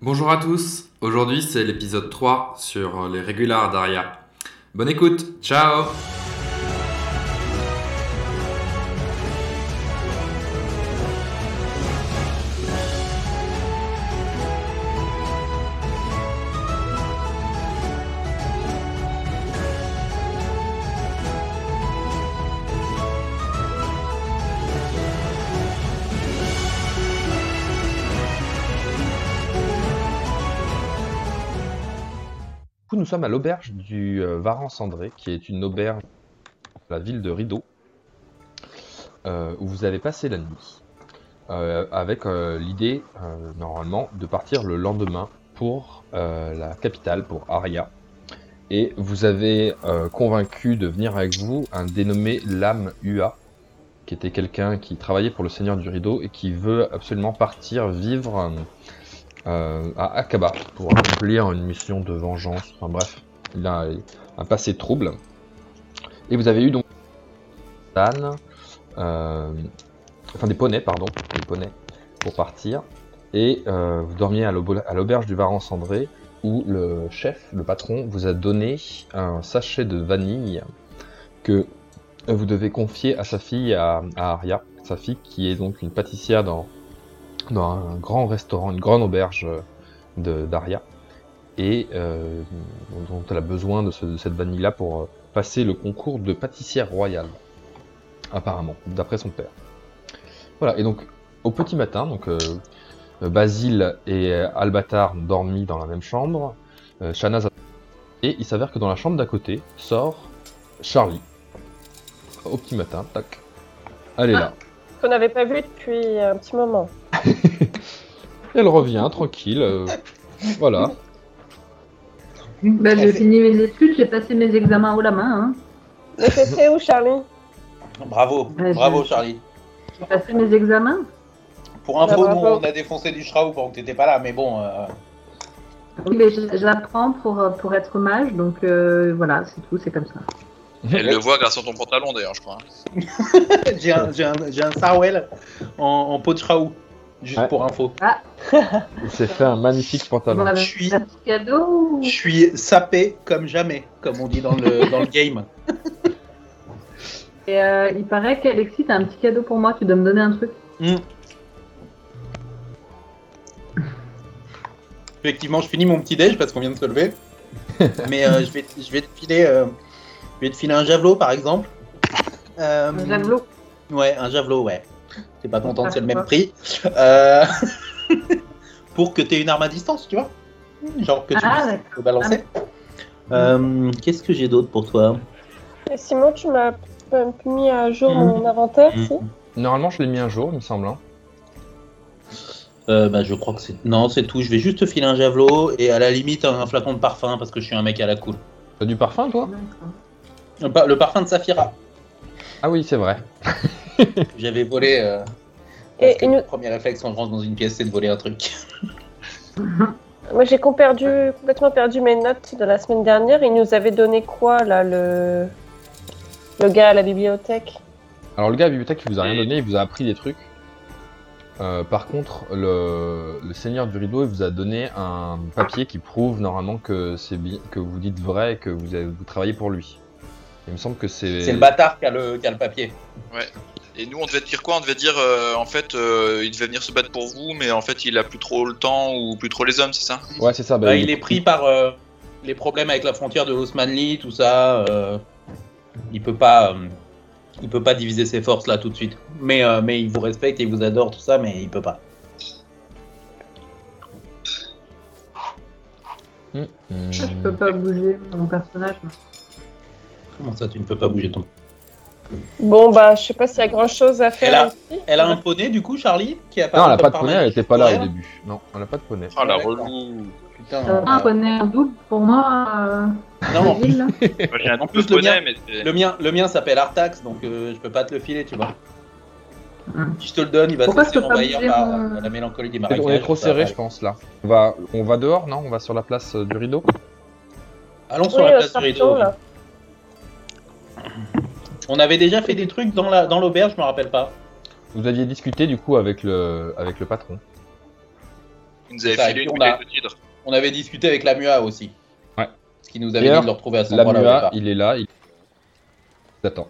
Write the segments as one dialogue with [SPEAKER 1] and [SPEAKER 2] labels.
[SPEAKER 1] Bonjour à tous, aujourd'hui c'est l'épisode 3 sur les régulars d'Aria. Bonne écoute, ciao
[SPEAKER 2] coup, nous sommes à l'auberge du euh, Varan-Cendré, qui est une auberge de la ville de Rideau, euh, où vous allez passer la nuit, euh, avec euh, l'idée, euh, normalement, de partir le lendemain pour euh, la capitale, pour Aria. Et vous avez euh, convaincu de venir avec vous un dénommé Lame Ua, qui était quelqu'un qui travaillait pour le Seigneur du Rideau et qui veut absolument partir vivre euh, euh, à Akaba pour accomplir une mission de vengeance. Enfin bref, il a un passé trouble. Et vous avez eu donc des ânes, euh, enfin des poneys, pardon, des poneys pour partir. Et euh, vous dormiez à l'aubo- à l'auberge du Varan Cendré où le chef, le patron, vous a donné un sachet de vanille que vous devez confier à sa fille, à, à Aria, sa fille qui est donc une pâtissière dans dans un grand restaurant, une grande auberge euh, de- d'Aria, et euh, dont elle a besoin de, ce- de cette vanille-là pour euh, passer le concours de pâtissière royale, apparemment, d'après son père. Voilà, et donc au petit matin, donc euh, euh, Basile et euh, Albatar ont dormi dans la même chambre, euh, Shanaz a- et il s'avère que dans la chambre d'à côté sort Charlie. Au petit matin, tac. Elle est là.
[SPEAKER 3] qu'on n'avait pas vu depuis un petit moment.
[SPEAKER 2] Elle revient tranquille. euh, voilà.
[SPEAKER 4] Ben, j'ai
[SPEAKER 5] c'est-
[SPEAKER 4] fini mes études, j'ai passé mes examens haut la main. hein.
[SPEAKER 3] Le fessé où, Charlie
[SPEAKER 5] Ah, Bravo,
[SPEAKER 4] Ouais,
[SPEAKER 5] bravo
[SPEAKER 4] je-
[SPEAKER 5] Charlie.
[SPEAKER 4] J'ai passé mes examens.
[SPEAKER 5] Pour info,
[SPEAKER 3] Bah,
[SPEAKER 5] nous,
[SPEAKER 3] bravo.
[SPEAKER 5] on a défoncé du Shraou pendant que t'étais pas là, mais bon, euh,
[SPEAKER 4] Oui, mais je- j'apprends pour, euh, pour être mage, donc euh, voilà, c'est tout, c'est comme ça.
[SPEAKER 6] Elle le voit grâce à ton pantalon d'ailleurs, je crois.
[SPEAKER 5] j'ai un, j'ai un, j'ai un Sarwell en, en pot de Shraou, juste
[SPEAKER 2] Ouais.
[SPEAKER 5] pour info.
[SPEAKER 2] Il s'est fait un magnifique
[SPEAKER 4] Vous
[SPEAKER 2] pantalon.
[SPEAKER 4] m'avez
[SPEAKER 5] suis-
[SPEAKER 4] fait un petit cadeau ou-
[SPEAKER 5] Je suis sapé comme jamais, comme on dit dans le, dans le game.
[SPEAKER 4] Et euh, il paraît qu'Alexis, t'as un petit cadeau pour moi, tu dois me donner un truc.
[SPEAKER 5] Effectivement, je finis mon petit déj parce qu'on vient de se lever. mais euh, je, vais, je, vais te filer, euh, je vais te filer un javelot par exemple. Euh,
[SPEAKER 4] Un javelot.
[SPEAKER 5] Ouais, un javelot, ouais. T'es pas content, c'est le même
[SPEAKER 4] Ah.
[SPEAKER 5] prix. Euh, Pour que t'aies une arme à distance, tu vois. Genre que tu
[SPEAKER 4] Ah,
[SPEAKER 5] puisses
[SPEAKER 4] d'accord.
[SPEAKER 5] le balancer. Euh, Qu'est-ce que j'ai d'autre pour toi
[SPEAKER 3] Et Simon, tu m'as euh, mis à jour
[SPEAKER 5] Mm.
[SPEAKER 3] mon inventaire, si
[SPEAKER 2] Normalement, je l'ai mis un jour, il me semble. hein.
[SPEAKER 5] Euh, bah, je crois que c'est. Non, c'est tout. Je vais juste te filer un javelot et à la limite un flacon de parfum parce que je suis un mec à la cool.
[SPEAKER 2] T'as du parfum, toi
[SPEAKER 5] Le pa- le parfum de Saphira.
[SPEAKER 2] Ah oui, c'est vrai.
[SPEAKER 5] que J'avais volé. euh,
[SPEAKER 3] Et
[SPEAKER 5] parce que
[SPEAKER 3] une-
[SPEAKER 5] le premier réflexe quand je rentre dans une pièce, c'est de voler un truc.
[SPEAKER 3] Moi, j'ai com- perdu- complètement perdu mes notes de la semaine dernière. Il nous avait donné quoi, là, le, le gars à la bibliothèque
[SPEAKER 2] Alors, le gars à la bibliothèque, il vous a rien donné, il vous a appris des trucs. Euh, par contre, le, le seigneur du rideau, il vous a donné un papier qui prouve normalement que c'est bi- que vous dites vrai, que vous, avez- vous travaillez pour lui. Il me semble que c'est.
[SPEAKER 5] C'est le bâtard qui a le, qui a le papier.
[SPEAKER 6] Et nous, on devait dire quoi On devait dire, euh, en fait, euh, il devait venir se battre pour vous, mais en fait, il a plus trop le temps ou plus trop les hommes, c'est ça
[SPEAKER 2] Ouais, c'est ça. bah,
[SPEAKER 5] Bah, il est pris par euh, les problèmes avec la frontière de l'Osmanli, tout ça. euh, il peut pas, euh, il peut pas diviser ses forces là tout de suite. Mais, euh, mais il vous respecte, il vous adore, tout ça, mais il peut pas.
[SPEAKER 2] Hmm.
[SPEAKER 4] Je peux pas bouger mon personnage. moi.
[SPEAKER 5] Comment ça, tu ne peux pas bouger ton.
[SPEAKER 3] Bon, bah, je sais pas s'il y a grand chose à faire
[SPEAKER 5] Elle a-
[SPEAKER 3] ici.
[SPEAKER 5] Elle a un poney du coup, Charlie, qui a
[SPEAKER 2] Non, elle a
[SPEAKER 5] comme
[SPEAKER 2] pas de poney,
[SPEAKER 5] magie.
[SPEAKER 2] elle était pas là
[SPEAKER 5] Ouais.
[SPEAKER 2] au début. Non, elle a pas de poney.
[SPEAKER 6] Ah la
[SPEAKER 5] Ouais,
[SPEAKER 6] relou
[SPEAKER 5] Putain.
[SPEAKER 4] Ça va, Ah, un
[SPEAKER 5] euh,
[SPEAKER 4] poney en double pour moi, euh,
[SPEAKER 5] non,
[SPEAKER 4] Basile, là
[SPEAKER 6] Moi, J'ai un
[SPEAKER 5] En
[SPEAKER 6] double
[SPEAKER 5] plus, le
[SPEAKER 6] bonnet,
[SPEAKER 5] mien-
[SPEAKER 6] mais c'est-
[SPEAKER 5] le mien, le mien s'appelle Artax, donc euh, je peux pas te le filer, tu vois.
[SPEAKER 4] Hum.
[SPEAKER 5] Si je te le donne, il va
[SPEAKER 4] Pourquoi
[SPEAKER 5] se
[SPEAKER 4] je peux
[SPEAKER 5] laisser
[SPEAKER 4] pas
[SPEAKER 5] envahir
[SPEAKER 4] bouger
[SPEAKER 5] par
[SPEAKER 4] mon-
[SPEAKER 5] euh, la mélancolie des
[SPEAKER 2] On
[SPEAKER 5] marécages.
[SPEAKER 2] est trop
[SPEAKER 5] ça
[SPEAKER 2] serré,
[SPEAKER 5] va.
[SPEAKER 2] je pense, là. On va, on va dehors, non On va sur la place euh, du rideau
[SPEAKER 5] Allons
[SPEAKER 3] Oui,
[SPEAKER 5] sur la
[SPEAKER 3] euh,
[SPEAKER 5] place du
[SPEAKER 3] sortons,
[SPEAKER 5] rideau.
[SPEAKER 3] là.
[SPEAKER 5] On avait déjà fait des trucs dans la dans l'auberge, je me rappelle pas.
[SPEAKER 2] Vous aviez discuté du coup avec le, avec le patron.
[SPEAKER 6] Ils nous avaient
[SPEAKER 5] Ça, et
[SPEAKER 6] filé
[SPEAKER 5] puis
[SPEAKER 6] une
[SPEAKER 5] on a-
[SPEAKER 6] bouteille de cidre.
[SPEAKER 5] On avait discuté avec la MUA aussi.
[SPEAKER 2] Ouais.
[SPEAKER 5] Ce qui nous avait
[SPEAKER 2] D'ailleurs,
[SPEAKER 5] dit de le retrouver à ce bah.
[SPEAKER 2] La
[SPEAKER 5] endroit-là. au
[SPEAKER 2] Mua,
[SPEAKER 5] départ.
[SPEAKER 2] il est là, il il attend.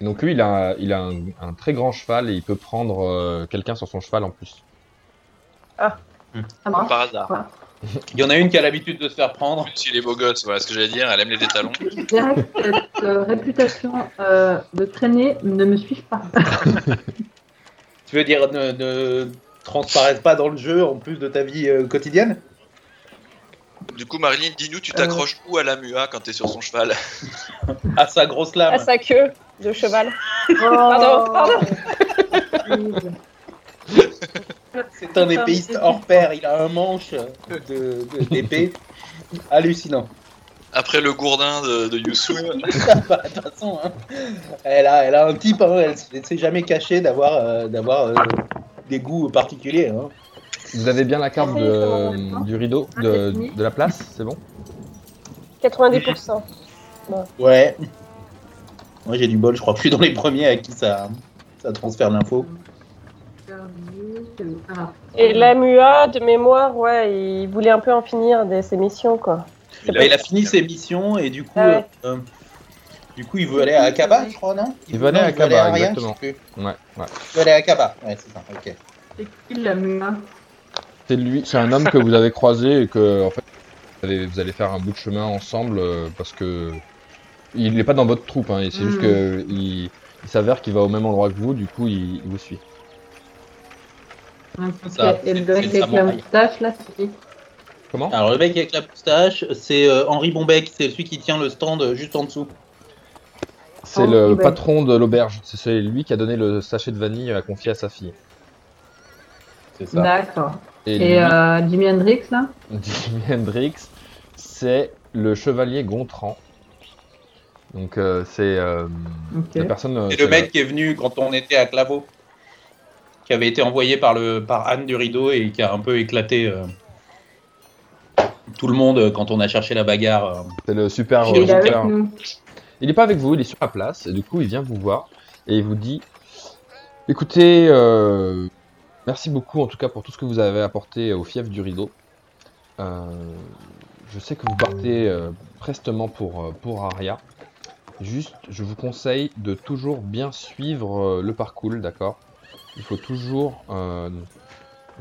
[SPEAKER 2] Et Donc lui, il a, il a un, un très grand cheval et il peut prendre euh, quelqu'un sur son cheval en plus.
[SPEAKER 4] Ça marche.
[SPEAKER 6] Par hasard.
[SPEAKER 5] Il y en a une qui a l'habitude de se faire prendre.
[SPEAKER 6] Si les beaux gosses, voilà ce que j'allais dire, elle aime les étalons.
[SPEAKER 4] Je dirais que cette euh, réputation euh, de traîner ne me suit pas.
[SPEAKER 5] Tu veux dire, ne, ne transparaissent pas dans le jeu en plus de ta vie euh, quotidienne Euh.
[SPEAKER 6] Du coup, Marilyn, dis-nous, tu t'accroches où à la MUA quand t'es sur son cheval
[SPEAKER 5] À sa grosse lame.
[SPEAKER 3] À sa queue de cheval.
[SPEAKER 4] Pardon,
[SPEAKER 5] C'est un épéiste hors pair. Il a un manche de- de- d'épée. Hallucinant.
[SPEAKER 6] Après le gourdin de, de Youssou,
[SPEAKER 5] Bah, De toute façon, hein, elle, a, elle a un type. hein, elle s- elle s'est jamais cachée d'avoir euh, d'avoir, euh, des goûts particuliers. hein.
[SPEAKER 2] Vous avez bien la carte
[SPEAKER 4] Oui, ça va,
[SPEAKER 2] de,
[SPEAKER 4] maintenant.
[SPEAKER 2] du rideau,
[SPEAKER 4] Ah,
[SPEAKER 2] de,
[SPEAKER 4] c'est fini.
[SPEAKER 2] de la place, c'est bon
[SPEAKER 3] 90%.
[SPEAKER 5] Ouais. Moi j'ai du bol, je crois que je suis dans les premiers à qui ça, ça transfère l'info.
[SPEAKER 4] euh,
[SPEAKER 3] Et la MUA, de mémoire, ouais, il voulait un peu en finir de ses missions, quoi.
[SPEAKER 5] Bah, il a fini ses missions et du coup,
[SPEAKER 3] Ah ouais.
[SPEAKER 5] euh, du coup il veut aller à Akaba, je crois, non
[SPEAKER 2] Il veut aller
[SPEAKER 5] non,
[SPEAKER 2] à
[SPEAKER 5] il veut
[SPEAKER 2] Aqaba,
[SPEAKER 5] à Aria,
[SPEAKER 2] exactement.
[SPEAKER 5] je sais plus.
[SPEAKER 2] Ouais, ouais.
[SPEAKER 5] Il veut aller à Akaba, ouais, c'est ça, ok.
[SPEAKER 4] C'est qui la hein? mua
[SPEAKER 2] C'est lui, c'est un homme que vous avez croisé et que en fait, vous, allez, vous allez faire un bout de chemin ensemble euh, parce que il n'est pas dans votre troupe, hein, et c'est juste
[SPEAKER 4] Mm.
[SPEAKER 2] que il, il s'avère qu'il va au même endroit que vous, du coup il, il vous suit.
[SPEAKER 5] Ça,
[SPEAKER 4] Et le
[SPEAKER 5] c'est- c'est le
[SPEAKER 4] mec avec la
[SPEAKER 5] samouraï.
[SPEAKER 4] moustache, là, c'est qui
[SPEAKER 2] Comment
[SPEAKER 5] Alors le mec avec la moustache, c'est euh, Henri Bombec, c'est celui qui tient le stand euh, juste en dessous.
[SPEAKER 2] C'est
[SPEAKER 4] Oh,
[SPEAKER 2] le
[SPEAKER 4] ben.
[SPEAKER 2] patron de l'auberge, c'est- c'est lui qui a donné le sachet de vanille à confier à sa fille.
[SPEAKER 5] C'est ça.
[SPEAKER 4] D'accord.
[SPEAKER 2] Et, lui,
[SPEAKER 4] Et euh, Jimi Hendrix, là
[SPEAKER 2] Jimi Hendrix, c'est le chevalier Gontran. Donc euh, c'est euh,
[SPEAKER 4] Ok.
[SPEAKER 2] la personne. euh,
[SPEAKER 5] C'est
[SPEAKER 2] c'est
[SPEAKER 5] le mec qui est venu quand on était à Claveau, qui avait été envoyé par, le, par Anne du Rideau et qui a un peu éclaté euh, tout le monde euh, quand on a cherché la bagarre. euh,
[SPEAKER 2] C'est le super.
[SPEAKER 5] Il est
[SPEAKER 4] Il est
[SPEAKER 2] euh,
[SPEAKER 4] avec
[SPEAKER 2] super-
[SPEAKER 4] nous.
[SPEAKER 2] Il n'est pas avec vous, il est sur la place, et du coup, il vient vous voir, et il vous dit Écoutez, euh, merci beaucoup en tout cas pour tout ce que vous avez apporté au fief du rideau. Euh, je sais que vous partez euh, prestement pour, euh, pour Aria. Juste, je vous conseille de toujours bien suivre euh, le parcours, d'accord Il faut toujours euh,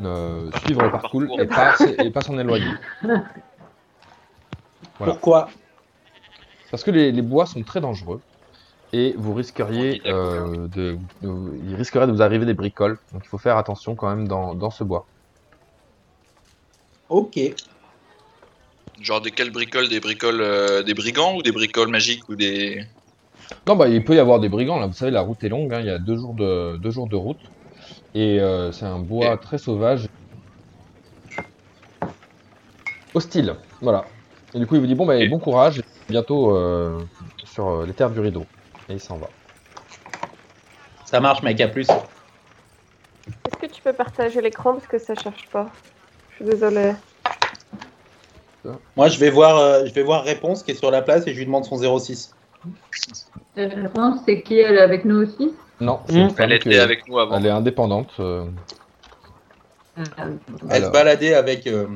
[SPEAKER 2] euh, suivre le parcours et pas et pas s'en éloigner. Voilà.
[SPEAKER 5] Pourquoi
[SPEAKER 2] Parce que les, les bois sont très dangereux et vous risqueriez
[SPEAKER 6] On dit d'accord.
[SPEAKER 2] euh, de, de- il risquerait de vous arriver des bricoles. Donc il faut faire attention quand même dans, dans ce bois.
[SPEAKER 5] Ok.
[SPEAKER 6] genre des quelles bricoles Des bricoles euh, des brigands ou des bricoles magiques ou des.
[SPEAKER 2] Non, bah il peut y avoir des brigands là. Vous savez, la route est longue. hein, Il y a deux jours de deux jours de route et euh, c'est un bois très sauvage, hostile. Voilà. Et du coup, il vous dit bon bah
[SPEAKER 6] Ok.
[SPEAKER 2] bon courage. Bientôt euh, sur euh, les terres du rideau. Et il s'en va.
[SPEAKER 5] Ça marche, mec, à plus.
[SPEAKER 3] Est-ce que tu peux partager l'écran parce que ça cherche pas Je suis désolée.
[SPEAKER 5] Moi, je vais voir, euh, je vais voir Réponse qui est sur la place et je lui demande son 06.
[SPEAKER 4] La réponse, c'est qui Elle est avec nous aussi
[SPEAKER 2] Non, c'est une femme
[SPEAKER 6] Mmh. Elle
[SPEAKER 2] que-
[SPEAKER 6] était avec nous avant.
[SPEAKER 2] elle est indépendante. euh,
[SPEAKER 4] Euh,
[SPEAKER 5] Elle se
[SPEAKER 2] Alors.
[SPEAKER 5] baladait avec euh,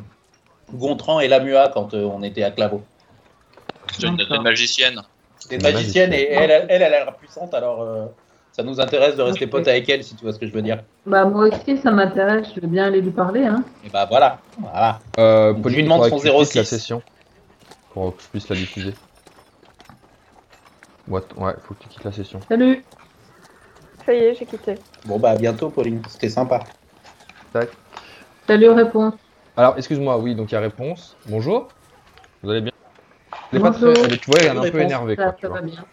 [SPEAKER 5] Gontran et Lamua quand euh, on était à Claveau.
[SPEAKER 6] C'est une, c'est une magicienne.
[SPEAKER 5] C'était
[SPEAKER 2] Une
[SPEAKER 5] magicienne
[SPEAKER 2] magicienne.
[SPEAKER 5] et elle, elle, elle a l'air puissante, alors euh, ça nous intéresse de rester
[SPEAKER 4] Ok.
[SPEAKER 5] pote avec elle, si tu vois ce que je veux dire.
[SPEAKER 4] Bah, moi aussi, ça m'intéresse. Je veux bien aller lui parler. Hein.
[SPEAKER 5] Et bah voilà, voilà.
[SPEAKER 2] Euh,
[SPEAKER 5] Je
[SPEAKER 2] Pauline,
[SPEAKER 5] lui demande
[SPEAKER 2] faudrait
[SPEAKER 5] son
[SPEAKER 2] que tu cliques
[SPEAKER 5] 06.
[SPEAKER 2] La session pour que je puisse la diffuser. Ouais, t- ouais, faut que tu quittes la session.
[SPEAKER 4] Salut
[SPEAKER 3] Ça y est, j'ai quitté.
[SPEAKER 5] Bon bah à bientôt, Pauline. C'était sympa.
[SPEAKER 4] Salut, réponse.
[SPEAKER 2] Alors, excuse-moi, oui, donc il y a réponse. Bonjour. Vous allez bien Elle est pas
[SPEAKER 4] Bonjour.
[SPEAKER 2] très- elle est- tu vois, elle est un peu
[SPEAKER 5] Réponse,
[SPEAKER 2] énervée. Quoi,
[SPEAKER 4] Ça,
[SPEAKER 2] tu
[SPEAKER 4] ça
[SPEAKER 2] vois.
[SPEAKER 4] va bien.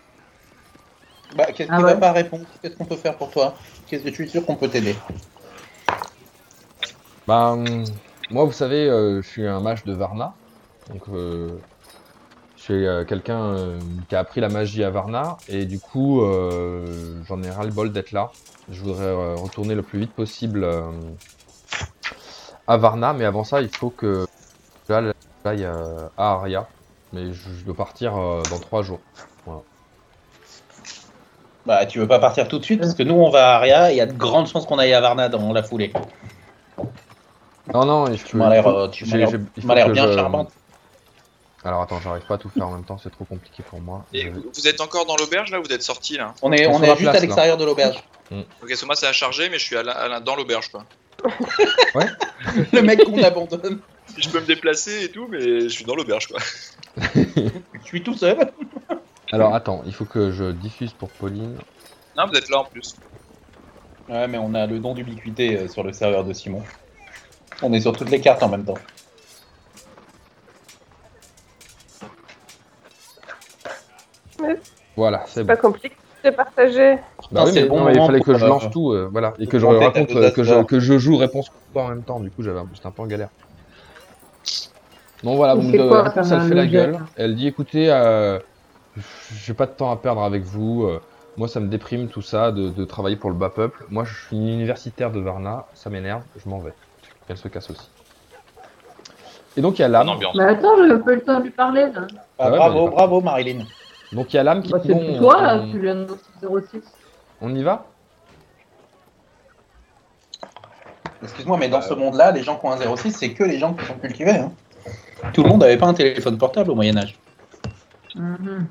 [SPEAKER 5] Bah, qu'est-ce
[SPEAKER 4] Ah
[SPEAKER 5] qu'il
[SPEAKER 4] ouais.
[SPEAKER 5] va pas répondre Qu'est-ce qu'on peut faire pour toi Qu'est-ce que je suis sûr qu'on peut t'aider
[SPEAKER 2] Bah, hum, moi, vous savez, euh, je suis un mage de Varna. Donc, euh, je suis euh, quelqu'un euh, qui a appris la magie à Varna. Et du coup, euh, j'en ai ras-le-bol d'être là. Je voudrais euh, retourner le plus vite possible euh, à Varna. Mais avant ça, il faut que j'aille j'aille, euh, à Aria. Mais je, je dois partir euh, dans trois jours.
[SPEAKER 5] Bah tu veux pas partir tout de suite parce que nous on va à Aria, il y a de grandes chances qu'on aille à Varna dans la foulée.
[SPEAKER 2] Non, non, il
[SPEAKER 5] Tu
[SPEAKER 2] faut-
[SPEAKER 5] m'as l'air,
[SPEAKER 2] faut-
[SPEAKER 5] euh, tu m'as
[SPEAKER 2] j'ai-
[SPEAKER 5] l'air-
[SPEAKER 2] j'ai- il
[SPEAKER 5] tu
[SPEAKER 2] faut
[SPEAKER 5] m'as l'air
[SPEAKER 2] que
[SPEAKER 5] bien
[SPEAKER 2] je-
[SPEAKER 5] charmante.
[SPEAKER 2] Alors attends, j'arrive pas à tout faire en même temps, c'est trop compliqué pour moi.
[SPEAKER 6] Et
[SPEAKER 2] Je-
[SPEAKER 6] vous vous êtes encore dans l'auberge là Vous êtes sorti là
[SPEAKER 5] On est,
[SPEAKER 2] on
[SPEAKER 5] on
[SPEAKER 2] sur
[SPEAKER 5] est
[SPEAKER 2] la
[SPEAKER 5] juste
[SPEAKER 2] place,
[SPEAKER 5] à l'extérieur de l'auberge.
[SPEAKER 6] Ok, parce que moi ça a chargé, mais je suis à l'in- à l'in- dans l'auberge quoi.
[SPEAKER 5] le mec qu'on abandonne.
[SPEAKER 6] Je peux me déplacer et tout, mais je suis dans l'auberge quoi.
[SPEAKER 5] Je suis tout seul.
[SPEAKER 2] Alors attends, il faut que je diffuse pour Pauline.
[SPEAKER 6] Non, vous êtes là en plus.
[SPEAKER 5] Ouais, mais on a le don d'ubiquité euh, sur le serveur de Simon. On est sur toutes les cartes en même temps.
[SPEAKER 2] Voilà, c'est
[SPEAKER 3] C'est
[SPEAKER 2] bon.
[SPEAKER 3] pas compliqué de partager.
[SPEAKER 2] Bah oui,
[SPEAKER 5] c'est
[SPEAKER 2] mais
[SPEAKER 5] le bon
[SPEAKER 2] non, mais il
[SPEAKER 5] moment
[SPEAKER 2] fallait que
[SPEAKER 5] pour,
[SPEAKER 2] je
[SPEAKER 5] euh,
[SPEAKER 2] lance tout, euh, voilà, et que je
[SPEAKER 5] monter ta
[SPEAKER 2] raconte, euh,
[SPEAKER 5] besace
[SPEAKER 2] que je,
[SPEAKER 5] d'or.
[SPEAKER 2] que je joue réponse quoi en même temps. Du coup, j'avais un- j'étais un peu en galère. Bon voilà,
[SPEAKER 4] Mais
[SPEAKER 2] vous
[SPEAKER 4] c'est
[SPEAKER 2] me
[SPEAKER 4] quoi,
[SPEAKER 2] réponse,
[SPEAKER 4] ça,
[SPEAKER 2] elle fait
[SPEAKER 4] le
[SPEAKER 2] la
[SPEAKER 4] gars,
[SPEAKER 2] gueule.
[SPEAKER 4] là
[SPEAKER 2] Elle dit, écoutez, euh, j'ai pas de temps à perdre avec vous. euh, moi, ça me déprime tout ça de, de travailler pour le bas peuple. Moi, je suis une universitaire de Varna, ça m'énerve, je m'en vais. Elle se casse aussi. Et donc il y a
[SPEAKER 6] En
[SPEAKER 2] l'âme.
[SPEAKER 6] ambiance.
[SPEAKER 4] Mais attends, j'ai pas eu le temps de lui parler là.
[SPEAKER 5] Ah,
[SPEAKER 2] Ah ouais, mais
[SPEAKER 5] bravo,
[SPEAKER 2] par-
[SPEAKER 5] bravo Marilyn.
[SPEAKER 2] Donc il y a l'âme qui.
[SPEAKER 4] Bah, c'est
[SPEAKER 2] bon, euh,
[SPEAKER 4] plus toi, là,
[SPEAKER 2] on-
[SPEAKER 4] tu lui annonces 06.
[SPEAKER 2] on y va
[SPEAKER 5] Excuse-moi, mais dans ce monde-là, les gens qui ont un 06, c'est que les gens qui sont cultivés. hein. Tout le monde n'avait pas un téléphone portable au Moyen-Âge.
[SPEAKER 4] Mhm.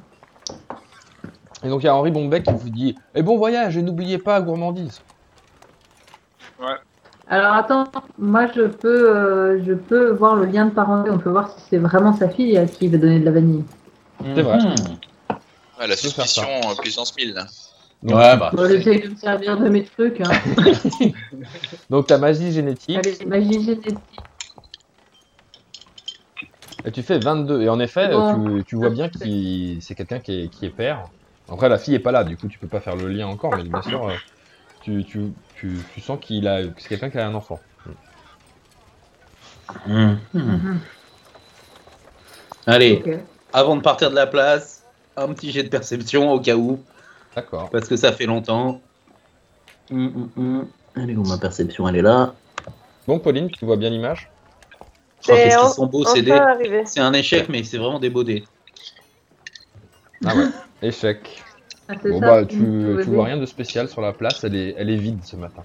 [SPEAKER 2] Et donc il y a Henri Bombec qui vous dit Et bon voyage et n'oubliez pas gourmandise.
[SPEAKER 4] Alors attends, moi je peux, euh, je peux voir le lien de parenté. On peut voir si c'est vraiment sa fille à qui il va donner de la vanille.
[SPEAKER 5] C'est
[SPEAKER 2] vrai.
[SPEAKER 5] Hmm.
[SPEAKER 6] Ouais, la
[SPEAKER 2] Je peux faire
[SPEAKER 6] suspicion euh, puissance 1000. là.
[SPEAKER 2] Donc,
[SPEAKER 5] ouais, bah.
[SPEAKER 4] Bon, j'essaie de me servir de mes trucs. Hein.
[SPEAKER 2] donc ta magie génétique,
[SPEAKER 4] Allez, magie génétique.
[SPEAKER 2] et tu fais 22. Et en effet,
[SPEAKER 4] Bon.
[SPEAKER 2] tu, tu vois bien que c'est quelqu'un qui est, qui est père. Après, la fille est pas là, du coup, tu peux pas faire le lien encore, mais bien sûr, euh, tu, tu, tu, tu sens qu'il a, que c'est quelqu'un qui a un enfant.
[SPEAKER 5] Mhm.
[SPEAKER 4] Mhm.
[SPEAKER 5] Allez,
[SPEAKER 4] Ok.
[SPEAKER 5] avant de partir de la place, un petit jet de perception au cas où,
[SPEAKER 2] D'accord.
[SPEAKER 5] parce que ça fait longtemps. Hum, hum, hum. Elle est où ma perception Elle est là.
[SPEAKER 2] Donc, Pauline, tu vois bien l'image
[SPEAKER 5] Oh, qu'est-ce
[SPEAKER 3] C'est en-
[SPEAKER 5] qu'ils sont beaux ces dés.
[SPEAKER 3] Enfin arrivé.
[SPEAKER 5] C'est un échec, mais c'est vraiment des beaux dés.
[SPEAKER 2] Ah ouais. Échec.
[SPEAKER 4] Ah, c'est
[SPEAKER 2] Bon,
[SPEAKER 4] ça,
[SPEAKER 2] bah,
[SPEAKER 4] vous
[SPEAKER 2] tu,
[SPEAKER 4] pouvez
[SPEAKER 2] tu vois
[SPEAKER 4] dire.
[SPEAKER 2] rien de spécial sur la place, elle est, elle est vide ce matin.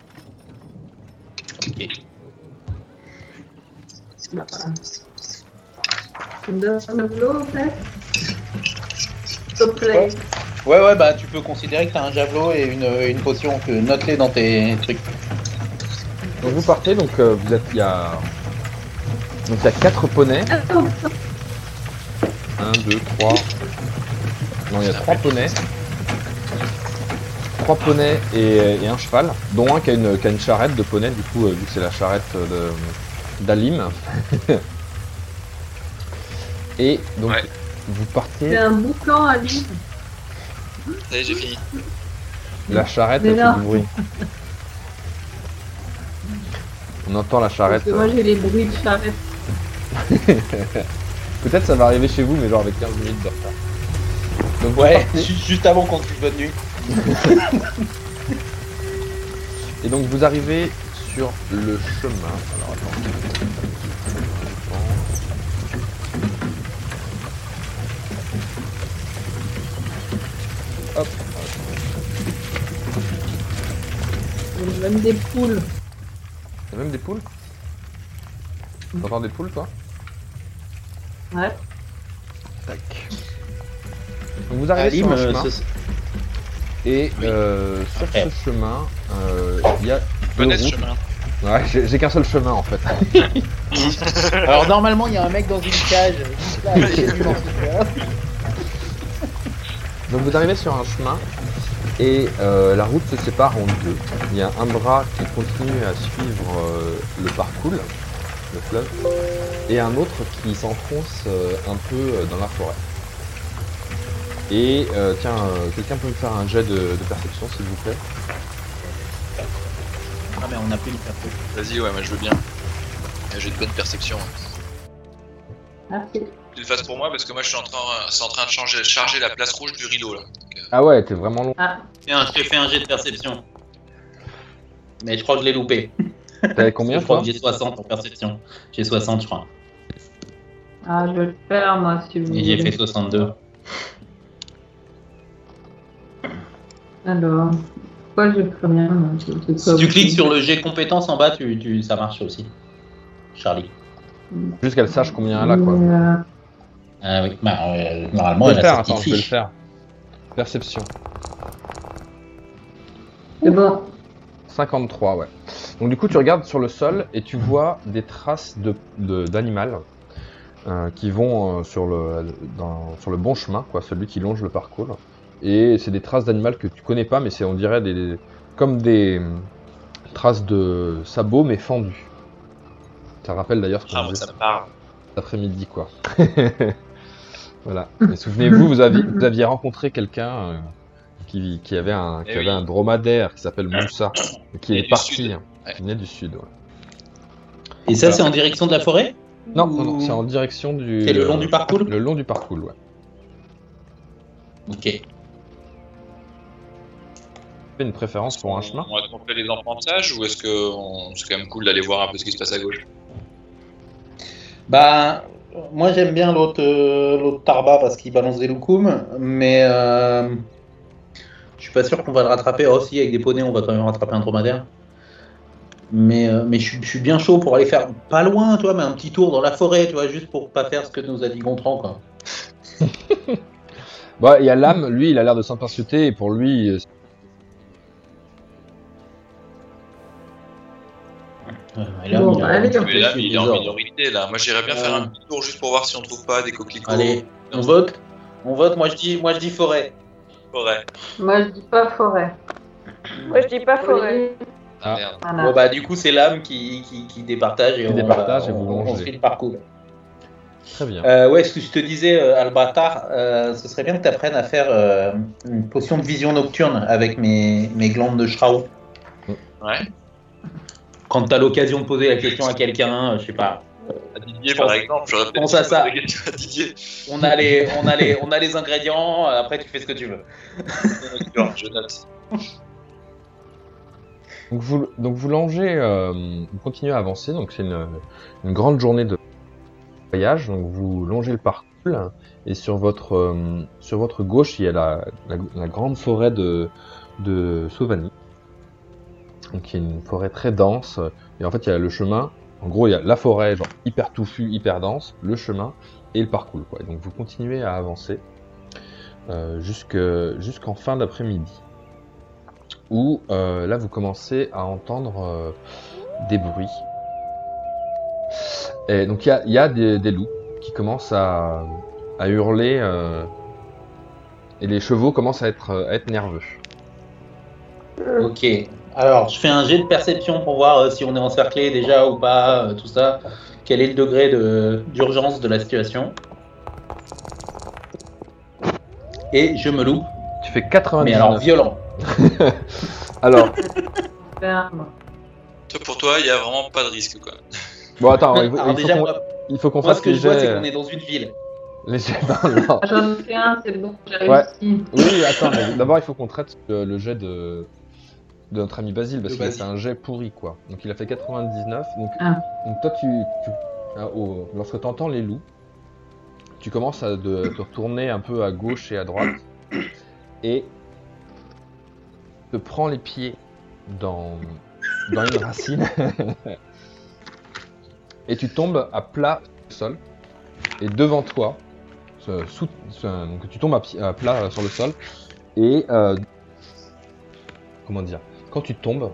[SPEAKER 4] Tu me donnes le boulot, en fait S'il te plaît.
[SPEAKER 5] Ouais, ouais, bah tu peux considérer que t'as un javelot et une, une potion, que note-les dans tes trucs.
[SPEAKER 2] Donc, vous partez, donc, euh, vous êtes, il y a. Donc, il y a 4 poneys.
[SPEAKER 4] Attends,
[SPEAKER 2] 1, 2, 3. Non, il y a 3 poneys. 3 poneys et, et un cheval, dont un qui a une, qui a une charrette de poney, du coup, euh, vu que c'est la charrette euh, de- d'Alim. et donc,
[SPEAKER 6] Ouais.
[SPEAKER 2] vous partez,
[SPEAKER 4] c'est un boucan à lire.
[SPEAKER 6] Ça y est, j'ai fini.
[SPEAKER 2] la charrette
[SPEAKER 4] Mais
[SPEAKER 2] elle fait
[SPEAKER 4] non.
[SPEAKER 2] du bruit. On entend la
[SPEAKER 4] Parce
[SPEAKER 2] charrette.
[SPEAKER 4] que moi j'ai les bruits de charrette.
[SPEAKER 2] Peut-être ça va arriver chez vous, mais genre avec 15 minutes de retard. Donc, vous
[SPEAKER 5] Ouais,
[SPEAKER 2] partez.
[SPEAKER 5] ju- juste avant qu'on se dise bonne nuit.
[SPEAKER 2] Et donc vous arrivez sur le chemin. Alors attends. Hop.
[SPEAKER 4] Il y a Même des poules.
[SPEAKER 2] Il y a même des poules T'entends des poules toi
[SPEAKER 4] Ouais.
[SPEAKER 2] Tac. Donc vous arrivez sur un chemin et
[SPEAKER 6] Oui.
[SPEAKER 2] euh, sur
[SPEAKER 5] euh, Après.
[SPEAKER 2] ce chemin, euh, il y a deux
[SPEAKER 6] Connais ce
[SPEAKER 2] routes.
[SPEAKER 6] chemin.
[SPEAKER 2] Ouais, j'ai j'ai qu'un seul chemin en fait.
[SPEAKER 5] Alors normalement, il y a un mec dans une cage. Là, il est dans une cage.
[SPEAKER 2] Donc vous arrivez sur un chemin et euh, la route se sépare en deux. Il y a un bras qui continue à suivre euh, le parcours, le fleuve, et un autre qui s'enfonce euh, un peu euh, dans la forêt. Et euh, tiens, euh, quelqu'un peut me faire un jet de, de perception s'il vous plaît.
[SPEAKER 5] Ah mais on a plus une carte.
[SPEAKER 6] Vas-y, ouais, moi je veux bien. J'ai de hein. bonne perception.
[SPEAKER 4] Merci.
[SPEAKER 6] Tu le fasses pour moi parce que moi je suis en train, euh, c'est en train de changer, charger la place rouge du rideau là.
[SPEAKER 2] Ah ouais, t'es vraiment long.
[SPEAKER 4] Ah,
[SPEAKER 5] Tiens, je t'ai fait un jet de perception. Mais je crois que je l'ai loupé.
[SPEAKER 2] T'avais combien
[SPEAKER 5] Je crois
[SPEAKER 2] toi
[SPEAKER 5] que j'ai 60 en perception. J'ai 60, je crois.
[SPEAKER 4] ah, je vais le faire moi si vous
[SPEAKER 5] Et j'ai fait
[SPEAKER 4] voulez.
[SPEAKER 5] 62.
[SPEAKER 4] Alors, pourquoi je fais rien moi Je- je-
[SPEAKER 5] Si tu cliques sur le jet compétence en bas, tu, tu- ça marche aussi. Charlie.
[SPEAKER 2] Juste qu'elle sache combien elle a, quoi.
[SPEAKER 4] Mais, euh,
[SPEAKER 5] Ah oui, bah, euh,
[SPEAKER 2] On
[SPEAKER 5] normalement,
[SPEAKER 2] peut
[SPEAKER 5] elle
[SPEAKER 2] le
[SPEAKER 5] a
[SPEAKER 2] faire,
[SPEAKER 5] sa petite
[SPEAKER 2] attends, je vais le
[SPEAKER 5] fiche.
[SPEAKER 2] faire. Perception.
[SPEAKER 4] C'est bon.
[SPEAKER 2] 53, ouais. Donc du coup, tu regardes sur le sol et tu vois des traces de- de- d'animal euh, qui vont euh, sur, le, dans- sur le bon chemin, quoi, celui qui longe le parcours. Et c'est des traces d'animal que tu connais pas, mais c'est on dirait des, comme des hum, traces de sabots mais fendus. Ça rappelle d'ailleurs ce qu'on
[SPEAKER 6] Ah, moi,
[SPEAKER 2] disait
[SPEAKER 6] ça me parle.
[SPEAKER 2] cet après-midi, quoi. voilà. Mais souvenez-vous, vous aviez, vous aviez rencontré quelqu'un euh, qui, qui avait, un, qui
[SPEAKER 6] Eh
[SPEAKER 2] avait
[SPEAKER 6] oui.
[SPEAKER 2] un dromadaire qui s'appelle Moussa, et qui
[SPEAKER 6] Et
[SPEAKER 2] est
[SPEAKER 6] du
[SPEAKER 2] parti,
[SPEAKER 6] sud.
[SPEAKER 2] hein,
[SPEAKER 6] Ouais.
[SPEAKER 2] qui venait du sud. ouais.
[SPEAKER 5] Et ça, c'est en direction de la forêt
[SPEAKER 2] Non, non, non,
[SPEAKER 5] Ou-
[SPEAKER 2] c'est en direction du.
[SPEAKER 5] C'est le long du parcours
[SPEAKER 2] Le long du parcours, ouais.
[SPEAKER 5] Ok.
[SPEAKER 2] Vous avez une préférence pour un chemin
[SPEAKER 6] On va tromper les enfants sages ou est-ce que on- c'est quand même cool d'aller voir un peu ce qui se passe à gauche
[SPEAKER 5] Bah, moi j'aime bien l'autre euh, l'autre Tarba parce qu'il balance des loukoums, mais euh, je suis pas sûr qu'on va le rattraper. Oh, si, avec des poneys, on va quand même rattraper un dromadaire. Mais, euh, mais je, suis- je suis bien chaud pour aller faire pas loin, toi, mais un petit tour dans la forêt, tu vois, juste pour pas faire ce que nous a dit Gontran, quoi.
[SPEAKER 2] Bah, il y a l'âme, lui, il a l'air de s'impercuter, et pour lui. euh,
[SPEAKER 5] et là,
[SPEAKER 4] Bon,
[SPEAKER 5] il a-
[SPEAKER 4] allez,
[SPEAKER 5] il a-
[SPEAKER 4] on
[SPEAKER 6] Mais là,
[SPEAKER 5] il a-
[SPEAKER 6] il est
[SPEAKER 4] hein,
[SPEAKER 6] en minorité là. Moi j'irais bien
[SPEAKER 5] Ouais.
[SPEAKER 6] faire un petit tour juste pour voir si on trouve pas des coquelicots.
[SPEAKER 5] Allez, on vote. On vote, moi je dis, moi, je dis forêt.
[SPEAKER 6] Forêt.
[SPEAKER 4] Moi, je dis pas forêt.
[SPEAKER 3] Moi, je dis pas forêt.
[SPEAKER 2] Ah.
[SPEAKER 6] Merde.
[SPEAKER 4] Voilà.
[SPEAKER 5] Bon, bah, du coup, c'est l'âme qui, qui, qui départage et
[SPEAKER 2] Qui
[SPEAKER 5] on,
[SPEAKER 2] départage
[SPEAKER 5] va-
[SPEAKER 2] et vous
[SPEAKER 5] on, on
[SPEAKER 2] longez.
[SPEAKER 5] se fait le parcours.
[SPEAKER 2] Très bien.
[SPEAKER 5] Euh, ouais, ce que je te disais, euh, Albatar, euh, ce serait bien que tu apprennes à faire euh, une potion de vision nocturne avec mes, mes glandes de Shroud.
[SPEAKER 6] Ouais.
[SPEAKER 5] Quand tu as l'occasion de poser la question à quelqu'un, euh, je sais pas,
[SPEAKER 6] À Didier par
[SPEAKER 5] Pense-
[SPEAKER 6] exemple. j'aurais
[SPEAKER 5] pense
[SPEAKER 6] peut-être
[SPEAKER 5] à ça.
[SPEAKER 6] posé la question à Didier.
[SPEAKER 5] on a les, on a les, on a les ingrédients, euh, après tu fais ce que tu veux.
[SPEAKER 6] Genre, je note.
[SPEAKER 2] Donc vous, donc vous longez, euh, vous continuez à avancer, donc c'est une, une grande journée de voyage, donc vous longez le parcours, et sur votre, euh, sur votre gauche, il y a la, la- la grande forêt de, de Sauvanie, donc qui est une forêt très dense, et en fait il y a le chemin, en gros il y a la forêt genre hyper touffue, hyper dense, le chemin et le parcours, quoi. Et donc vous continuez à avancer euh, jusque- jusqu'en fin d'après-midi où euh, là vous commencez à entendre euh, des bruits. Et donc il y a, il y a des, des loups qui commencent à, à hurler euh, et les chevaux commencent à être, euh, à être nerveux.
[SPEAKER 5] Ok, alors je fais un jet de perception pour voir euh, si on est encerclé déjà ou pas, euh, tout ça. Quel est le degré de- d'urgence de, la situation Et je me loupe,
[SPEAKER 2] Tu fais
[SPEAKER 5] mais alors
[SPEAKER 2] 99.
[SPEAKER 5] violent.
[SPEAKER 2] Alors,
[SPEAKER 4] Ferme.
[SPEAKER 6] Toi, Pour toi, il y a vraiment pas de risque quoi.
[SPEAKER 2] bon attends, Ah il faut,
[SPEAKER 5] Alors
[SPEAKER 2] il faut
[SPEAKER 5] déjà,
[SPEAKER 2] qu'on-
[SPEAKER 5] moi,
[SPEAKER 2] il faut qu'on
[SPEAKER 5] Moi, ce
[SPEAKER 2] fasse euh,
[SPEAKER 5] que
[SPEAKER 2] les
[SPEAKER 5] je vois, c'est
[SPEAKER 2] jets.
[SPEAKER 5] qu'on est dans une ville.
[SPEAKER 2] les jets- non, non.
[SPEAKER 4] J'en fais un, c'est bon, j'ai
[SPEAKER 2] Ouais.
[SPEAKER 4] réussi.
[SPEAKER 2] Oui, attends, mais d'abord il faut qu'on traite le, le jet de, de notre ami Basile, parce
[SPEAKER 5] De
[SPEAKER 2] qu'il a fait
[SPEAKER 5] Basile.
[SPEAKER 2] un jet pourri, quoi. Donc il a fait 99. Donc,
[SPEAKER 4] Ah.
[SPEAKER 2] donc toi, tu, tu- ah, oh, lorsque tu entends les loups, tu commences à de- te retourner un peu à gauche et à droite, et te prends les pieds dans, dans une racine, et tu tombes à plat sur le sol, et devant toi, se- sous- se- donc tu tombes à, pi- à plat euh, sur le sol et euh, comment dire quand tu tombes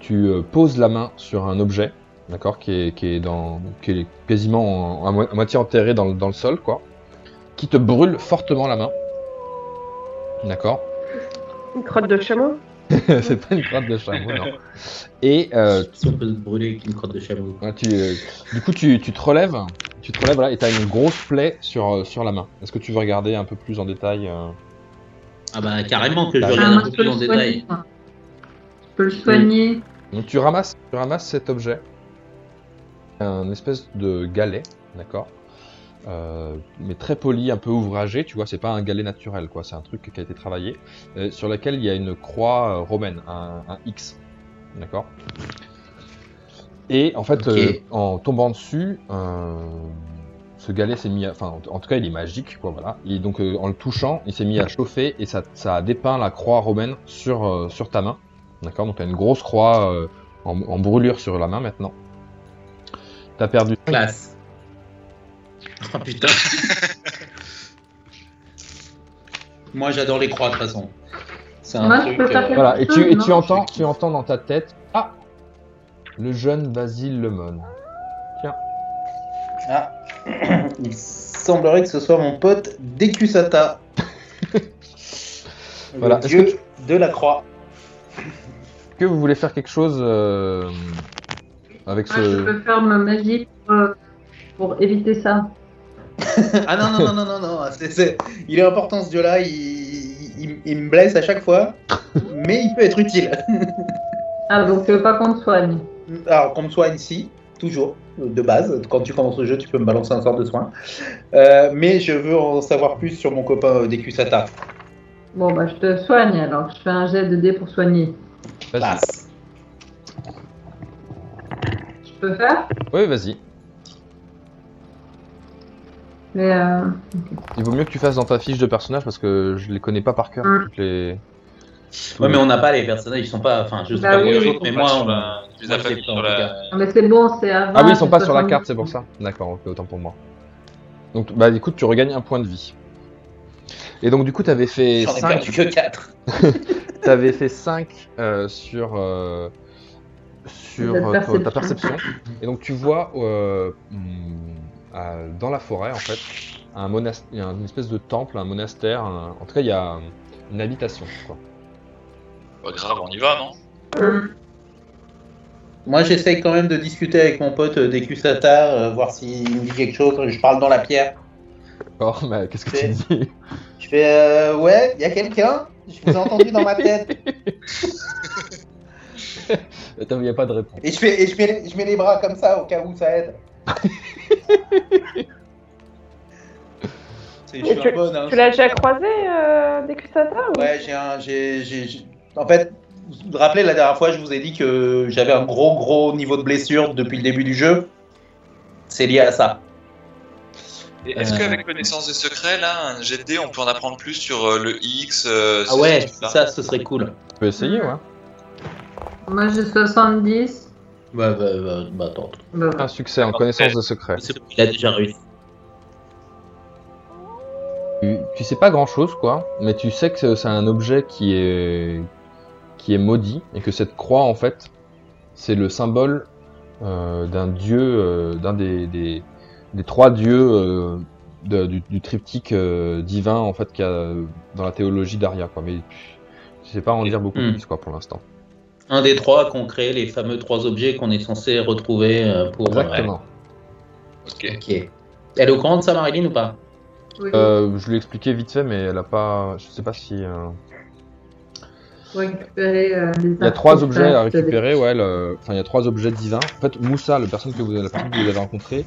[SPEAKER 2] tu euh, poses la main sur un objet d'accord qui est, qui est dans qui est quasiment en- à, mo- à moitié enterré dans, le- dans le sol quoi qui te brûle fortement la main d'accord
[SPEAKER 3] Une crotte de chameau
[SPEAKER 2] c'est pas une crotte de chameau non et euh,
[SPEAKER 5] Si on peut se brûler avec une crotte de chameau.
[SPEAKER 2] Ouais, tu, euh, du coup, tu, tu te relèves, tu te relèves là, et t'as une grosse plaie sur, euh, sur la main. Est-ce que tu veux regarder un peu plus en détail euh,
[SPEAKER 5] Ah bah carrément que je
[SPEAKER 2] Ah,
[SPEAKER 5] regarde
[SPEAKER 4] Ah,
[SPEAKER 5] un
[SPEAKER 4] moi, je
[SPEAKER 5] peu
[SPEAKER 4] peux
[SPEAKER 5] plus
[SPEAKER 4] le
[SPEAKER 5] en détail.
[SPEAKER 4] soigner. moi. Je peux le soigner.
[SPEAKER 2] Donc tu ramasses, tu ramasses cet objet, un espèce de galet, d'accord, Euh, mais très poli, un peu ouvragé. Tu vois, c'est pas un galet naturel, quoi. C'est un truc qui a été travaillé, euh, sur lequel il y a une croix euh, romaine, un, un X, d'accord. Et en fait,
[SPEAKER 5] Ok.
[SPEAKER 2] euh, en tombant dessus, euh, ce galet s'est mis, à- enfin, en en tout cas, il est magique, quoi, voilà. Et donc, euh, en le touchant, il s'est mis à chauffer et ça, ça a dépeint la croix romaine sur, euh, sur ta main, d'accord. Donc, tu as une grosse croix euh, en, en brûlure sur la main maintenant. T'as perdu.
[SPEAKER 5] Classe. Oh putain. Moi j'adore les croix de toute façon. C'est un
[SPEAKER 4] Moi, je
[SPEAKER 5] truc.
[SPEAKER 4] peux pas
[SPEAKER 5] euh,
[SPEAKER 4] faire- hein.
[SPEAKER 2] Voilà, et tu, et tu
[SPEAKER 4] Non,
[SPEAKER 2] entends,
[SPEAKER 5] je-
[SPEAKER 2] tu entends dans ta tête Ah Le jeune Basile Lemon.
[SPEAKER 5] Ah. Il semblerait que ce soit mon pote Dekusata. Le
[SPEAKER 2] Voilà, est-ce
[SPEAKER 5] dieu de la croix.
[SPEAKER 2] Est-ce Que vous voulez faire quelque chose euh, avec
[SPEAKER 4] Moi, je
[SPEAKER 2] ce.
[SPEAKER 4] peux faire ma magie pour, euh, pour éviter ça.
[SPEAKER 5] Ah non, non, non, non, non, non. c'est- c'est- Il est important ce dieu-là, il... il- il me blesse à chaque fois, mais il peut être utile.
[SPEAKER 4] Ah, donc tu veux pas qu'on te soigne
[SPEAKER 5] Alors, qu'on me soigne, si, toujours, de base. Quand tu commences le jeu, tu peux me balancer un sort de soin. Euh, mais je veux en savoir plus sur mon copain euh, Dekusata.
[SPEAKER 4] Bon, bah, je te soigne alors. Je fais un jet de dés pour soigner.
[SPEAKER 2] Vas-y.
[SPEAKER 5] Passe.
[SPEAKER 4] Je peux faire
[SPEAKER 2] Oui, vas-y.
[SPEAKER 4] Mais euh,
[SPEAKER 2] Il vaut mieux que tu fasses dans ta fiche de personnage parce que je les connais pas par cœur.
[SPEAKER 4] Mm.
[SPEAKER 2] toutes les- tous
[SPEAKER 5] Ouais, mais
[SPEAKER 2] les-
[SPEAKER 5] on n'a pas les personnages, ils sont pas. Enfin, je sais
[SPEAKER 6] Ah
[SPEAKER 4] Bah
[SPEAKER 5] pas pour
[SPEAKER 4] oui,
[SPEAKER 5] les
[SPEAKER 4] oui,
[SPEAKER 5] autres, Ah
[SPEAKER 6] on
[SPEAKER 5] mais
[SPEAKER 6] comprend
[SPEAKER 5] moi,
[SPEAKER 6] sur
[SPEAKER 5] on
[SPEAKER 6] la-
[SPEAKER 5] l'a.
[SPEAKER 6] tu les
[SPEAKER 5] moi,
[SPEAKER 6] as
[SPEAKER 5] je
[SPEAKER 6] pas
[SPEAKER 5] l'ai
[SPEAKER 6] mis
[SPEAKER 5] pas,
[SPEAKER 6] sur
[SPEAKER 5] en
[SPEAKER 6] la-
[SPEAKER 5] tout cas.
[SPEAKER 4] mais c'est bon, c'est à
[SPEAKER 2] Ah
[SPEAKER 4] 20,
[SPEAKER 2] oui, ils sont pas sur la
[SPEAKER 4] 70.
[SPEAKER 2] carte, c'est pour ça. D'accord, ok, autant pour moi. Donc, bah écoute, tu regagnes un point de vie. Et donc, du coup, t'avais fait
[SPEAKER 5] J'en ai
[SPEAKER 2] 5
[SPEAKER 5] perdu que 4.
[SPEAKER 2] T'avais fait 5 sur, euh, sur
[SPEAKER 4] La
[SPEAKER 2] euh, ta- ta
[SPEAKER 4] perception.
[SPEAKER 2] perception. Et donc tu vois euh, hmm, euh, dans la forêt, en fait, un monas- il y a une espèce de temple, un monastère. un- En tout cas, il y a euh, une habitation. Quoi.
[SPEAKER 6] Pas grave, on y va, non
[SPEAKER 4] Hum,
[SPEAKER 5] Moi, j'essaye quand même de discuter avec mon pote euh, Dekusata, euh, voir s'il me dit quelque chose. Je parle dans la pierre.
[SPEAKER 2] Oh, mais qu'est-ce que tu
[SPEAKER 5] C'est-
[SPEAKER 2] dis
[SPEAKER 5] Je fais euh, ouais, il y a quelqu'un Je vous ai entendu dans ma tête.
[SPEAKER 2] Attends, il n'y a pas de réponse.
[SPEAKER 5] Et je fais et je mets, je mets les bras comme ça au cas où ça aide. C'est- je suis
[SPEAKER 3] Et
[SPEAKER 5] un bon, hein.
[SPEAKER 3] Tu l'as déjà croisé, euh, Dekusata ou-
[SPEAKER 5] Ouais, j'ai un j'ai j'ai- j'ai- en fait vous vous rappelez la dernière fois, je vous ai dit que j'avais un gros gros niveau de blessure depuis le début du jeu. C'est lié à ça.
[SPEAKER 6] Et Est-ce
[SPEAKER 5] Euh.
[SPEAKER 6] qu'avec connaissance des secrets, là, un GD, on peut en apprendre plus sur euh, le X euh,
[SPEAKER 5] Ah
[SPEAKER 6] ce- ce truc-là
[SPEAKER 5] ce serait cool.
[SPEAKER 2] Tu peux essayer, ouais.
[SPEAKER 4] Moi, j'ai 70.
[SPEAKER 5] Bah, bah, bah, bah, attends.
[SPEAKER 4] Bah,
[SPEAKER 2] Un succès en connaissance de secret.
[SPEAKER 5] Il a déjà réussi.
[SPEAKER 2] Tu, tu sais pas grand chose, quoi, mais tu sais que c'est un objet qui est, qui est maudit et que cette croix, en fait, c'est le symbole euh, d'un dieu, euh, d'un des, des, des trois dieux euh, de- du, du triptyque euh, divin, en fait, qu'il y a dans la théologie d'Aria, quoi. Mais tu, tu sais pas en dire beaucoup
[SPEAKER 5] Hmm.
[SPEAKER 2] plus, quoi, pour l'instant.
[SPEAKER 5] un des trois qu'on crée, les fameux trois objets qu'on est censé retrouver euh, pour.
[SPEAKER 2] Exactement.
[SPEAKER 6] Ok.
[SPEAKER 5] Ouais. Ok. Elle est au courant de ça, Marilyn, ou pas
[SPEAKER 4] oui,
[SPEAKER 2] Euh, je l'ai expliqué vite fait, mais elle a pas. Je sais pas si. euh,
[SPEAKER 4] pour récupérer euh, les
[SPEAKER 2] Il y a trois
[SPEAKER 4] artefacts,
[SPEAKER 2] objets à
[SPEAKER 4] des-
[SPEAKER 2] récupérer, ouais. le- Enfin, il y a trois objets divins. En fait, Moussa, le personne que vous, la personne que vous avez rencontrée,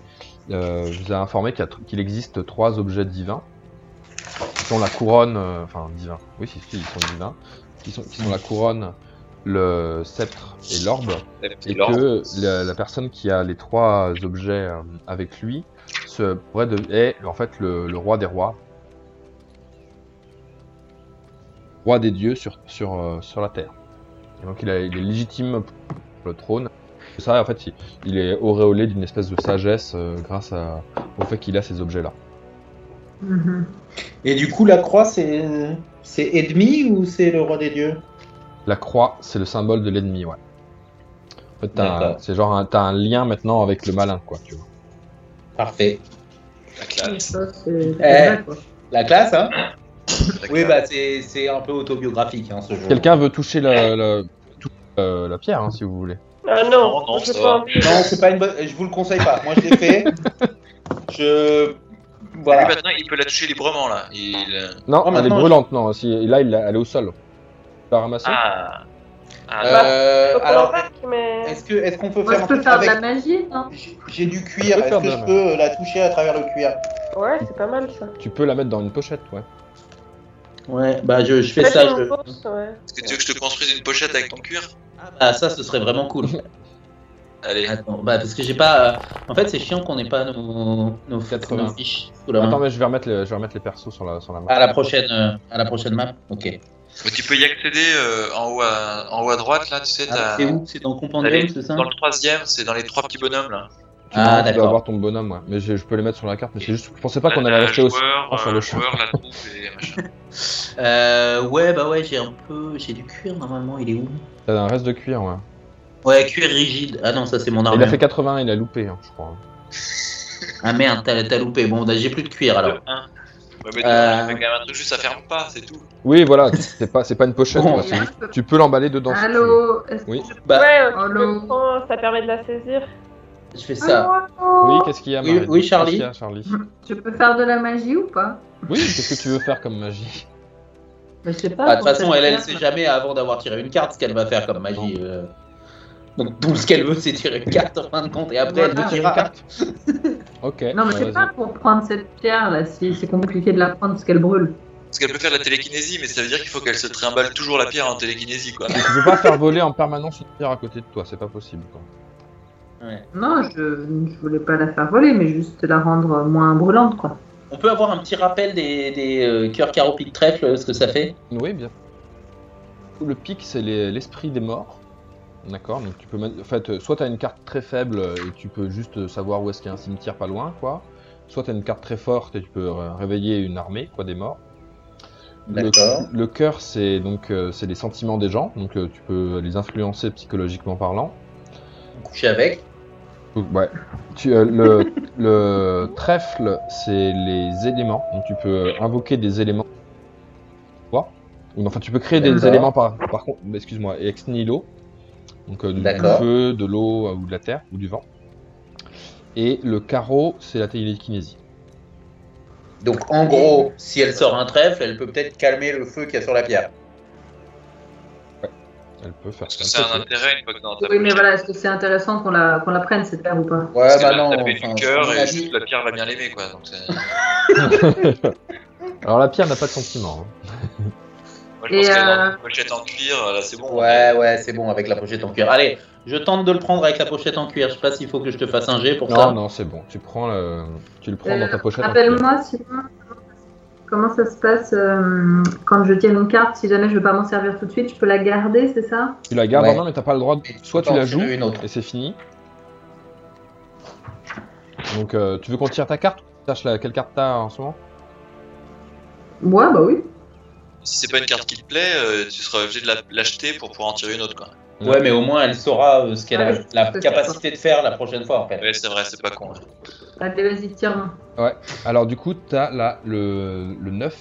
[SPEAKER 2] euh, vous a informé qu'il y a tr- qu'il existe trois objets divins qui sont la couronne, euh, enfin divins. Oui, si, si, ils sont divins. Qui sont, qui sont la couronne, le sceptre et l'orbe,
[SPEAKER 6] Et puis,
[SPEAKER 2] et
[SPEAKER 6] Laurent,
[SPEAKER 2] que la, la personne qui a les trois objets euh, avec lui se pourrait de- est en fait le, le roi des rois, roi des dieux sur, sur, euh, sur la terre. Et donc il, a- il est légitime pour le trône. C'est Ça, en fait, il, il est auréolé d'une espèce de sagesse euh, grâce à- au fait qu'il a ces objets-là.
[SPEAKER 4] Mhm.
[SPEAKER 5] Et du coup, la croix, c'est. C'est Edmi ou c'est le roi des dieux
[SPEAKER 2] La croix, c'est le symbole de l'ennemi, ouais. En fait, t'as un-
[SPEAKER 5] D'accord.
[SPEAKER 2] c'est genre un, t'as un lien maintenant avec le malin, quoi. Tu vois.
[SPEAKER 5] Parfait.
[SPEAKER 6] la classe.
[SPEAKER 4] Ça, c'est- c'est
[SPEAKER 5] Ah, Eh.
[SPEAKER 4] vrai, quoi.
[SPEAKER 5] La classe, hein
[SPEAKER 6] la
[SPEAKER 5] Oui,
[SPEAKER 6] classe.
[SPEAKER 5] bah c'est c'est un peu autobiographique, hein, ce jeu.
[SPEAKER 2] Quelqu'un veut toucher la, la- tou- euh, la pierre, hein, si vous voulez.
[SPEAKER 3] Ah
[SPEAKER 6] Non,
[SPEAKER 3] non,
[SPEAKER 6] non,
[SPEAKER 3] j'ai
[SPEAKER 6] ça
[SPEAKER 3] pas
[SPEAKER 6] va.
[SPEAKER 3] envie.
[SPEAKER 5] Non, c'est pas une bonne. Je vous le conseille pas. Moi, je l'ai fait. Je. Voilà.
[SPEAKER 6] Lui, maintenant, il peut la toucher librement, là. Il... euh,
[SPEAKER 2] Non,
[SPEAKER 5] Oh,
[SPEAKER 2] elle est
[SPEAKER 5] maintenant,
[SPEAKER 2] brûlante, non. Si, là, il l'a- elle est au sol. Tu l'as ramassée
[SPEAKER 6] Ah. Ah,
[SPEAKER 4] bah,
[SPEAKER 5] Euh,
[SPEAKER 3] Faut qu'on
[SPEAKER 5] alors,
[SPEAKER 3] embarque, mais...
[SPEAKER 5] est-ce que est-ce qu'on peut
[SPEAKER 4] Moi,
[SPEAKER 5] faire
[SPEAKER 4] je
[SPEAKER 5] un
[SPEAKER 4] peux
[SPEAKER 5] truc
[SPEAKER 4] faire de la
[SPEAKER 5] avec
[SPEAKER 4] magie, hein
[SPEAKER 5] J'ai- J'ai du
[SPEAKER 2] Tu
[SPEAKER 5] cuir.
[SPEAKER 2] peux faire
[SPEAKER 5] Est-ce que
[SPEAKER 2] de
[SPEAKER 5] je
[SPEAKER 2] la-
[SPEAKER 5] peux euh, la toucher à travers le cuir
[SPEAKER 3] Ouais, c'est pas mal ça.
[SPEAKER 2] Tu peux la mettre dans une pochette, ouais.
[SPEAKER 5] Ouais, bah je, je fais
[SPEAKER 3] Là,
[SPEAKER 5] ça.
[SPEAKER 3] j'ai une
[SPEAKER 5] Je...
[SPEAKER 3] bourse, ouais.
[SPEAKER 6] Est-ce que tu veux que je te construise une pochette avec ton cuir
[SPEAKER 5] Ah, ça, ce serait vraiment cool.
[SPEAKER 6] Allez.
[SPEAKER 5] Attends, bah parce que j'ai pas. euh, En fait, c'est chiant qu'on ait pas nos, nos,
[SPEAKER 2] 80.
[SPEAKER 5] nos fiches sous la main.
[SPEAKER 2] Attends, mais je vais remettre les, je vais remettre les persos sur la, sur la main.
[SPEAKER 5] À la prochaine, euh, à la prochaine map. Ok.
[SPEAKER 6] Mais tu peux y accéder euh, en, haut à, en haut à droite, là, tu sais,
[SPEAKER 5] Ah,
[SPEAKER 6] t'as...
[SPEAKER 5] c'est où C'est dans Companion,
[SPEAKER 6] Allez,
[SPEAKER 5] c'est ça
[SPEAKER 6] Dans le troisième, c'est dans les trois petits bonhommes, là.
[SPEAKER 5] Ah,
[SPEAKER 2] non, tu dois
[SPEAKER 5] d'accord.
[SPEAKER 2] avoir ton bonhomme, ouais. Mais j'ai- je peux les mettre sur la carte, mais c'est juste, je pensais pas
[SPEAKER 6] La-
[SPEAKER 2] qu'on
[SPEAKER 6] la
[SPEAKER 2] allait rester aussi.
[SPEAKER 6] joueur,
[SPEAKER 2] ah, sur
[SPEAKER 6] euh,
[SPEAKER 2] le
[SPEAKER 6] le
[SPEAKER 2] chemin.
[SPEAKER 6] joueur, la troupe et machin.
[SPEAKER 5] Euh, ouais, bah ouais, j'ai un peu. J'ai du cuir normalement, il est où
[SPEAKER 2] T'as un reste de cuir, ouais.
[SPEAKER 5] Ouais, cuir rigide. Ah non, ça c'est mon
[SPEAKER 2] il a
[SPEAKER 5] armure.
[SPEAKER 2] fait 80, il a loupé, hein, je crois.
[SPEAKER 5] Ah merde, t'as t'as loupé. Bon, bah, j'ai plus de cuir alors.
[SPEAKER 6] De un. Ah. Ouais, mais
[SPEAKER 5] Euh.
[SPEAKER 6] t'as quand même un truc, juste ça ferme pas, c'est tout.
[SPEAKER 2] Oui, voilà, c'est pas, c'est pas une pochette,
[SPEAKER 5] Bon.
[SPEAKER 2] quoi, c'est juste- tu peux l'emballer dedans. si tu veux.
[SPEAKER 4] hein, Allô est-ce que
[SPEAKER 2] Oui.
[SPEAKER 4] je peux
[SPEAKER 5] Bah,
[SPEAKER 3] ouais, euh, tu
[SPEAKER 4] Allô
[SPEAKER 3] le prends, ça permet de la saisir.
[SPEAKER 5] je fais ça.
[SPEAKER 4] Allô
[SPEAKER 2] Oui, qu'est-ce qu'il y a,
[SPEAKER 5] Oui,
[SPEAKER 2] Marie
[SPEAKER 5] oui,
[SPEAKER 2] Qu'est-ce
[SPEAKER 5] Charlie.
[SPEAKER 2] qu'il y a, Charlie
[SPEAKER 4] Je peux faire de la magie ou pas
[SPEAKER 2] Oui, qu'est-ce que tu veux faire comme magie
[SPEAKER 4] Bah, Je sais pas.
[SPEAKER 5] Bah, de toute
[SPEAKER 4] pour
[SPEAKER 5] façon,
[SPEAKER 4] cette
[SPEAKER 5] elle, elle
[SPEAKER 4] carte.
[SPEAKER 5] sait jamais avant d'avoir tiré une carte ce qu'elle va faire comme magie. euh. Donc tout ce qu'elle veut, c'est tirer une carte en fin de compte. Et après, elle
[SPEAKER 4] Voilà.
[SPEAKER 5] nous tirera.
[SPEAKER 2] Ok.
[SPEAKER 4] Non, mais
[SPEAKER 2] bah,
[SPEAKER 4] je sais
[SPEAKER 2] vas-y.
[SPEAKER 4] pas pour prendre cette pierre là, si c'est compliqué de la prendre parce qu'elle brûle.
[SPEAKER 6] Parce qu'elle peut faire de la télékinésie, mais ça veut dire qu'il faut qu'elle se trimballe toujours la pierre en télékinésie, quoi.
[SPEAKER 2] Tu peux pas faire voler en permanence une pierre à côté de toi, c'est pas possible. Quoi.
[SPEAKER 4] Non, je, je voulais pas la faire voler, mais juste la rendre moins brûlante quoi.
[SPEAKER 5] On peut avoir un petit rappel des, des euh, cœurs caropiques trèfle, ce que ça fait
[SPEAKER 2] Oui, bien. Le pic, c'est les- l'esprit des morts. D'accord, donc tu peux mettre. En fait, euh, soit t'as une carte très faible euh, et tu peux juste euh, savoir où est-ce qu'il y a un cimetière pas loin, quoi. Soit t'as une carte très forte et tu peux euh, réveiller une armée, quoi, des morts. Le,
[SPEAKER 5] D'accord.
[SPEAKER 2] le cœur, c'est donc euh, c'est les sentiments des gens, donc euh, tu peux les influencer psychologiquement parlant.
[SPEAKER 5] Coucher avec.
[SPEAKER 2] Ouais. Tu, euh, le, le trèfle, c'est les éléments. Donc tu peux invoquer des éléments. Quoi Ou Enfin, tu peux créer des
[SPEAKER 5] D'accord.
[SPEAKER 2] éléments par, par contre. Excuse-moi, ex nihilo. Donc euh, du
[SPEAKER 5] D'accord.
[SPEAKER 2] feu, de l'eau euh, ou de la terre ou du vent. Et le carreau, c'est la télékinésie.
[SPEAKER 5] Donc en gros, si elle sort un trèfle, elle peut peut-être calmer le feu qu'il y a sur la pierre.
[SPEAKER 2] Elle peut faire
[SPEAKER 6] Parce que
[SPEAKER 2] ça.
[SPEAKER 6] c'est un intérêt, une fois que dans ta
[SPEAKER 4] Oui, mais
[SPEAKER 6] poche.
[SPEAKER 4] voilà, est-ce que c'est intéressant qu'on la, qu'on la prenne cette pierre ou pas
[SPEAKER 5] Ouais,
[SPEAKER 6] Parce
[SPEAKER 5] bah
[SPEAKER 6] que
[SPEAKER 5] non.
[SPEAKER 6] là, t'as fait du
[SPEAKER 5] enfin,
[SPEAKER 6] cœur
[SPEAKER 5] on a
[SPEAKER 6] et
[SPEAKER 5] dit-
[SPEAKER 6] juste la pierre va bien l'aimer, quoi. Donc, c'est-
[SPEAKER 2] Alors la pierre n'a pas de sentiment. hein.
[SPEAKER 6] Moi, je
[SPEAKER 4] Et,
[SPEAKER 6] pense qu'elle
[SPEAKER 4] euh,
[SPEAKER 6] a une pochette en cuir, là, c'est bon.
[SPEAKER 5] Ouais, ouais, c'est bon avec la pochette en cuir. Allez, je tente de le prendre avec la pochette en cuir. Je sais pas s'il faut que je te fasse un jet pour ça.
[SPEAKER 2] Non, non, c'est bon. Tu prends le- tu le prends dans ta pochette. hein. en
[SPEAKER 4] Rappelle-moi sinon comment ça se passe euh, quand je tiens une carte, si jamais je veux pas m'en servir tout de suite, je peux la garder, c'est ça
[SPEAKER 2] Tu la gardes
[SPEAKER 5] Ouais.
[SPEAKER 2] en main, mais t'as pas le droit. De...
[SPEAKER 5] Mais tu
[SPEAKER 2] Soit
[SPEAKER 5] peux
[SPEAKER 2] tu
[SPEAKER 5] en
[SPEAKER 2] la joues
[SPEAKER 5] tirer une autre.
[SPEAKER 2] et c'est fini. Donc, euh, tu veux qu'on tire ta carte Sache la... quelle carte t'as en ce moment
[SPEAKER 4] Ouais, bah oui.
[SPEAKER 6] Si c'est pas une carte qui te plaît, euh, tu seras obligé de la- l'acheter pour pouvoir en tirer une autre, quoi.
[SPEAKER 5] Ouais, mais au moins elle saura euh, ce qu'elle a
[SPEAKER 4] Ouais,
[SPEAKER 5] la
[SPEAKER 4] c'est Ah ça.
[SPEAKER 5] capacité de faire la prochaine fois. En fait.
[SPEAKER 6] Ouais, c'est vrai, c'est pas con. hein.
[SPEAKER 4] Allez, vas-y, tire.
[SPEAKER 2] Alors, du coup, t'as là le... le 9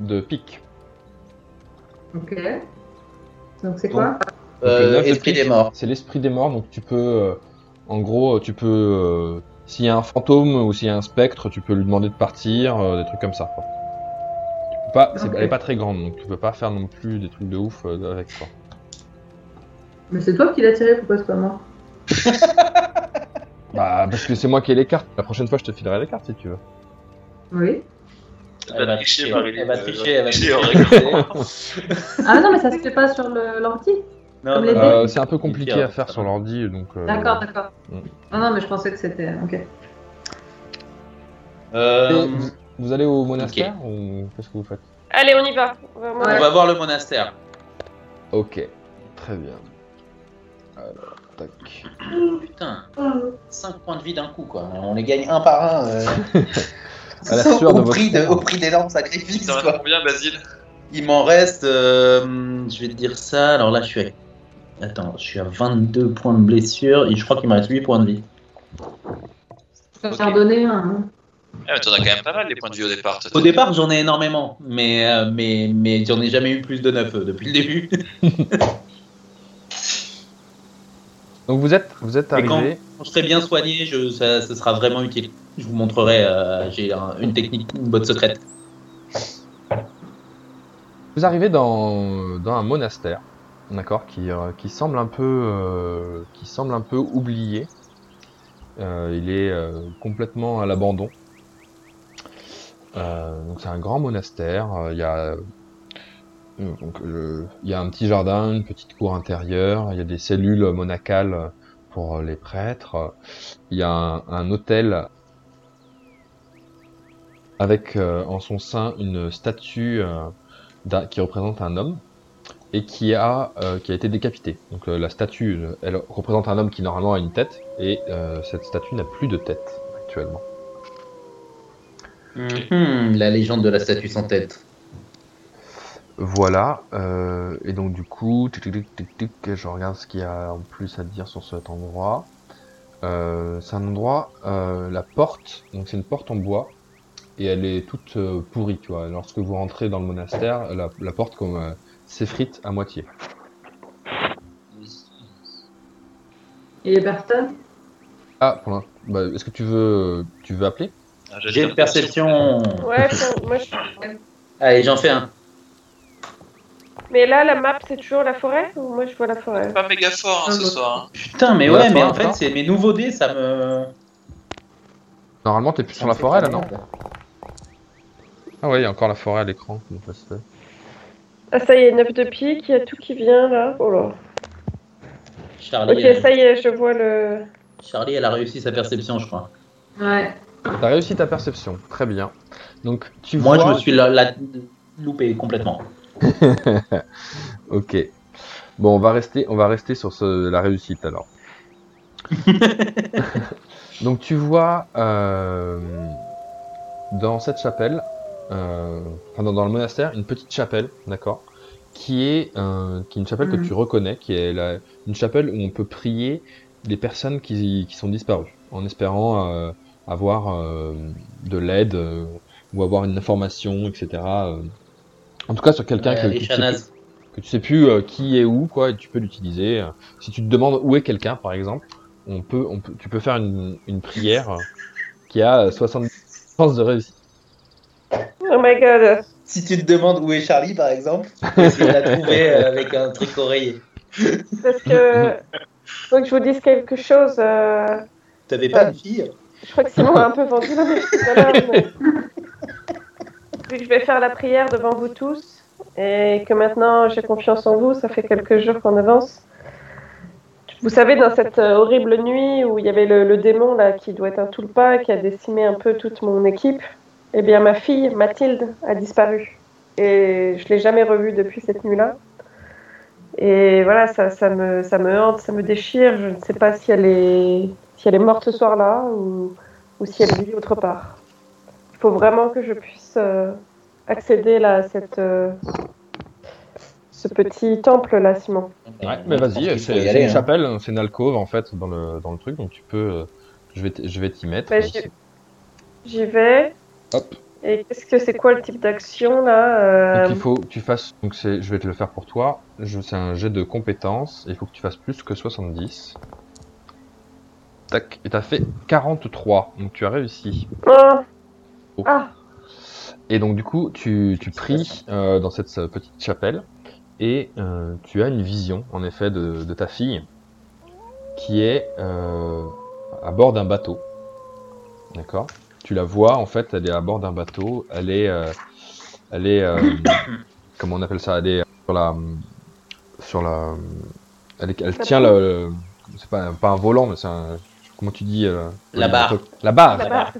[SPEAKER 2] de pique.
[SPEAKER 4] Ok. Donc c'est quoi
[SPEAKER 5] Euh,
[SPEAKER 2] le neuf de
[SPEAKER 5] esprit
[SPEAKER 2] pique,
[SPEAKER 5] des morts.
[SPEAKER 2] C'est l'esprit des morts, donc tu peux. euh, En gros, tu peux. euh, S'il y a un fantôme ou s'il y a un spectre, tu peux lui demander de partir, euh, des trucs comme ça. quoi. Tu peux pas... c'est-
[SPEAKER 4] Ok.
[SPEAKER 2] Elle est pas très grande, donc tu peux pas faire non plus des trucs de ouf euh, avec ça.
[SPEAKER 4] Mais c'est toi qui l'as tiré, pourquoi c'est pas moi
[SPEAKER 2] Bah, parce que c'est moi qui ai les cartes. La prochaine fois, je te filerai les cartes si tu veux.
[SPEAKER 4] Oui.
[SPEAKER 5] Elle va
[SPEAKER 6] tricher,
[SPEAKER 5] tricher,
[SPEAKER 6] Marie,
[SPEAKER 5] elle va
[SPEAKER 6] euh,
[SPEAKER 5] tricher, elle va
[SPEAKER 6] tricher, on
[SPEAKER 5] tricher.
[SPEAKER 4] Ah non, mais ça se fait pas sur le- l'ordi
[SPEAKER 5] Non,
[SPEAKER 4] Comme
[SPEAKER 5] non,
[SPEAKER 4] les
[SPEAKER 5] non,
[SPEAKER 2] Euh,
[SPEAKER 5] il-
[SPEAKER 2] c'est un peu
[SPEAKER 5] il
[SPEAKER 2] compliqué
[SPEAKER 5] tire,
[SPEAKER 2] à faire
[SPEAKER 5] ça.
[SPEAKER 2] sur l'ordi, donc. euh,
[SPEAKER 4] D'accord, d'accord.
[SPEAKER 2] Mm.
[SPEAKER 4] Non, non, mais je pensais que c'était. Ok.
[SPEAKER 5] Euh,
[SPEAKER 2] Et vous, vous allez au monastère ou qu'est-ce que vous faites
[SPEAKER 3] Allez, on y va. Ouais, moi,
[SPEAKER 5] On va voir le monastère.
[SPEAKER 2] Ok, très bien. Alors, tac.
[SPEAKER 5] Putain, 5 points de vie d'un coup quoi. On les gagne un par un. euh,
[SPEAKER 2] À la sueur de
[SPEAKER 5] au,
[SPEAKER 2] votre
[SPEAKER 5] prix de,
[SPEAKER 2] front.
[SPEAKER 5] au prix d'énormes sacrifices
[SPEAKER 6] T'en as
[SPEAKER 5] quoi.
[SPEAKER 6] combien, Basile
[SPEAKER 5] Il m'en reste, euh, je vais te dire ça. Alors là, je suis à... Attends, je suis à 22 points de blessure et je crois qu'il me reste 8 points de vie.
[SPEAKER 4] Je vais
[SPEAKER 6] Ok.
[SPEAKER 4] faire donner un. hein.
[SPEAKER 6] Ah, mais t'en as quand même pas mal, les points de vue au départ. toi.
[SPEAKER 5] Au départ, j'en ai énormément, mais, euh, mais, mais j'en ai jamais eu plus de 9 depuis le début.
[SPEAKER 2] Donc vous êtes, vous êtes
[SPEAKER 5] Mais quand-
[SPEAKER 2] arrivé.
[SPEAKER 5] Quand je serai bien soigné, je, ça, ce sera vraiment utile. Je vous montrerai, euh, j'ai un- une technique, une bonne secrète.
[SPEAKER 2] Vous arrivez dans, dans un monastère, d'accord, qui, euh, qui semble un peu, euh, qui semble un peu oublié. Euh, il est euh, complètement à l'abandon. Euh, donc c'est un grand monastère. euh, Il y a euh, donc le- il y a un petit jardin, une petite cour intérieure. Il y a des cellules monacales pour les prêtres. Il y a un, un hôtel avec euh, en son sein une statue. euh, d'un- qui représente un homme. et qui a, euh, qui a été décapité. Donc euh, la statue, euh, elle représente un homme qui normalement a une tête, et euh, cette statue n'a plus de tête actuellement.
[SPEAKER 5] Hmm, la légende de la statue sans tête.
[SPEAKER 2] Voilà, euh, et donc du coup, tic, tic, tic, tic, tic, je regarde ce qu'il y a en plus à dire sur cet endroit. Euh, c'est un endroit, euh, la porte, donc c'est une porte en bois, et elle est toute euh, pourrie, tu vois. Lorsque vous rentrez dans le monastère, la, la porte comme euh, s'effrite à moitié.
[SPEAKER 4] Et personne
[SPEAKER 2] Ah, pour l'in- bah, est-ce que tu veux, tu veux appeler
[SPEAKER 6] Ah,
[SPEAKER 5] J'ai une perception.
[SPEAKER 3] Ouais, faut- moi, je-
[SPEAKER 5] Allez, j'en fais un.
[SPEAKER 3] Mais là, la map, c'est toujours la forêt ou Moi, je vois la forêt.
[SPEAKER 6] Pas méga fort hein, ce soir. hein.
[SPEAKER 5] Putain, mais
[SPEAKER 2] Voilà,
[SPEAKER 5] ouais, mais
[SPEAKER 2] toi,
[SPEAKER 5] en fait,
[SPEAKER 2] attends.
[SPEAKER 5] c'est mes nouveaux dés, ça me.
[SPEAKER 2] Normalement, t'es plus sur la forêt là, non Ah ouais, il y a encore la forêt à l'écran. comment ça se fait
[SPEAKER 3] Ah, ça y est, 9 de pique, il y a tout qui vient là. Oh là.
[SPEAKER 5] Charlie,
[SPEAKER 3] Ok,
[SPEAKER 5] elle-
[SPEAKER 3] ça y est, je vois le.
[SPEAKER 5] Charlie, elle a réussi sa perception, je crois.
[SPEAKER 4] Ouais.
[SPEAKER 2] T'as réussi ta perception, très bien. Donc tu
[SPEAKER 5] Moi, je
[SPEAKER 2] vois.
[SPEAKER 5] me suis la, la- loupé complètement.
[SPEAKER 2] Ok. Bon, on va rester, on va rester sur ce- la réussite alors. Donc tu vois euh, dans cette chapelle, euh, enfin dans, dans le monastère, une petite chapelle, d'accord, qui est euh, qui est une chapelle que
[SPEAKER 4] Mhm.
[SPEAKER 2] tu reconnais, qui est la- une chapelle où on peut prier des personnes qui, qui sont disparues, en espérant euh, avoir euh, de l'aide euh, ou avoir une information, etc. euh. en tout cas sur quelqu'un
[SPEAKER 5] Ouais,
[SPEAKER 2] que-
[SPEAKER 5] allez,
[SPEAKER 2] qui,
[SPEAKER 5] Shanaz.
[SPEAKER 2] que tu sais plus euh, qui est où, quoi, et tu peux l'utiliser. Euh, Si tu te demandes où est quelqu'un, par exemple, on peut, on peut, tu peux faire une, une prière euh, qui a euh, 70 chances de réussite.
[SPEAKER 3] Oh my god.
[SPEAKER 5] Si tu te demandes où est Charlie, par exemple, essayer de la trouver euh, avec un truc oreiller.
[SPEAKER 3] Parce que. Faut que je vous dise quelque chose. euh,
[SPEAKER 5] T'avais pas une fille
[SPEAKER 3] Je crois que Simon a un peu vendu la mèche tout à l'heure. mais- Vu que je vais faire la prière devant vous tous et que maintenant j'ai confiance en vous, ça fait quelques jours qu'on avance. Vous savez, dans cette euh, horrible nuit où il y avait le, le démon là qui doit être un tulpa qui a décimé un peu toute mon équipe, eh bien ma fille Mathilde a disparu et je l'ai jamais revue depuis cette nuit-là. Et voilà, ça, ça me, ça me hante, ça me déchire. Je ne sais pas si elle est, si elle est morte ce soir-là ou, ou si elle vit autre part. Il faut vraiment que je puisse euh, accéder là, à cette, euh, ce petit temple-là, Simon.
[SPEAKER 2] Ouais, mais vas-y,
[SPEAKER 5] Il faut
[SPEAKER 2] c'est
[SPEAKER 5] y
[SPEAKER 2] c'est
[SPEAKER 5] aller,
[SPEAKER 2] une
[SPEAKER 5] hein.
[SPEAKER 2] chapelle, hein, c'est une alcôve en fait dans le, dans le truc, donc tu peux. euh, je vais t- je vais t'y mettre.
[SPEAKER 3] Bah, j'ai- J'y vais.
[SPEAKER 2] Hop.
[SPEAKER 3] Et qu'est-ce que c'est quoi le type d'action là euh,
[SPEAKER 2] Donc il faut que tu fasses. Donc c'est, je vais te le faire pour toi. Je, c'est un jet de compétences. et Il faut que tu fasses plus que 70. Tac. Et t'as fait 43. Donc tu as réussi.
[SPEAKER 3] ah,
[SPEAKER 2] Oh.
[SPEAKER 3] Ah.
[SPEAKER 2] Et donc du coup, tu, tu pries euh, dans cette euh, petite chapelle et euh, tu as une vision, en effet, de, de ta fille qui est euh, à bord d'un bateau. D'accord Tu la vois, en fait, elle est à bord d'un bateau. Elle est, euh, elle est, euh, comment on appelle ça Elle est euh, sur la, sur la, elle, est- elle
[SPEAKER 3] La
[SPEAKER 2] tient le, le- c'est pas, un- pas un volant, mais c'est un, comment tu dis euh,
[SPEAKER 5] La
[SPEAKER 2] le
[SPEAKER 5] barre.
[SPEAKER 2] bateau La barre.
[SPEAKER 3] La
[SPEAKER 5] barre.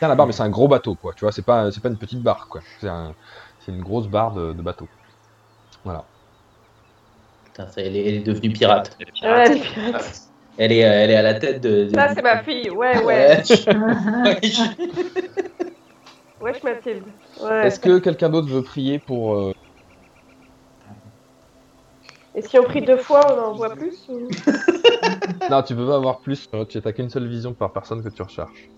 [SPEAKER 2] Tiens, la barre, mais c'est un gros bateau, quoi. Tu vois, c'est pas, c'est pas une petite barre, quoi. C'est un- c'est une grosse barre de, de bateau. Voilà.
[SPEAKER 5] Putain, ça, elle, est, elle est devenue pirate.
[SPEAKER 3] Ouais, elle est
[SPEAKER 6] Ah,
[SPEAKER 3] pirate.
[SPEAKER 5] Elle est, euh, elle est à la tête de. de-
[SPEAKER 2] Ah,
[SPEAKER 3] Ça, c'est ma fille. Ouais, ouais.
[SPEAKER 5] Ouais. Ouais.
[SPEAKER 3] Wesh, Mathilde. Ouais.
[SPEAKER 2] Est-ce que quelqu'un d'autre veut prier pour euh,
[SPEAKER 3] Et si on prie deux fois, on en voit plus ou...
[SPEAKER 2] Non, tu peux pas avoir plus. euh, Tu n'as qu'une seule vision par personne que tu recherches.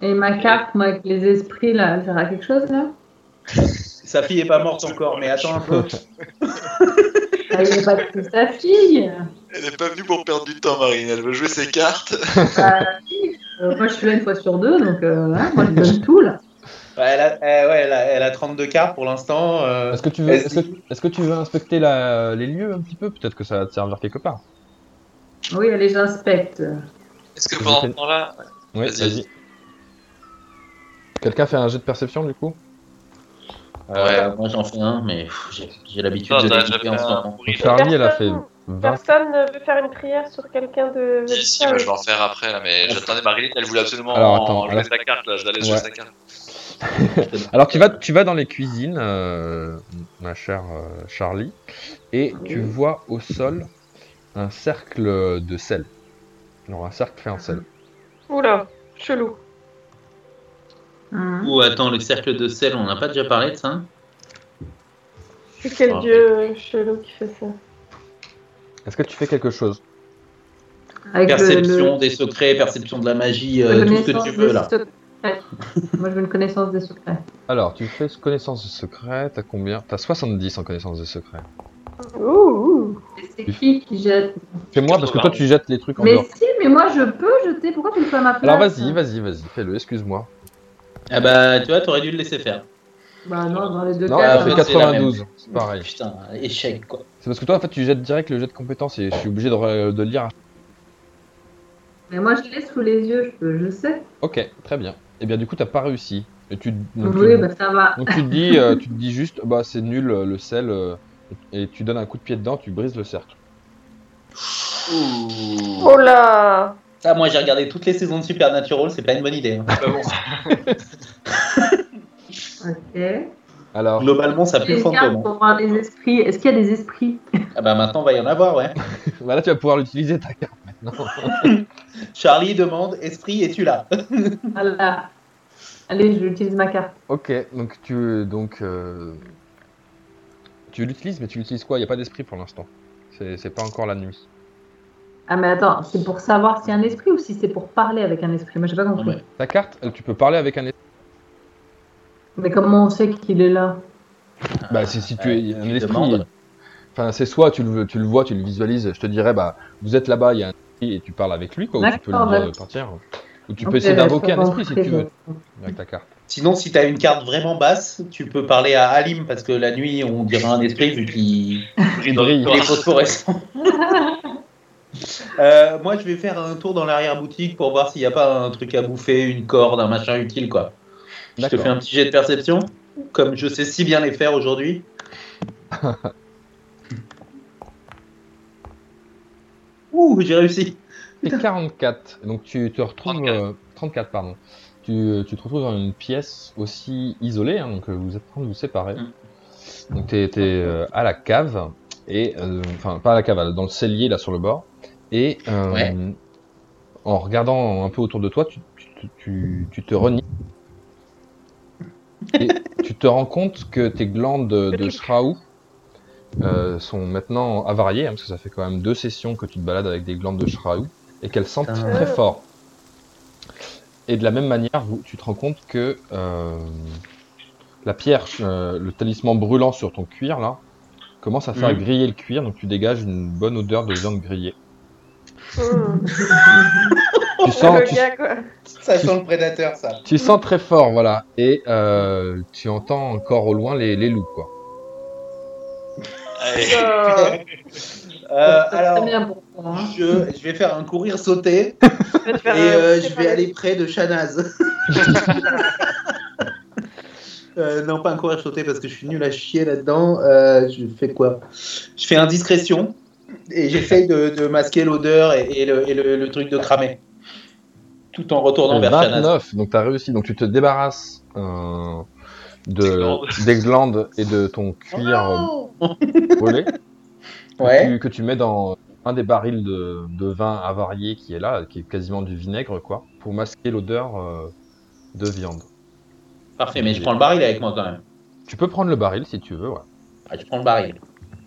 [SPEAKER 4] Et ma carte, moi, avec les esprits, là, elle sert à quelque chose, là
[SPEAKER 5] Sa fille est pas morte encore, mais attends un peu.
[SPEAKER 4] Elle n'est pas que sa fille
[SPEAKER 6] Elle est pas venue pour perdre du temps, Marine. Elle veut jouer ses cartes.
[SPEAKER 4] Euh, Moi, je suis là une fois sur deux, donc euh, hein, moi, je donne tout, là.
[SPEAKER 5] Ouais, elle, a, eh ouais, elle, a, elle a 32 cartes pour l'instant. euh,
[SPEAKER 2] Est-ce que tu veux,
[SPEAKER 5] Est-ce-
[SPEAKER 2] est-ce que, est-ce que tu veux inspecter la- les lieux un petit peu Peut-être que ça va te servir quelque part.
[SPEAKER 4] Oui, allez, j'inspecte.
[SPEAKER 6] Est-ce que pendant ce temps-là.
[SPEAKER 2] Oui,
[SPEAKER 6] Vas-y.
[SPEAKER 2] vas-y. Quelqu'un fait un jet de perception du coup
[SPEAKER 5] euh, Moi j'en fais un, mais pff, j'ai j'ai l'habitude
[SPEAKER 6] Attends,
[SPEAKER 5] de
[SPEAKER 6] j'ai
[SPEAKER 5] les couper en
[SPEAKER 6] Ah, fait
[SPEAKER 5] ce
[SPEAKER 6] un
[SPEAKER 5] moment.
[SPEAKER 6] bruit, là.
[SPEAKER 2] Charlie, elle a fait
[SPEAKER 3] Personne.
[SPEAKER 2] 20.
[SPEAKER 3] Personne ne veut faire une prière sur quelqu'un de.
[SPEAKER 6] Si, bah, si, moi, je vais en faire après, là, mais j'attendais Marilyn, elle voulait absolument
[SPEAKER 2] Alors, attends,
[SPEAKER 6] jouer
[SPEAKER 2] alors-
[SPEAKER 6] sa carte, là, je la laisse
[SPEAKER 2] Ouais.
[SPEAKER 6] jouer sa carte.
[SPEAKER 2] Alors tu vas, tu vas dans les cuisines, euh, ma chère euh, Charlie, et tu vois au sol un cercle de sel. Alors un cercle fait en sel.
[SPEAKER 3] Oula, chelou.
[SPEAKER 4] Mhm.
[SPEAKER 5] Ou attends, le cercle de sel, on n'a pas déjà parlé de ça hein
[SPEAKER 3] C'est quel
[SPEAKER 5] Ah,
[SPEAKER 3] dieu chelou qui fait ça
[SPEAKER 2] Est-ce que tu fais quelque chose
[SPEAKER 4] Avec le-
[SPEAKER 5] Perception des secrets, perception de la magie, euh,
[SPEAKER 4] le-
[SPEAKER 5] tout ce que
[SPEAKER 4] connaissance
[SPEAKER 5] tu veux
[SPEAKER 4] des
[SPEAKER 5] là.
[SPEAKER 4] secrets. Moi, je veux une connaissance des secrets.
[SPEAKER 2] Alors tu fais connaissance de secret, t'as combien T'as 70 en connaissance de secret.
[SPEAKER 3] Ouh, ouh.
[SPEAKER 4] Et C'est qui qui jette
[SPEAKER 2] Fais-moi parce que toi tu jettes les trucs en
[SPEAKER 4] Mais
[SPEAKER 2] dehors.
[SPEAKER 4] si, mais moi, je peux jeter. Pourquoi tu le fais à ma place hein
[SPEAKER 2] Alors vas-y, vas-y, vas-y, fais-le, excuse-moi.
[SPEAKER 5] Ah bah, tu vois, t'aurais dû le laisser faire.
[SPEAKER 4] Bah non, dans les deux
[SPEAKER 2] Non,
[SPEAKER 4] cas.
[SPEAKER 5] euh,
[SPEAKER 2] c'est
[SPEAKER 5] c'est
[SPEAKER 4] hein.
[SPEAKER 5] quatre- la même.
[SPEAKER 2] 92, c'est pareil.
[SPEAKER 5] Putain, échec quoi.
[SPEAKER 2] C'est parce que toi en fait tu jettes direct le jet de compétence et je suis obligé de, re- de le lire.
[SPEAKER 4] Mais moi, je l'ai sous les yeux, je, peux, je sais.
[SPEAKER 2] Ok, très bien. Et bien du coup t'as pas réussi. Et tu, donc, tu-
[SPEAKER 4] oui, bah ça va.
[SPEAKER 2] Donc tu te dis, euh, tu te dis juste, bah c'est nul euh, le sel, euh, et tu donnes un coup de pied dedans, tu brises le cercle.
[SPEAKER 3] Oh là
[SPEAKER 5] Ça, moi j'ai regardé toutes les saisons de Supernatural, c'est pas une bonne idée. hein.
[SPEAKER 6] Ah bon,
[SPEAKER 4] Ok.
[SPEAKER 2] Alors,
[SPEAKER 5] Globalement, ça pue
[SPEAKER 4] J'ai
[SPEAKER 5] le
[SPEAKER 4] une carte
[SPEAKER 5] fantôme. hein.
[SPEAKER 4] pour voir les esprits. Est-ce qu'il y a des esprits
[SPEAKER 5] Ah bah maintenant, va y en avoir, ouais.
[SPEAKER 2] bah là tu vas pouvoir l'utiliser ta carte maintenant.
[SPEAKER 5] Charlie demande Esprit, es-tu là
[SPEAKER 4] Voilà. Allez, j'utilise ma carte.
[SPEAKER 2] ok, donc tu donc euh, tu l'utilises, mais tu l'utilises quoi Il y a pas d'esprit pour l'instant. C'est c'est pas encore la nuit.
[SPEAKER 4] Ah, mais attends, c'est pour savoir s'il y a un esprit ou si c'est pour parler avec un esprit Moi, j'ai pas
[SPEAKER 5] Non,
[SPEAKER 4] compris.
[SPEAKER 5] mais-
[SPEAKER 4] mais...
[SPEAKER 2] Ta carte, elle, tu peux parler avec un esprit.
[SPEAKER 4] comment on sait qu'il est là
[SPEAKER 2] Bah si si tu
[SPEAKER 5] euh,
[SPEAKER 2] es un
[SPEAKER 5] tu
[SPEAKER 2] esprit.
[SPEAKER 5] demandes.
[SPEAKER 2] Enfin c'est soit tu le tu le vois, tu le visualises. Je te dirais bah vous êtes là-bas, il y a un esprit et tu parles avec lui quoi. Ou tu peux
[SPEAKER 4] D'accord,
[SPEAKER 2] lui dire de
[SPEAKER 4] d'accord.
[SPEAKER 2] partir. Ou tu peux essayer d'invoquer un esprit si tu veux avec ta carte.
[SPEAKER 5] Sinon, si t'as une carte vraiment basse, tu peux parler à Alim parce que la nuit, on dirait un esprit vu qu'il
[SPEAKER 6] brille dans
[SPEAKER 2] Brille.
[SPEAKER 5] il est
[SPEAKER 6] le corps.
[SPEAKER 5] phosphorescent. Euh, moi, je vais faire un tour dans l'arrière-boutique pour voir s'il n'y a pas un truc à bouffer, une corde, un machin utile, quoi. Je te
[SPEAKER 2] D'accord.
[SPEAKER 5] fais un petit jet de perception, comme je sais si bien les faire aujourd'hui. Ouh, j'ai réussi.
[SPEAKER 2] Et 44. Donc tu te retrouves
[SPEAKER 6] 34.
[SPEAKER 2] euh, 34, pardon. Tu, tu te retrouves dans une pièce aussi isolée, hein, donc euh, vous êtes en train de vous séparer.
[SPEAKER 5] Mm.
[SPEAKER 2] Donc t'es t'es, euh, à la cave et euh, enfin pas à la cave, dans le cellier là sur le bord. Et euh,
[SPEAKER 5] Ouais.
[SPEAKER 2] en regardant un peu autour de toi, tu, tu, tu- tu te renies. Et tu te rends compte que tes glandes de, de Shraou euh, sont maintenant avariées, hein, parce que ça fait quand même deux sessions que tu te balades avec des glandes de Shraou, et qu'elles sentent
[SPEAKER 5] Putain.
[SPEAKER 2] très fort. Et de la même manière, vous- tu te rends compte que euh, la pierre, euh, le talisman brûlant sur ton cuir, là, commence à faire
[SPEAKER 5] Mhm.
[SPEAKER 2] griller le cuir, donc tu dégages une bonne odeur de viande grillée.
[SPEAKER 3] Hmm.
[SPEAKER 2] Tu sens,
[SPEAKER 3] Oh, Le
[SPEAKER 2] tu,
[SPEAKER 3] gars, quoi.
[SPEAKER 5] Ça sent le prédateur, ça.
[SPEAKER 2] tu sens très fort, voilà, et euh, tu entends encore au loin les, les loups, quoi.
[SPEAKER 6] Allez.
[SPEAKER 3] Ça-
[SPEAKER 5] Euh,
[SPEAKER 4] C'est
[SPEAKER 5] alors,
[SPEAKER 4] Très bien pour moi. hein.
[SPEAKER 5] je, je vais faire un courir sauter
[SPEAKER 3] Je vais te
[SPEAKER 5] et
[SPEAKER 3] faire un-
[SPEAKER 5] euh,
[SPEAKER 3] te
[SPEAKER 5] je vais
[SPEAKER 3] faire un-
[SPEAKER 5] aller près de Shanaz. Euh, non, pas un courir sauter parce que je suis nul à chier là-dedans. Euh, je fais quoi Je fais indiscrétion et j'essaye de, de masquer l'odeur et, et le, et le- le truc de cramer. Tout en retournant vers Shanaz.
[SPEAKER 2] 29, donc t'as réussi, donc tu te débarrasses euh, de, des glandes et de ton cuir euh, brûlé.
[SPEAKER 5] Ouais.
[SPEAKER 2] tu- que tu mets dans un des barils de, de vin avarié qui est là, qui est quasiment du vinaigre, quoi, pour masquer l'odeur euh, de viande.
[SPEAKER 5] Parfait, mais je prends le baril avec moi quand même.
[SPEAKER 2] Tu peux prendre le baril si tu veux, ouais.
[SPEAKER 5] Ah, je prends le baril.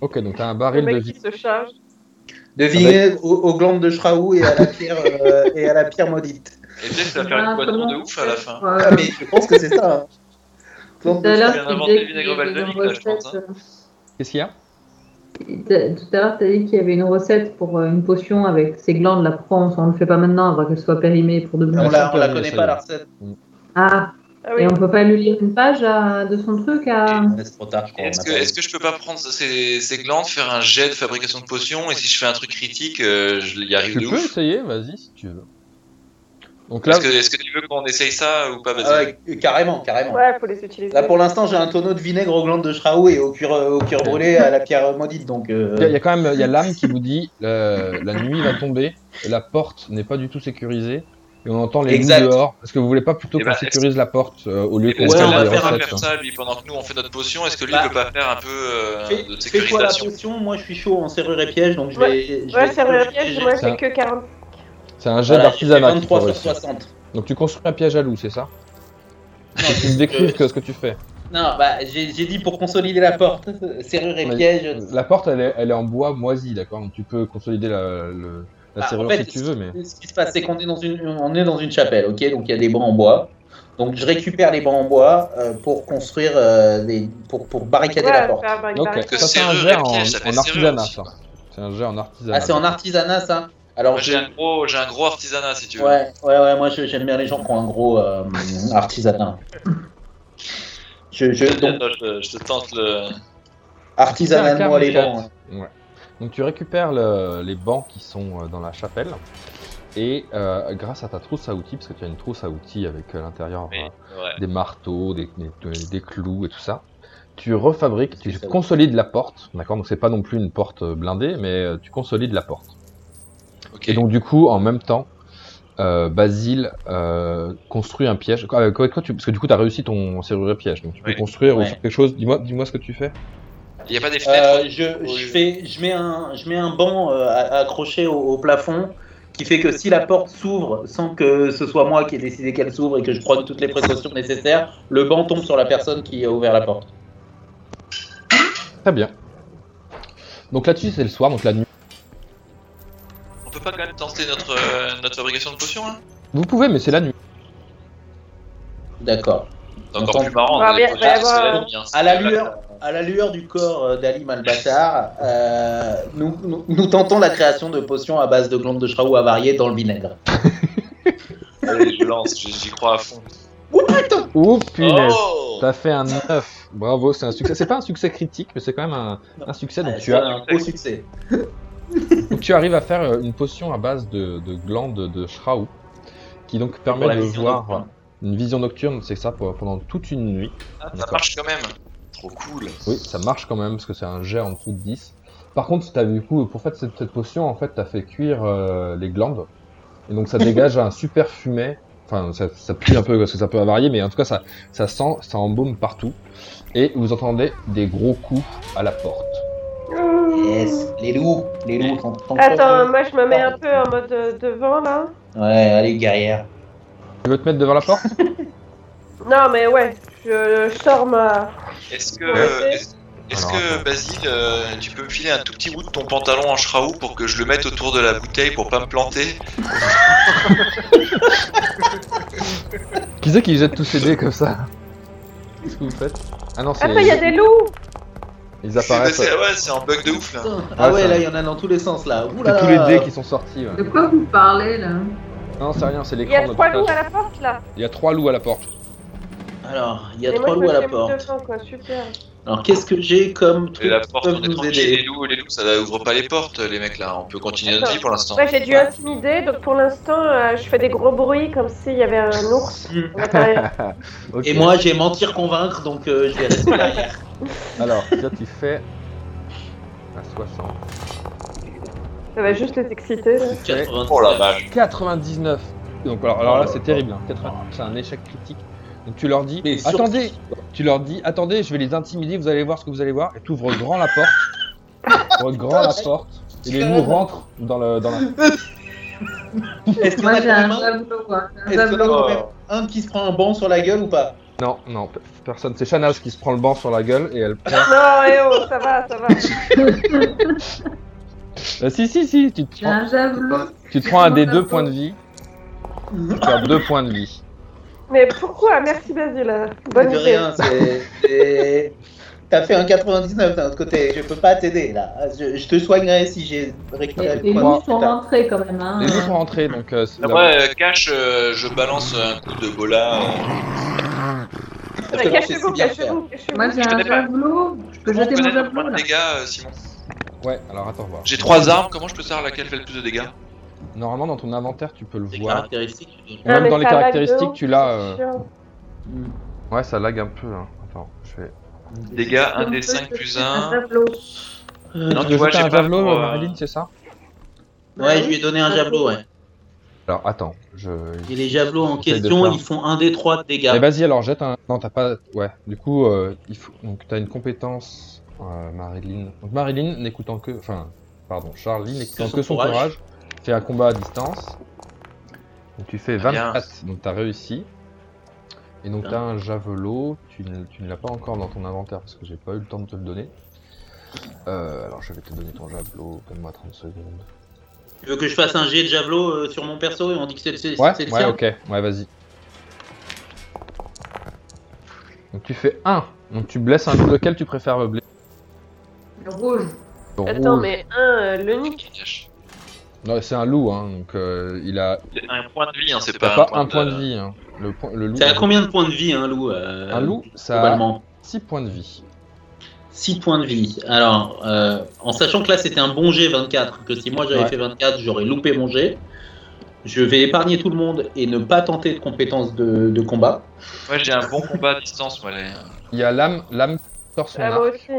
[SPEAKER 2] Ok, donc t'as un
[SPEAKER 3] Le
[SPEAKER 2] baril de
[SPEAKER 3] mec
[SPEAKER 2] vinaigre.
[SPEAKER 3] qui se charge.
[SPEAKER 5] De
[SPEAKER 2] Ah, bah.
[SPEAKER 5] vinaigre aux, aux glandes de Shraou et à la pierre, euh, et à la pierre maudite.
[SPEAKER 6] Et peut-être que ça va faire une
[SPEAKER 4] Ah,
[SPEAKER 6] poison de
[SPEAKER 4] comment-
[SPEAKER 6] ouf à la fin.
[SPEAKER 4] Ouais.
[SPEAKER 5] Ah, mais je pense que c'est ça. hein. Plante
[SPEAKER 4] Tout à
[SPEAKER 5] de-
[SPEAKER 6] bien
[SPEAKER 4] l'heure, tu disais
[SPEAKER 6] inventé le
[SPEAKER 4] qu'il y
[SPEAKER 6] vinaigre
[SPEAKER 4] avait une
[SPEAKER 6] balsamique, là, je pense,
[SPEAKER 4] recette,
[SPEAKER 2] Qu'est-ce qu'il y a
[SPEAKER 4] euh, t'as- Tout à l'heure, tu as dit qu'il y avait une recette pour euh, une potion avec ses glandes. La prends, on ne le fait pas maintenant avant qu'elle soit périmée pour de bon.
[SPEAKER 5] On la, on la
[SPEAKER 2] Ouais,
[SPEAKER 5] connaît
[SPEAKER 2] ça
[SPEAKER 5] pas
[SPEAKER 2] y est.
[SPEAKER 5] la recette.
[SPEAKER 4] Ah,
[SPEAKER 3] Ah oui.
[SPEAKER 4] et on peut pas lui lire une page à- de son truc à...
[SPEAKER 5] C'est trop tard, je crois.
[SPEAKER 6] Est-ce
[SPEAKER 5] on
[SPEAKER 6] que,
[SPEAKER 5] a pas-
[SPEAKER 6] est-ce que je peux pas prendre ces, ces glandes, faire un jet de fabrication de potions, et si je fais un truc critique, euh, je y arrive
[SPEAKER 2] Tu
[SPEAKER 6] de
[SPEAKER 2] peux
[SPEAKER 6] ouf
[SPEAKER 2] essayer, vas-y si tu veux. Donc là,
[SPEAKER 6] Est-ce que, est-ce que tu veux qu'on essaye ça ou pas Vas-y.
[SPEAKER 5] Ah ouais, euh, carrément, carrément.
[SPEAKER 3] Ouais, faut les utiliser.
[SPEAKER 5] Là pour l'instant j'ai un tonneau de vinaigre aux glandes de Shraou et au cuir, au cuir brûlé à la pierre maudite donc. euh,
[SPEAKER 2] il y, a- il y a quand même il y a l'âme qui vous dit euh, la nuit va tomber, la porte n'est pas du tout sécurisée, et on entend les loups
[SPEAKER 5] Exact.
[SPEAKER 2] dehors. Est-ce que vous voulez pas plutôt
[SPEAKER 6] Eh
[SPEAKER 2] qu'on
[SPEAKER 6] ben,
[SPEAKER 2] sécurise la porte euh, au lieu
[SPEAKER 6] Est-ce
[SPEAKER 2] qu'on
[SPEAKER 5] Ouais,
[SPEAKER 6] que
[SPEAKER 5] on va
[SPEAKER 2] garde les
[SPEAKER 5] faire
[SPEAKER 6] l'affaire
[SPEAKER 5] un-
[SPEAKER 6] va
[SPEAKER 2] recettes,
[SPEAKER 6] faire
[SPEAKER 2] hein.
[SPEAKER 6] ça, lui, pendant que nous on fait notre potion Est-ce que lui
[SPEAKER 5] Bah,
[SPEAKER 6] peut pas faire un peu euh,
[SPEAKER 5] Fais-
[SPEAKER 6] de
[SPEAKER 5] Fais quoi la
[SPEAKER 6] sécurisation
[SPEAKER 5] potion Moi je suis chaud en serrure et piège donc je
[SPEAKER 3] Ouais,
[SPEAKER 5] vais. je
[SPEAKER 3] Ouais,
[SPEAKER 5] vais-
[SPEAKER 3] c'est un piège,
[SPEAKER 5] je-
[SPEAKER 3] moi
[SPEAKER 5] je-
[SPEAKER 2] ça-
[SPEAKER 3] j'ai que 40.
[SPEAKER 2] C'est un jet
[SPEAKER 5] voilà, j'ai
[SPEAKER 2] d'artisanat. qu'il faut
[SPEAKER 5] 23 sur
[SPEAKER 2] réussir.
[SPEAKER 5] 60.
[SPEAKER 2] Donc tu construis un piège à loup, c'est ça
[SPEAKER 5] Non,
[SPEAKER 2] Tu me décrives que ce que tu fais.
[SPEAKER 5] Non, bah j'ai j'ai dit pour consolider la porte. euh, Serrure et
[SPEAKER 2] Mais-
[SPEAKER 5] piège.
[SPEAKER 2] La porte, elle est, elle est en bois moisi, d'accord Donc tu peux consolider la, le- la
[SPEAKER 5] Bah, en
[SPEAKER 2] serrure
[SPEAKER 5] fait,
[SPEAKER 2] si tu veux, mais.
[SPEAKER 5] Ce qui se passe, c'est qu'on est dans une, on est dans une chapelle, ok Donc il y a des bancs en bois. Donc je récupère les bancs en bois euh, pour construire euh, des, pour, pour barricader la porte.
[SPEAKER 3] faire une barrière.
[SPEAKER 2] Ok, ça c'est un
[SPEAKER 6] serrure
[SPEAKER 2] jet
[SPEAKER 6] et
[SPEAKER 2] en,
[SPEAKER 6] piège, ça fait
[SPEAKER 2] en
[SPEAKER 6] serrure
[SPEAKER 2] artisanat,
[SPEAKER 6] aussi.
[SPEAKER 2] ça. C'est un jet en artisanat.
[SPEAKER 5] Ah, c'est en artisanat ça Alors
[SPEAKER 6] Moi, J'ai un gros, j'ai un gros artisanat si tu veux.
[SPEAKER 5] Ouais, ouais, ouais, moi je- j'aime bien les gens qui ont un gros euh, artisanat. Je, je, Euh, donc,
[SPEAKER 6] Attends, euh, je, je te tente le.
[SPEAKER 5] artisanalement les
[SPEAKER 2] Quarante-quatre.
[SPEAKER 5] bancs.
[SPEAKER 2] Donc tu récupères le- les bancs qui sont euh, dans la chapelle et euh, grâce à ta trousse à outils, parce que tu as une trousse à outils avec euh, à l'intérieur
[SPEAKER 6] Oui.
[SPEAKER 2] euh,
[SPEAKER 6] Ouais.
[SPEAKER 2] des marteaux, des, des- des clous et tout ça, tu refabriques, tu
[SPEAKER 5] Trousse à outils.
[SPEAKER 2] consolides la porte, d'accord Donc c'est pas non plus une porte blindée, mais euh, tu consolides la porte.
[SPEAKER 6] Ok.
[SPEAKER 2] Et donc du coup, en même temps, euh, Basile euh, construit un piège. Quoi, euh, quoi- quoi tu- Parce que du coup, tu as réussi ton serrure et piège, donc tu peux
[SPEAKER 6] Oui.
[SPEAKER 2] construire ou
[SPEAKER 5] Ouais.
[SPEAKER 2] faire quelque chose. Dis-moi, dis-moi ce que tu fais.
[SPEAKER 6] Il y a pas des fenêtres.
[SPEAKER 5] Euh, je, je, fais, je, mets un, je mets un banc euh, à- accroché au, au plafond qui fait que si la porte s'ouvre sans que ce soit moi qui ai décidé qu'elle s'ouvre et que je prenne toutes les précautions nécessaires, le banc tombe sur la personne qui a ouvert la porte.
[SPEAKER 2] Très bien. Donc là-dessus, c'est le soir, donc la nuit.
[SPEAKER 6] On peut pas quand même tenter notre euh, notre fabrication de potions là
[SPEAKER 2] Vous pouvez, mais c'est la nuit.
[SPEAKER 5] D'accord.
[SPEAKER 6] C'est encore
[SPEAKER 5] Attends.
[SPEAKER 6] plus marrant.
[SPEAKER 3] Bah,
[SPEAKER 6] de les
[SPEAKER 3] bien,
[SPEAKER 6] projeter,
[SPEAKER 3] bah,
[SPEAKER 6] c'est
[SPEAKER 3] bah,
[SPEAKER 6] nuit, hein,
[SPEAKER 5] À la
[SPEAKER 6] c'est-
[SPEAKER 5] lueur, à la lueur du corps euh, d'Ali Malbassar, euh, nous, nous, nous tentons la création de potions à base de glandes de Shraou avariées dans le vinaigre.
[SPEAKER 6] Allez, je lance, j'y- j'y crois à fond.
[SPEAKER 5] Ouh putain
[SPEAKER 2] Oh punaise
[SPEAKER 6] Oh
[SPEAKER 2] T'as fait un 9. Bravo, c'est un succès. C'est pas un succès critique, mais c'est quand même un, un succès. Donc tu,
[SPEAKER 5] Ça,
[SPEAKER 2] as,
[SPEAKER 5] Ah, un beau succès.
[SPEAKER 2] donc tu arrives à faire euh, une potion à base de, de glandes de Shraou, qui donc permet
[SPEAKER 5] Pour la
[SPEAKER 2] de
[SPEAKER 5] vision
[SPEAKER 2] voir
[SPEAKER 5] nocturne.
[SPEAKER 2] une vision nocturne, c'est ça, pour- pendant toute une nuit.
[SPEAKER 6] Ah, Ça
[SPEAKER 2] D'accord.
[SPEAKER 6] marche quand même. Trop cool.
[SPEAKER 2] Oui, ça marche quand même, parce que c'est un jet en dessous de 10. Par contre, t'as, du coup, pour faire cette, cette potion, en fait, t'as fait cuire euh, les glandes. Et donc, ça dégage un super fumet. Enfin, ça, ça pue un peu, parce que ça peut avarier, mais en tout cas, ça, ça sent, ça embaume partout. Et vous entendez des gros coups à la porte.
[SPEAKER 5] Yes, les loups, les loups sont sont-
[SPEAKER 3] Attends, moi je me mets un peu en mode euh, devant là.
[SPEAKER 5] Ouais, allez, guerrière.
[SPEAKER 2] Tu veux te mettre devant la porte
[SPEAKER 3] Non, mais ouais, je, je sors ma.
[SPEAKER 6] Est-ce que
[SPEAKER 3] Ouais.
[SPEAKER 6] est-ce est-ce
[SPEAKER 2] Alors,
[SPEAKER 6] que
[SPEAKER 2] attends.
[SPEAKER 6] Basile, euh, tu peux me filer un tout petit bout de ton pantalon en shraou pour que je le mette autour de la bouteille pour pas me planter
[SPEAKER 2] Qui c'est qui jette tous ces dés comme ça Qu'est-ce que vous faites Ah non, c'est.
[SPEAKER 3] Attends, il y a des loups
[SPEAKER 2] Ils apparaissent.
[SPEAKER 6] C'est- Ouais, c'est un bug de ouf là.
[SPEAKER 5] Ah ouais,
[SPEAKER 2] ça-
[SPEAKER 5] là, il y en a dans tous les sens, là. Ouh là
[SPEAKER 2] C'est tous
[SPEAKER 5] là.
[SPEAKER 2] les dés qui sont sortis. ouais.
[SPEAKER 4] De quoi vous parlez là
[SPEAKER 2] Non, c'est rien, c'est
[SPEAKER 3] Il y
[SPEAKER 2] l'écran
[SPEAKER 3] a
[SPEAKER 2] de
[SPEAKER 3] trois loups
[SPEAKER 2] partage.
[SPEAKER 3] à la porte là
[SPEAKER 2] Il y a trois loups à la porte.
[SPEAKER 5] Alors, il y a
[SPEAKER 3] Mais moi,
[SPEAKER 5] trois
[SPEAKER 3] je
[SPEAKER 5] loups
[SPEAKER 3] me
[SPEAKER 5] à la
[SPEAKER 3] suis mis
[SPEAKER 5] porte.
[SPEAKER 3] devant, quoi, super.
[SPEAKER 5] Alors, qu'est-ce que j'ai comme
[SPEAKER 6] Et
[SPEAKER 5] truc
[SPEAKER 6] la porte,
[SPEAKER 5] qui
[SPEAKER 6] on
[SPEAKER 5] peut
[SPEAKER 6] est
[SPEAKER 5] nous
[SPEAKER 6] tranquille. Les
[SPEAKER 5] aider
[SPEAKER 6] loups, les loups, ça ouvre pas les portes, les mecs là. On peut continuer notre vie pour l'instant.
[SPEAKER 3] Ouais, j'ai dû intimider, donc pour l'instant, euh, je fais des gros bruits comme s'il y avait un ours.
[SPEAKER 5] Hmm.
[SPEAKER 3] à l'intérieur.
[SPEAKER 2] Ok.
[SPEAKER 5] Et moi, j'ai mentir convaincre, donc euh, je vais rester derrière.
[SPEAKER 2] Alors, toi, tu fais. À 60.
[SPEAKER 3] Ça va juste les exciter. là.
[SPEAKER 5] 96.
[SPEAKER 6] Oh la vache.
[SPEAKER 2] 99. Donc alors, alors là c'est terrible, hein. 80, c'est un échec critique. Donc tu leur dis,
[SPEAKER 5] Mais surtout-
[SPEAKER 2] attendez, tu leur dis, attendez, je vais les intimider, vous allez voir ce que vous allez voir, et t'ouvres grand la porte, t'ouvres grand la porte, et les loups rentrent dans le dans la.
[SPEAKER 5] Est-ce qu'il y
[SPEAKER 4] Moi
[SPEAKER 5] en a
[SPEAKER 4] j'ai un
[SPEAKER 5] quand même
[SPEAKER 4] javelot quoi. Un
[SPEAKER 5] un- est-ce qu'il y en a
[SPEAKER 4] javelot.
[SPEAKER 5] quand même un qui se prend un banc sur la gueule ou pas
[SPEAKER 2] Non, non, pe- personne. C'est Shanaz qui se prend le banc sur la gueule et elle. prend-
[SPEAKER 3] Non, eh oh, ça va, ça va.
[SPEAKER 2] Euh, si si si, tu te
[SPEAKER 4] J'ai
[SPEAKER 2] prends,
[SPEAKER 4] un javelot.
[SPEAKER 2] tu te prends un des deux points de vie, tu perds deux points de vie.
[SPEAKER 3] Mais pourquoi Merci Basile. Bonne
[SPEAKER 5] De
[SPEAKER 3] idée.
[SPEAKER 5] rien, c'est- c'est. T'as fait un 99 d'un autre côté, je peux pas t'aider là. Je, je te soignerai si j'ai récupéré
[SPEAKER 4] Et
[SPEAKER 5] le
[SPEAKER 4] les
[SPEAKER 5] point.
[SPEAKER 4] loups sont rentrés quand même. Hein.
[SPEAKER 2] Les loups sont rentrés donc. euh, c'est-
[SPEAKER 6] Après, euh, cache, euh, je balance un coup de bola. euh,
[SPEAKER 5] Parce que moi, je sais
[SPEAKER 3] Cachez-vous,
[SPEAKER 5] bien faire.
[SPEAKER 3] cachez-vous, cachez-vous.
[SPEAKER 4] Moi j'ai
[SPEAKER 6] Je
[SPEAKER 4] un
[SPEAKER 6] connais pas.
[SPEAKER 4] javelot. Je peux
[SPEAKER 6] Comment on
[SPEAKER 4] jeter mon
[SPEAKER 6] connaît le point
[SPEAKER 4] javelot
[SPEAKER 6] de
[SPEAKER 4] là.
[SPEAKER 6] dégâts, euh, Simon
[SPEAKER 2] Ouais, alors attends voir.
[SPEAKER 6] J'ai trois armes, comment je peux savoir laquelle fait le plus de dégâts
[SPEAKER 2] Normalement dans ton inventaire tu peux le
[SPEAKER 5] C'est
[SPEAKER 2] voir.
[SPEAKER 5] caractéristique. je dirais.
[SPEAKER 3] Ah,
[SPEAKER 2] Même
[SPEAKER 3] mais
[SPEAKER 2] dans les
[SPEAKER 3] ça lag de
[SPEAKER 2] caractéristiques,
[SPEAKER 3] ouf,
[SPEAKER 2] tu l'as,
[SPEAKER 3] c'est
[SPEAKER 2] euh,
[SPEAKER 3] chiant.
[SPEAKER 2] Ouais, ça lag un peu. hein. Attends, je vais.
[SPEAKER 6] Dégâts,
[SPEAKER 4] On
[SPEAKER 6] 1 des
[SPEAKER 4] peut
[SPEAKER 6] 5
[SPEAKER 4] jeter
[SPEAKER 6] plus
[SPEAKER 4] Un
[SPEAKER 6] 1.
[SPEAKER 4] javelot.
[SPEAKER 6] Non,
[SPEAKER 2] Tu
[SPEAKER 6] tu
[SPEAKER 2] veux
[SPEAKER 6] vois,
[SPEAKER 2] jeter
[SPEAKER 6] j'ai
[SPEAKER 2] un
[SPEAKER 6] pas
[SPEAKER 2] javelot,
[SPEAKER 6] pour, euh,
[SPEAKER 2] Marilyn, c'est ça
[SPEAKER 5] Ouais, je lui ai donné un javelot, ouais.
[SPEAKER 2] Alors attends, je.
[SPEAKER 5] Et les javelots en
[SPEAKER 2] J'essaie de ben.
[SPEAKER 5] question,
[SPEAKER 2] faire.
[SPEAKER 5] ils font un des trois de dégâts.
[SPEAKER 2] Mais Eh, vas-y alors jette un. Non t'as pas. Ouais. Du coup euh, il faut. Donc t'as une compétence euh, Marilyn. Donc Marilyn n'écoutant que. Enfin pardon Charlie n'écoutant
[SPEAKER 5] son
[SPEAKER 2] que son
[SPEAKER 5] courage.
[SPEAKER 2] courage fait un combat à distance. Donc tu fais
[SPEAKER 6] Très bien.
[SPEAKER 2] 24. Donc t'as réussi. Et donc
[SPEAKER 5] Bien.
[SPEAKER 2] t'as un javelot. Tu ne, tu ne l'as pas encore dans ton inventaire parce que j'ai pas eu le temps de te le donner. Euh, alors je vais te donner ton javelot. Donne-moi 30 secondes.
[SPEAKER 5] Tu veux que je fasse un jet de javelot euh, sur mon perso et on dit que c'est c'est-
[SPEAKER 2] Ouais,
[SPEAKER 5] c'est le
[SPEAKER 2] ouais,
[SPEAKER 5] sien
[SPEAKER 2] ok, ouais, vas-y. Donc tu fais 1. Donc tu blesses un. Lequel tu préfères le blesser
[SPEAKER 4] Le rouge.
[SPEAKER 2] Le
[SPEAKER 3] Attends,
[SPEAKER 2] rouge.
[SPEAKER 3] mais un, euh, le nick.
[SPEAKER 2] Non, c'est un loup, hein, donc euh, il a
[SPEAKER 6] Un point de vie, hein, c'est
[SPEAKER 2] t'as
[SPEAKER 6] pas,
[SPEAKER 2] pas, un point de
[SPEAKER 6] de-
[SPEAKER 2] vie. hein. Le, point- le loup,
[SPEAKER 5] C'est à combien de points de vie un loup euh,
[SPEAKER 2] un loup, ça a
[SPEAKER 5] Globalement.
[SPEAKER 2] 6 points de vie.
[SPEAKER 5] 6 points de vie. Alors, euh, en sachant que là c'était un bon jet 24, que si moi j'avais
[SPEAKER 2] Ouais.
[SPEAKER 5] fait 24, j'aurais loupé mon jet. Je vais épargner tout le monde et ne pas tenter de compétences de, de combat.
[SPEAKER 6] Moi j'ai un bon combat à distance, moi. les-
[SPEAKER 2] Il y a l'âme, l'âme qui sort son
[SPEAKER 3] Ah, moi
[SPEAKER 2] arc
[SPEAKER 3] aussi.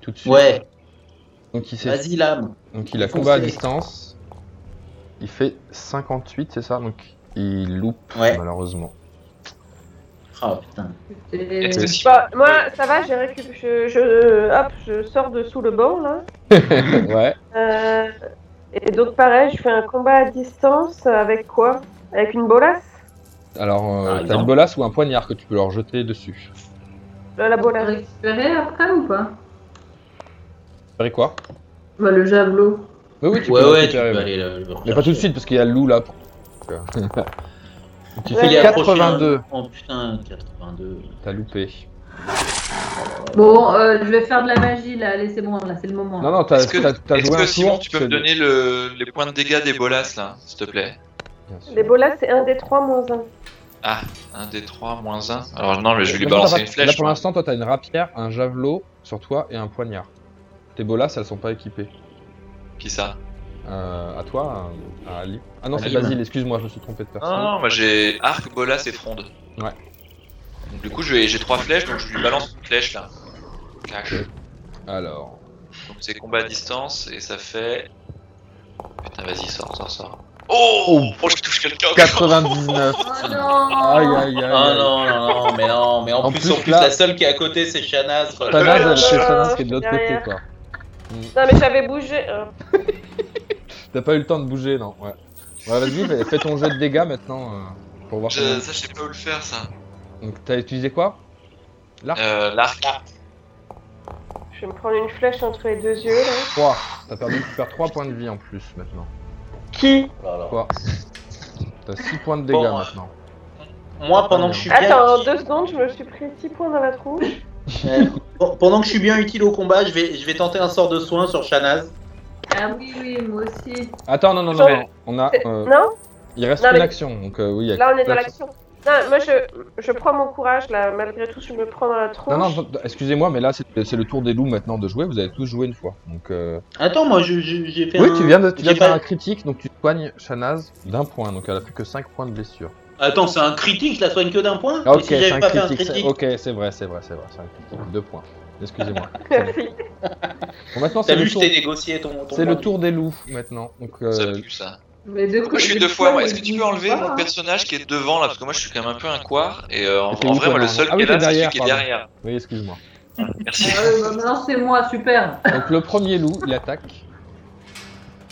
[SPEAKER 2] tout de suite.
[SPEAKER 5] Ouais,
[SPEAKER 2] Donc il, s'est-
[SPEAKER 5] vas-y l'âme.
[SPEAKER 2] donc il a combat à
[SPEAKER 5] Foncez.
[SPEAKER 2] distance. Il fait 58, c'est ça Donc il loupe,
[SPEAKER 5] Ouais.
[SPEAKER 2] malheureusement.
[SPEAKER 5] Oh putain.
[SPEAKER 4] Et-
[SPEAKER 6] Est-ce que si-
[SPEAKER 3] Bah, moi, ça va, j'ai récup... je, je- hop, je sors de sous le banc, là.
[SPEAKER 2] ouais.
[SPEAKER 3] Euh, et donc, pareil, je fais un combat à distance avec quoi Avec une bolasse
[SPEAKER 2] Alors,
[SPEAKER 5] Par
[SPEAKER 2] euh, t'as
[SPEAKER 5] exemple.
[SPEAKER 2] une bolasse ou un poignard que tu peux leur jeter dessus.
[SPEAKER 3] Là, Euh, La
[SPEAKER 4] On peut
[SPEAKER 3] bolasse.
[SPEAKER 4] récupérer après ou pas
[SPEAKER 2] Faire quoi
[SPEAKER 4] bah, Le javelot.
[SPEAKER 2] Oui, oui, tu
[SPEAKER 5] ouais,
[SPEAKER 2] peux
[SPEAKER 5] ouais, tu
[SPEAKER 2] récupérer,
[SPEAKER 5] peux
[SPEAKER 2] mais-
[SPEAKER 5] aller le, le
[SPEAKER 2] Mais pas tout de
[SPEAKER 5] rechercher.
[SPEAKER 2] suite, parce qu'il y a le loup là. pour- tu
[SPEAKER 3] Ouais.
[SPEAKER 5] Il
[SPEAKER 2] fais
[SPEAKER 5] est approché,
[SPEAKER 2] 82.
[SPEAKER 5] hein. Oh putain, 82.
[SPEAKER 2] T'as loupé.
[SPEAKER 4] Bon, euh, je vais faire de la magie là, allez, c'est bon, là, c'est le moment.
[SPEAKER 2] Non, non, t'as
[SPEAKER 6] Est-ce que,
[SPEAKER 2] t'as- t'as
[SPEAKER 6] est-ce
[SPEAKER 2] joué
[SPEAKER 6] que,
[SPEAKER 2] un tour.
[SPEAKER 6] Simon, tu peux me
[SPEAKER 2] fais-
[SPEAKER 6] donner le- les points de dégâts des bolas là, s'il te plaît
[SPEAKER 2] Bien sûr.
[SPEAKER 3] Les bolas, c'est un des trois moins un.
[SPEAKER 6] Ah, 1 des 3, moins 1. Alors non, mais je vais lui
[SPEAKER 2] Là,
[SPEAKER 6] balancer
[SPEAKER 2] t'as-
[SPEAKER 6] une
[SPEAKER 2] Là,
[SPEAKER 6] flèche.
[SPEAKER 2] pour
[SPEAKER 6] moi.
[SPEAKER 2] l'instant, toi, t'as une rapière, un javelot sur toi et un poignard. Tes bolas, elles sont pas équipées.
[SPEAKER 6] Qui ça
[SPEAKER 2] Euh, à toi, à, à Ali. Ah non, c'est
[SPEAKER 5] Alim.
[SPEAKER 2] Basile, excuse-moi, je me suis trompé de personne.
[SPEAKER 6] Non, non, Ah, moi j'ai arc, bolas et fronde.
[SPEAKER 2] Ouais.
[SPEAKER 6] Donc, du coup, je vais- j'ai 3 flèches, donc je lui balance une flèche là. Clac.
[SPEAKER 2] Ok. Alors,
[SPEAKER 6] Donc c'est combat à distance et ça fait. Putain, vas-y, sors, sors, sors.
[SPEAKER 2] Oh
[SPEAKER 6] Oh Oh, je touche quelqu'un
[SPEAKER 2] 99.
[SPEAKER 4] Oh non
[SPEAKER 2] Aïe, aïe, aïe.
[SPEAKER 5] Ah
[SPEAKER 2] aïe.
[SPEAKER 5] non, non, non, mais non, mais en,
[SPEAKER 2] En
[SPEAKER 5] plus,
[SPEAKER 2] plus,
[SPEAKER 5] en plus,
[SPEAKER 2] là-
[SPEAKER 5] la seule qui est à côté, c'est Shanaz.
[SPEAKER 2] T'as
[SPEAKER 6] Ah,
[SPEAKER 2] nage, c'est
[SPEAKER 3] non,
[SPEAKER 2] ça,
[SPEAKER 3] non,
[SPEAKER 2] ce qui est de l'autre côté,
[SPEAKER 3] derrière.
[SPEAKER 2] quoi.
[SPEAKER 3] Non, mais j'avais bougé. hein.
[SPEAKER 2] T'as pas eu le temps de bouger, non Ouais. Ouais, vas-y, fais- fais ton jet de dégâts maintenant euh, pour voir.
[SPEAKER 6] Je- Ça, je sais pas où le faire ça.
[SPEAKER 2] comment- Donc, t'as utilisé quoi
[SPEAKER 6] Euh, l'arc.
[SPEAKER 3] Je vais me prendre une flèche entre les deux yeux, là.
[SPEAKER 2] 3. T'as perdu, tu perds 3 points de vie en plus maintenant.
[SPEAKER 3] Qui
[SPEAKER 5] Alors,
[SPEAKER 2] Quoi T'as 6 points de dégâts
[SPEAKER 5] Bon, euh,
[SPEAKER 2] maintenant.
[SPEAKER 5] Moi, pendant que je suis bien.
[SPEAKER 3] Attends, en deux secondes, je me suis pris six points dans la tronche.
[SPEAKER 5] Ouais. Bon, Pendant que je suis bien utile au combat, je vais, je vais tenter un sort de soin sur Shanaz.
[SPEAKER 4] Ah oui, oui, moi aussi.
[SPEAKER 2] Attends, non, non, non,
[SPEAKER 3] Attends,
[SPEAKER 2] non. On a, euh,
[SPEAKER 3] Non
[SPEAKER 2] il reste
[SPEAKER 3] non,
[SPEAKER 2] une
[SPEAKER 3] mais-
[SPEAKER 2] action, donc euh, oui. il y a
[SPEAKER 3] Là, on est
[SPEAKER 2] une
[SPEAKER 3] dans
[SPEAKER 2] action.
[SPEAKER 3] l'action. Non, moi, je, je prends mon courage, là. Malgré tout, je me prends dans la tronche.
[SPEAKER 2] Non, non, attends, excusez-moi, mais là, c'est c'est le tour des loups maintenant de jouer. Vous avez tous joué une fois. Donc, euh,
[SPEAKER 5] Attends, moi, je- je- j'ai fait
[SPEAKER 2] Oui,
[SPEAKER 5] un-
[SPEAKER 2] tu viens de, tu
[SPEAKER 5] j'ai
[SPEAKER 2] viens de
[SPEAKER 5] pas-
[SPEAKER 2] faire un critique, donc tu soignes Shanaz d'un point. Donc, elle a plus que 5 points de blessure.
[SPEAKER 5] Attends, c'est un critique, je la soigne que d'un point
[SPEAKER 2] Ah,
[SPEAKER 5] Et
[SPEAKER 2] ok,
[SPEAKER 5] si
[SPEAKER 2] c'est
[SPEAKER 5] j'avais
[SPEAKER 2] un
[SPEAKER 5] pas fait un
[SPEAKER 2] critique. c'est-
[SPEAKER 5] critique
[SPEAKER 2] Ok, c'est vrai, c'est vrai, c'est vrai. c'est un critique. Deux points. Excusez-moi.
[SPEAKER 3] Merci.
[SPEAKER 2] Bon, maintenant,
[SPEAKER 5] T'as
[SPEAKER 2] c'est
[SPEAKER 5] vu,
[SPEAKER 2] le,
[SPEAKER 5] je
[SPEAKER 2] tour...
[SPEAKER 5] t'ai négocié ton. ton
[SPEAKER 2] c'est le
[SPEAKER 5] point.
[SPEAKER 2] tour des loups maintenant. Donc, euh,
[SPEAKER 6] Ça pue ça.
[SPEAKER 4] Mais deux
[SPEAKER 6] Moi, je suis deux fois. moi. Est-ce que tu peux enlever mon
[SPEAKER 4] Ah,
[SPEAKER 6] personnage qui est devant là Parce que moi, je suis quand même un peu un quart. Et euh, en,
[SPEAKER 2] Et t'es
[SPEAKER 6] en
[SPEAKER 2] où,
[SPEAKER 6] vrai, moi, le
[SPEAKER 2] toi,
[SPEAKER 6] seul
[SPEAKER 2] ah
[SPEAKER 6] qui
[SPEAKER 2] oui,
[SPEAKER 6] est là,
[SPEAKER 2] t'es
[SPEAKER 6] c'est celui
[SPEAKER 2] derrière,
[SPEAKER 6] qui est
[SPEAKER 2] pardon.
[SPEAKER 6] derrière.
[SPEAKER 2] oui, excuse-moi.
[SPEAKER 6] Merci.
[SPEAKER 4] Ah ouais, bah maintenant c'est moi, super.
[SPEAKER 2] Donc, le premier loup, il attaque.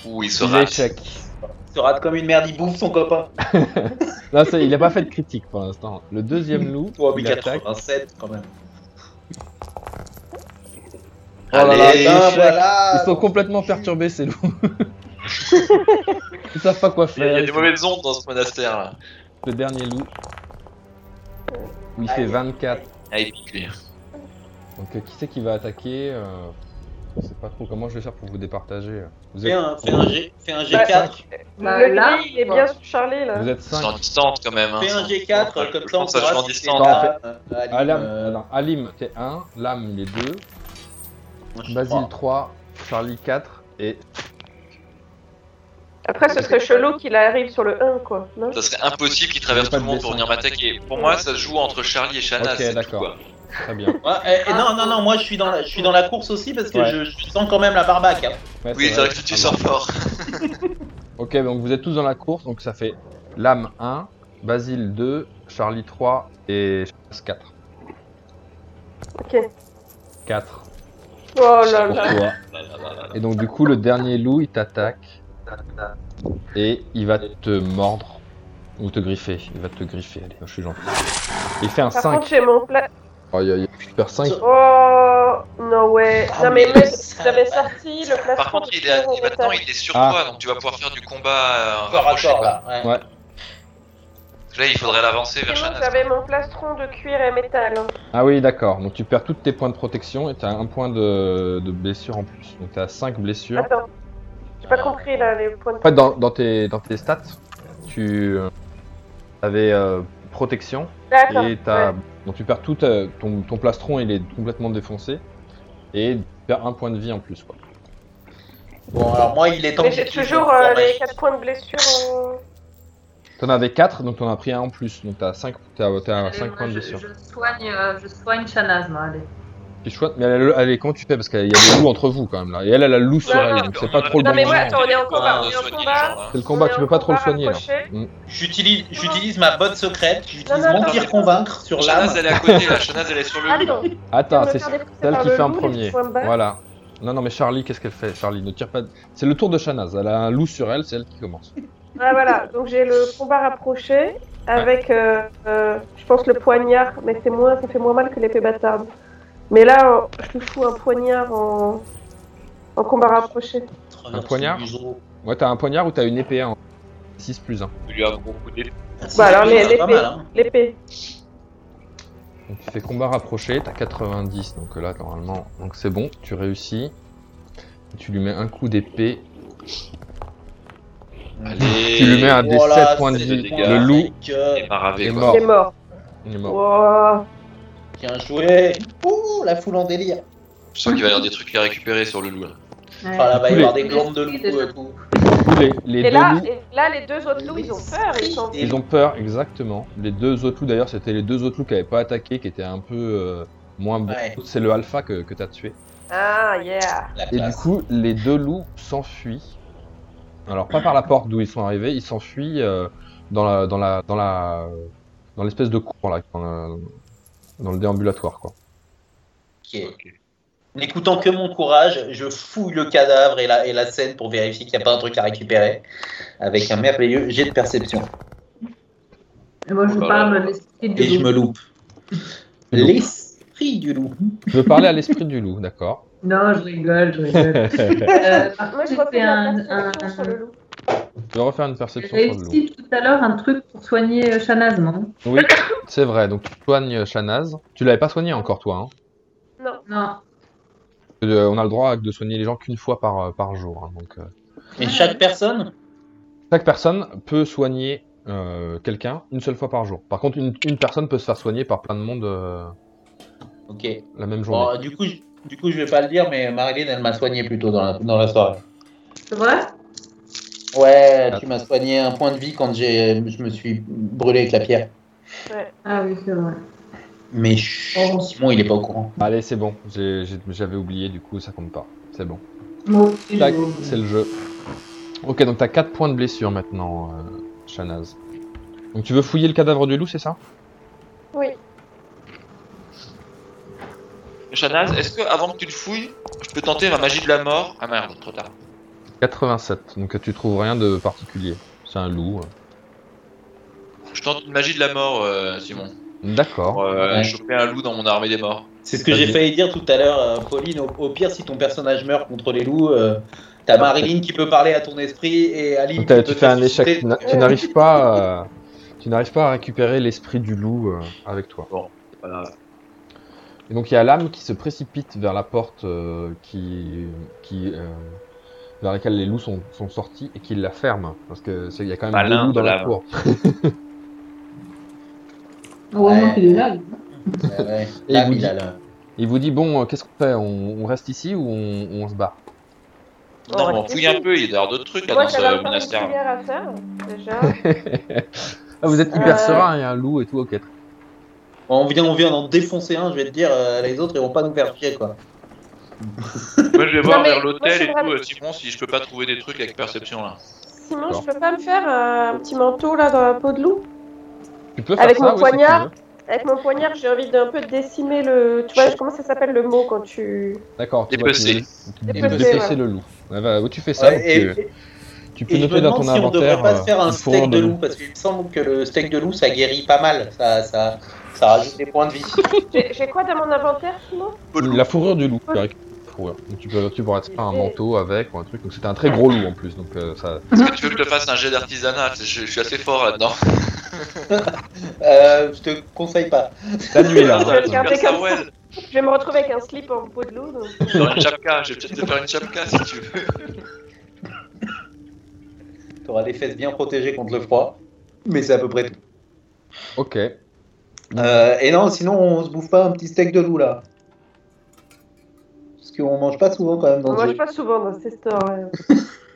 [SPEAKER 6] Ouh, il
[SPEAKER 2] Il
[SPEAKER 6] sera.
[SPEAKER 2] échec.
[SPEAKER 5] Se rate comme une merde, il bouffe son copain.
[SPEAKER 2] Là, c'est- il n'a pas fait de critique pour l'instant. Le deuxième loup,
[SPEAKER 5] Oh, mais
[SPEAKER 2] il attaque.
[SPEAKER 5] 87 quand même.
[SPEAKER 2] Oh là là,
[SPEAKER 5] Allez,
[SPEAKER 2] échec.
[SPEAKER 5] voilà.
[SPEAKER 2] Ils sont complètement perturbés, ces loups. Ils savent pas quoi
[SPEAKER 6] Il y a- il y
[SPEAKER 2] faire.
[SPEAKER 6] a des mauvaises ondes dans ce monastère là.
[SPEAKER 2] Le dernier loup. Il fait 24.
[SPEAKER 6] Ah, il pique lui.
[SPEAKER 2] Donc, euh, qui c'est qui va attaquer euh, Je sais pas trop comment je vais faire pour vous départager. Vous
[SPEAKER 5] Fais
[SPEAKER 2] êtes,
[SPEAKER 5] un, fais un G, fais
[SPEAKER 3] Bah,
[SPEAKER 5] un G4.
[SPEAKER 4] Bah,
[SPEAKER 3] le
[SPEAKER 4] là,
[SPEAKER 3] gris, il est
[SPEAKER 4] quoi.
[SPEAKER 3] bien sur Charlie, là.
[SPEAKER 2] vous êtes
[SPEAKER 6] C'est en
[SPEAKER 2] 5.
[SPEAKER 6] distance quand même. hein.
[SPEAKER 5] Fais un G4, euh, comme
[SPEAKER 6] Je
[SPEAKER 5] ça on
[SPEAKER 6] pense que ça joue en
[SPEAKER 5] saura si c'est
[SPEAKER 6] distance.
[SPEAKER 2] distance.
[SPEAKER 5] pas, euh, Alim,
[SPEAKER 2] Alam,
[SPEAKER 5] euh,
[SPEAKER 2] non, Alim, t'es 1. Lame, il est 2.
[SPEAKER 5] moi, je
[SPEAKER 2] Basile,
[SPEAKER 5] crois.
[SPEAKER 2] 3. Charlie, 4. Et
[SPEAKER 3] Après, ce serait chelou qu'il arrive sur le 1, quoi. Non
[SPEAKER 6] Ça serait impossible qu'il traverse
[SPEAKER 2] Il y a
[SPEAKER 6] tout
[SPEAKER 2] pas
[SPEAKER 6] le
[SPEAKER 2] de
[SPEAKER 6] monde pour
[SPEAKER 2] dessin.
[SPEAKER 6] venir m'attaquer. Pour moi, ça se joue entre Charlie et
[SPEAKER 2] Ok,
[SPEAKER 6] Shanaz. c'est tout,
[SPEAKER 2] d'accord.
[SPEAKER 6] quoi.
[SPEAKER 2] très bien.
[SPEAKER 5] Ouais, et- et non, non, non, moi je suis dans la, je suis dans la course aussi parce que
[SPEAKER 2] Ouais.
[SPEAKER 5] je, je sens quand même la barbaque. hein.
[SPEAKER 2] Ouais,
[SPEAKER 6] Oui, c'est vrai que
[SPEAKER 2] Ah
[SPEAKER 6] tu sors
[SPEAKER 2] bon.
[SPEAKER 6] fort.
[SPEAKER 2] Ok, donc vous êtes tous dans la course, donc ça fait Lame 1, Basile 2, Charlie 3 et Chasse 4.
[SPEAKER 3] Ok.
[SPEAKER 2] 4
[SPEAKER 3] Oh là
[SPEAKER 2] pour
[SPEAKER 3] là.
[SPEAKER 2] toi. Et donc du coup, le dernier loup, il t'attaque et il va te mordre ou te griffer. Il va te griffer, allez, je suis gentil. Il fait un
[SPEAKER 3] Par
[SPEAKER 2] 5.
[SPEAKER 3] contre, j'ai mon plat.
[SPEAKER 2] Aïe, aïe, aïe, super 5.
[SPEAKER 3] Oh, non, ouais.
[SPEAKER 5] Ah,
[SPEAKER 3] Non, mais
[SPEAKER 5] mais
[SPEAKER 3] même,
[SPEAKER 5] ça
[SPEAKER 3] j'avais
[SPEAKER 5] va.
[SPEAKER 3] sorti le plafond.
[SPEAKER 6] Par contre,
[SPEAKER 3] de
[SPEAKER 6] il est,
[SPEAKER 3] pierre en
[SPEAKER 6] maintenant
[SPEAKER 3] métal.
[SPEAKER 6] il est sur
[SPEAKER 2] Ah.
[SPEAKER 6] toi, donc tu vas pouvoir faire du combat euh,
[SPEAKER 5] Corps à
[SPEAKER 6] rapproché.
[SPEAKER 5] corps,
[SPEAKER 6] quoi.
[SPEAKER 5] là. ouais.
[SPEAKER 2] Ouais.
[SPEAKER 6] Parce que Là, il faudrait l'avancer vers
[SPEAKER 3] Sinon,
[SPEAKER 6] Shanaz.
[SPEAKER 3] j'avais mon plastron de cuir et métal. hein.
[SPEAKER 2] Ah oui, d'accord. Donc tu perds tous tes points de protection et t'as un point de, de blessure en plus. Donc t'as 5 blessures.
[SPEAKER 3] Attends, j'ai pas compris là les points de.
[SPEAKER 2] En fait, dans, dans tes, dans tes stats, tu euh, avais euh, protection
[SPEAKER 3] D'accord.
[SPEAKER 2] et t'as.
[SPEAKER 3] ouais.
[SPEAKER 2] Donc tu perds tout. euh, ton, ton plastron, il est complètement défoncé. Et tu perds un point de vie en plus. Quoi.
[SPEAKER 5] Bon, alors moi, il est temps
[SPEAKER 3] Mais
[SPEAKER 5] que
[SPEAKER 3] j'ai
[SPEAKER 5] j'utilise
[SPEAKER 3] toujours
[SPEAKER 5] le
[SPEAKER 3] euh,
[SPEAKER 5] pouvoir
[SPEAKER 3] les
[SPEAKER 5] magique.
[SPEAKER 3] 4 points de blessure. en-
[SPEAKER 2] T'en avais 4, donc t'en as pris un en plus. Donc t'as 5, t'as, t'as
[SPEAKER 4] Allez,
[SPEAKER 2] Ah, bah, cinq
[SPEAKER 4] moi,
[SPEAKER 2] points de
[SPEAKER 4] je,
[SPEAKER 2] blessure.
[SPEAKER 4] Euh, je soigne, euh, je soigne Shanaz, moi, allez.
[SPEAKER 2] C'est chouette. Mais elle, elle, elle- comment tu fais Parce qu'il y a des loups entre vous quand même là. Et elle, elle a le loup sur
[SPEAKER 3] Non,
[SPEAKER 2] elle.
[SPEAKER 3] non,
[SPEAKER 2] Donc c'est pas trop le
[SPEAKER 3] Non,
[SPEAKER 2] bon
[SPEAKER 3] mais moi,
[SPEAKER 2] moment.
[SPEAKER 3] attends, on est en combat.
[SPEAKER 5] Ah,
[SPEAKER 3] On est en
[SPEAKER 6] soigner les
[SPEAKER 3] combat.
[SPEAKER 6] gens, là.
[SPEAKER 2] C'est le combat,
[SPEAKER 3] on est
[SPEAKER 2] tu
[SPEAKER 3] en
[SPEAKER 2] peux pas trop le
[SPEAKER 3] combat
[SPEAKER 2] soigner là.
[SPEAKER 3] rapproché.
[SPEAKER 5] J'utilise, j'utilise ma botte secrète,
[SPEAKER 3] Non,
[SPEAKER 5] j'utilise
[SPEAKER 3] non,
[SPEAKER 5] mon
[SPEAKER 3] attends.
[SPEAKER 5] pire convaincre sur l'âme.
[SPEAKER 6] Shanaz, elle est à côté, là. Shanaz, elle est sur le lit.
[SPEAKER 3] Attends,
[SPEAKER 2] Attends,
[SPEAKER 3] Je vais
[SPEAKER 2] c'est
[SPEAKER 3] me faire défoncer
[SPEAKER 2] celle
[SPEAKER 3] par
[SPEAKER 2] qui
[SPEAKER 3] le
[SPEAKER 2] fait en
[SPEAKER 3] loup, les
[SPEAKER 2] premier.
[SPEAKER 3] points bas.
[SPEAKER 2] Voilà. Non, non, mais Charlie, qu'est-ce qu'elle fait Charlie, ne tire pas. de- C'est le tour de Shanaz. Elle a un loup sur elle, c'est elle qui commence.
[SPEAKER 3] Ah, voilà, donc j'ai le combat rapproché avec, euh, euh, je pense, le poignard, mais c'est moins, ça fait moins mal que l'épée bâtarde. Mais là, euh, je lui fous un poignard en, en combat rapproché.
[SPEAKER 5] Traverse
[SPEAKER 2] Un poignard
[SPEAKER 5] le museau.
[SPEAKER 2] Ouais, t'as un poignard ou t'as une épée en 6 plus 1.
[SPEAKER 6] Tu lui as beaucoup d'épée.
[SPEAKER 3] Bah, alors, les-
[SPEAKER 5] C'est pas
[SPEAKER 3] les-
[SPEAKER 5] mal, hein.
[SPEAKER 3] L'épée.
[SPEAKER 2] Donc tu fais combat rapproché, t'as 90, donc là, normalement, donc c'est bon, tu réussis. Tu lui mets un coup d'épée,
[SPEAKER 6] Allez.
[SPEAKER 2] tu lui mets un des
[SPEAKER 5] Voilà,
[SPEAKER 2] 7 points de
[SPEAKER 6] c'est
[SPEAKER 2] vie.
[SPEAKER 6] des dégâts.
[SPEAKER 2] Le loup,
[SPEAKER 5] avec, euh,
[SPEAKER 6] Et maravé,
[SPEAKER 2] est
[SPEAKER 6] quoi.
[SPEAKER 2] mort.
[SPEAKER 3] Il est mort.
[SPEAKER 2] il est mort.
[SPEAKER 3] Wow.
[SPEAKER 5] Bien joué. Ouh, la foule en délire.
[SPEAKER 6] Je sens qu'il va y avoir des trucs à récupérer sur le loup. là.
[SPEAKER 4] Ouais.
[SPEAKER 3] Ah.
[SPEAKER 5] Enfin, là, va y
[SPEAKER 2] Tous
[SPEAKER 5] avoir
[SPEAKER 2] les-
[SPEAKER 5] des glandes de loup.
[SPEAKER 4] Déjà.
[SPEAKER 5] et tout.
[SPEAKER 2] Du coup, les, les
[SPEAKER 3] Et
[SPEAKER 2] deux
[SPEAKER 3] là,
[SPEAKER 2] loups,
[SPEAKER 3] et là, les deux autres loups, ils ont peur. Ils sont...
[SPEAKER 2] ils ont peur, exactement. Les deux autres loups, d'ailleurs, c'était les deux autres loups qui avaient pas attaqué, qui étaient un peu euh, moins bons.
[SPEAKER 5] Ouais.
[SPEAKER 2] C'est le alpha que, que t'as tué.
[SPEAKER 3] Ah, yeah.
[SPEAKER 5] La
[SPEAKER 2] Et du
[SPEAKER 5] classe.
[SPEAKER 2] coup, les deux loups s'enfuient. Alors, pas par la porte d'où ils sont arrivés, ils s'enfuient euh, dans la dans la dans la dans l'espèce de cour là, dans le, dans le déambulatoire quoi.
[SPEAKER 5] Ok. N'écoutant que mon courage, je fouille le cadavre et la, et la scène pour vérifier qu'il n'y a pas un truc à récupérer. Avec un merveilleux jet de perception.
[SPEAKER 4] Et moi, je
[SPEAKER 6] Bah,
[SPEAKER 4] parle de l'esprit
[SPEAKER 5] Et je
[SPEAKER 4] du
[SPEAKER 5] me
[SPEAKER 4] loup.
[SPEAKER 5] loupe.
[SPEAKER 2] loup.
[SPEAKER 5] L'esprit du loup.
[SPEAKER 2] Je veux parler à l'esprit du loup, d'accord
[SPEAKER 4] Non, je rigole, je rigole.
[SPEAKER 2] Je
[SPEAKER 4] Euh, par
[SPEAKER 3] Moi,
[SPEAKER 4] contre,
[SPEAKER 3] je
[SPEAKER 4] j'ai
[SPEAKER 3] refais
[SPEAKER 4] fait
[SPEAKER 3] un,
[SPEAKER 4] un,
[SPEAKER 3] sur le
[SPEAKER 4] un...
[SPEAKER 3] loup.
[SPEAKER 2] vais refaire une perception
[SPEAKER 4] J'ai
[SPEAKER 2] sur le loup.
[SPEAKER 4] réussi tout à l'heure un truc pour soigner euh, Shanaz, non
[SPEAKER 2] Oui, c'est vrai. Donc tu soignes Shanaz. Tu l'avais pas soigné encore toi. Hein
[SPEAKER 3] Non.
[SPEAKER 4] Non.
[SPEAKER 2] Euh, on a le droit de soigner les gens qu'une fois par euh, par jour. hein, donc euh.
[SPEAKER 5] Mais chaque personne
[SPEAKER 2] chaque personne peut soigner euh, quelqu'un une seule fois par jour. Par contre, une, une personne peut se faire soigner par plein de monde euh,
[SPEAKER 5] Ok.
[SPEAKER 2] la même journée.
[SPEAKER 5] Bon, euh, du coup, je, du coup, je vais pas le dire, mais Marilyn, elle m'a soigné plutôt dans la, dans la soirée.
[SPEAKER 4] C'est vrai
[SPEAKER 5] Ouais, tu m'as soigné un point de vie quand j'ai, je me suis brûlé avec la pierre.
[SPEAKER 4] Ah oui, c'est vrai.
[SPEAKER 5] Mais chut,
[SPEAKER 4] Oh.
[SPEAKER 5] Simon, il est pas au courant.
[SPEAKER 2] Allez, c'est bon. J'ai- j'ai- J'avais oublié, du coup, ça compte pas. C'est bon.
[SPEAKER 4] Moi
[SPEAKER 2] Tac, c'est le jeu. Ok, donc t'as 4 points de blessure maintenant, euh, Shanaz. Donc tu veux fouiller le cadavre du loup, c'est ça
[SPEAKER 3] Oui.
[SPEAKER 6] Shanaz, est-ce que avant que tu le fouilles, je peux tenter la magie de la mort Ah merde, trop tard.
[SPEAKER 2] 87. Donc tu trouves rien de particulier. C'est un loup. euh.
[SPEAKER 6] Je tente une magie de la mort, euh, Simon.
[SPEAKER 2] D'accord.
[SPEAKER 6] Pour euh,
[SPEAKER 5] Ouais.
[SPEAKER 6] choper un loup dans mon armée des morts.
[SPEAKER 5] C'est ce que j'ai failli dire tout à l'heure, euh, Pauline. Au, au pire, si ton personnage meurt contre les loups, euh, t'as Marilyn qui peut parler à ton esprit et Aline.
[SPEAKER 2] Donc
[SPEAKER 5] qui
[SPEAKER 2] t'as-
[SPEAKER 5] peut
[SPEAKER 2] tu
[SPEAKER 5] te
[SPEAKER 2] fais un
[SPEAKER 5] susciter.
[SPEAKER 2] échec. Tu n'a- Tu n'arrives pas, à- tu n'arrives pas à récupérer l'esprit du loup euh, avec toi.
[SPEAKER 6] Voilà.
[SPEAKER 2] Et donc il y a l'âme qui se précipite vers la porte euh, qui, qui, euh, vers laquelle les loups sont, sont sortis et qui la ferme. Parce que c'est- il y a quand même
[SPEAKER 6] Malin
[SPEAKER 2] des loups dans
[SPEAKER 6] de
[SPEAKER 2] la
[SPEAKER 6] l'âme.
[SPEAKER 2] cour.
[SPEAKER 3] Ah
[SPEAKER 2] Eh.
[SPEAKER 4] Heureusement qu'il est là. lui.
[SPEAKER 5] Ouais, ouais.
[SPEAKER 2] Et
[SPEAKER 5] Là,
[SPEAKER 2] vous
[SPEAKER 5] il
[SPEAKER 2] dit-
[SPEAKER 5] a le-
[SPEAKER 2] Il vous dit bon, euh, qu'est-ce qu'on fait on, on reste ici ou on, on se bat
[SPEAKER 6] Non, mais on fouille un peu, il y a d'ailleurs d'autres trucs là
[SPEAKER 3] Oh, Moi,
[SPEAKER 6] dans ce
[SPEAKER 3] j'avais encore une
[SPEAKER 6] monastère.
[SPEAKER 3] prière à faire, déjà.
[SPEAKER 2] Ah, Vous êtes hyper
[SPEAKER 3] Euh.
[SPEAKER 2] serein, il y a un loup et tout, ok.
[SPEAKER 5] On vient, on vient d'en défoncer un, je vais te dire, euh, les autres, ils vont pas nous faire chier, quoi.
[SPEAKER 6] Moi je vais
[SPEAKER 3] Non,
[SPEAKER 6] voir
[SPEAKER 3] mais
[SPEAKER 6] vers
[SPEAKER 3] moi,
[SPEAKER 6] l'hôtel
[SPEAKER 3] je
[SPEAKER 6] et tout,
[SPEAKER 3] voudrais-
[SPEAKER 6] euh, Simon, si je peux pas trouver des trucs avec perception là.
[SPEAKER 3] Simon,
[SPEAKER 2] D'accord.
[SPEAKER 3] je peux pas me faire euh, un petit manteau là dans la peau de loup
[SPEAKER 2] Tu peux faire
[SPEAKER 3] Avec
[SPEAKER 2] ça,
[SPEAKER 3] mon
[SPEAKER 2] ouais, c'est
[SPEAKER 3] poignard.
[SPEAKER 2] cool. hein.
[SPEAKER 3] Avec mon poignard, j'ai envie d'un peu décimer le. Tu vois, comment ça s'appelle le mot quand tu.
[SPEAKER 2] D'accord. tu dois
[SPEAKER 6] Dépecer.
[SPEAKER 2] te-
[SPEAKER 3] Dépecer,
[SPEAKER 2] Dépecer
[SPEAKER 3] ouais.
[SPEAKER 2] le loup. Ah bah, ouais, tu fais ça.
[SPEAKER 5] Ouais,
[SPEAKER 2] donc,
[SPEAKER 5] et,
[SPEAKER 2] euh, tu peux
[SPEAKER 5] et je
[SPEAKER 2] noter
[SPEAKER 5] me
[SPEAKER 2] dans
[SPEAKER 5] demande
[SPEAKER 2] ton
[SPEAKER 5] si on
[SPEAKER 2] inventaire.
[SPEAKER 5] devrait pas se
[SPEAKER 2] euh,
[SPEAKER 5] faire un
[SPEAKER 2] une fourrure
[SPEAKER 5] steak de
[SPEAKER 2] loup.
[SPEAKER 5] loup, parce qu'il me semble que le steak de loup, ça guérit pas mal. Ça, ça, ça rajoute des points de vie.
[SPEAKER 3] J'ai j'ai quoi dans mon inventaire, Simon
[SPEAKER 2] La fourrure du loup. tu
[SPEAKER 3] Ouais.
[SPEAKER 2] récupères la fourrure. Donc, tu, peux, tu pourras te faire un
[SPEAKER 3] Et-
[SPEAKER 2] manteau avec ou un truc. Donc c'était un très gros loup en plus. Donc euh, ça.
[SPEAKER 6] Est-ce que tu veux que je te fasse un jet d'artisanat je, je suis assez fort là-dedans.
[SPEAKER 5] Euh, je te conseille pas.
[SPEAKER 2] La nuit là.
[SPEAKER 3] Je vais le
[SPEAKER 2] hein.
[SPEAKER 3] garder
[SPEAKER 6] Super
[SPEAKER 3] comme ça.
[SPEAKER 6] Sawell.
[SPEAKER 3] Je vais me retrouver avec un slip en peau de loup. donc.
[SPEAKER 6] Genre une chapka, je vais peut-être te faire une chapka si tu veux.
[SPEAKER 5] T'auras des fesses bien protégées contre le froid. Mais c'est à peu près tout.
[SPEAKER 2] Ok.
[SPEAKER 5] Euh, et non, sinon, on se bouffe pas un petit steak de loup là. Parce qu'on mange pas souvent quand même
[SPEAKER 3] On
[SPEAKER 5] dans ce
[SPEAKER 3] mange
[SPEAKER 5] jeu.
[SPEAKER 3] pas souvent dans ces stores.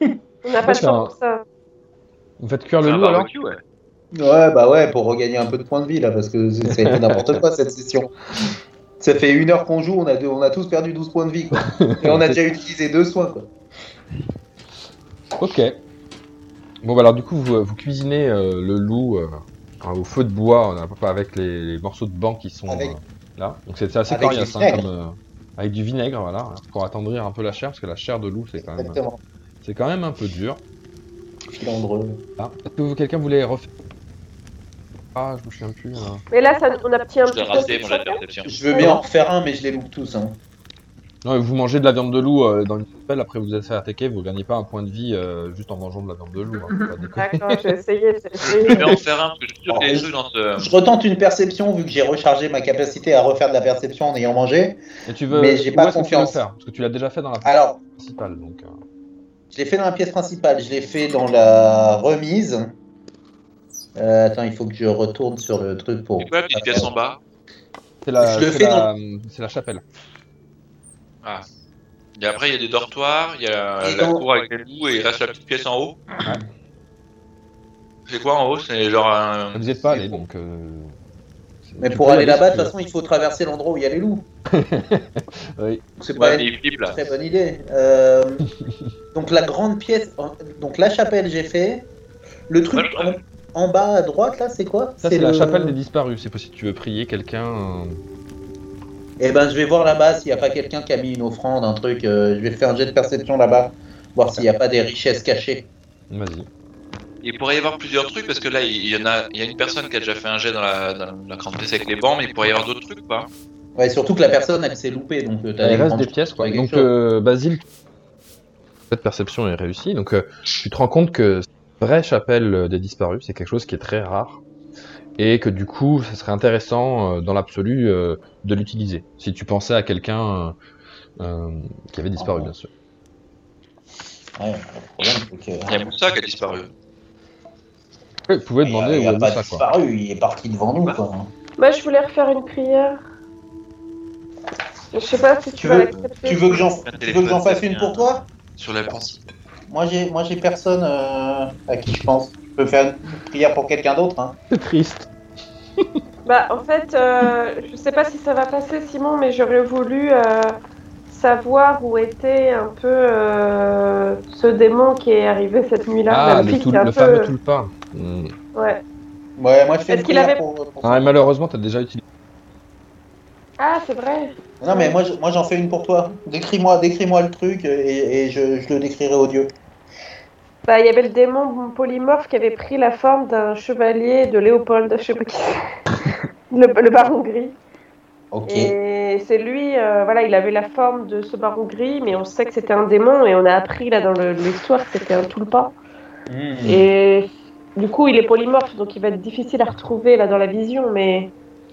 [SPEAKER 3] ouais. On n'a pas le
[SPEAKER 2] c'est un-
[SPEAKER 3] temps pour ça.
[SPEAKER 2] Vous faites cuire le
[SPEAKER 6] Un
[SPEAKER 2] loup alors
[SPEAKER 6] barbecue, ouais.
[SPEAKER 5] Ouais, bah ouais, pour regagner un peu de points de vie là, parce que c'est- ça a été n'importe quoi cette session. Ça fait une heure qu'on joue, on a, deux- on a tous perdu 12 points de vie quoi. Et on a déjà utilisé deux soins quoi.
[SPEAKER 2] Ok. Bon, bah alors du coup, vous, vous cuisinez euh, le loup euh, au feu de bois, euh, pas avec les, les morceaux de banc qui sont
[SPEAKER 5] Avec-
[SPEAKER 2] euh, là. Donc c'est c'est assez
[SPEAKER 5] Avec
[SPEAKER 2] coriace,
[SPEAKER 5] du
[SPEAKER 2] hein,
[SPEAKER 5] vinaigre.
[SPEAKER 2] comme, euh, avec du vinaigre, voilà, hein, pour attendrir un peu la chair, parce que la chair de loup, c'est quand même,
[SPEAKER 5] Exactement.
[SPEAKER 2] c'est quand même un peu dur.
[SPEAKER 5] Filandreux.
[SPEAKER 2] Ah, Est-ce que vous- quelqu'un voulait refaire Ah, je me souviens plus. euh.
[SPEAKER 3] Mais là, ça, on a petit un
[SPEAKER 6] Je
[SPEAKER 3] petit
[SPEAKER 6] l'ai
[SPEAKER 3] peu
[SPEAKER 6] raté, mon jet de
[SPEAKER 3] chacun.
[SPEAKER 6] perception.
[SPEAKER 5] Je veux bien en refaire un, mais je les loupe tous. Hein.
[SPEAKER 2] Non, mais vous mangez de la viande de loup euh, dans une pelle, après vous êtes fait attaquer, vous gagnez pas un point de vie euh, juste en mangeant de la viande de loup. hein, faut pas déconner.
[SPEAKER 3] D'accord, j'ai essayé. j'ai
[SPEAKER 6] Je
[SPEAKER 3] essayé.
[SPEAKER 6] vais en faire un parce que je suis sûr qu'il y a des trucs dans ce.
[SPEAKER 5] Je retente une perception vu que j'ai rechargé ma capacité à refaire de la perception en ayant mangé.
[SPEAKER 2] Et tu veux,
[SPEAKER 5] Mais j'ai
[SPEAKER 2] où
[SPEAKER 5] pas
[SPEAKER 2] est-ce que tu veux
[SPEAKER 5] confiance.
[SPEAKER 2] faire Parce que tu l'as déjà fait dans la
[SPEAKER 5] Alors,
[SPEAKER 2] principale, donc. euh,
[SPEAKER 5] Je l'ai fait dans la pièce principale, je l'ai fait dans la remise. Euh, attends, il faut que je retourne sur le truc pour. euh,
[SPEAKER 6] C'est quoi la petite pièce en bas
[SPEAKER 2] C'est la,
[SPEAKER 5] Je le
[SPEAKER 2] c'est
[SPEAKER 5] fais
[SPEAKER 2] la- c'est la chapelle.
[SPEAKER 6] Et après, il y a des dortoirs, il y a
[SPEAKER 5] Et
[SPEAKER 6] la
[SPEAKER 5] dans-
[SPEAKER 6] cour avec les loups et il reste la petite pièce en haut. C'est quoi en haut C'est genre un.
[SPEAKER 2] Vous n'y êtes pas allé, donc. euh, c'est-
[SPEAKER 5] Mais
[SPEAKER 2] tu
[SPEAKER 5] pour
[SPEAKER 2] peux y
[SPEAKER 5] aller là-bas, de
[SPEAKER 2] si
[SPEAKER 5] toute
[SPEAKER 2] tu
[SPEAKER 5] façon, il faut traverser l'endroit où il y a les loups.
[SPEAKER 2] Oui.
[SPEAKER 5] C'est pas
[SPEAKER 6] Ouais, mais
[SPEAKER 5] une
[SPEAKER 6] il flippe là.
[SPEAKER 5] très bonne idée. Euh, donc la grande pièce, donc la chapelle, j'ai fait. Le truc en, en bas à droite, là, c'est quoi
[SPEAKER 2] veux. Ça, c'est la
[SPEAKER 5] le-
[SPEAKER 2] chapelle des disparus. C'est possible si tu veux prier quelqu'un. euh,
[SPEAKER 5] Eh ben, je vais voir là-bas s'il n'y a pas quelqu'un qui a mis une offrande, un truc. euh, je vais faire un jet de perception là-bas, voir s'il n'y a pas des richesses cachées. Euh,
[SPEAKER 2] Vas-y.
[SPEAKER 6] Il pourrait y avoir plusieurs trucs parce que là, il y en a, il y a une personne qui a déjà fait un jet dans la, dans la grande pièce avec les bancs, mais il pourrait y avoir d'autres trucs, quoi.
[SPEAKER 5] Ouais, surtout que la personne, elle s'est loupée, donc euh, t'as des
[SPEAKER 2] Il reste
[SPEAKER 5] grandes
[SPEAKER 2] des
[SPEAKER 5] chances
[SPEAKER 2] pièces, quoi.
[SPEAKER 5] de
[SPEAKER 2] Donc,
[SPEAKER 5] quelque chose.
[SPEAKER 2] euh, Basile, cette perception est réussie. Donc, euh, tu te rends compte que cette vraie chapelle euh, des disparus, c'est quelque chose qui est très rare. Et que du coup, ça serait intéressant, euh, dans l'absolu, euh, de l'utiliser. Si tu pensais à quelqu'un euh, euh, qui avait
[SPEAKER 5] Oh.
[SPEAKER 2] disparu, bien sûr.
[SPEAKER 5] Ouais, le problème, c'est
[SPEAKER 6] Il y a
[SPEAKER 5] que...
[SPEAKER 6] Moussa qui a disparu.
[SPEAKER 2] Vous pouvez demander
[SPEAKER 5] il
[SPEAKER 2] où
[SPEAKER 5] a
[SPEAKER 2] est
[SPEAKER 5] pas
[SPEAKER 2] ça, quoi.
[SPEAKER 5] disparu, il est parti devant nous. Quoi.
[SPEAKER 3] Moi, je voulais refaire une prière. Je sais pas si tu,
[SPEAKER 5] Tu
[SPEAKER 3] vas
[SPEAKER 5] veux-
[SPEAKER 3] l'accepter.
[SPEAKER 5] Tu veux que j'en tu veux que j'en fasse une pour toi
[SPEAKER 6] Sur la pensée.
[SPEAKER 5] Moi j'ai moi j'ai personne euh, à qui je pense. Je peux faire une prière pour quelqu'un d'autre. Hein.
[SPEAKER 2] C'est triste.
[SPEAKER 3] Bah, en fait, euh, je sais pas si ça va passer, Simon, mais j'aurais voulu euh, savoir où était un peu euh, ce démon qui est arrivé cette nuit-là.
[SPEAKER 2] Ah,
[SPEAKER 3] la
[SPEAKER 2] le,
[SPEAKER 3] fille
[SPEAKER 2] tout-
[SPEAKER 3] qui est un
[SPEAKER 2] le
[SPEAKER 3] peu-
[SPEAKER 2] fameux tulpa. Hmm.
[SPEAKER 3] Ouais.
[SPEAKER 5] Ouais, moi je fais
[SPEAKER 3] Est-ce
[SPEAKER 5] une
[SPEAKER 3] qu'il
[SPEAKER 5] prière
[SPEAKER 3] avait-
[SPEAKER 5] pour, euh, pour-
[SPEAKER 2] Ah, et malheureusement, t'as déjà utilisé.
[SPEAKER 3] Ah, c'est vrai.
[SPEAKER 5] Non mais moi je- moi, j'en fais une pour toi. Décris-moi décris-moi le truc et, et je, je le décrirai au dieu.
[SPEAKER 3] Bah, il y avait le démon polymorphe qui avait pris la forme d'un chevalier de Léopold, je sais pas qui c'est. le, le baron gris.
[SPEAKER 5] Ok.
[SPEAKER 3] Et c'est lui, euh, voilà, il avait la forme de ce baron gris, mais on sait que c'était un démon et on a appris là dans le- l'histoire que c'était un tulpa.
[SPEAKER 5] Hmm.
[SPEAKER 3] Et du coup, il est polymorphe, donc il va être difficile à retrouver là dans la vision, mais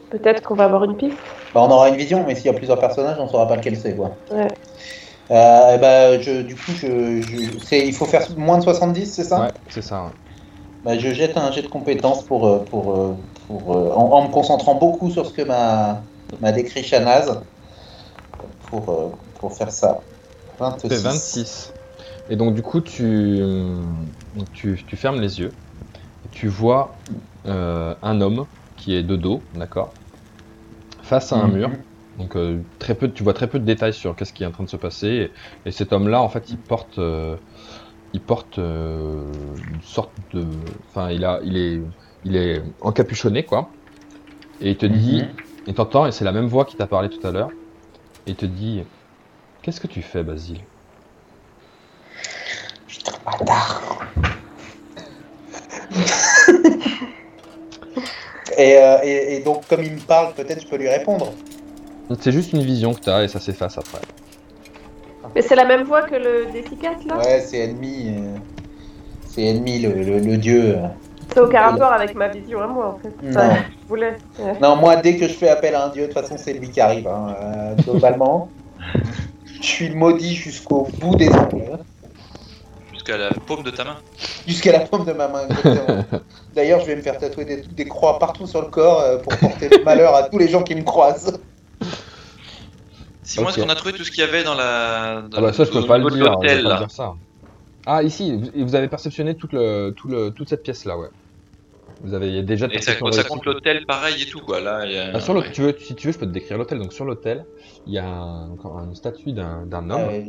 [SPEAKER 3] peut-être qu'on va avoir une piste.
[SPEAKER 5] Bah, on aura une vision, mais s'il y a plusieurs personnages, on saura pas lequel c'est quoi.
[SPEAKER 3] Ouais.
[SPEAKER 5] Euh, bah, je, du coup, je, je- c'est- il faut faire moins de 70, c'est ça
[SPEAKER 2] Ouais, c'est ça. hein. ouais.
[SPEAKER 5] Bah, je jette un jet de compétences pour, euh, pour, euh, pour, euh, en, en me concentrant beaucoup sur ce que m'a m'a décrit Shanaz pour, euh, pour faire ça.
[SPEAKER 2] Ça fait 26. Et donc, du coup, tu, tu, tu fermes les yeux. Tu vois euh, un homme qui est de dos, d'accord Face
[SPEAKER 5] Mm.
[SPEAKER 2] à un mur.
[SPEAKER 5] Mhm.
[SPEAKER 2] Donc, euh, très peu, tu vois très peu de détails sur qu'est-ce qui est en train de se passer. Et, et cet homme-là, en fait, il porte euh, Il porte euh, une sorte de. Enfin, il, a, il, est, il est encapuchonné, quoi. Et il te dit. Et t'entends, et c'est la même voix qui t'a parlé tout à l'heure. Et il te dit Qu'est-ce que tu fais, Basile
[SPEAKER 5] Bâtard. et, euh, et- et donc, comme il me parle, peut-être je peux lui répondre.
[SPEAKER 2] C'est juste une vision que t'as et ça s'efface après.
[SPEAKER 3] Mais c'est la même voix que le délicate là
[SPEAKER 5] Ouais, c'est ennemi. euh, C'est ennemi, le, le- le dieu. euh.
[SPEAKER 3] Ça n'a aucun rapport avec ma vision à moi en fait. Ça,
[SPEAKER 5] Non.
[SPEAKER 3] je voulais. Ouais.
[SPEAKER 5] Non, moi, dès que je fais appel à un dieu, de toute façon, c'est lui qui arrive. hein, euh, globalement, je suis maudit jusqu'au bout des ongles.
[SPEAKER 6] Jusqu'à la paume de ta main.
[SPEAKER 5] Jusqu'à la paume de ma main, exactement. D'ailleurs, je vais me faire tatouer des, des croix partout sur le corps euh, pour porter le malheur à tous les gens qui me croisent.
[SPEAKER 6] Simon,
[SPEAKER 2] Ok.
[SPEAKER 6] est-ce qu'on a trouvé tout ce qu'il y avait dans la. dans
[SPEAKER 2] Ah bah ça, je
[SPEAKER 6] au
[SPEAKER 2] peux pas le
[SPEAKER 6] niveau de
[SPEAKER 2] dire. hein. je
[SPEAKER 6] l'hôtel,
[SPEAKER 2] peux pas
[SPEAKER 6] là.
[SPEAKER 2] dire ça. Ah, ici, vous- vous avez perceptionné toute, le, tout le, toute cette pièce-là, ouais. Vous avez déjà de
[SPEAKER 6] Et ça,
[SPEAKER 2] perception
[SPEAKER 6] ça
[SPEAKER 2] réussie.
[SPEAKER 6] compte l'hôtel pareil et tout, quoi. Là, il y a-
[SPEAKER 2] Ah, sur le, tu veux, si tu veux, je peux te décrire l'hôtel. Donc sur l'hôtel, il y a un- encore une statue d'un d'un homme
[SPEAKER 5] Euh,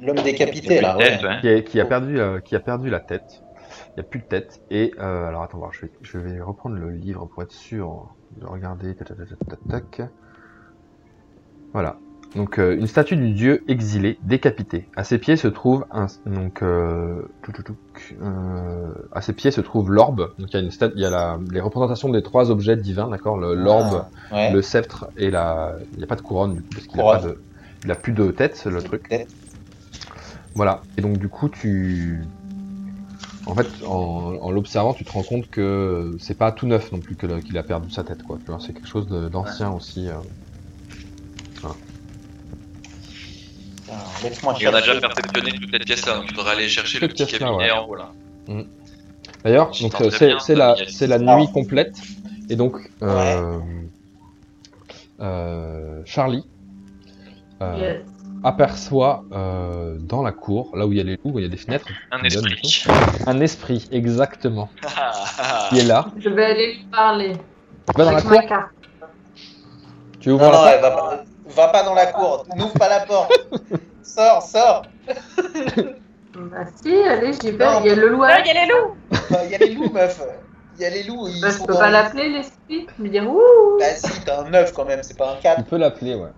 [SPEAKER 5] le- L'homme décapité, là, ouais.
[SPEAKER 6] Peut-être, ouais.
[SPEAKER 2] qui, est- qui a perdu, euh, qui a perdu la tête. Il n'y a plus de tête. Et euh, alors attends, voir, je, vais, je vais reprendre le livre pour être sûr de regarder. Tac, tac, tac, tac, tac, tac. Voilà. Donc euh, une statue du dieu exilé, décapité. À ses pieds se trouve un donc euh, tout, tout, tout, euh, à ses pieds se trouve l'orbe. Donc il y a une stat- il y a la- les représentations des trois objets divins, d'accord Le- L'orbe,
[SPEAKER 5] Ouais.
[SPEAKER 2] le sceptre et la. Il n'y a pas de Eh. couronne du coup parce qu'il a,
[SPEAKER 5] Couronne.
[SPEAKER 2] pas de- il a plus de tête le truc.
[SPEAKER 5] Peut-être.
[SPEAKER 2] Voilà. Et donc du coup, tu, en fait, en, en l'observant, tu te rends compte que c'est pas tout neuf non plus que le- qu'il a perdu sa tête, quoi. Tu vois, c'est quelque chose de- d'ancien aussi. euh.
[SPEAKER 5] Alors, Laisse-moi
[SPEAKER 6] Et on a
[SPEAKER 5] chercher.
[SPEAKER 6] déjà perfectionné toute cette pièce-là, donc il faudra hein. aller chercher le
[SPEAKER 2] Cette
[SPEAKER 6] petit
[SPEAKER 2] pièce-là,
[SPEAKER 6] cabinet
[SPEAKER 2] ouais.
[SPEAKER 6] en haut, là.
[SPEAKER 2] D'ailleurs,
[SPEAKER 6] Je
[SPEAKER 2] donc
[SPEAKER 6] t'entends
[SPEAKER 2] euh,
[SPEAKER 6] très
[SPEAKER 2] c'est
[SPEAKER 6] bien,
[SPEAKER 2] c'est
[SPEAKER 6] ça,
[SPEAKER 2] la
[SPEAKER 6] Miguel.
[SPEAKER 2] c'est la
[SPEAKER 5] Ah.
[SPEAKER 2] nuit complète. Et donc, euh, euh, Charlie. euh,
[SPEAKER 4] Yes.
[SPEAKER 2] aperçoit euh, dans la cour, là où il y a les loups, où il y a des fenêtres,
[SPEAKER 6] Un
[SPEAKER 2] Bien,
[SPEAKER 6] esprit.
[SPEAKER 2] un esprit exactement
[SPEAKER 6] Ah,
[SPEAKER 2] qui est là.
[SPEAKER 4] Je vais aller lui parler.
[SPEAKER 2] Va dans la
[SPEAKER 4] Avec ma
[SPEAKER 2] cour,
[SPEAKER 4] carte.
[SPEAKER 2] tu ouvres
[SPEAKER 5] Non,
[SPEAKER 2] la
[SPEAKER 5] non,
[SPEAKER 2] porte.
[SPEAKER 5] elle va pas, va pas dans la cour. N'ouvre pas la porte. sors, sors.
[SPEAKER 4] Bah si, allez, j'y vais.
[SPEAKER 5] Non.
[SPEAKER 4] Il y a le loup.
[SPEAKER 3] Ah,
[SPEAKER 4] avec.
[SPEAKER 3] il y a les loups
[SPEAKER 5] Il y a les loups, meuf. Il y a les loups. Ils
[SPEAKER 4] Bah,
[SPEAKER 5] sont
[SPEAKER 4] je peux
[SPEAKER 5] dans
[SPEAKER 4] pas
[SPEAKER 5] les-
[SPEAKER 4] l'appeler l'esprit. Je vais dire ouh.
[SPEAKER 5] Bah si, t'as un 9 quand même, c'est pas un 4.
[SPEAKER 2] Tu peux l'appeler, ouais.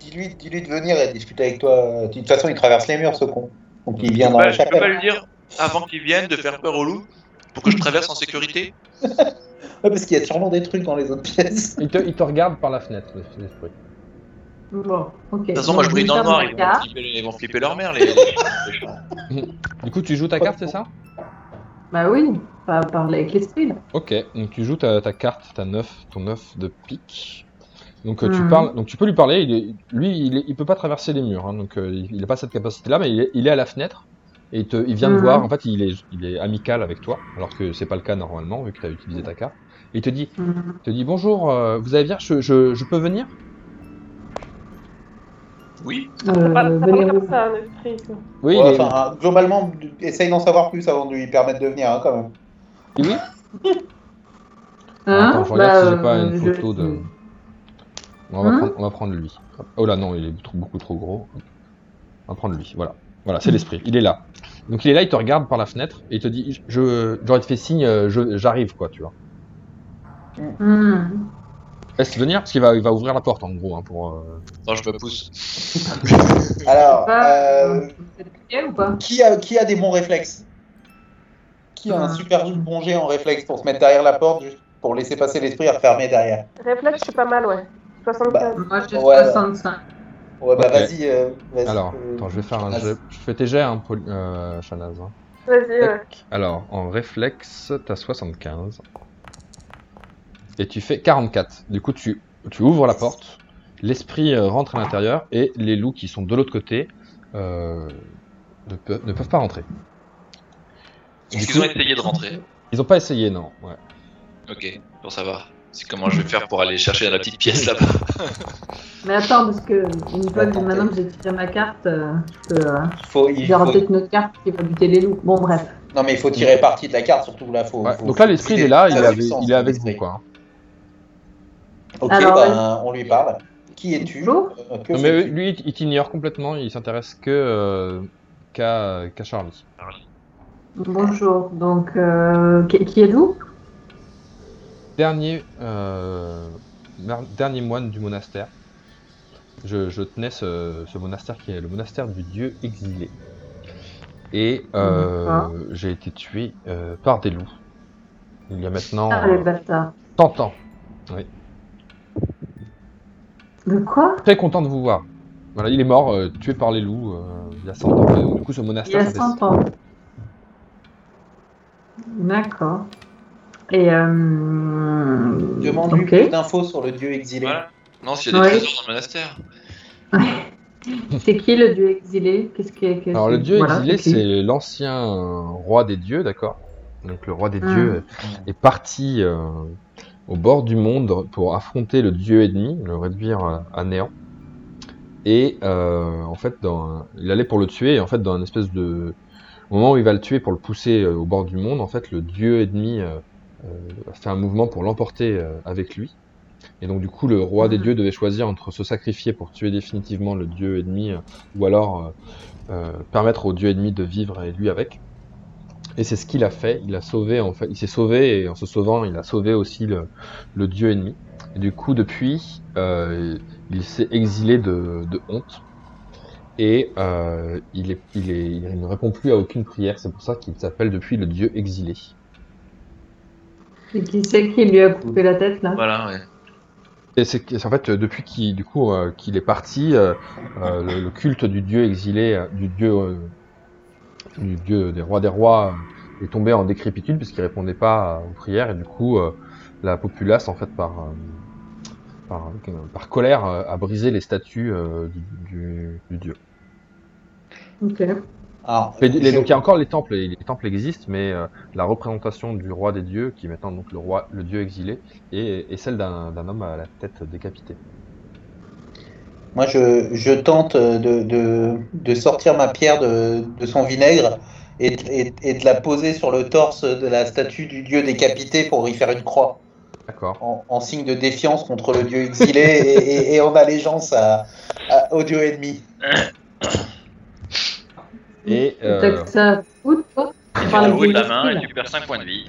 [SPEAKER 5] Dis-lui dis-lui de venir et discuter avec toi. De toute façon, il traverse les murs, ce con. Donc il vient
[SPEAKER 6] Je
[SPEAKER 5] dans
[SPEAKER 6] peux
[SPEAKER 5] la
[SPEAKER 6] pas- je peux pas
[SPEAKER 5] chapelle.
[SPEAKER 6] lui dire avant qu'il vienne de faire peur au loup pour que je traverse en sécurité
[SPEAKER 5] Ouais, parce qu'il y a sûrement des trucs dans les autres pièces.
[SPEAKER 2] Il te, il te regarde par la fenêtre, l'esprit.
[SPEAKER 4] Bon, ok.
[SPEAKER 6] De toute façon, moi je brille dans le noir, ils vont flipper, ils vont flipper leur mère, les. les gens.
[SPEAKER 2] Du coup, tu joues ta carte, c'est ça
[SPEAKER 4] Bah oui, pas parler avec l'esprit. là.
[SPEAKER 2] Ok, donc tu joues ta, ta carte, ta 9, ton 9 de pique. Donc euh, tu
[SPEAKER 4] Mhm.
[SPEAKER 2] parles, donc tu peux lui parler. Il est- lui, il, est- il peut pas traverser les murs, hein, donc euh, il n'a pas cette capacité-là, mais il est, il est à la fenêtre et il te- il vient te
[SPEAKER 4] Mhm.
[SPEAKER 2] voir. En fait, il est, il est amical avec toi, alors que c'est pas le cas normalement vu que tu as utilisé ta carte. Et il te dit,
[SPEAKER 4] Hmm.
[SPEAKER 2] il te dit bonjour. euh, vous allez bien je, je, je peux venir
[SPEAKER 6] Oui,
[SPEAKER 4] Euh,
[SPEAKER 3] Ça parle ça parle
[SPEAKER 4] venez
[SPEAKER 3] comme
[SPEAKER 4] vous-
[SPEAKER 3] ça, un esprit. quoi.
[SPEAKER 2] Oui,
[SPEAKER 5] Ouais,
[SPEAKER 2] il est-
[SPEAKER 5] enfin, globalement, essaye d'en savoir plus avant de lui permettre de venir, hein, quand même.
[SPEAKER 2] oui.
[SPEAKER 4] Hein
[SPEAKER 2] Attends, je regarde si j'ai
[SPEAKER 4] Bah,
[SPEAKER 2] pas une
[SPEAKER 4] euh,
[SPEAKER 2] photo
[SPEAKER 4] je-
[SPEAKER 2] de. On va,
[SPEAKER 4] Hein
[SPEAKER 2] prendre, on va prendre lui. Oh là non, il est trop- beaucoup trop gros. On va prendre lui. Voilà, voilà, c'est l'esprit. Il est là. Donc il est là, il te regarde par la fenêtre et il te dit, je, genre il te fait signe, euh, je- j'arrive quoi, tu vois.
[SPEAKER 4] Hmm.
[SPEAKER 2] Laisse venir parce qu'il va, il va ouvrir la porte en gros hein, pour. euh,
[SPEAKER 6] attends, je me pousse.
[SPEAKER 5] Alors,
[SPEAKER 4] Pas-
[SPEAKER 5] euh,
[SPEAKER 4] C'est compliqué ou pas
[SPEAKER 5] qui, a, qui a des bons réflexes Qui a un
[SPEAKER 4] Hmm.
[SPEAKER 5] super bon jet en réflexe pour se mettre derrière la porte, juste pour laisser passer l'esprit et refermer derrière
[SPEAKER 3] Réflexe, je suis pas mal, ouais.
[SPEAKER 5] Bah.
[SPEAKER 3] 75.
[SPEAKER 4] Moi j'ai
[SPEAKER 5] Ouais.
[SPEAKER 4] 65.
[SPEAKER 5] Ouais, bah
[SPEAKER 2] Ok.
[SPEAKER 5] vas-y, euh, vas-y.
[SPEAKER 2] Alors,
[SPEAKER 5] euh,
[SPEAKER 2] attends, je vais faire un
[SPEAKER 5] Shanaz.
[SPEAKER 2] jeu. Je fais tes jets, hein, Paul- euh, Shanaz, hein.
[SPEAKER 3] Vas-y, euh. ouais.
[SPEAKER 2] Alors, en réflexe, t'as 75. Et tu fais 44. Du coup, tu, tu ouvres la porte, l'esprit euh, rentre à l'intérieur et les loups qui sont de l'autre côté euh, ne, peu- ne peuvent pas rentrer.
[SPEAKER 6] Est-ce
[SPEAKER 2] Du
[SPEAKER 6] qu'ils ont
[SPEAKER 2] coup-
[SPEAKER 6] essayé de rentrer
[SPEAKER 2] Ils n'ont pas essayé, non. Ouais.
[SPEAKER 6] Ok, pour savoir. C'est comment je vais faire pour aller chercher dans la petite pièce là-bas
[SPEAKER 4] Mais attends, parce que une fois
[SPEAKER 5] va
[SPEAKER 4] que
[SPEAKER 5] tenter.
[SPEAKER 4] maintenant que j'ai tiré ma carte, euh, je peux. euh,
[SPEAKER 5] Il faut, il
[SPEAKER 4] J'ai
[SPEAKER 5] faut-
[SPEAKER 4] peut-être notre carte qui va buter les loups. Bon, bref.
[SPEAKER 5] Non, mais il faut tirer parti de la carte, surtout là. Faut,
[SPEAKER 2] Ouais,
[SPEAKER 5] faut-
[SPEAKER 2] Donc là, l'esprit il est là, il est, avec- il est
[SPEAKER 5] hein,
[SPEAKER 2] avec vous. Quoi.
[SPEAKER 5] Ok,
[SPEAKER 4] Alors,
[SPEAKER 5] ben, on lui parle. Qui es-tu
[SPEAKER 4] Bonjour.
[SPEAKER 5] Euh, que
[SPEAKER 2] Non, mais
[SPEAKER 5] fais-tu
[SPEAKER 2] lui, il t'ignore complètement, il s'intéresse que euh, qu'à qu'à Charlie.
[SPEAKER 4] Bonjour, donc euh, qui, qui êtes-vous
[SPEAKER 2] Dernier, euh, mer- dernier moine du monastère. Je, je tenais ce, ce monastère qui est le monastère du dieu exilé. Et euh,
[SPEAKER 4] D'accord.
[SPEAKER 2] j'ai été tué euh, par des loups. Il y a maintenant
[SPEAKER 4] Ah, les
[SPEAKER 2] euh,
[SPEAKER 4] bâtards.
[SPEAKER 2] 100 ans.
[SPEAKER 4] De quoi
[SPEAKER 2] Très content de vous voir. Voilà, il est mort, euh, tué par les loups, euh, il y a 100 ans. Et donc, du coup, ce
[SPEAKER 5] Ah,
[SPEAKER 4] Il y a
[SPEAKER 2] monastère, ça fait-
[SPEAKER 4] 100 ans. D'accord. Et. Euh...
[SPEAKER 5] Demande-lui
[SPEAKER 4] ok.
[SPEAKER 5] plus d'infos sur le dieu exilé.
[SPEAKER 6] Voilà. Non, s'il y a des
[SPEAKER 4] Ouais.
[SPEAKER 6] trésors dans le monastère.
[SPEAKER 4] C'est qui le dieu exilé Qu'est-ce qui est- qu'est-ce
[SPEAKER 2] Alors, le
[SPEAKER 4] qui-
[SPEAKER 2] dieu
[SPEAKER 4] voilà,
[SPEAKER 2] exilé,
[SPEAKER 4] qui
[SPEAKER 2] c'est l'ancien euh, roi des dieux, d'accord Donc, le roi des
[SPEAKER 4] Hmm.
[SPEAKER 2] dieux est parti euh, au bord du monde pour affronter le dieu ennemi, le réduire à, à néant. Et euh, en fait, dans, un- il allait pour le tuer, et en fait, dans un espèce de au moment où il va le tuer pour le pousser euh, au bord du monde, en fait, le dieu ennemi euh, euh, fait un mouvement pour l'emporter euh, avec lui. Et donc, du coup, le roi des
[SPEAKER 4] Mhm.
[SPEAKER 2] dieux devait choisir entre se sacrifier pour tuer définitivement le dieu ennemi, euh, ou alors euh, euh, permettre au dieu ennemi de vivre et lui avec. Et c'est ce qu'il a fait. Il a sauvé, en fait, il s'est sauvé et en se sauvant, il a sauvé aussi le, le dieu ennemi. Et du coup, depuis, euh, il s'est exilé de, de honte. Et euh, il, est, il, est, il ne répond plus à aucune prière. C'est pour ça qu'il s'appelle depuis le dieu exilé.
[SPEAKER 4] Et qui c'est qui lui a coupé la tête là
[SPEAKER 6] Voilà, ouais.
[SPEAKER 2] Et c'est que- c'est en fait euh, depuis qu'il du coup euh, qu'il est parti, euh, euh, le, le culte du dieu exilé, euh, du dieu euh, du dieu des rois des rois euh, est tombé en décrépitude puisqu'il répondait pas euh, aux prières et du coup euh, la populace en fait par euh, par, euh, par colère euh, a brisé les statues euh, du, du- du dieu.
[SPEAKER 4] Ok.
[SPEAKER 2] Euh,
[SPEAKER 5] Alors,
[SPEAKER 2] Mais les-
[SPEAKER 5] Ah, je-
[SPEAKER 2] donc il y a encore les temples, et les temples existent, mais euh, la représentation du roi des dieux, qui est maintenant donc le roi, le dieu exilé, est, est celle d'un d'un homme à la tête décapitée.
[SPEAKER 5] Moi, je, je tente de, de- de sortir ma pierre de, de son vinaigre et, et- et de la poser sur le torse de la statue du dieu décapité pour y faire une croix,
[SPEAKER 2] D'accord.
[SPEAKER 5] en, en signe de défiance contre le dieu exilé et, et- et en allégeance à, à- au dieu ennemi.
[SPEAKER 2] Et, euh,
[SPEAKER 4] T'as que ça à foutre, toi
[SPEAKER 6] Et tu
[SPEAKER 4] Par
[SPEAKER 6] le
[SPEAKER 4] les
[SPEAKER 6] bruit de la
[SPEAKER 4] dieux
[SPEAKER 6] main et
[SPEAKER 4] exilés.
[SPEAKER 6] tu perds 5 points de vie.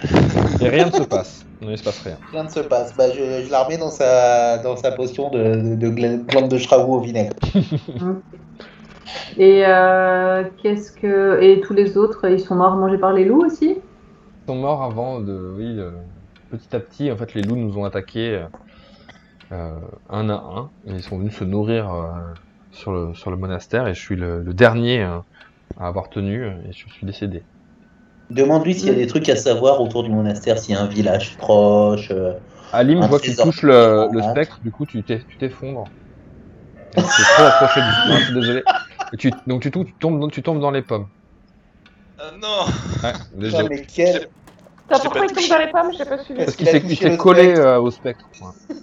[SPEAKER 2] et rien ne se passe. Non, il se passe rien.
[SPEAKER 5] Rien ne se passe. Bah, je je la remets dans sa, dans sa potion de, de, de gla- glande de Shravou au vinaigre.
[SPEAKER 4] Hein. Et euh, qu'est-ce que et tous les autres, ils sont morts mangés par les loups aussi
[SPEAKER 2] Ils sont morts avant de. Oui, euh, petit à petit, en fait, les loups nous ont attaqués euh, un à un. Et ils sont venus se nourrir euh, sur, le, sur le monastère. Et je suis le, le dernier euh, à avoir tenu. euh, Et je suis décédé.
[SPEAKER 5] Demande-lui s'il y a des trucs à savoir autour du monastère, s'il y a un village proche. euh,
[SPEAKER 2] Alim,
[SPEAKER 5] Un
[SPEAKER 2] je vois que tu
[SPEAKER 5] trésor.
[SPEAKER 2] touches le, le spectre. Du coup, tu t'eff- tu t'effondres. Tu trop approché du. Non, je suis désolé. Et tu- donc, tu, tou- tu tombes, dans- tu tombes dans les pommes.
[SPEAKER 6] Ah non
[SPEAKER 2] Ouais,
[SPEAKER 5] Putain,
[SPEAKER 2] désolé.
[SPEAKER 5] mais quel...
[SPEAKER 3] Putain,
[SPEAKER 6] Je
[SPEAKER 3] pourquoi il
[SPEAKER 6] l'ai pas
[SPEAKER 3] tombe
[SPEAKER 6] touché.
[SPEAKER 3] dans les pommes J'ai pas suivi.
[SPEAKER 2] Parce
[SPEAKER 5] Parce
[SPEAKER 2] qu'il
[SPEAKER 5] qu'il a
[SPEAKER 2] s'est
[SPEAKER 5] touché
[SPEAKER 2] il s'est
[SPEAKER 5] le
[SPEAKER 2] collé
[SPEAKER 5] spectre.
[SPEAKER 2] euh, au spectre. ouais.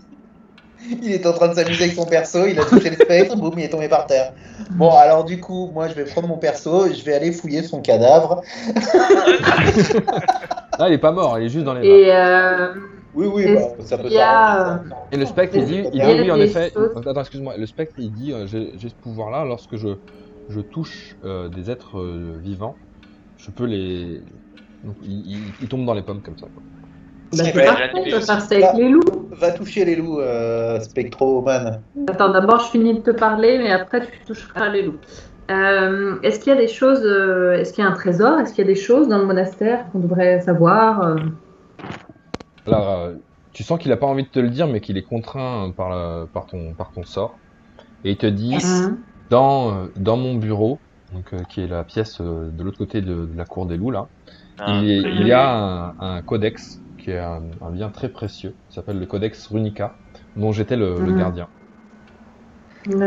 [SPEAKER 5] Il est en train de s'amuser avec son perso, il a touché le spectre, boum, il est tombé par terre. Bon, alors du coup, moi je vais prendre mon perso, je vais aller fouiller son cadavre.
[SPEAKER 2] Là, Ah, il est pas mort, il est juste dans les mains.
[SPEAKER 4] Et euh,
[SPEAKER 5] Oui, oui,
[SPEAKER 4] Est-ce
[SPEAKER 5] bah, ça peut
[SPEAKER 4] qu'il y a,
[SPEAKER 5] s'arranger, ça.
[SPEAKER 2] Et le spectre, il dit, il dit
[SPEAKER 5] Il y a
[SPEAKER 2] oui, en
[SPEAKER 4] des
[SPEAKER 2] effet.
[SPEAKER 4] choses-
[SPEAKER 2] Attends, excuse-moi. Le spectre, il dit, euh, j'ai j'ai ce pouvoir-là lorsque je, je touche euh, des êtres euh, vivants, je peux les. Donc, il, il- il tombe dans les pommes comme ça. quoi.
[SPEAKER 4] bah,
[SPEAKER 5] Ouais,
[SPEAKER 4] c'est
[SPEAKER 6] bah,
[SPEAKER 4] parfait, on peut faire ça avec les loups.
[SPEAKER 5] Va toucher les loups, euh, Spectroman.
[SPEAKER 4] Attends, d'abord je finis de te parler, mais après tu toucheras les loups. Euh, est-ce qu'il y a des choses, euh, est-ce qu'il y a un trésor, est-ce qu'il y a des choses dans le monastère qu'on devrait savoir euh
[SPEAKER 2] Alors, euh, tu sens qu'il a pas envie de te le dire, mais qu'il est contraint par, la- par, ton, par ton sort. Et il te dit,
[SPEAKER 4] Hein
[SPEAKER 2] dans, euh, dans mon bureau, donc, euh, qui est la pièce euh, de l'autre côté de, de la cour des loups, là,
[SPEAKER 6] Ah.
[SPEAKER 2] il, est- il y a un, un codex qui est un, un bien très précieux, qui s'appelle le codex Runica, dont j'étais le- le
[SPEAKER 4] Mhm.
[SPEAKER 2] gardien.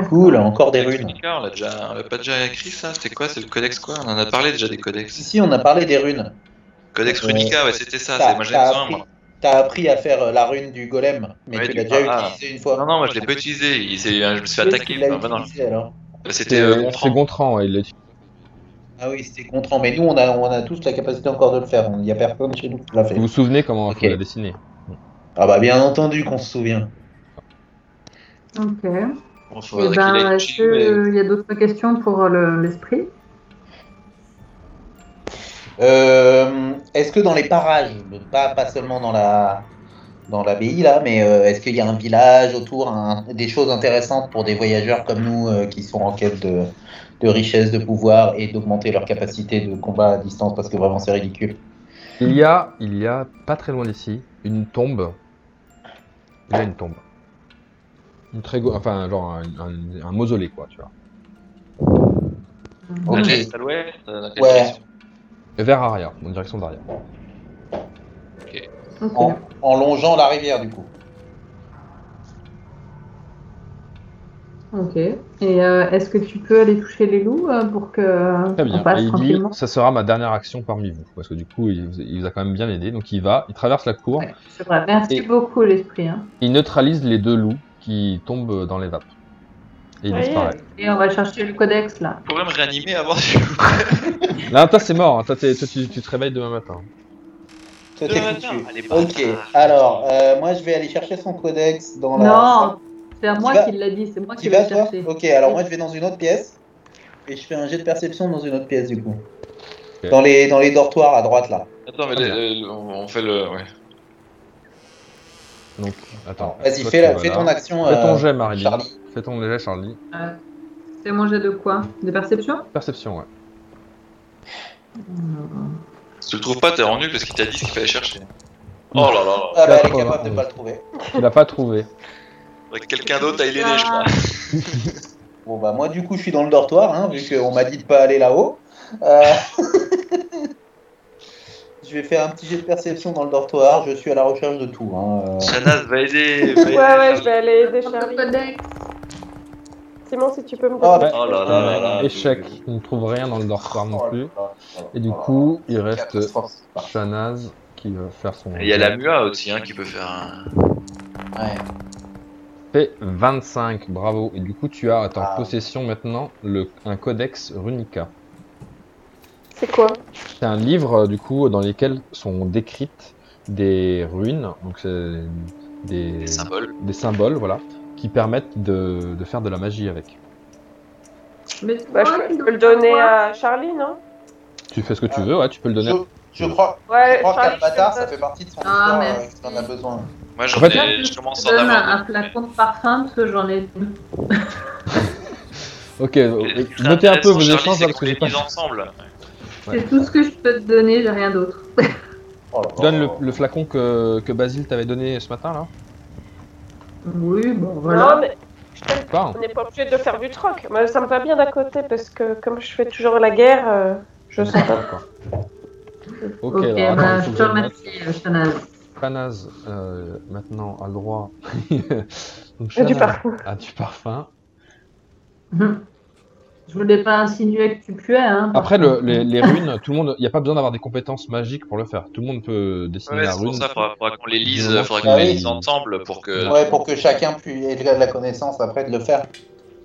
[SPEAKER 5] Cool, encore des runes.
[SPEAKER 6] Runica, On l'a déjà, on l'a pas déjà écrit ça C'était quoi C'est le codex quoi On en a parlé déjà des codex.
[SPEAKER 5] Ici, on a parlé des runes.
[SPEAKER 6] Codex
[SPEAKER 5] Euh,
[SPEAKER 6] Runica, ouais, c'était ça.
[SPEAKER 5] T'as
[SPEAKER 6] c'est- Moi j'ai
[SPEAKER 5] t'as
[SPEAKER 6] besoin.
[SPEAKER 5] appris,
[SPEAKER 6] moi.
[SPEAKER 5] t'as appris à faire euh, la rune du golem, mais
[SPEAKER 6] Ouais,
[SPEAKER 5] tu
[SPEAKER 6] du-
[SPEAKER 5] l'as déjà
[SPEAKER 6] ah.
[SPEAKER 5] utilisée une fois.
[SPEAKER 6] Non, non, moi je l'ai pas utilisé. Il s'est- euh, je me suis fait
[SPEAKER 5] Qui
[SPEAKER 6] attaquer.
[SPEAKER 5] l'a
[SPEAKER 6] Enfin, bah, non,
[SPEAKER 5] utilisée, alors
[SPEAKER 6] C'était
[SPEAKER 2] C'est
[SPEAKER 6] euh,
[SPEAKER 2] c'est
[SPEAKER 6] Gontran.
[SPEAKER 2] Gontran, il l'a dit.
[SPEAKER 5] Ah oui, c'était contrant, mais nous on a, on a tous la capacité encore de le faire. Il n'y a personne chez nous qui l'a fait.
[SPEAKER 2] Vous vous souvenez comment
[SPEAKER 5] Ok.
[SPEAKER 2] il a dessiné
[SPEAKER 5] Ah bah bien entendu qu'on se souvient.
[SPEAKER 4] Ok.
[SPEAKER 6] Bon,
[SPEAKER 4] Eh
[SPEAKER 6] faudrait qu'il
[SPEAKER 4] ben,
[SPEAKER 6] aille
[SPEAKER 4] est-ce
[SPEAKER 6] chez lui, mais-
[SPEAKER 4] qu'il y a d'autres questions pour le- l'esprit
[SPEAKER 5] Euh, est-ce que dans les parages, pas, pas seulement dans la dans l'abbaye là, mais euh, est-ce qu'il y a un village autour, un- des choses intéressantes pour des voyageurs comme nous euh, qui sont en quête de, de richesse, de pouvoir et d'augmenter leur capacité de combat à distance parce que vraiment c'est ridicule.
[SPEAKER 2] Il y a, il y a pas très loin d'ici, une tombe. Il y a une tombe. Une très go- enfin genre un, un- un mausolée quoi, tu vois.
[SPEAKER 5] Ok.
[SPEAKER 6] À l'est, à l'ouest euh, dans quelle
[SPEAKER 5] Ouais.
[SPEAKER 6] direction
[SPEAKER 2] Vers arrière, en direction d'arrière.
[SPEAKER 4] Ok.
[SPEAKER 5] En, en longeant la rivière du coup.
[SPEAKER 4] Ok. Et euh, est-ce que tu peux aller toucher les loups euh, pour que
[SPEAKER 2] Très bien.
[SPEAKER 4] on passe
[SPEAKER 2] Et il dit,
[SPEAKER 4] tranquillement
[SPEAKER 2] ça sera ma dernière action parmi vous, parce que du coup, il vous, il vous a quand même bien aidé. Donc il va, il traverse la cour,
[SPEAKER 4] Ouais, C'est vrai. Merci
[SPEAKER 2] Et-
[SPEAKER 4] beaucoup l'esprit. hein.
[SPEAKER 2] il neutralise les deux loups qui tombent dans les vapes. Et il
[SPEAKER 3] Ouais.
[SPEAKER 2] disparaît.
[SPEAKER 4] Et on va chercher le codex là.
[SPEAKER 6] Vous pourrez me réanimer avant s'il vous plaît
[SPEAKER 2] Là, toi, c'est mort. hein. Toi, t'es- toi, tu, tu te réveilles demain matin.
[SPEAKER 5] Toi, t'es
[SPEAKER 6] Demain
[SPEAKER 5] foutu.
[SPEAKER 6] matin, allez, bah.
[SPEAKER 5] Ok. Alors euh, moi je vais aller chercher son codex dans
[SPEAKER 2] Oh
[SPEAKER 5] la.
[SPEAKER 4] Non, c'est à
[SPEAKER 5] Tu
[SPEAKER 4] moi
[SPEAKER 5] vas-
[SPEAKER 4] qui l'a dit. C'est moi
[SPEAKER 5] Tu
[SPEAKER 4] qui
[SPEAKER 5] vas
[SPEAKER 4] l'ai
[SPEAKER 5] toi
[SPEAKER 4] cherché.
[SPEAKER 5] Ok, alors moi je vais dans une autre pièce et je fais un jet de perception dans une autre pièce du coup.
[SPEAKER 2] Ok.
[SPEAKER 5] Dans, les, dans les dortoirs à droite là.
[SPEAKER 6] Attends, mais
[SPEAKER 2] Ah,
[SPEAKER 6] le- le- le- on on fait le. Ouais.
[SPEAKER 2] Donc, attends.
[SPEAKER 5] Vas-y,
[SPEAKER 2] Toi,
[SPEAKER 5] fais,
[SPEAKER 2] tu
[SPEAKER 5] la-
[SPEAKER 2] vas
[SPEAKER 5] fais
[SPEAKER 2] là.
[SPEAKER 5] ton action.
[SPEAKER 2] Fais ton
[SPEAKER 5] euh,
[SPEAKER 2] jet, Marilyn.
[SPEAKER 5] Charlie.
[SPEAKER 2] Fais ton jet, Charlie.
[SPEAKER 4] Euh, C'est mon jet de quoi De perception
[SPEAKER 2] Perception, ouais.
[SPEAKER 6] Si tu le trouves pas, t'es rendu parce qu'il t'a dit ce qu'il fallait chercher. Oh là là
[SPEAKER 5] Ah bah, elle est
[SPEAKER 2] 91.
[SPEAKER 5] capable de pas le trouver.
[SPEAKER 2] Il l'a pas trouvé.
[SPEAKER 6] là. Quelqu'un d'autre a aidé, je crois.
[SPEAKER 5] Bon bah moi du coup je suis dans le dortoir hein, vu qu'on m'a dit de pas aller là-haut. Euh, je vais faire un petit jet de perception dans le dortoir. Je suis à la recherche de tout. hein, euh.
[SPEAKER 6] Shanaz va aider.
[SPEAKER 3] Ouais, ouais, je vais aller aider Charlie.
[SPEAKER 4] Le codex.
[SPEAKER 3] Simon, si tu peux me
[SPEAKER 5] Ah,
[SPEAKER 3] redire.
[SPEAKER 6] Oh là là là là.
[SPEAKER 2] Échec. Il ne trouve rien dans le dortoir non
[SPEAKER 5] Oh là
[SPEAKER 2] plus.
[SPEAKER 5] là, oh là
[SPEAKER 2] Et du
[SPEAKER 5] là là.
[SPEAKER 2] coup, il reste euh,
[SPEAKER 5] Catastrophe.
[SPEAKER 2] Shanaz qui va faire son.
[SPEAKER 6] Et Il y a la MUA aussi hein, qui peut faire un.
[SPEAKER 5] Ouais.
[SPEAKER 2] Fait 25, bravo. Et du coup, tu as à ta
[SPEAKER 5] Ah.
[SPEAKER 2] possession maintenant le, un codex Runica.
[SPEAKER 3] C'est quoi
[SPEAKER 2] C'est un livre, euh, du coup, dans lequel sont décrites des runes, donc c'est des,
[SPEAKER 6] Des symboles.
[SPEAKER 2] des symboles, voilà, qui permettent de, de faire de la magie avec.
[SPEAKER 4] Mais c'est
[SPEAKER 3] bah,
[SPEAKER 4] moi
[SPEAKER 3] je,
[SPEAKER 4] qui
[SPEAKER 3] je peux le
[SPEAKER 4] dois
[SPEAKER 3] donner
[SPEAKER 4] voir.
[SPEAKER 3] à Charlie, non
[SPEAKER 2] Tu fais ce que tu
[SPEAKER 5] Ah.
[SPEAKER 2] veux, ouais, tu peux le donner.
[SPEAKER 5] Je, je crois, je
[SPEAKER 3] Ouais,
[SPEAKER 5] crois que
[SPEAKER 3] Charlie,
[SPEAKER 5] Avatar,
[SPEAKER 3] je
[SPEAKER 5] ça
[SPEAKER 3] te
[SPEAKER 5] fait partie de son
[SPEAKER 4] Ah,
[SPEAKER 5] histoire euh,
[SPEAKER 4] merci.
[SPEAKER 5] qu'il en a besoin.
[SPEAKER 6] Moi j'en
[SPEAKER 2] En fait,
[SPEAKER 6] ai.
[SPEAKER 4] Je
[SPEAKER 6] Je commence à en
[SPEAKER 4] donne
[SPEAKER 6] avoir.
[SPEAKER 4] un flacon de parfum parce que j'en ai deux.
[SPEAKER 2] Ok, euh, notez un peu vos échanges là, parce que j'ai pas.
[SPEAKER 6] mis ensemble.
[SPEAKER 2] Ouais.
[SPEAKER 4] C'est tout ce que je peux te donner, j'ai rien d'autre.
[SPEAKER 5] Oh là là.
[SPEAKER 2] Tu donnes le, le flacon que, que Basile t'avait donné ce matin là
[SPEAKER 4] Oui, bon
[SPEAKER 3] Voilà.
[SPEAKER 4] voilà.
[SPEAKER 3] Non, mais je te le
[SPEAKER 2] Pas. hein
[SPEAKER 3] On n'est pas obligé de faire du troc. Mais ça me va bien d'à côté parce que comme je fais toujours la guerre, euh, je sens pas.
[SPEAKER 2] D'accord. Ok,
[SPEAKER 4] Ok,
[SPEAKER 2] alors, attends,
[SPEAKER 4] bah,
[SPEAKER 2] il faut que
[SPEAKER 4] je te
[SPEAKER 2] je note.
[SPEAKER 4] remercie, euh, Shanaz.
[SPEAKER 2] Shanaz, euh, maintenant a le droit. Donc,
[SPEAKER 3] Du
[SPEAKER 2] Shanaz
[SPEAKER 3] parfum.
[SPEAKER 2] a du parfum.
[SPEAKER 4] Hum. Je voulais pas insinuer que tu puais. Hein, par
[SPEAKER 2] Après,
[SPEAKER 4] contre.
[SPEAKER 2] le- les, les runes, tout le monde, il n'y a pas besoin d'avoir des compétences magiques pour le faire. Tout le monde peut dessiner
[SPEAKER 6] Ouais,
[SPEAKER 2] la
[SPEAKER 6] c'est
[SPEAKER 2] rune.
[SPEAKER 6] pour ça, faudra, faudra qu'on les lise,
[SPEAKER 2] Ah oui.
[SPEAKER 6] faudra qu'on les lise ensemble pour que.
[SPEAKER 5] Ouais, pour que chacun puisse ait de la connaissance après de le faire.
[SPEAKER 2] Là,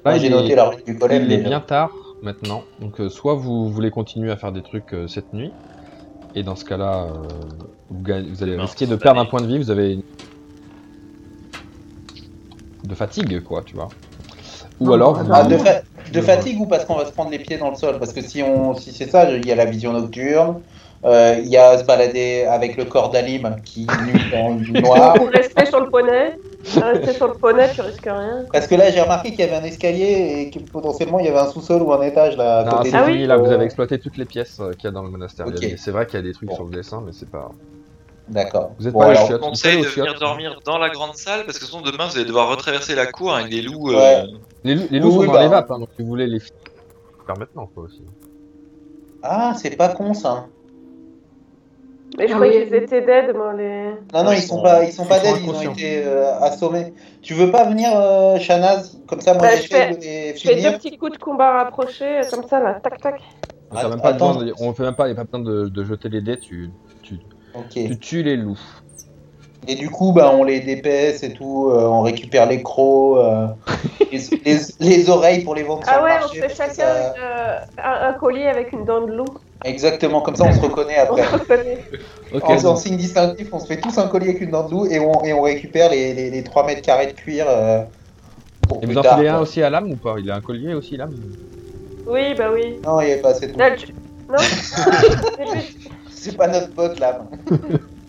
[SPEAKER 5] Moi,
[SPEAKER 2] il,
[SPEAKER 5] j'ai
[SPEAKER 2] est,
[SPEAKER 5] noté la rue du
[SPEAKER 2] il est
[SPEAKER 5] collège. déjà.
[SPEAKER 2] bien tard maintenant. Donc, euh, soit vous voulez continuer à faire des trucs euh, cette nuit, et dans ce cas-là, euh, vous, gagnez- vous allez
[SPEAKER 6] Non,
[SPEAKER 2] risquer de
[SPEAKER 6] ça
[SPEAKER 2] perdre un
[SPEAKER 6] allait.
[SPEAKER 2] point de vie. Vous avez une- de fatigue, quoi, tu vois. Ou
[SPEAKER 4] Non,
[SPEAKER 2] alors,
[SPEAKER 4] non,
[SPEAKER 2] vous-
[SPEAKER 4] non.
[SPEAKER 5] Ah, de, fa- de fatigue ou parce qu'on va se prendre les pieds dans le sol Parce que si, on... si c'est ça, il y a la vision nocturne, euh, il y a se balader avec le corps d'Alim qui nuit dans le
[SPEAKER 2] Ah.
[SPEAKER 5] noir.
[SPEAKER 3] Ou rester sur le poney. Rester sur le poney, tu risques rien.
[SPEAKER 5] Parce que là, j'ai remarqué qu'il y avait un escalier et que potentiellement il y avait un sous-sol ou un étage là. à
[SPEAKER 2] Non,
[SPEAKER 5] côté
[SPEAKER 2] c'est
[SPEAKER 5] de-
[SPEAKER 3] Ah oui.
[SPEAKER 2] fini, là, vous avez exploité toutes les pièces euh, qu'il y a dans le monastère. Il y a
[SPEAKER 5] Ok.
[SPEAKER 2] des- C'est vrai qu'il y a des trucs
[SPEAKER 5] Bon.
[SPEAKER 2] sur le dessin, mais c'est pas.
[SPEAKER 5] D'accord.
[SPEAKER 2] Vous êtes
[SPEAKER 5] Bon,
[SPEAKER 2] pas allé
[SPEAKER 5] alors,
[SPEAKER 2] au chiottes. vous êtes allé
[SPEAKER 6] Conseil
[SPEAKER 2] au
[SPEAKER 6] de venir
[SPEAKER 2] chiottes.
[SPEAKER 6] dormir dans la grande salle parce que sinon demain vous allez devoir retraverser la cour avec des loups. euh,
[SPEAKER 5] Ouais.
[SPEAKER 2] Les, loups- les loups
[SPEAKER 5] Oui,
[SPEAKER 2] sont
[SPEAKER 5] oui,
[SPEAKER 2] dans
[SPEAKER 5] bah.
[SPEAKER 2] les vapes, hein, donc si vous voulez les faire maintenant, quoi, aussi.
[SPEAKER 5] Ah, c'est pas con ça.
[SPEAKER 3] Mais je
[SPEAKER 4] Ah
[SPEAKER 3] croyais
[SPEAKER 4] oui.
[SPEAKER 3] qu'ils étaient dead, moi, les.
[SPEAKER 5] Non, non,
[SPEAKER 6] Ouais,
[SPEAKER 5] ils
[SPEAKER 6] ils
[SPEAKER 5] sont
[SPEAKER 6] sont-
[SPEAKER 5] pas, ils sont pas
[SPEAKER 2] ils sont
[SPEAKER 5] dead, ils ont
[SPEAKER 2] inconscients.
[SPEAKER 5] été euh, assommés. Tu veux pas venir, euh, Shanaz Comme ça, moi,
[SPEAKER 3] Bah,
[SPEAKER 5] j'essaie
[SPEAKER 3] je
[SPEAKER 5] de les
[SPEAKER 3] Je fais
[SPEAKER 5] finir.
[SPEAKER 3] deux petits coups de combat rapprochés, euh, comme ça, là, tac, tac.
[SPEAKER 2] On fait
[SPEAKER 5] Att-
[SPEAKER 2] même pas
[SPEAKER 5] attends.
[SPEAKER 2] besoin de- on fait même pas, il n'y a pas besoin de, de jeter les dés, tu, tu,
[SPEAKER 5] Ok.
[SPEAKER 2] tu tues les loups.
[SPEAKER 5] Et du coup, bah, on les dépaisse et tout, euh, on récupère les crocs, euh, les, les- les oreilles pour les vendre sur
[SPEAKER 3] Ah
[SPEAKER 5] le
[SPEAKER 3] ouais, on
[SPEAKER 5] marché,
[SPEAKER 3] se fait
[SPEAKER 5] parce que
[SPEAKER 3] chacun
[SPEAKER 5] ça-
[SPEAKER 3] une, euh, un, un collier avec une dent de loup.
[SPEAKER 5] Exactement, comme ça on se reconnaît
[SPEAKER 3] On
[SPEAKER 2] Ah
[SPEAKER 5] après.
[SPEAKER 3] se reconnaît.
[SPEAKER 2] Ok,
[SPEAKER 5] En, en signe distinctif, on se fait tous un collier avec une dent de loup et on, et on récupère les, les, les 3 mètres carrés de cuir euh, pour
[SPEAKER 2] et
[SPEAKER 5] plus
[SPEAKER 2] vous en
[SPEAKER 5] tard.
[SPEAKER 2] filez un
[SPEAKER 5] quoi.
[SPEAKER 2] aussi à l'âme ou pas Il a un collier aussi, l'âme
[SPEAKER 3] Oui, bah oui.
[SPEAKER 5] Non, il n'y a pas assez de
[SPEAKER 3] Là, tu, Non C'est juste-
[SPEAKER 5] C'est pas notre pote là.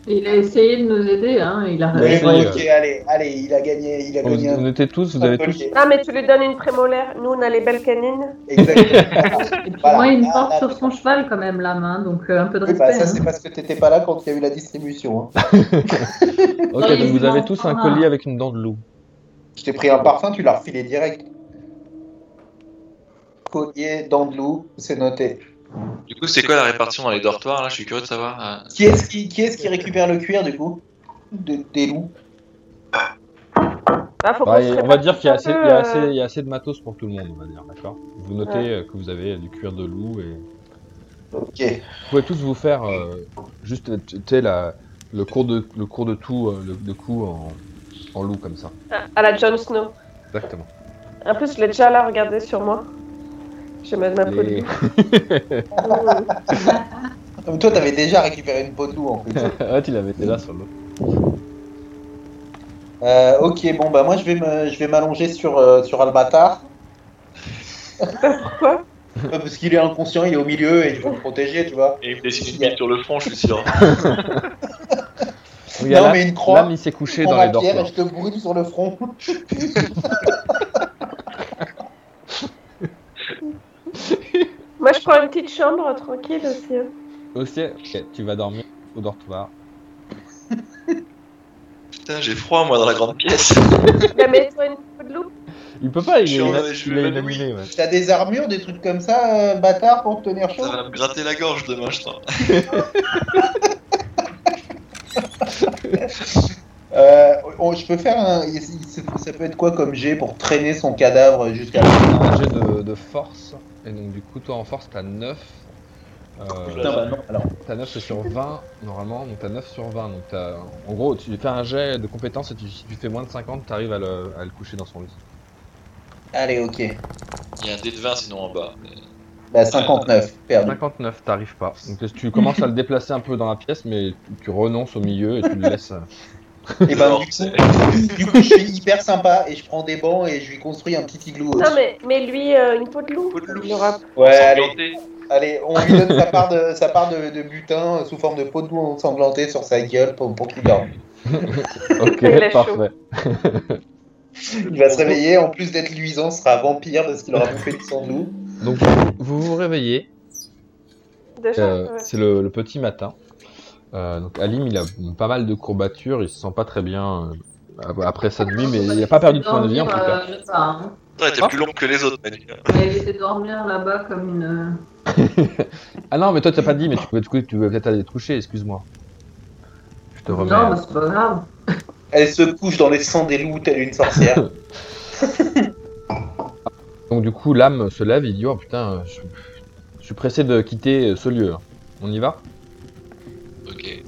[SPEAKER 4] Il a essayé de nous aider, hein. Il a
[SPEAKER 2] Ouais,
[SPEAKER 5] Mais
[SPEAKER 4] réussi.
[SPEAKER 5] bon,
[SPEAKER 2] essayez,
[SPEAKER 5] ok, allez, allez, il a gagné, il a
[SPEAKER 2] On,
[SPEAKER 5] gagné. un-
[SPEAKER 2] on était tous, vous
[SPEAKER 5] un
[SPEAKER 2] avez tous.
[SPEAKER 5] collier.
[SPEAKER 3] Ah, mais tu lui donnes une prémolaire. Nous, on a les belles canines.
[SPEAKER 5] Exactement.
[SPEAKER 4] Et puis
[SPEAKER 5] Voilà.
[SPEAKER 4] moi, il me
[SPEAKER 5] Ah,
[SPEAKER 4] porte
[SPEAKER 5] ah,
[SPEAKER 4] sur son cheval quand même, la main, donc euh, un peu de
[SPEAKER 5] Oui, bah,
[SPEAKER 4] respect.
[SPEAKER 5] ça,
[SPEAKER 4] hein.
[SPEAKER 5] c'est parce que t'étais pas là quand il y a eu la distribution. hein.
[SPEAKER 2] Ok, donc vous
[SPEAKER 3] Ah.
[SPEAKER 2] avez tous un collier avec une dent de loup.
[SPEAKER 5] Je t'ai pris un parfum, tu l'as refilé direct. Collier d'Andelou, c'est noté.
[SPEAKER 6] Du coup, c'est quoi la répartition dans les dortoirs là Je suis curieux de savoir. euh.
[SPEAKER 5] Qui est-ce qui, qui, est qui récupère le cuir du coup De- Des loups.
[SPEAKER 3] Ah, faut qu'on
[SPEAKER 2] Bah,
[SPEAKER 3] se
[SPEAKER 2] et on va
[SPEAKER 3] répartisse
[SPEAKER 2] dire qu'il y, a
[SPEAKER 3] un
[SPEAKER 2] assez-
[SPEAKER 3] peu,
[SPEAKER 2] il y a
[SPEAKER 3] euh,
[SPEAKER 2] assez- il y a assez de matos pour tout le monde, on va dire, d'accord Vous notez
[SPEAKER 3] Ouais.
[SPEAKER 2] euh, que vous avez du cuir de loup et.
[SPEAKER 5] Ok.
[SPEAKER 2] Vous pouvez tous vous faire euh, juste euh, tu sais, la- le cours de le cours de tout euh, le, de coup en, en loup comme ça.
[SPEAKER 3] À la Jon Snow.
[SPEAKER 2] Exactement.
[SPEAKER 3] En plus, je l'ai déjà là, regardez sur moi. Je mets ma peau de
[SPEAKER 2] Et-
[SPEAKER 3] loup. Mmh.
[SPEAKER 5] Comme toi, t'avais déjà récupéré une peau de loup en fait.
[SPEAKER 2] ouais, tu l'avais déjà sur l'eau.
[SPEAKER 5] Euh, ok, bon bah moi je vais me, je vais m'allonger sur euh, sur Albatar.
[SPEAKER 3] Pourquoi
[SPEAKER 5] Euh, Parce qu'il est inconscient, il est au milieu et il faut le protéger, tu vois.
[SPEAKER 6] Et des cibles sur le front, je suis sûr.
[SPEAKER 5] non mais une croix.
[SPEAKER 2] l'âme, il s'est couché
[SPEAKER 5] prends
[SPEAKER 2] dans
[SPEAKER 5] ma
[SPEAKER 2] les
[SPEAKER 5] pierre
[SPEAKER 2] dortoirs.
[SPEAKER 5] et je te brûle sur le front.
[SPEAKER 3] Moi, je prends une petite chambre tranquille aussi. hein.
[SPEAKER 2] Aussi, ok, tu vas dormir au dortoir.
[SPEAKER 6] Putain, j'ai froid moi dans la grande pièce.
[SPEAKER 3] Bah, mets-toi une peau de loup.
[SPEAKER 2] Il peut pas, il est,
[SPEAKER 6] Je vais-
[SPEAKER 2] ina-
[SPEAKER 6] je
[SPEAKER 2] il
[SPEAKER 6] vais
[SPEAKER 2] est
[SPEAKER 6] m'évanouir.
[SPEAKER 2] inanimé, ouais.
[SPEAKER 5] T'as des armures, des trucs comme ça, euh, bâtard, pour te tenir chaud
[SPEAKER 6] Ça va me gratter la gorge demain, je sens.
[SPEAKER 5] Euh, on- je peux faire un. il- il- Ça peut être quoi comme jet pour traîner son cadavre jusqu'à.
[SPEAKER 2] Un jet de, de force. Et donc du coup toi en force t'as 9.
[SPEAKER 5] Putain, bah non, alors.
[SPEAKER 2] T'as 9 c'est sur 20 normalement, donc t'as 9 sur 20. Donc t'as- en gros, tu fais un jet de compétences et tu, si tu fais moins de 50, t'arrives à le, à le coucher dans son lit.
[SPEAKER 5] Allez, ok.
[SPEAKER 6] Il y a un dé de 20 sinon en bas. mais-
[SPEAKER 5] Bah 59, perdu.
[SPEAKER 2] 59, t'arrives pas. Donc tu commences à le déplacer un peu dans la pièce, mais tu- tu renonces au milieu et tu le laisses. euh,
[SPEAKER 5] Et bah,
[SPEAKER 6] Non,
[SPEAKER 5] du
[SPEAKER 6] c'est-
[SPEAKER 5] coup, du coup, je suis hyper sympa et je prends des bancs et je lui construis un petit igloo.
[SPEAKER 3] Non,
[SPEAKER 5] au-dessus.
[SPEAKER 3] mais, mais lui, euh, une peau de loup.
[SPEAKER 6] Peau de loup.
[SPEAKER 3] Il aura-
[SPEAKER 5] Ouais, allez,
[SPEAKER 6] Sanglantée.
[SPEAKER 5] allez, on lui donne sa part de, sa part de, de butin euh, sous forme de pot de loup ensanglantée sur sa gueule pour, pour qu'il dorme.
[SPEAKER 2] Ok,
[SPEAKER 3] Il est chaud.
[SPEAKER 2] parfait.
[SPEAKER 5] Il va se réveiller, en plus d'être luisant, sera vampire parce qu'il aura bouffé du sang de loup.
[SPEAKER 2] Donc vous vous réveillez,
[SPEAKER 3] Déjà,
[SPEAKER 2] euh,
[SPEAKER 3] ouais.
[SPEAKER 2] c'est le, le petit matin. Euh, donc Alim, il a pas mal de courbatures, il se sent pas très bien euh, après sa nuit, mais il a pas perdu de point de vie en tout cas.
[SPEAKER 4] Dormir, euh, je sais pas, hein.
[SPEAKER 6] Ouais, t'es
[SPEAKER 2] Ah.
[SPEAKER 6] plus long que les autres, mec.
[SPEAKER 4] Il a évité de dormir là-bas comme une. euh,
[SPEAKER 2] Ah non, mais toi t'as pas dit, mais tu, peux- du coup, tu veux peut-être aller te coucher, excuse-moi. Je te
[SPEAKER 4] Non,
[SPEAKER 2] remets.
[SPEAKER 4] bah, c'est pas grave.
[SPEAKER 5] Elle se couche dans les sangs des loups telle une sorcière.
[SPEAKER 2] Donc du coup, l'âme se lève, il dit, oh putain, je, je suis pressé de quitter ce lieu. On y va
[SPEAKER 6] Ok.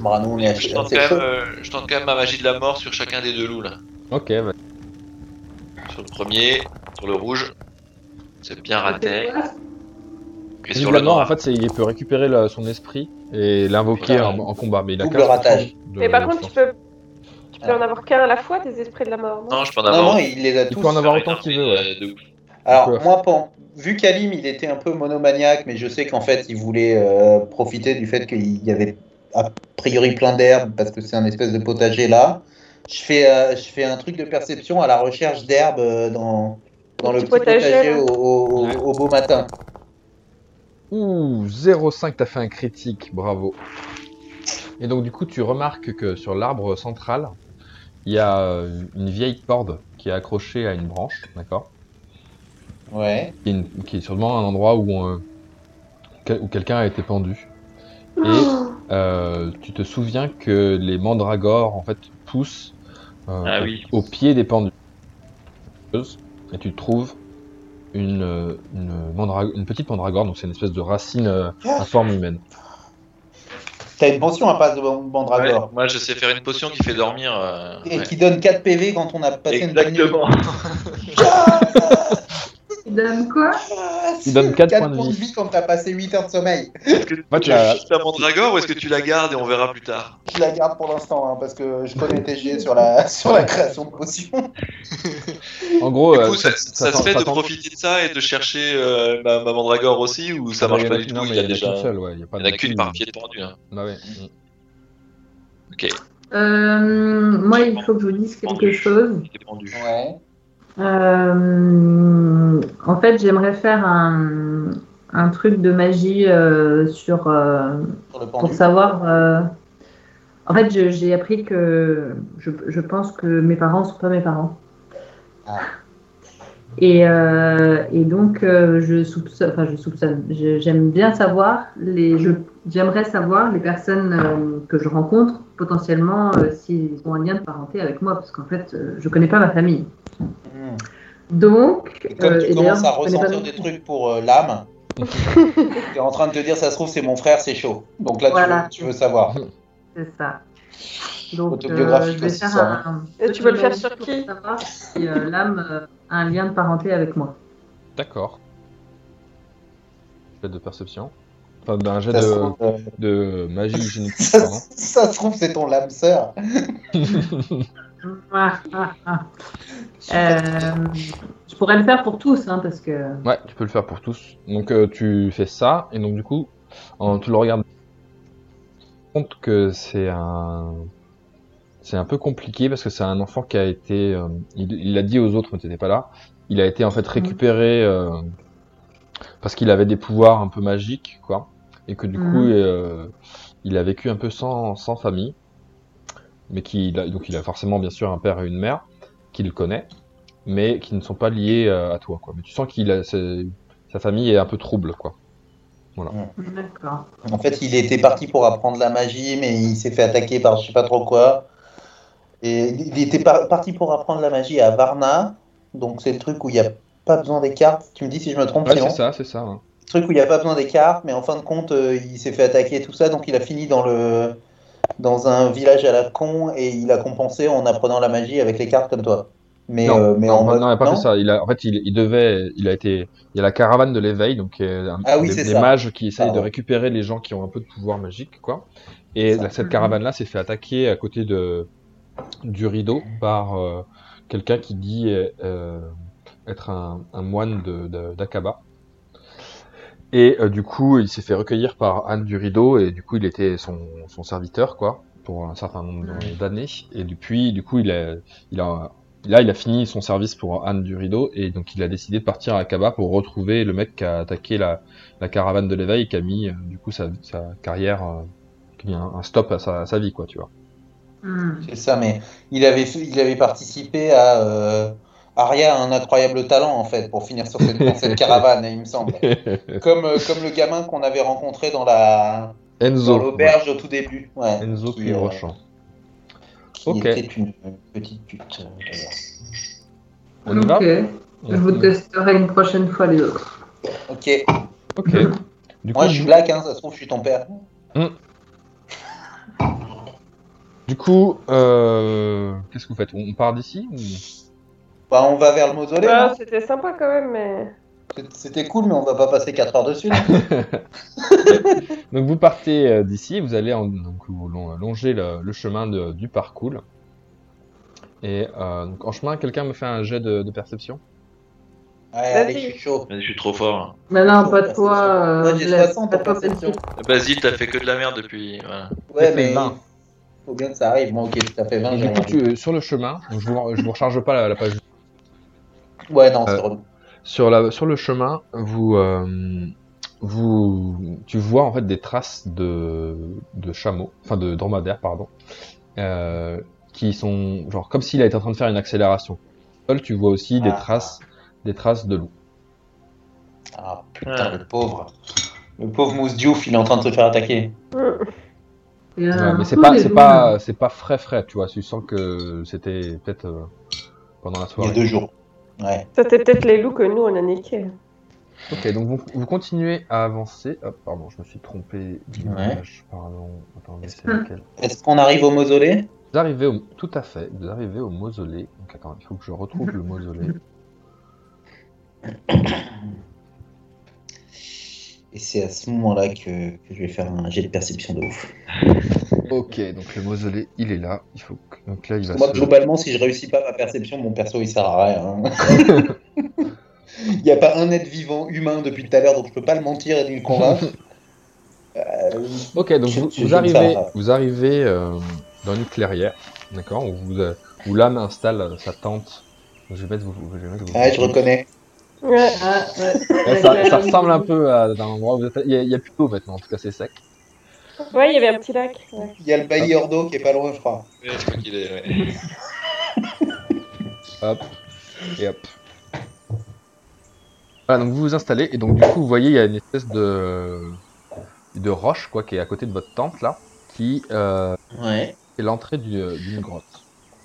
[SPEAKER 5] Bravo, on est à
[SPEAKER 6] Je tente, quand
[SPEAKER 5] c'est
[SPEAKER 6] même,
[SPEAKER 5] chaud.
[SPEAKER 6] euh, je tente quand même ma magie de la mort sur chacun des deux loups là.
[SPEAKER 2] Ok, vas-y.
[SPEAKER 6] Sur le premier, sur le rouge. C'est bien
[SPEAKER 4] Ah,
[SPEAKER 6] raté. Et
[SPEAKER 2] Sur
[SPEAKER 6] sur le
[SPEAKER 2] en
[SPEAKER 6] noir.
[SPEAKER 2] fait, c'est- il peut récupérer la- son esprit et l'invoquer
[SPEAKER 6] Voilà.
[SPEAKER 2] en, en combat, mais il a
[SPEAKER 5] Double
[SPEAKER 2] 15%
[SPEAKER 5] ratage.
[SPEAKER 2] de-
[SPEAKER 3] Mais par contre,
[SPEAKER 2] de chance.
[SPEAKER 3] tu peux, tu peux en avoir qu'un à la fois, tes esprits de la mort. Non,
[SPEAKER 6] Non, je peux euh, en
[SPEAKER 5] Non,
[SPEAKER 6] avoir.
[SPEAKER 5] non, il les a
[SPEAKER 2] Il
[SPEAKER 5] tous.
[SPEAKER 2] peut en avoir
[SPEAKER 6] Faire
[SPEAKER 2] autant
[SPEAKER 6] une
[SPEAKER 2] qu'il
[SPEAKER 6] armée
[SPEAKER 2] veut, ouais.
[SPEAKER 6] de- de ouf.
[SPEAKER 5] Alors,
[SPEAKER 2] D'accord.
[SPEAKER 5] moi, pen- vu qu'Alim, il était un peu monomaniaque, mais je sais qu'en fait, il voulait euh, profiter du fait qu'il y avait a priori plein d'herbes, parce que c'est un espèce de potager là. Je fais, euh, je fais un truc de perception à la recherche d'herbes euh, dans, dans le petit potager,
[SPEAKER 3] potager, là.
[SPEAKER 5] au, au- au-
[SPEAKER 2] Ouais.
[SPEAKER 5] au beau matin.
[SPEAKER 2] Ouh, 0,5, t'as fait un critique, bravo. Et donc, du coup, tu remarques que sur l'arbre central, il y a euh, une vieille corde qui est accrochée à une branche, d'accord
[SPEAKER 5] Ouais.
[SPEAKER 2] qui est, une- qui est sûrement un endroit où, on, euh, quel- où quelqu'un a été pendu. Et euh, tu te souviens que les mandragores en fait poussent euh,
[SPEAKER 6] Ah oui.
[SPEAKER 2] au pied des pendus. Et tu trouves une, euh, une, mandra- une petite mandragore, donc c'est une espèce de racine euh, à forme humaine.
[SPEAKER 5] T'as une pension à passe de Band- Bandragore.
[SPEAKER 6] Ouais, Moi, je sais faire une potion qui fait dormir. euh,
[SPEAKER 5] Ah, Et
[SPEAKER 6] ouais.
[SPEAKER 5] qui donne 4 PV quand on a passé une bonne nuit.
[SPEAKER 6] Exactement.
[SPEAKER 4] Tu donnes quoi
[SPEAKER 5] Ah,
[SPEAKER 2] Il donne quatre points de vie.
[SPEAKER 5] quand t'as passé 8 heures de sommeil.
[SPEAKER 2] En
[SPEAKER 6] Est-ce que tu
[SPEAKER 2] fait,
[SPEAKER 6] la
[SPEAKER 2] la-
[SPEAKER 6] juste à Mandragore ou est-ce que tu la gardes et on verra plus tard
[SPEAKER 5] Je la garde pour l'instant, hein, parce que je connais TG sur la, sur la création de potions.
[SPEAKER 2] En gros,
[SPEAKER 6] Du
[SPEAKER 2] euh,
[SPEAKER 6] coup, ça, ça se fait de
[SPEAKER 2] tend-
[SPEAKER 6] profiter de ça et de chercher euh, ma, ma Mandragore aussi ou ça
[SPEAKER 2] Non,
[SPEAKER 6] marche
[SPEAKER 2] il y en
[SPEAKER 6] pas
[SPEAKER 2] a
[SPEAKER 6] du
[SPEAKER 2] qu'une-
[SPEAKER 6] tout
[SPEAKER 2] non, mais
[SPEAKER 6] Il
[SPEAKER 2] il
[SPEAKER 6] y a
[SPEAKER 2] y en a qu'une
[SPEAKER 6] déjà.
[SPEAKER 2] seule, ouais, il y a pas
[SPEAKER 6] Il n'y en a
[SPEAKER 2] non
[SPEAKER 6] qu'une
[SPEAKER 2] plus,
[SPEAKER 6] par
[SPEAKER 2] mais-
[SPEAKER 6] pied de pendu. hein.
[SPEAKER 2] Ah ouais.
[SPEAKER 4] Euh, Moi, il faut que je vous dise quelque chose.
[SPEAKER 6] Pied de pendu.
[SPEAKER 5] Ouais.
[SPEAKER 4] Euh, en fait, j'aimerais faire un, un truc de magie euh, sur euh,
[SPEAKER 5] Sur le
[SPEAKER 4] pour
[SPEAKER 5] pendu.
[SPEAKER 4] savoir. euh, En fait, je- j'ai appris que je, je pense que mes parents sont pas mes parents.
[SPEAKER 5] Ah.
[SPEAKER 4] Et, euh, et donc, euh, je soupçonne. Enfin, je soupçonne. je- J'aime bien savoir les. je- J'aimerais savoir les personnes euh, que je rencontre potentiellement euh, s'ils ont un lien de parenté avec moi, parce qu'en fait, euh, je connais pas ma famille.
[SPEAKER 5] Hmm.
[SPEAKER 4] Donc,
[SPEAKER 5] Et comme
[SPEAKER 4] euh,
[SPEAKER 5] tu
[SPEAKER 4] et
[SPEAKER 5] commences
[SPEAKER 4] d'ailleurs,
[SPEAKER 5] à
[SPEAKER 4] je Euh, connais pas
[SPEAKER 5] ressentir
[SPEAKER 4] non
[SPEAKER 5] des
[SPEAKER 4] plus.
[SPEAKER 5] trucs pour euh, l'âme, tu es en train de te dire, ça se trouve, c'est mon frère, c'est chaud. Donc là, tu,
[SPEAKER 4] Voilà.
[SPEAKER 5] veux, tu veux savoir.
[SPEAKER 4] C'est ça. Donc,
[SPEAKER 5] Autobiographique
[SPEAKER 4] euh, je vais
[SPEAKER 5] aussi,
[SPEAKER 4] faire
[SPEAKER 5] ça, hein.
[SPEAKER 4] un.
[SPEAKER 3] Et tu veux le faire sur
[SPEAKER 4] pour
[SPEAKER 3] qui
[SPEAKER 4] savoir si euh, l'âme euh, a un lien de parenté avec moi.
[SPEAKER 2] D'accord. Jet de perception. Enfin, d'un jet
[SPEAKER 5] Ça se
[SPEAKER 2] de,
[SPEAKER 5] trouve,
[SPEAKER 2] de
[SPEAKER 5] euh,
[SPEAKER 2] magie génétique,
[SPEAKER 5] ça-
[SPEAKER 2] pardon.
[SPEAKER 5] ça se trouve, c'est ton l'âme sœur.
[SPEAKER 4] Ah, ah, ah. Euh, je pourrais le faire pour tous, hein, parce que.
[SPEAKER 2] Ouais, tu peux le faire pour tous. Donc euh, tu fais ça, et donc du coup, en, tu le regardes, tu te rends compte que c'est un... C'est un peu compliqué parce que c'est un enfant qui a été... euh, il il l'a dit aux autres, mais t'étais pas là. Il a été en fait récupéré euh, parce qu'il avait des pouvoirs un peu magiques, quoi. Et que du
[SPEAKER 4] Mhm.
[SPEAKER 2] coup, euh, il a vécu un peu sans, sans famille. Mais qui, donc il a forcément bien sûr un père et une mère qui le connaît mais qui ne sont pas liés euh, à toi. Quoi. Mais tu sens qu'il a c'est- sa famille est un peu trouble. Quoi.
[SPEAKER 4] D'accord.
[SPEAKER 5] En fait, il était parti pour apprendre la magie, mais il s'est fait attaquer par je sais pas trop quoi. Et il était par- parti pour apprendre la magie à Varna, donc c'est le truc où il n'y a pas besoin des cartes. Tu me dis si je me trompe,
[SPEAKER 2] Ouais,
[SPEAKER 5] sinon.
[SPEAKER 2] c'est ça, c'est ça. hein.
[SPEAKER 5] Le truc où il n'y a pas besoin des cartes, mais en fin de compte, euh, il s'est fait attaquer et tout ça, donc il a fini dans le dans un village à la con et il a compensé en apprenant la magie avec les cartes comme toi. Mais
[SPEAKER 2] Non,
[SPEAKER 5] euh, mais
[SPEAKER 2] non,
[SPEAKER 5] en
[SPEAKER 2] non,
[SPEAKER 5] mode
[SPEAKER 2] il a pas
[SPEAKER 5] non.
[SPEAKER 2] fait ça. Il a, en fait, il, il devait, il a été, il y a la caravane de l'éveil, donc euh, un-
[SPEAKER 5] Ah oui,
[SPEAKER 2] des,
[SPEAKER 5] c'est
[SPEAKER 2] des
[SPEAKER 5] ça.
[SPEAKER 2] mages qui essayent de
[SPEAKER 5] Pardon.
[SPEAKER 2] récupérer les gens qui ont un peu de pouvoir magique, quoi. Et
[SPEAKER 5] C'est ça.
[SPEAKER 2] la- cette caravane-là s'est fait attaquer à côté de du rideau par euh, quelqu'un qui dit euh, être un, un moine de- de- d'Akaba. Et euh, du coup, il s'est fait recueillir par Anne du Rideau, et du coup, il était son, son serviteur, quoi, pour un certain nombre
[SPEAKER 4] Ouais.
[SPEAKER 2] d'années. Et depuis, du coup, il a, il a, là, il a fini son service pour Anne du Rideau, et donc il a décidé de partir à Akaba pour retrouver le mec qui a attaqué la, la caravane de l'éveil, et qui a mis, euh, du coup, sa, sa carrière, euh, qui a mis un, un stop à sa, à sa vie, quoi, tu vois.
[SPEAKER 4] Hmm.
[SPEAKER 5] C'est ça, mais il avait, fait- il avait participé à. Euh, Arya a un incroyable talent, en fait, pour finir sur cette, dans cette caravane, il me semble. Comme, euh, comme le gamin qu'on avait rencontré dans la dans
[SPEAKER 2] Enzo.
[SPEAKER 5] l'auberge au tout début. Ouais,
[SPEAKER 2] ouais. Enzo
[SPEAKER 5] qui, euh,
[SPEAKER 2] Pivrochon.
[SPEAKER 5] qui
[SPEAKER 2] Ok.
[SPEAKER 5] était une petite pute. euh, d'ailleurs.
[SPEAKER 2] On y va
[SPEAKER 5] euh,
[SPEAKER 4] Ok. Je vous testerai une prochaine fois les autres.
[SPEAKER 5] Ok.
[SPEAKER 2] Ok. Du coup,
[SPEAKER 5] Moi, je suis black, hein, ça se trouve, je suis ton père.
[SPEAKER 2] Du coup, euh, qu'est-ce que vous faites On on part d'ici ou-
[SPEAKER 5] Bah, on va vers le mausolée.
[SPEAKER 3] Ah,
[SPEAKER 4] Bah,
[SPEAKER 5] hein.
[SPEAKER 3] C'était sympa quand même, mais.
[SPEAKER 5] C'est- C'était cool, mais on va pas passer 4 heures dessus.
[SPEAKER 2] Donc vous partez euh, d'ici, vous allez en- donc, vous lon- longer le, le chemin de- du parcours. Et euh, donc, en chemin, quelqu'un me fait un jet de, de perception
[SPEAKER 5] Ouais, allez,
[SPEAKER 3] Vas-y.
[SPEAKER 5] je suis chaud.
[SPEAKER 6] Vas-y, Je suis trop fort. hein.
[SPEAKER 4] Mais non, pas de toi.
[SPEAKER 5] Perception.
[SPEAKER 4] euh,
[SPEAKER 5] Moi, j'ai
[SPEAKER 4] Blaise,
[SPEAKER 5] 60
[SPEAKER 4] pas
[SPEAKER 5] pour
[SPEAKER 4] de toi,
[SPEAKER 5] perception.
[SPEAKER 4] Blaise.
[SPEAKER 6] Basile, t'as fait que de la merde depuis. Voilà.
[SPEAKER 5] Ouais,
[SPEAKER 2] fait
[SPEAKER 5] mais.
[SPEAKER 2] 20.
[SPEAKER 5] Faut bien que ça arrive. Moi, ok, ça fait 20.
[SPEAKER 2] Et
[SPEAKER 5] j'ai
[SPEAKER 2] Du coup,
[SPEAKER 5] rien
[SPEAKER 2] tu- euh, sur le chemin, donc, je vous, je vous recharge pas la, la page.
[SPEAKER 5] dit. Ouais, non, c'est
[SPEAKER 2] Euh,
[SPEAKER 5] relou.
[SPEAKER 2] Sur, la, sur le chemin, vous, euh, vous, tu vois en fait des traces de, de chameaux, enfin de dromadaires, pardon, euh, qui sont genre comme s'il était en train de faire une accélération. Seul, tu vois aussi des
[SPEAKER 5] Ah.
[SPEAKER 2] traces, des traces de loups.
[SPEAKER 5] Ah putain, le pauvre. Le pauvre Mousse Diouf, il est en train de se faire attaquer.
[SPEAKER 3] hmm.
[SPEAKER 4] Il y en a
[SPEAKER 2] Ouais,
[SPEAKER 4] un
[SPEAKER 2] mais c'est
[SPEAKER 4] peu,
[SPEAKER 2] pas,
[SPEAKER 4] Ah, les
[SPEAKER 2] c'est
[SPEAKER 4] deux.
[SPEAKER 2] pas, c'est pas frais frais, tu vois. Tu sens que c'était peut-être euh, pendant la
[SPEAKER 5] Il y a
[SPEAKER 2] soirée.
[SPEAKER 5] deux jours. Ouais.
[SPEAKER 3] C'était peut-être les loups que nous on a niqués.
[SPEAKER 2] Ok, donc vous, vous continuez à avancer. Hop, pardon, je me suis trompé d'image. Pardon, attendez,
[SPEAKER 5] Est-ce
[SPEAKER 2] c'est
[SPEAKER 4] que-
[SPEAKER 2] laquelle
[SPEAKER 5] Est-ce qu'on arrive au mausolée
[SPEAKER 2] Vous arrivez au... Tout à fait, vous arrivez au mausolée. Donc attends, il faut que je retrouve le mausolée.
[SPEAKER 5] Et c'est à ce moment-là que, que je vais faire un jet de perception de ouf.
[SPEAKER 2] Ok, donc le mausolée, il est là. Il faut que... Donc là, il va
[SPEAKER 5] Moi,
[SPEAKER 2] se-
[SPEAKER 5] globalement, si je réussis pas ma perception, mon perso, il sert à rien. hein. Il n'y a pas un être vivant humain depuis tout à l'heure, donc je peux pas le mentir et lui le convaincre. Euh,
[SPEAKER 2] Ok, donc
[SPEAKER 5] Je-
[SPEAKER 2] vous,
[SPEAKER 5] je-
[SPEAKER 2] vous
[SPEAKER 5] je me
[SPEAKER 2] arrivez,
[SPEAKER 5] sers, euh.
[SPEAKER 2] vous arrivez euh, dans une clairière, d'accord où, vous, euh, où l'âme installe euh, sa tente. Je vais mettre vos. Je, vais mettre vos-
[SPEAKER 5] ouais, Ah, je reconnais.
[SPEAKER 3] Ouais.
[SPEAKER 4] Ah, ouais.
[SPEAKER 2] Eh, ça, ça ressemble un peu à un endroit où vous êtes- Il y a- il y a, plus d'eau maintenant, en tout cas c'est sec.
[SPEAKER 3] Ouais, il y avait un petit lac. ouais.
[SPEAKER 5] Il y a le bailli Ordo qui est pas loin, je crois.
[SPEAKER 6] Ouais, je crois qu'il est. ouais.
[SPEAKER 2] Hop, et hop. Voilà, donc vous vous installez, et donc du coup, vous voyez, il y a une espèce de, de roche, quoi, qui est à côté de votre tente, là, qui euh,
[SPEAKER 5] Ouais.
[SPEAKER 2] C'est l'entrée du- euh, d'une grotte.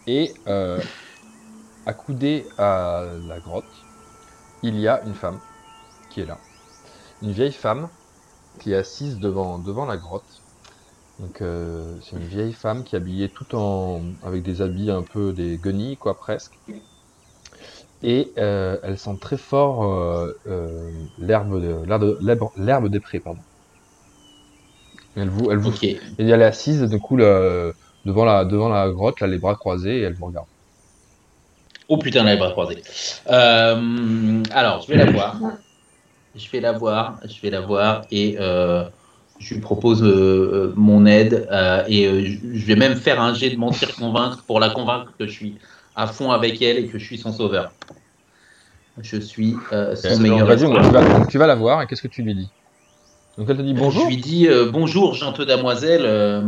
[SPEAKER 2] Et euh, accoudée à la grotte, il y a une femme qui est là. Une vieille femme qui est assise devant, devant la grotte. Donc euh, c'est une vieille femme qui est habillée tout en avec des habits un peu des guenilles quoi presque. Et euh, elle sent très fort euh, euh, l'herbe de l'herbe- l'herbe l'herbe des prés pardon. Elle vous elle vous
[SPEAKER 5] Ok.
[SPEAKER 2] et elle est assise, du coup, là, euh, devant, la, devant la grotte, là, les bras croisés, et elle vous regarde.
[SPEAKER 7] Oh putain, là, elle va croiser. Euh, alors, je vais la voir. Je vais la voir, je vais la voir et euh, je lui propose euh, euh, mon aide euh, et euh, je- je vais même faire un jet de mentir-convaincre pour la convaincre que je suis à fond avec elle et que je suis son sauveur. Je suis euh, son
[SPEAKER 2] Ok.
[SPEAKER 7] meilleur
[SPEAKER 2] Vas-y,
[SPEAKER 7] espoir.
[SPEAKER 2] donc, tu vas, donc, tu vas la voir, et qu'est-ce que tu lui dis Donc elle te dit bonjour.
[SPEAKER 7] Je lui dis euh, bonjour, gentille damoiselle. euh,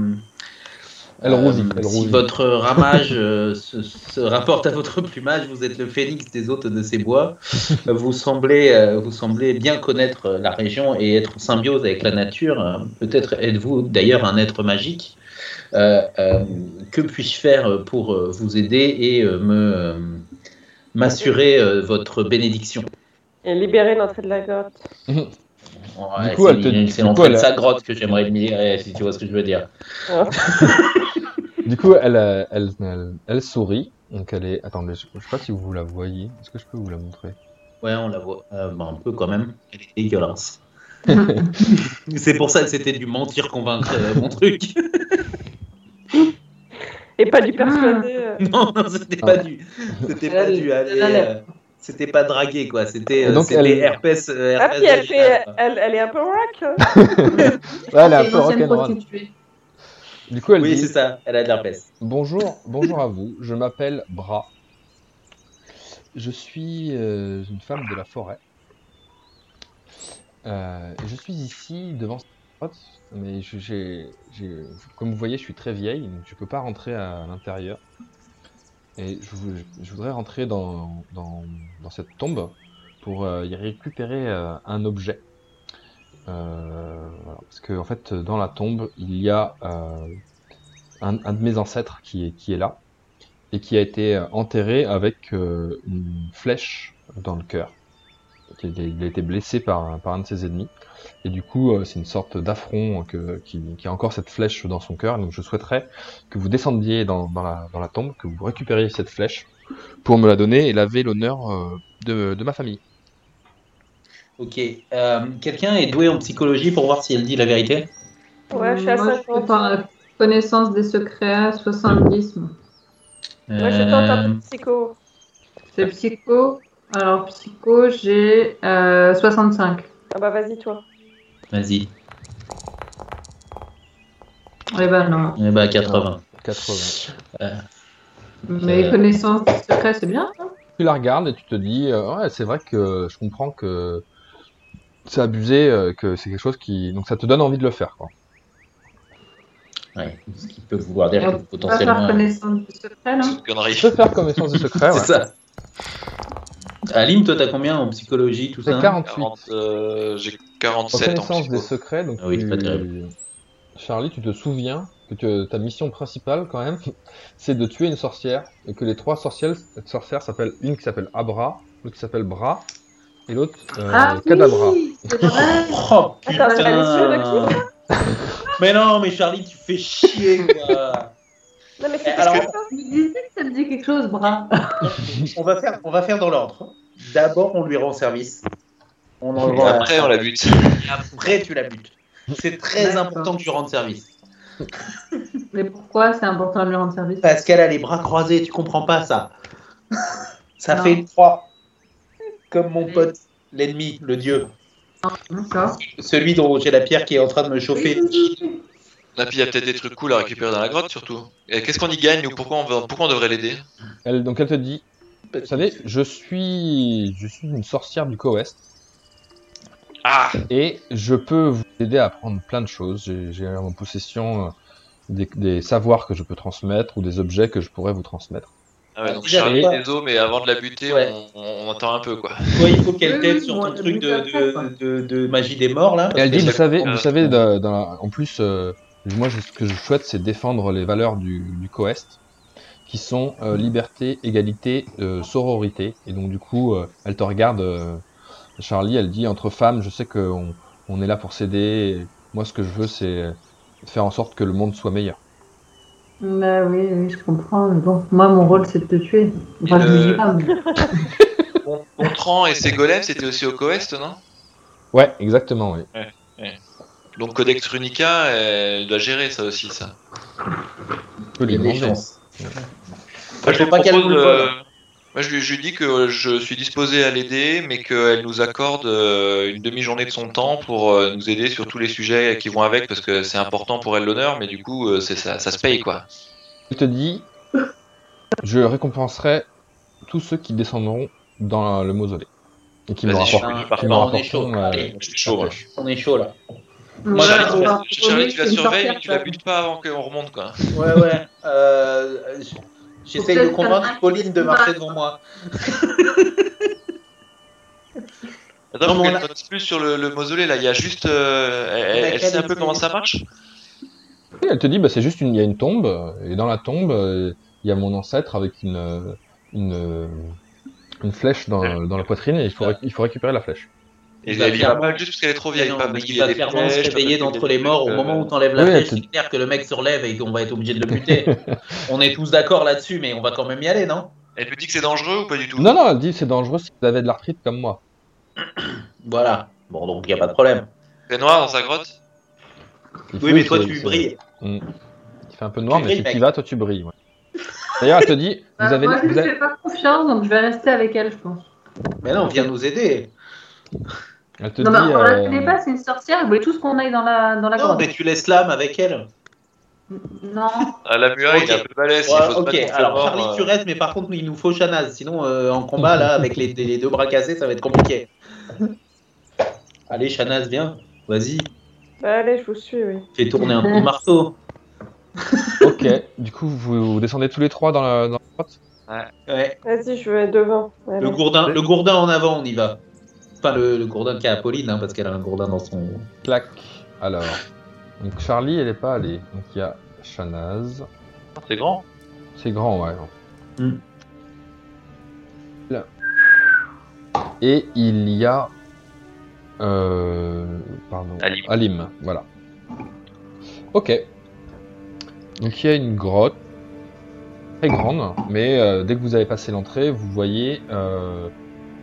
[SPEAKER 2] Elle rousit, elle
[SPEAKER 7] si
[SPEAKER 2] rousit.
[SPEAKER 7] votre ramage euh, se, se rapporte à votre plumage, vous êtes le phénix des hôtes de ces bois. Euh, vous, semblez, euh, vous semblez bien connaître euh, la région et être en symbiose avec la nature. Euh, Peut-être êtes-vous d'ailleurs un être magique. Euh, euh, que puis-je faire euh, pour euh, vous aider et euh, me euh, m'assurer euh, votre bénédiction
[SPEAKER 3] Et libérer l'entrée de la grotte.
[SPEAKER 7] Ouais,
[SPEAKER 2] Du coup,
[SPEAKER 7] c'est
[SPEAKER 2] elle te-
[SPEAKER 7] une-
[SPEAKER 2] du
[SPEAKER 7] C'est
[SPEAKER 2] coup,
[SPEAKER 7] l'entrée de
[SPEAKER 2] elle-
[SPEAKER 7] sa grotte que j'aimerais admirer, si tu vois ce que je veux dire.
[SPEAKER 3] Alors,
[SPEAKER 2] Du coup, elle, euh, elle, elle, elle sourit. Donc elle est. Attendez, je, je sais pas si vous la voyez. Est-ce que je peux vous la montrer
[SPEAKER 7] Ouais, on la voit. Euh, bah, un peu quand même. Elle est dégueulasse. c'est pour ça que c'était du mentir convaincre euh, mon truc.
[SPEAKER 3] Et pas du persuader. euh.
[SPEAKER 7] non, non, c'était pas du. C'était pas
[SPEAKER 4] Elle-
[SPEAKER 7] du. aller,
[SPEAKER 4] elle-
[SPEAKER 7] euh, C'était pas draguer quoi. C'était. euh,
[SPEAKER 2] Donc,
[SPEAKER 7] c'était
[SPEAKER 2] elle-
[SPEAKER 7] herpès. euh,
[SPEAKER 3] Ah,
[SPEAKER 7] herpès
[SPEAKER 3] puis elle,
[SPEAKER 7] vaginal,
[SPEAKER 3] fait,
[SPEAKER 7] quoi.
[SPEAKER 3] elle, elle est un peu rock. hein.
[SPEAKER 2] Ouais, Elle est un
[SPEAKER 4] Ah,
[SPEAKER 2] peu
[SPEAKER 4] C'est une ancienne
[SPEAKER 2] rock'n'roll.
[SPEAKER 4] prostituée.
[SPEAKER 2] Du coup, elle
[SPEAKER 7] Oui, c'est
[SPEAKER 2] dit
[SPEAKER 7] ça. Elle a de l'herpès.
[SPEAKER 2] bonjour, bonjour à vous. Je m'appelle Bra. Je suis euh, une femme de la forêt. Euh, je suis ici devant cette grotte, mais je- j'ai, j'ai- comme vous voyez, je suis très vieille, donc je peux pas rentrer à, l'intérieur. Et je, vou- je voudrais rentrer dans, dans- dans cette tombe pour euh, y récupérer euh, un objet. Euh, voilà. Parce que en fait, dans la tombe, il y a euh, un, un de mes ancêtres qui est, qui est là et qui a été euh, enterré avec euh, une flèche dans le cœur. Il a- il a été blessé par, un- par un de ses ennemis. Et du coup, euh, c'est une sorte d'affront que- qui, qui a encore cette flèche dans son cœur. Donc je souhaiterais que vous descendiez dans, dans la, dans la tombe, que vous récupériez cette flèche pour me la donner et laver l'honneur euh, de, de ma famille.
[SPEAKER 7] Ok. Euh, Quelqu'un est doué en psychologie pour voir si elle dit la vérité
[SPEAKER 3] Ouais, je suis à
[SPEAKER 4] Euh, Moi,
[SPEAKER 3] 50.
[SPEAKER 4] fais par connaissance des secrets, 70. moi.
[SPEAKER 3] Moi, je tente
[SPEAKER 7] Euh,
[SPEAKER 3] un peu de psycho.
[SPEAKER 4] C'est psycho. Alors, psycho, j'ai euh, 65.
[SPEAKER 3] Ah bah vas-y, toi.
[SPEAKER 7] Euh, Vas-y.
[SPEAKER 4] Eh ben non.
[SPEAKER 7] Eh bah 80.
[SPEAKER 2] 80.
[SPEAKER 4] Mais
[SPEAKER 7] Euh.
[SPEAKER 4] connaissance des secrets, c'est bien.
[SPEAKER 2] Tu la regardes et tu te dis, euh, ouais, c'est vrai que je comprends que c'est abusé, euh, que c'est quelque chose qui... Donc ça te donne envie de le faire. Quoi.
[SPEAKER 7] Ouais. Ce qui peut vouloir dire
[SPEAKER 4] On
[SPEAKER 7] que
[SPEAKER 4] peut Pas faire
[SPEAKER 7] potentiellement. euh,
[SPEAKER 4] connaissance des secrets, non
[SPEAKER 6] Cette connerie.
[SPEAKER 2] Je peux faire connaissance des secrets.
[SPEAKER 7] C'est
[SPEAKER 2] ouais.
[SPEAKER 7] ça. Alim, toi, t'as combien en psychologie, tout
[SPEAKER 2] C'est
[SPEAKER 7] ça
[SPEAKER 2] 48.
[SPEAKER 6] 40, euh, J'ai
[SPEAKER 2] En
[SPEAKER 6] 47 ans.
[SPEAKER 2] connaissance des secrets, donc
[SPEAKER 7] Ah oui, c'est pas
[SPEAKER 2] tu-
[SPEAKER 7] terrible.
[SPEAKER 2] Charlie, tu te souviens que tu- ta mission principale, quand même, c'est de tuer une sorcière, et que les trois sorcières, sorcières s'appellent une qui s'appelle Abra, l'autre qui s'appelle Bra, et l'autre euh, Kadabra.
[SPEAKER 4] Ah oui, c'est vrai.
[SPEAKER 7] Oh putain
[SPEAKER 3] Attends, elle est sûre de
[SPEAKER 7] Mais non, mais Charlie, tu fais chier, quoi
[SPEAKER 3] Non, mais c'est
[SPEAKER 5] Eh,
[SPEAKER 7] Alors-
[SPEAKER 3] pas ça.
[SPEAKER 4] Je me disais que ça me dit quelque chose, bras.
[SPEAKER 7] on, va faire, on va faire dans l'ordre.
[SPEAKER 5] D'abord, on lui rend service. On
[SPEAKER 6] Et
[SPEAKER 5] envoie-
[SPEAKER 6] après, on la bute.
[SPEAKER 5] Et après, tu la butes. C'est très
[SPEAKER 4] D'accord.
[SPEAKER 5] important que tu rendes service.
[SPEAKER 4] Mais pourquoi c'est important de lui rendre service
[SPEAKER 5] Parce qu'elle a les bras croisés, tu comprends pas ça. ça
[SPEAKER 4] Non.
[SPEAKER 5] fait une croix. Comme mon pote, l'ennemi, le dieu.
[SPEAKER 4] D'accord.
[SPEAKER 5] Celui dont j'ai la pierre qui est en train de me chauffer.
[SPEAKER 6] Ah, puis il y a peut-être des trucs cool à récupérer dans la grotte, surtout. Et qu'est-ce qu'on y gagne ou pourquoi on, va- pourquoi on devrait l'aider
[SPEAKER 2] Elle- donc elle te dit, vous savez, je suis, je suis une sorcière du Coest
[SPEAKER 6] Ah
[SPEAKER 2] et je peux vous aider à apprendre plein de choses. J'ai j'ai en possession euh, des, des savoirs que je peux transmettre ou des objets que je pourrais vous transmettre.
[SPEAKER 6] Ah ouais, donc
[SPEAKER 5] Déjà,
[SPEAKER 6] Charlie
[SPEAKER 5] pas-
[SPEAKER 6] des os, mais avant de la buter,
[SPEAKER 5] Ouais.
[SPEAKER 6] on, on attend un peu, quoi.
[SPEAKER 5] Toi, il faut qu'elle
[SPEAKER 4] Oui,
[SPEAKER 5] t'aide
[SPEAKER 4] oui,
[SPEAKER 5] sur
[SPEAKER 4] bon,
[SPEAKER 5] ton
[SPEAKER 4] elle
[SPEAKER 5] truc
[SPEAKER 4] nous
[SPEAKER 5] de,
[SPEAKER 4] fait
[SPEAKER 5] de, de- de magie des morts, là.
[SPEAKER 2] Et elle dit, vous savez,
[SPEAKER 6] Euh,
[SPEAKER 2] vous savez, dans- dans la- en plus, euh, moi, je- ce que je souhaite, c'est défendre les valeurs du, du Coest, qui sont euh, liberté, égalité, euh, sororité. Et donc, du coup, euh, elle te regarde, euh, Charlie, elle dit, entre femmes, je sais qu'on on est là pour s'aider. Moi, ce que je veux, c'est faire en sorte que le monde soit meilleur.
[SPEAKER 4] Bah oui, oui, je comprends. Mais bon, moi, mon rôle, c'est de te tuer. Enfin, je
[SPEAKER 6] Euh,
[SPEAKER 4] ne dis pas. mais-
[SPEAKER 6] Gontran et Ségolène, c'était aussi au Coest, non
[SPEAKER 2] Ouais, exactement, oui.
[SPEAKER 6] Donc Codex Runica, euh, elle doit gérer ça aussi, ça.
[SPEAKER 2] Tu peux lui
[SPEAKER 5] Il y a des
[SPEAKER 2] demander.
[SPEAKER 5] chances.
[SPEAKER 6] Moi,
[SPEAKER 5] Faut
[SPEAKER 6] je lui
[SPEAKER 5] pas qu'elle
[SPEAKER 6] propose,
[SPEAKER 5] nous le
[SPEAKER 6] euh,
[SPEAKER 5] vole.
[SPEAKER 6] moi, je lui, je lui dis que je suis disposé à l'aider, mais qu'elle nous accorde euh, une demi-journée de son temps pour euh, nous aider sur tous les sujets qui vont avec, parce que c'est important pour elle l'honneur, mais du coup, euh, c'est ça, ça se paye, quoi.
[SPEAKER 2] Elle te dit, je récompenserai tous ceux qui descendront dans le mausolée. Et qui me
[SPEAKER 6] Vas-y, je suis
[SPEAKER 2] rapporteront.
[SPEAKER 6] venu
[SPEAKER 5] par
[SPEAKER 2] qui me
[SPEAKER 5] contre, on est
[SPEAKER 2] rapporteront,
[SPEAKER 5] chaud.
[SPEAKER 2] euh,
[SPEAKER 5] Allez,
[SPEAKER 6] Je suis chaud, moi.
[SPEAKER 5] On est chaud, là.
[SPEAKER 4] Moi,
[SPEAKER 5] Moi,
[SPEAKER 4] je
[SPEAKER 5] j'arrive-
[SPEAKER 4] pense que
[SPEAKER 6] Charlie, tu la
[SPEAKER 4] c'est une
[SPEAKER 6] surveilles, mais
[SPEAKER 4] sorcière,
[SPEAKER 6] tu la
[SPEAKER 4] ça.
[SPEAKER 6] butes pas avant qu'on remonte, quoi.
[SPEAKER 5] Ouais, ouais. Euh, j- J'essaye de
[SPEAKER 4] Peut-être
[SPEAKER 5] convaincre
[SPEAKER 4] pas.
[SPEAKER 5] Pauline de marcher devant moi.
[SPEAKER 6] Attends,
[SPEAKER 5] Non,
[SPEAKER 6] faut
[SPEAKER 5] mais on
[SPEAKER 6] qu'elle
[SPEAKER 5] a-
[SPEAKER 6] connaisse plus sur le, le mausolée, là. Il y a juste... euh, elle-
[SPEAKER 5] On a
[SPEAKER 6] elle, elle sait un
[SPEAKER 5] qu'elle
[SPEAKER 6] peu comment
[SPEAKER 5] essayer.
[SPEAKER 6] ça marche
[SPEAKER 2] Oui, elle te dit, bah, c'est juste une, il y a une tombe, euh, et dans la tombe, euh, il y a mon ancêtre avec une, euh, une, euh, une flèche dans, dans la poitrine, et il faut, ré- il faut récupérer la flèche.
[SPEAKER 6] Et
[SPEAKER 5] Il va
[SPEAKER 6] elle vient
[SPEAKER 5] clairement-
[SPEAKER 6] pas juste parce qu'elle est trop vieille.
[SPEAKER 5] Non,
[SPEAKER 6] pas
[SPEAKER 5] mais
[SPEAKER 6] parce qu'il
[SPEAKER 5] il
[SPEAKER 6] y a
[SPEAKER 5] va
[SPEAKER 6] des
[SPEAKER 5] clairement se
[SPEAKER 6] flèches,
[SPEAKER 5] réveiller
[SPEAKER 6] pas parce
[SPEAKER 5] d'entre
[SPEAKER 6] qu'il y a
[SPEAKER 5] les
[SPEAKER 6] des
[SPEAKER 5] morts au
[SPEAKER 6] trucs,
[SPEAKER 5] moment
[SPEAKER 6] euh,
[SPEAKER 5] où t'enlèves la
[SPEAKER 2] oui,
[SPEAKER 5] flèche.
[SPEAKER 2] c'est-
[SPEAKER 5] C'est clair que le mec se relève et qu'on va être obligé de le buter. on est tous d'accord là-dessus, mais on va quand même y aller, non
[SPEAKER 6] Elle te dit que c'est dangereux ou pas du tout
[SPEAKER 2] Non, non, elle dit, c'est dangereux si vous avez de l'arthrite comme moi.
[SPEAKER 5] Voilà. Bon, donc il n'y a pas de problème.
[SPEAKER 6] C'est noir dans sa grotte
[SPEAKER 2] Il
[SPEAKER 5] Oui,
[SPEAKER 2] fait-
[SPEAKER 5] mais toi,
[SPEAKER 2] c'est-
[SPEAKER 5] tu
[SPEAKER 2] c'est-
[SPEAKER 5] brilles.
[SPEAKER 2] Il fait un peu noir,
[SPEAKER 5] Tu
[SPEAKER 2] mais si
[SPEAKER 5] brilles,
[SPEAKER 2] tu y
[SPEAKER 5] mec.
[SPEAKER 2] vas, toi, tu brilles. ouais. D'ailleurs, elle te dit, vous
[SPEAKER 4] Bah,
[SPEAKER 2] avez,
[SPEAKER 4] moi, je ne
[SPEAKER 2] vous
[SPEAKER 4] lui
[SPEAKER 2] avez-
[SPEAKER 4] fais pas confiance, donc je vais rester avec elle, je pense.
[SPEAKER 5] Mais non, viens nous aider.
[SPEAKER 2] elle te
[SPEAKER 4] Non, mais
[SPEAKER 2] dit,
[SPEAKER 4] on la
[SPEAKER 2] euh,
[SPEAKER 4] connaît pas, c'est une sorcière. Elle voulait tout ce qu'on aille dans la, dans la
[SPEAKER 5] Ah, Non,
[SPEAKER 4] grotte.
[SPEAKER 5] mais tu laisses l'âme avec elle.
[SPEAKER 4] Non,
[SPEAKER 6] Ah, la muraille,
[SPEAKER 5] Ok.
[SPEAKER 6] il est un peu balèze. il
[SPEAKER 5] Ouais,
[SPEAKER 6] faut se
[SPEAKER 5] ok,
[SPEAKER 6] battre
[SPEAKER 5] alors
[SPEAKER 6] contre
[SPEAKER 5] Charlie,
[SPEAKER 6] le mort,
[SPEAKER 5] tu
[SPEAKER 6] euh.
[SPEAKER 5] restes, mais par contre, il nous faut Shanaz. Sinon, euh, en combat, là, avec les, les deux bras cassés, ça va être compliqué. Allez, Shanaz, viens. Vas-y,
[SPEAKER 3] Bah, allez, je vous suis, oui.
[SPEAKER 5] fais tourner un coup de marteau.
[SPEAKER 2] ok, du coup, vous, vous descendez tous les trois dans la, dans la grotte.
[SPEAKER 5] Ouais.
[SPEAKER 3] Vas-y, je vais devant. Allez.
[SPEAKER 5] Le, gourdin, le gourdin en avant, on y va. Enfin, le, le gourdin qui a Apolline, hein, parce qu'elle a un gourdin dans son.
[SPEAKER 2] Clac. Alors, donc Charlie, elle est pas allée. Donc, il y a Shanaz.
[SPEAKER 6] euh, C'est grand.
[SPEAKER 2] C'est grand, ouais.
[SPEAKER 5] Hmm.
[SPEAKER 2] Là. Et il y a. Euh, pardon.
[SPEAKER 6] Alim.
[SPEAKER 2] voilà. Ok. Donc il y a une grotte. Très grande, mais euh, dès que vous avez passé l'entrée, vous voyez euh,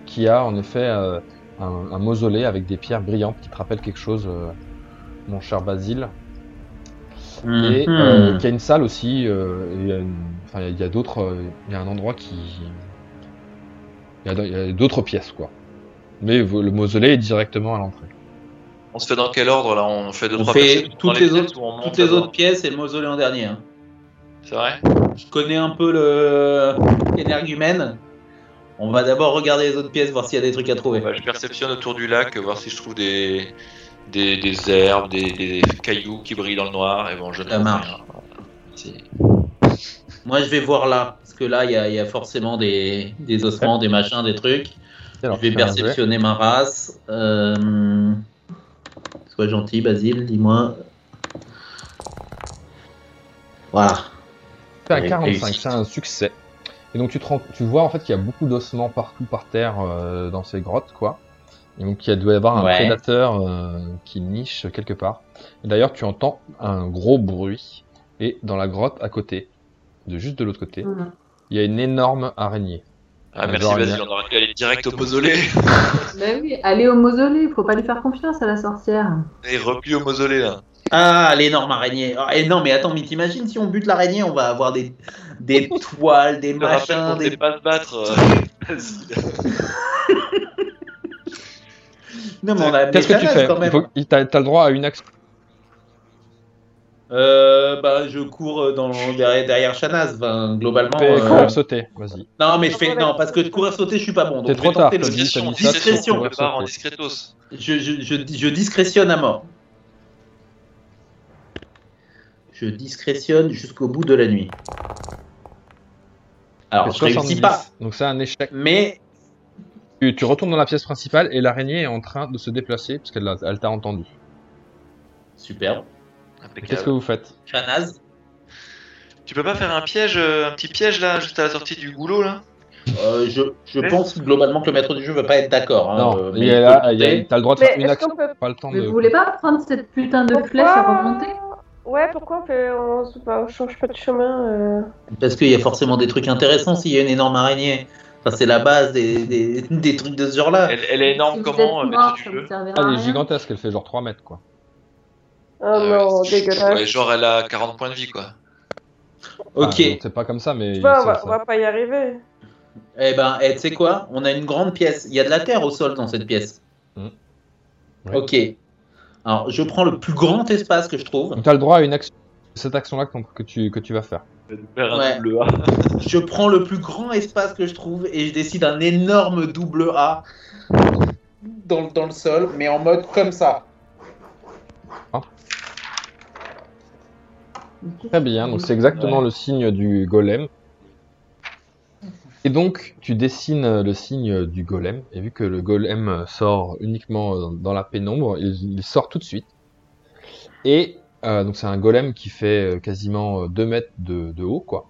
[SPEAKER 2] qu'il y a en effet euh, un, un mausolée avec des pierres brillantes qui te rappellent quelque chose, euh, mon cher Basile
[SPEAKER 7] Mm-hmm.
[SPEAKER 2] et euh,
[SPEAKER 5] Mhm.
[SPEAKER 2] qu'il y a une salle aussi. euh, et il y a une- enfin, il y a- il y a d'autres. euh, Il y a un endroit qui. Il y a- il y a d'autres pièces, quoi. Mais vous- le mausolée est directement à l'entrée.
[SPEAKER 6] On se fait dans quel ordre là On fait deux,
[SPEAKER 5] On
[SPEAKER 6] trois
[SPEAKER 5] fait
[SPEAKER 6] personnes
[SPEAKER 5] toutes
[SPEAKER 6] dans
[SPEAKER 5] les
[SPEAKER 6] pièces
[SPEAKER 5] autres-
[SPEAKER 6] ou on monte
[SPEAKER 5] Toutes les
[SPEAKER 6] d'abord
[SPEAKER 5] autres pièces et le mausolée en dernier. hein.
[SPEAKER 6] C'est vrai
[SPEAKER 5] Je connais un peu le l'énergumène. On va d'abord regarder les autres pièces, voir s'il y a des trucs à trouver.
[SPEAKER 6] Bah, Je perceptionne autour du lac, euh. voir si je trouve des, des, des herbes, des, des cailloux qui brillent dans le noir. Et bon, je ne
[SPEAKER 5] Ça
[SPEAKER 6] trouve
[SPEAKER 5] marche.
[SPEAKER 6] rien. Si.
[SPEAKER 5] Moi, je vais voir là, parce que là, il y a, il y a forcément des, des ossements, des machins, des trucs.
[SPEAKER 2] Alors,
[SPEAKER 5] je vais
[SPEAKER 2] fais un jet.
[SPEAKER 5] perceptionner ma race. Euh, Sois gentil, Basile, dis-moi. Voilà.
[SPEAKER 2] Fais un
[SPEAKER 5] Ré-
[SPEAKER 2] 45,
[SPEAKER 5] réussite.
[SPEAKER 2] c'est un succès. Et donc tu, te rends- tu vois en fait qu'il y a beaucoup d'ossements partout par terre euh, dans ces grottes, quoi. Et donc il y a- doit y avoir un
[SPEAKER 5] Ouais.
[SPEAKER 2] prédateur euh, qui niche quelque part. Et D'ailleurs, tu entends un gros bruit. Et dans la grotte à côté, de juste de l'autre côté,
[SPEAKER 4] Mhm.
[SPEAKER 2] il y a une énorme araignée.
[SPEAKER 6] Ah, merci,
[SPEAKER 2] Genre,
[SPEAKER 6] vas-y,
[SPEAKER 2] il-
[SPEAKER 6] on aurait dû aller direct au mausolée
[SPEAKER 4] Mais Bah oui, allez au mausolée, faut pas lui faire confiance à la sorcière.
[SPEAKER 6] et repu au mausolée là.
[SPEAKER 5] Ah, l'énorme araignée. Ah, et non, mais attends, mais t'imagines si on bute l'araignée, on va avoir des, des toiles, des
[SPEAKER 6] Je rappelle
[SPEAKER 5] machins,
[SPEAKER 6] qu'on
[SPEAKER 5] des
[SPEAKER 6] sait pas se battre. euh, vas-y.
[SPEAKER 5] Non, mais on a
[SPEAKER 2] Qu'est-ce
[SPEAKER 5] mais
[SPEAKER 2] que tu
[SPEAKER 5] ça
[SPEAKER 2] fais
[SPEAKER 5] reste quand même.
[SPEAKER 2] Il faut- il- T'as t'as le droit à une action.
[SPEAKER 5] Euh, bah, je cours dans, derrière, derrière Shanaz, ben, globalement.
[SPEAKER 2] Fais
[SPEAKER 5] euh,
[SPEAKER 2] courir sauter. Vas-y.
[SPEAKER 5] Non, mais je fais non parce que courir sauter, je suis pas bon.
[SPEAKER 2] T'es
[SPEAKER 5] Donc je
[SPEAKER 2] trop
[SPEAKER 5] vais tenter
[SPEAKER 2] tard,
[SPEAKER 5] le-
[SPEAKER 2] t'as dit.
[SPEAKER 6] Discrétion,
[SPEAKER 2] t'as ça,
[SPEAKER 6] discrétion,
[SPEAKER 5] tu
[SPEAKER 6] on
[SPEAKER 2] vas
[SPEAKER 6] le barre en
[SPEAKER 2] sauter.
[SPEAKER 6] discretos.
[SPEAKER 5] Je, je, je, je discrétionne à mort. Je discrétionne jusqu'au bout de la nuit. Alors,
[SPEAKER 2] Fais
[SPEAKER 5] je réussis
[SPEAKER 2] 70,
[SPEAKER 5] pas,
[SPEAKER 2] Donc c'est un échec.
[SPEAKER 5] mais
[SPEAKER 2] Tu, tu retournes dans la pièce principale et l'araignée est en train de se déplacer parce qu'elle l'a- elle t'a entendu.
[SPEAKER 5] superbe.
[SPEAKER 2] Qu'est-ce
[SPEAKER 6] Impeccable.
[SPEAKER 2] que vous faites
[SPEAKER 5] Shanaz,
[SPEAKER 6] Tu peux pas faire un piège, euh, un petit piège là, juste à la sortie du goulot là
[SPEAKER 5] euh, je, je pense globalement que le maître du jeu veut pas être d'accord. hein, euh,
[SPEAKER 2] Non,
[SPEAKER 5] mais
[SPEAKER 2] il est
[SPEAKER 5] il
[SPEAKER 2] là,
[SPEAKER 5] peut
[SPEAKER 2] il y a-
[SPEAKER 5] tenter.
[SPEAKER 2] t'as le droit de
[SPEAKER 3] Mais
[SPEAKER 2] faire une
[SPEAKER 3] est-ce
[SPEAKER 2] action.
[SPEAKER 3] qu'on peut
[SPEAKER 2] Pas le temps
[SPEAKER 4] Mais
[SPEAKER 2] de.
[SPEAKER 4] vous voulez pas prendre cette putain de
[SPEAKER 3] Pourquoi
[SPEAKER 4] flèche à remonter
[SPEAKER 3] Ouais, pourquoi on peut... on, se- bah, on change pas de chemin euh,
[SPEAKER 5] Parce qu'il y a forcément des trucs intéressants s'il y a une énorme araignée. Enfin, c'est la base des, des, des trucs de ce genre-là.
[SPEAKER 6] elle, elle est
[SPEAKER 4] Si
[SPEAKER 6] énorme
[SPEAKER 4] vous
[SPEAKER 6] comment,
[SPEAKER 4] êtes
[SPEAKER 6] euh,
[SPEAKER 4] mort,
[SPEAKER 6] maître
[SPEAKER 4] ça
[SPEAKER 6] du
[SPEAKER 4] vous
[SPEAKER 6] jeu
[SPEAKER 4] servira à
[SPEAKER 2] Ah, Elle est
[SPEAKER 4] rien.
[SPEAKER 2] gigantesque, elle fait genre 3 mètres quoi.
[SPEAKER 3] Oh
[SPEAKER 6] Euh,
[SPEAKER 3] non, dégueulasse.
[SPEAKER 6] ouais, Genre elle a 40 points de vie quoi.
[SPEAKER 5] Ok.
[SPEAKER 2] Enfin, c'est pas comme ça, mais.
[SPEAKER 3] Tu vois, Bah, on
[SPEAKER 2] ça-
[SPEAKER 3] va,
[SPEAKER 2] ça-
[SPEAKER 3] on va pas y arriver.
[SPEAKER 5] Eh ben, eh, tu sais quoi On a une grande pièce. Il y a de la terre au sol dans cette pièce.
[SPEAKER 2] Mhm. Ouais.
[SPEAKER 5] Ok. Alors, je prends le plus grand espace que je trouve.
[SPEAKER 2] Donc t'as le droit à une action. Cette action-là qu'on- que tu, que tu vas faire.
[SPEAKER 6] Faire un
[SPEAKER 5] Ouais.
[SPEAKER 6] double A.
[SPEAKER 5] Je prends le plus grand espace que je trouve et je décide un énorme double A dans, le- dans le sol, mais en mode comme ça.
[SPEAKER 2] Très bien, donc c'est exactement le signe du golem. Et donc, tu dessines le signe du golem, et vu que le golem sort uniquement dans- dans la pénombre, il, il sort tout de suite. Et euh, donc, c'est un golem qui fait euh, quasiment 2 mètres de, de haut, quoi.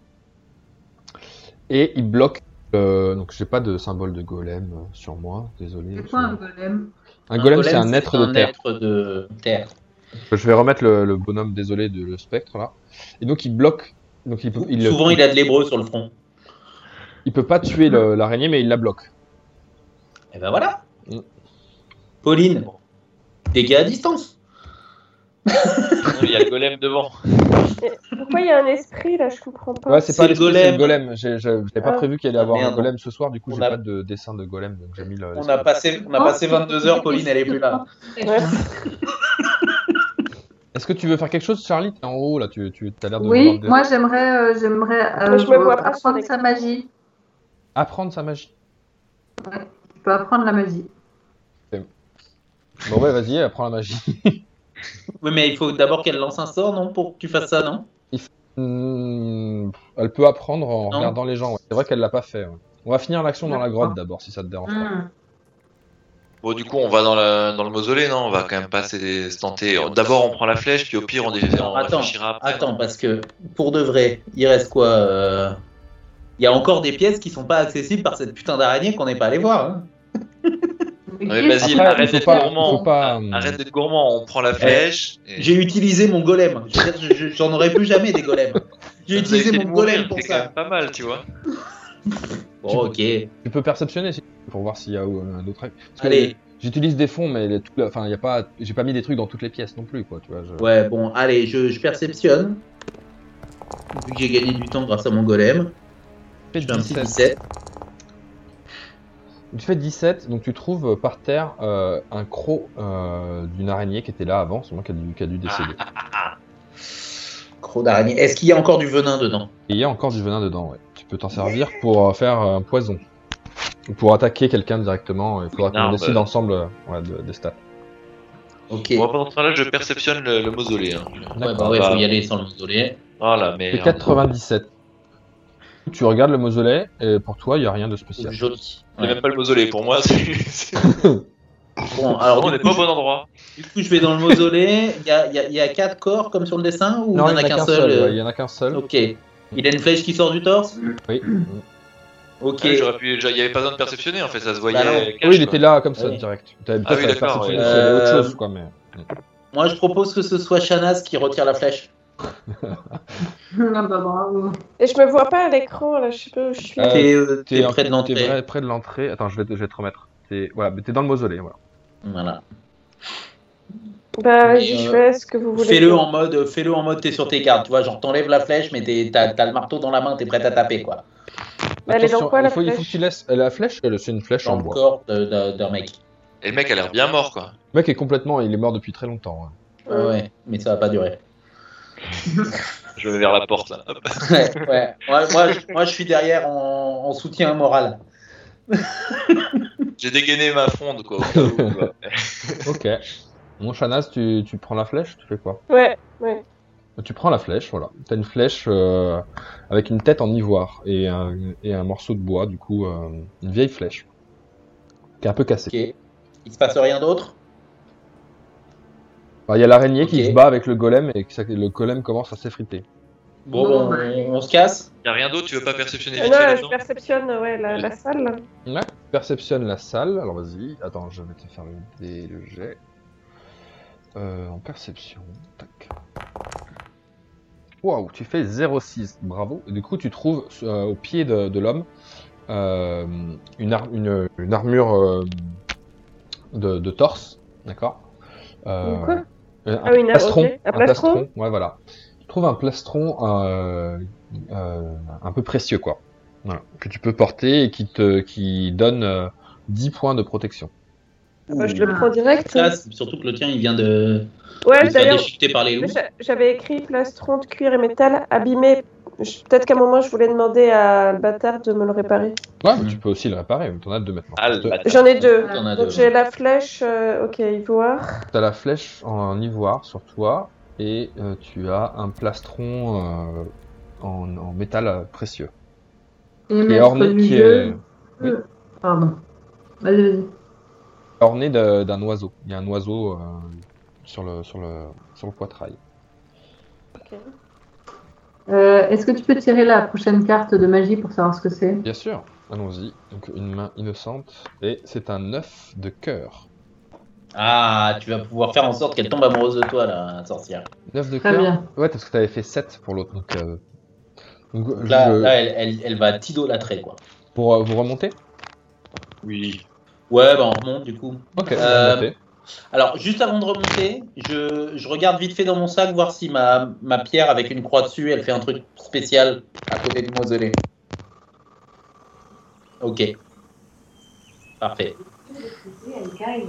[SPEAKER 2] Et il bloque. euh, donc, j'ai pas de symbole de golem euh, sur moi, désolé.
[SPEAKER 4] C'est quoi un golem
[SPEAKER 2] Un golem, c'est un être de terre.
[SPEAKER 5] être de terre.
[SPEAKER 2] Je vais remettre le, le bonhomme, désolé, de le spectre là. Et donc, il bloque. Donc, il, peut- il-
[SPEAKER 5] Souvent, il a de l'hébreu sur le front.
[SPEAKER 2] Il peut pas tuer le- l'araignée, mais il la bloque.
[SPEAKER 5] Et ben voilà.
[SPEAKER 2] Mm.
[SPEAKER 5] Pauline, dégâts à distance.
[SPEAKER 6] Non, Il y a le golem devant.
[SPEAKER 3] Pourquoi il y a un esprit là Je comprends pas.
[SPEAKER 2] Ouais, c'est
[SPEAKER 5] c'est
[SPEAKER 2] pas
[SPEAKER 5] le
[SPEAKER 2] l'esprit, c'est le
[SPEAKER 5] golem.
[SPEAKER 2] golem. J'ai- j'ai- J'avais pas
[SPEAKER 3] Ah.
[SPEAKER 2] prévu qu'il allait avoir
[SPEAKER 5] Merde.
[SPEAKER 2] un golem ce soir, du coup
[SPEAKER 5] On
[SPEAKER 2] j'ai
[SPEAKER 5] a-
[SPEAKER 2] pas de dessin de golem, donc j'ai mis le.
[SPEAKER 5] On a passé, on a passé 22 heures, Pauline, elle est plus là.
[SPEAKER 3] Ouais.
[SPEAKER 2] Est-ce que tu veux faire quelque chose, Charlie T'es en haut là, tu, tu as l'air de.
[SPEAKER 4] Oui,
[SPEAKER 2] vouloir dé-
[SPEAKER 4] moi j'aimerais euh, j'aimerais euh,
[SPEAKER 3] Moi, je me vois pas sur
[SPEAKER 4] apprendre
[SPEAKER 3] les-
[SPEAKER 4] sa magie.
[SPEAKER 2] Apprendre sa magie.
[SPEAKER 4] Je peux apprendre la magie.
[SPEAKER 2] Bon ouais, vas-y, apprends la magie.
[SPEAKER 5] Oui, mais il faut d'abord qu'elle lance un sort, non Pour que tu fasses ça, non
[SPEAKER 2] Hmm, elle peut apprendre en
[SPEAKER 5] Non.
[SPEAKER 2] regardant les gens. ouais. C'est vrai qu'elle l'a pas fait. ouais. On va finir l'action dans la grotte
[SPEAKER 4] Ah.
[SPEAKER 2] d'abord, si ça te dérange pas.
[SPEAKER 4] Hmm.
[SPEAKER 6] Bon, du coup, on va dans, la- dans le mausolée, non On va quand même pas se se tenter. D'abord, on prend la flèche, puis au pire, on, dé- on
[SPEAKER 5] attends,
[SPEAKER 6] réfléchira après.
[SPEAKER 5] Attends, parce que pour de vrai, il reste quoi euh, Il y a encore des pièces qui sont pas accessibles par cette putain d'araignée qu'on n'est pas allé voir. hein.
[SPEAKER 4] Mais
[SPEAKER 6] Ouais,
[SPEAKER 4] qu'est-ce
[SPEAKER 6] vas-y,
[SPEAKER 4] que-
[SPEAKER 2] Après,
[SPEAKER 6] arrête
[SPEAKER 2] il
[SPEAKER 6] d'être
[SPEAKER 2] faut pas,
[SPEAKER 6] gourmand.
[SPEAKER 2] il faut
[SPEAKER 5] hein.
[SPEAKER 2] pas, hum,
[SPEAKER 6] Ah, Arrête d'être gourmand, on prend la flèche. et-
[SPEAKER 5] Eh, J'ai utilisé mon golem. Je veux dire, je- je- J'en aurais plus jamais des golems. J'ai
[SPEAKER 6] Ça nous a
[SPEAKER 5] utilisé
[SPEAKER 6] été
[SPEAKER 5] mon
[SPEAKER 6] de
[SPEAKER 5] golem
[SPEAKER 6] mourir,
[SPEAKER 5] pour
[SPEAKER 6] C'est quand
[SPEAKER 5] ça.
[SPEAKER 6] même pas mal, tu vois.
[SPEAKER 5] Bon, ok.
[SPEAKER 2] Tu peux perceptionner si- pour voir s'il y a euh, un autre. Parce que
[SPEAKER 5] Allez,
[SPEAKER 2] J'utilise des fonds, mais les- tout- enfin, y a pas, j'ai pas mis des trucs dans toutes les pièces non plus, quoi. Tu vois, je-
[SPEAKER 5] ouais, bon, allez, je, je perceptionne. Vu que j'ai gagné du temps grâce à mon golem,
[SPEAKER 2] Tu
[SPEAKER 5] je fais un petit
[SPEAKER 2] 17.
[SPEAKER 5] 17.
[SPEAKER 2] Tu fais 17, donc tu trouves euh, par terre euh, un croc euh, d'une araignée qui était là avant, seulement qui a dû, qui a dû décéder.
[SPEAKER 5] Croc d'araignée. Est-ce qu'il y a encore du venin dedans
[SPEAKER 2] Et il y a encore du venin dedans, ouais. Tu peux t'en servir pour euh, faire euh, un poison. Ou pour attaquer quelqu'un directement. Il faudra
[SPEAKER 6] Non,
[SPEAKER 2] qu'on
[SPEAKER 6] bah-
[SPEAKER 2] décide ensemble euh, ouais, de- des stats.
[SPEAKER 5] Ok.
[SPEAKER 6] Bon, pendant ce temps-là, je perceptionne le, le mausolée. hein.
[SPEAKER 5] Ouais,
[SPEAKER 2] D'accord.
[SPEAKER 5] bah ouais,
[SPEAKER 6] Bah.
[SPEAKER 5] faut y aller sans le mausolée.
[SPEAKER 6] Voilà, mais. hein.
[SPEAKER 2] C'est 97. Tu regardes le mausolée, et pour toi, il n'y a rien de spécial.
[SPEAKER 5] Joli.
[SPEAKER 6] C'est même pas le mausolée pour moi. c'est- c'est-
[SPEAKER 5] Bon, alors
[SPEAKER 6] on
[SPEAKER 5] du
[SPEAKER 6] n'est pas
[SPEAKER 5] coup,
[SPEAKER 6] au bon endroit.
[SPEAKER 5] je, du coup, je vais dans le mausolée. Il y a, il y a- il y a quatre corps comme sur le dessin ou
[SPEAKER 2] Non,
[SPEAKER 5] il n'y en a qu'un seul
[SPEAKER 2] ouais,
[SPEAKER 5] euh,
[SPEAKER 2] Il y en a qu'un seul.
[SPEAKER 5] Ok. Il a une flèche qui sort du torse
[SPEAKER 2] Oui.
[SPEAKER 5] Ok.
[SPEAKER 6] Ouais, j'aurais pu- j'a- Il n'y avait pas besoin de perceptionner en fait, ça se voyait.
[SPEAKER 5] Bah non.
[SPEAKER 6] cash,
[SPEAKER 2] Oui, il
[SPEAKER 6] quoi.
[SPEAKER 2] était là comme ça
[SPEAKER 5] Oui.
[SPEAKER 2] direct. T'avais
[SPEAKER 6] Ah oui,
[SPEAKER 2] peut-être
[SPEAKER 6] d'accord,
[SPEAKER 2] perceptionné
[SPEAKER 6] ouais.
[SPEAKER 2] s'il y avait autre
[SPEAKER 5] Euh,
[SPEAKER 2] chose, quoi, mais.
[SPEAKER 5] Moi, je propose que ce soit Shanaz qui retire la flèche.
[SPEAKER 4] Ah bah, bravo.
[SPEAKER 3] Et je me vois pas à l'écran, là, je sais pas où je suis.
[SPEAKER 2] Euh,
[SPEAKER 5] T'es euh, t'es
[SPEAKER 2] en fait,
[SPEAKER 5] près de
[SPEAKER 2] t'es
[SPEAKER 5] l'entrée.
[SPEAKER 2] vrai- près de l'entrée. Attends, je vais, te- je vais te remettre. T'es voilà, mais t'es dans le mausolée. Voilà.
[SPEAKER 5] Voilà.
[SPEAKER 3] Bah,
[SPEAKER 5] mais,
[SPEAKER 3] vas-y, je
[SPEAKER 5] euh,
[SPEAKER 3] fais ce que vous voulez.
[SPEAKER 5] Fais-le en mode, fais-le en mode, t'es sur tes cartes. Tu vois, genre t'enlèves la flèche, mais t'es- t'as t'as le marteau dans la main, t'es prêt à taper quoi.
[SPEAKER 3] Elle est dans
[SPEAKER 2] Attention,
[SPEAKER 3] quoi, la
[SPEAKER 2] il faut, il faut
[SPEAKER 3] flèche
[SPEAKER 2] que tu laisses la flèche. elle, C'est une flèche
[SPEAKER 5] Dans
[SPEAKER 2] en
[SPEAKER 5] le
[SPEAKER 2] bois.
[SPEAKER 5] corps de- de- d'un mec.
[SPEAKER 6] Et le mec a l'air bien mort, quoi.
[SPEAKER 2] Le mec est complètement, il est mort depuis très longtemps. hein.
[SPEAKER 5] Ouais, ouais, mais ça va pas durer.
[SPEAKER 6] Je vais vers la porte, là. Hop.
[SPEAKER 5] Ouais, ouais. Moi, moi, je, moi, je suis derrière en, en soutien moral.
[SPEAKER 6] J'ai dégainé ma fronde, quoi. au cas où, quoi.
[SPEAKER 2] Ok. Mon Shanaz, tu, tu prends la flèche, tu fais quoi
[SPEAKER 3] Ouais, ouais.
[SPEAKER 2] Tu prends la flèche, voilà. T'as une flèche euh, avec une tête en ivoire et un, et un morceau de bois, du coup, euh, une vieille flèche qui est un peu cassée.
[SPEAKER 5] Ok. Il se passe rien d'autre
[SPEAKER 2] Enfin, Il y a l'araignée qui
[SPEAKER 5] Ok.
[SPEAKER 2] se bat avec le golem et que ça- le golem commence à s'effriter.
[SPEAKER 5] Bon,
[SPEAKER 4] Non,
[SPEAKER 5] bon,
[SPEAKER 4] mais-
[SPEAKER 5] on, on se casse
[SPEAKER 6] Y a rien d'autre, tu veux pas perceptionner
[SPEAKER 3] Ah
[SPEAKER 6] vite fait
[SPEAKER 3] non, je
[SPEAKER 6] là-dedans
[SPEAKER 3] perceptionne ouais, la, la salle. là.
[SPEAKER 2] Ouais. Perceptionne la salle. Alors vas-y, attends, je vais te faire le dé, le jet. Euh, en perception, tac. Waouh, tu fais 0,6, bravo. Et du coup, tu trouves euh, au pied de, de l'homme euh, une, ar- une- une armure euh, de, de torse, d'accord Euh,
[SPEAKER 3] Une quoi
[SPEAKER 2] euh,
[SPEAKER 3] Ah oui, une-
[SPEAKER 2] plastron,
[SPEAKER 3] ok. Un
[SPEAKER 2] un
[SPEAKER 3] plastron
[SPEAKER 2] plastron, ouais, voilà. Tu trouves un plastron euh, euh, un peu précieux, quoi. Voilà. Que tu peux porter et qui te qui donne euh, 10 points de protection.
[SPEAKER 3] Bah, je le prends direct.
[SPEAKER 5] Ça, c'est surtout que le tien, il vient de, de
[SPEAKER 3] Ouais,
[SPEAKER 5] se faire
[SPEAKER 3] d'ailleurs,
[SPEAKER 5] déchiqueter par les loups.
[SPEAKER 3] j'a- j'avais écrit plastron de cuir et métal abîmé. Je- Peut-être qu'à un moment, je voulais demander à le bâtard de me le réparer.
[SPEAKER 2] Ouais, mais
[SPEAKER 5] Mhm.
[SPEAKER 2] tu peux aussi le réparer, mais t'en as deux maintenant.
[SPEAKER 6] Ah, là,
[SPEAKER 3] J'en ai deux.
[SPEAKER 5] T'en as
[SPEAKER 3] Donc
[SPEAKER 5] deux.
[SPEAKER 3] j'ai la flèche, euh, ok, ivoire.
[SPEAKER 2] T'as la flèche en ivoire sur toi et euh, tu as un plastron euh, en, en métal euh, précieux.
[SPEAKER 4] Et
[SPEAKER 2] Qui est
[SPEAKER 4] maître
[SPEAKER 2] orné,
[SPEAKER 4] du
[SPEAKER 2] qui
[SPEAKER 4] jeu.
[SPEAKER 2] est oui.
[SPEAKER 4] Pardon. Vas-y, vas-y.
[SPEAKER 2] orné de- d'un oiseau. Il y a un oiseau euh, sur, le, sur, le, sur le poitrail.
[SPEAKER 4] Euh, Est-ce que tu peux tirer la prochaine carte de magie pour savoir ce que c'est
[SPEAKER 2] Bien sûr, allons-y. Donc une main innocente et c'est un œuf de cœur.
[SPEAKER 5] Ah, tu vas pouvoir faire en sorte qu'elle tombe amoureuse de toi, la sorcière.
[SPEAKER 2] 9 de
[SPEAKER 4] Très
[SPEAKER 2] cœur.
[SPEAKER 4] bien.
[SPEAKER 2] Ouais, parce que t'avais fait 7 pour l'autre. Donc, euh, donc, je-
[SPEAKER 5] Là,
[SPEAKER 2] je-
[SPEAKER 5] là, elle, elle, elle va t'idolâtrer, quoi.
[SPEAKER 2] pour euh, vous remonter
[SPEAKER 6] Oui.
[SPEAKER 5] Ouais, bah on remonte, du coup.
[SPEAKER 2] Ok,
[SPEAKER 5] Euh,
[SPEAKER 2] vous remontez.
[SPEAKER 5] Alors, juste avant de remonter, je, je regarde vite fait dans mon sac, voir si ma, ma pierre avec une croix dessus, elle fait un truc spécial à côté du mausolée. Ok. Parfait.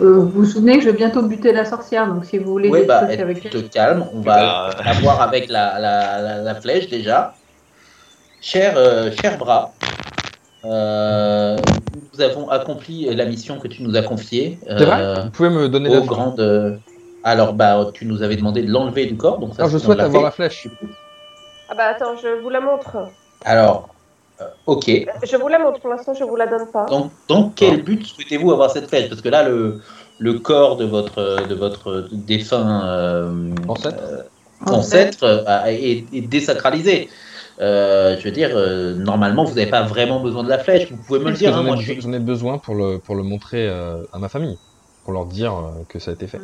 [SPEAKER 4] Euh, vous vous souvenez que je vais bientôt buter la sorcière, donc si vous voulez
[SPEAKER 5] Ouais,
[SPEAKER 4] des
[SPEAKER 5] bah,
[SPEAKER 4] trucs
[SPEAKER 5] elle-
[SPEAKER 4] avec
[SPEAKER 5] tu te
[SPEAKER 4] elle.
[SPEAKER 5] calmes, on va
[SPEAKER 6] Bah,
[SPEAKER 5] la voir avec la, la, la, la flèche déjà. Cher, euh, cher bras, euh, nous avons accompli la mission que tu nous as confiée.
[SPEAKER 2] C'est
[SPEAKER 5] euh,
[SPEAKER 2] vrai Vous pouvez me donner
[SPEAKER 5] aux
[SPEAKER 2] la
[SPEAKER 5] grandes. euh, Alors, bah, tu nous avais demandé de l'enlever du corps, donc ça.
[SPEAKER 2] Alors, je
[SPEAKER 5] on
[SPEAKER 2] souhaite
[SPEAKER 5] l'a
[SPEAKER 2] avoir la
[SPEAKER 5] fait.
[SPEAKER 2] flèche.
[SPEAKER 3] Ah bah attends, je vous la montre.
[SPEAKER 5] Alors, euh, ok.
[SPEAKER 3] Je vous la montre, pour l'instant, je vous la donne pas.
[SPEAKER 5] Donc, dans quel but souhaitez-vous avoir cette flèche Parce que là, le, le corps de votre, euh, de votre euh, défunt euh,
[SPEAKER 2] Ancêtre.
[SPEAKER 5] euh, ancêtre euh, a- est, est désacralisé. Euh, je veux dire, euh, normalement, vous n'avez pas vraiment besoin de la flèche. Vous pouvez me le
[SPEAKER 2] Parce que
[SPEAKER 5] dire. hein,
[SPEAKER 2] J'en
[SPEAKER 5] moi,
[SPEAKER 2] ai,
[SPEAKER 5] je suis-
[SPEAKER 2] j'en ai besoin pour le, pour le montrer euh, à ma famille, pour leur dire euh, que ça a été fait.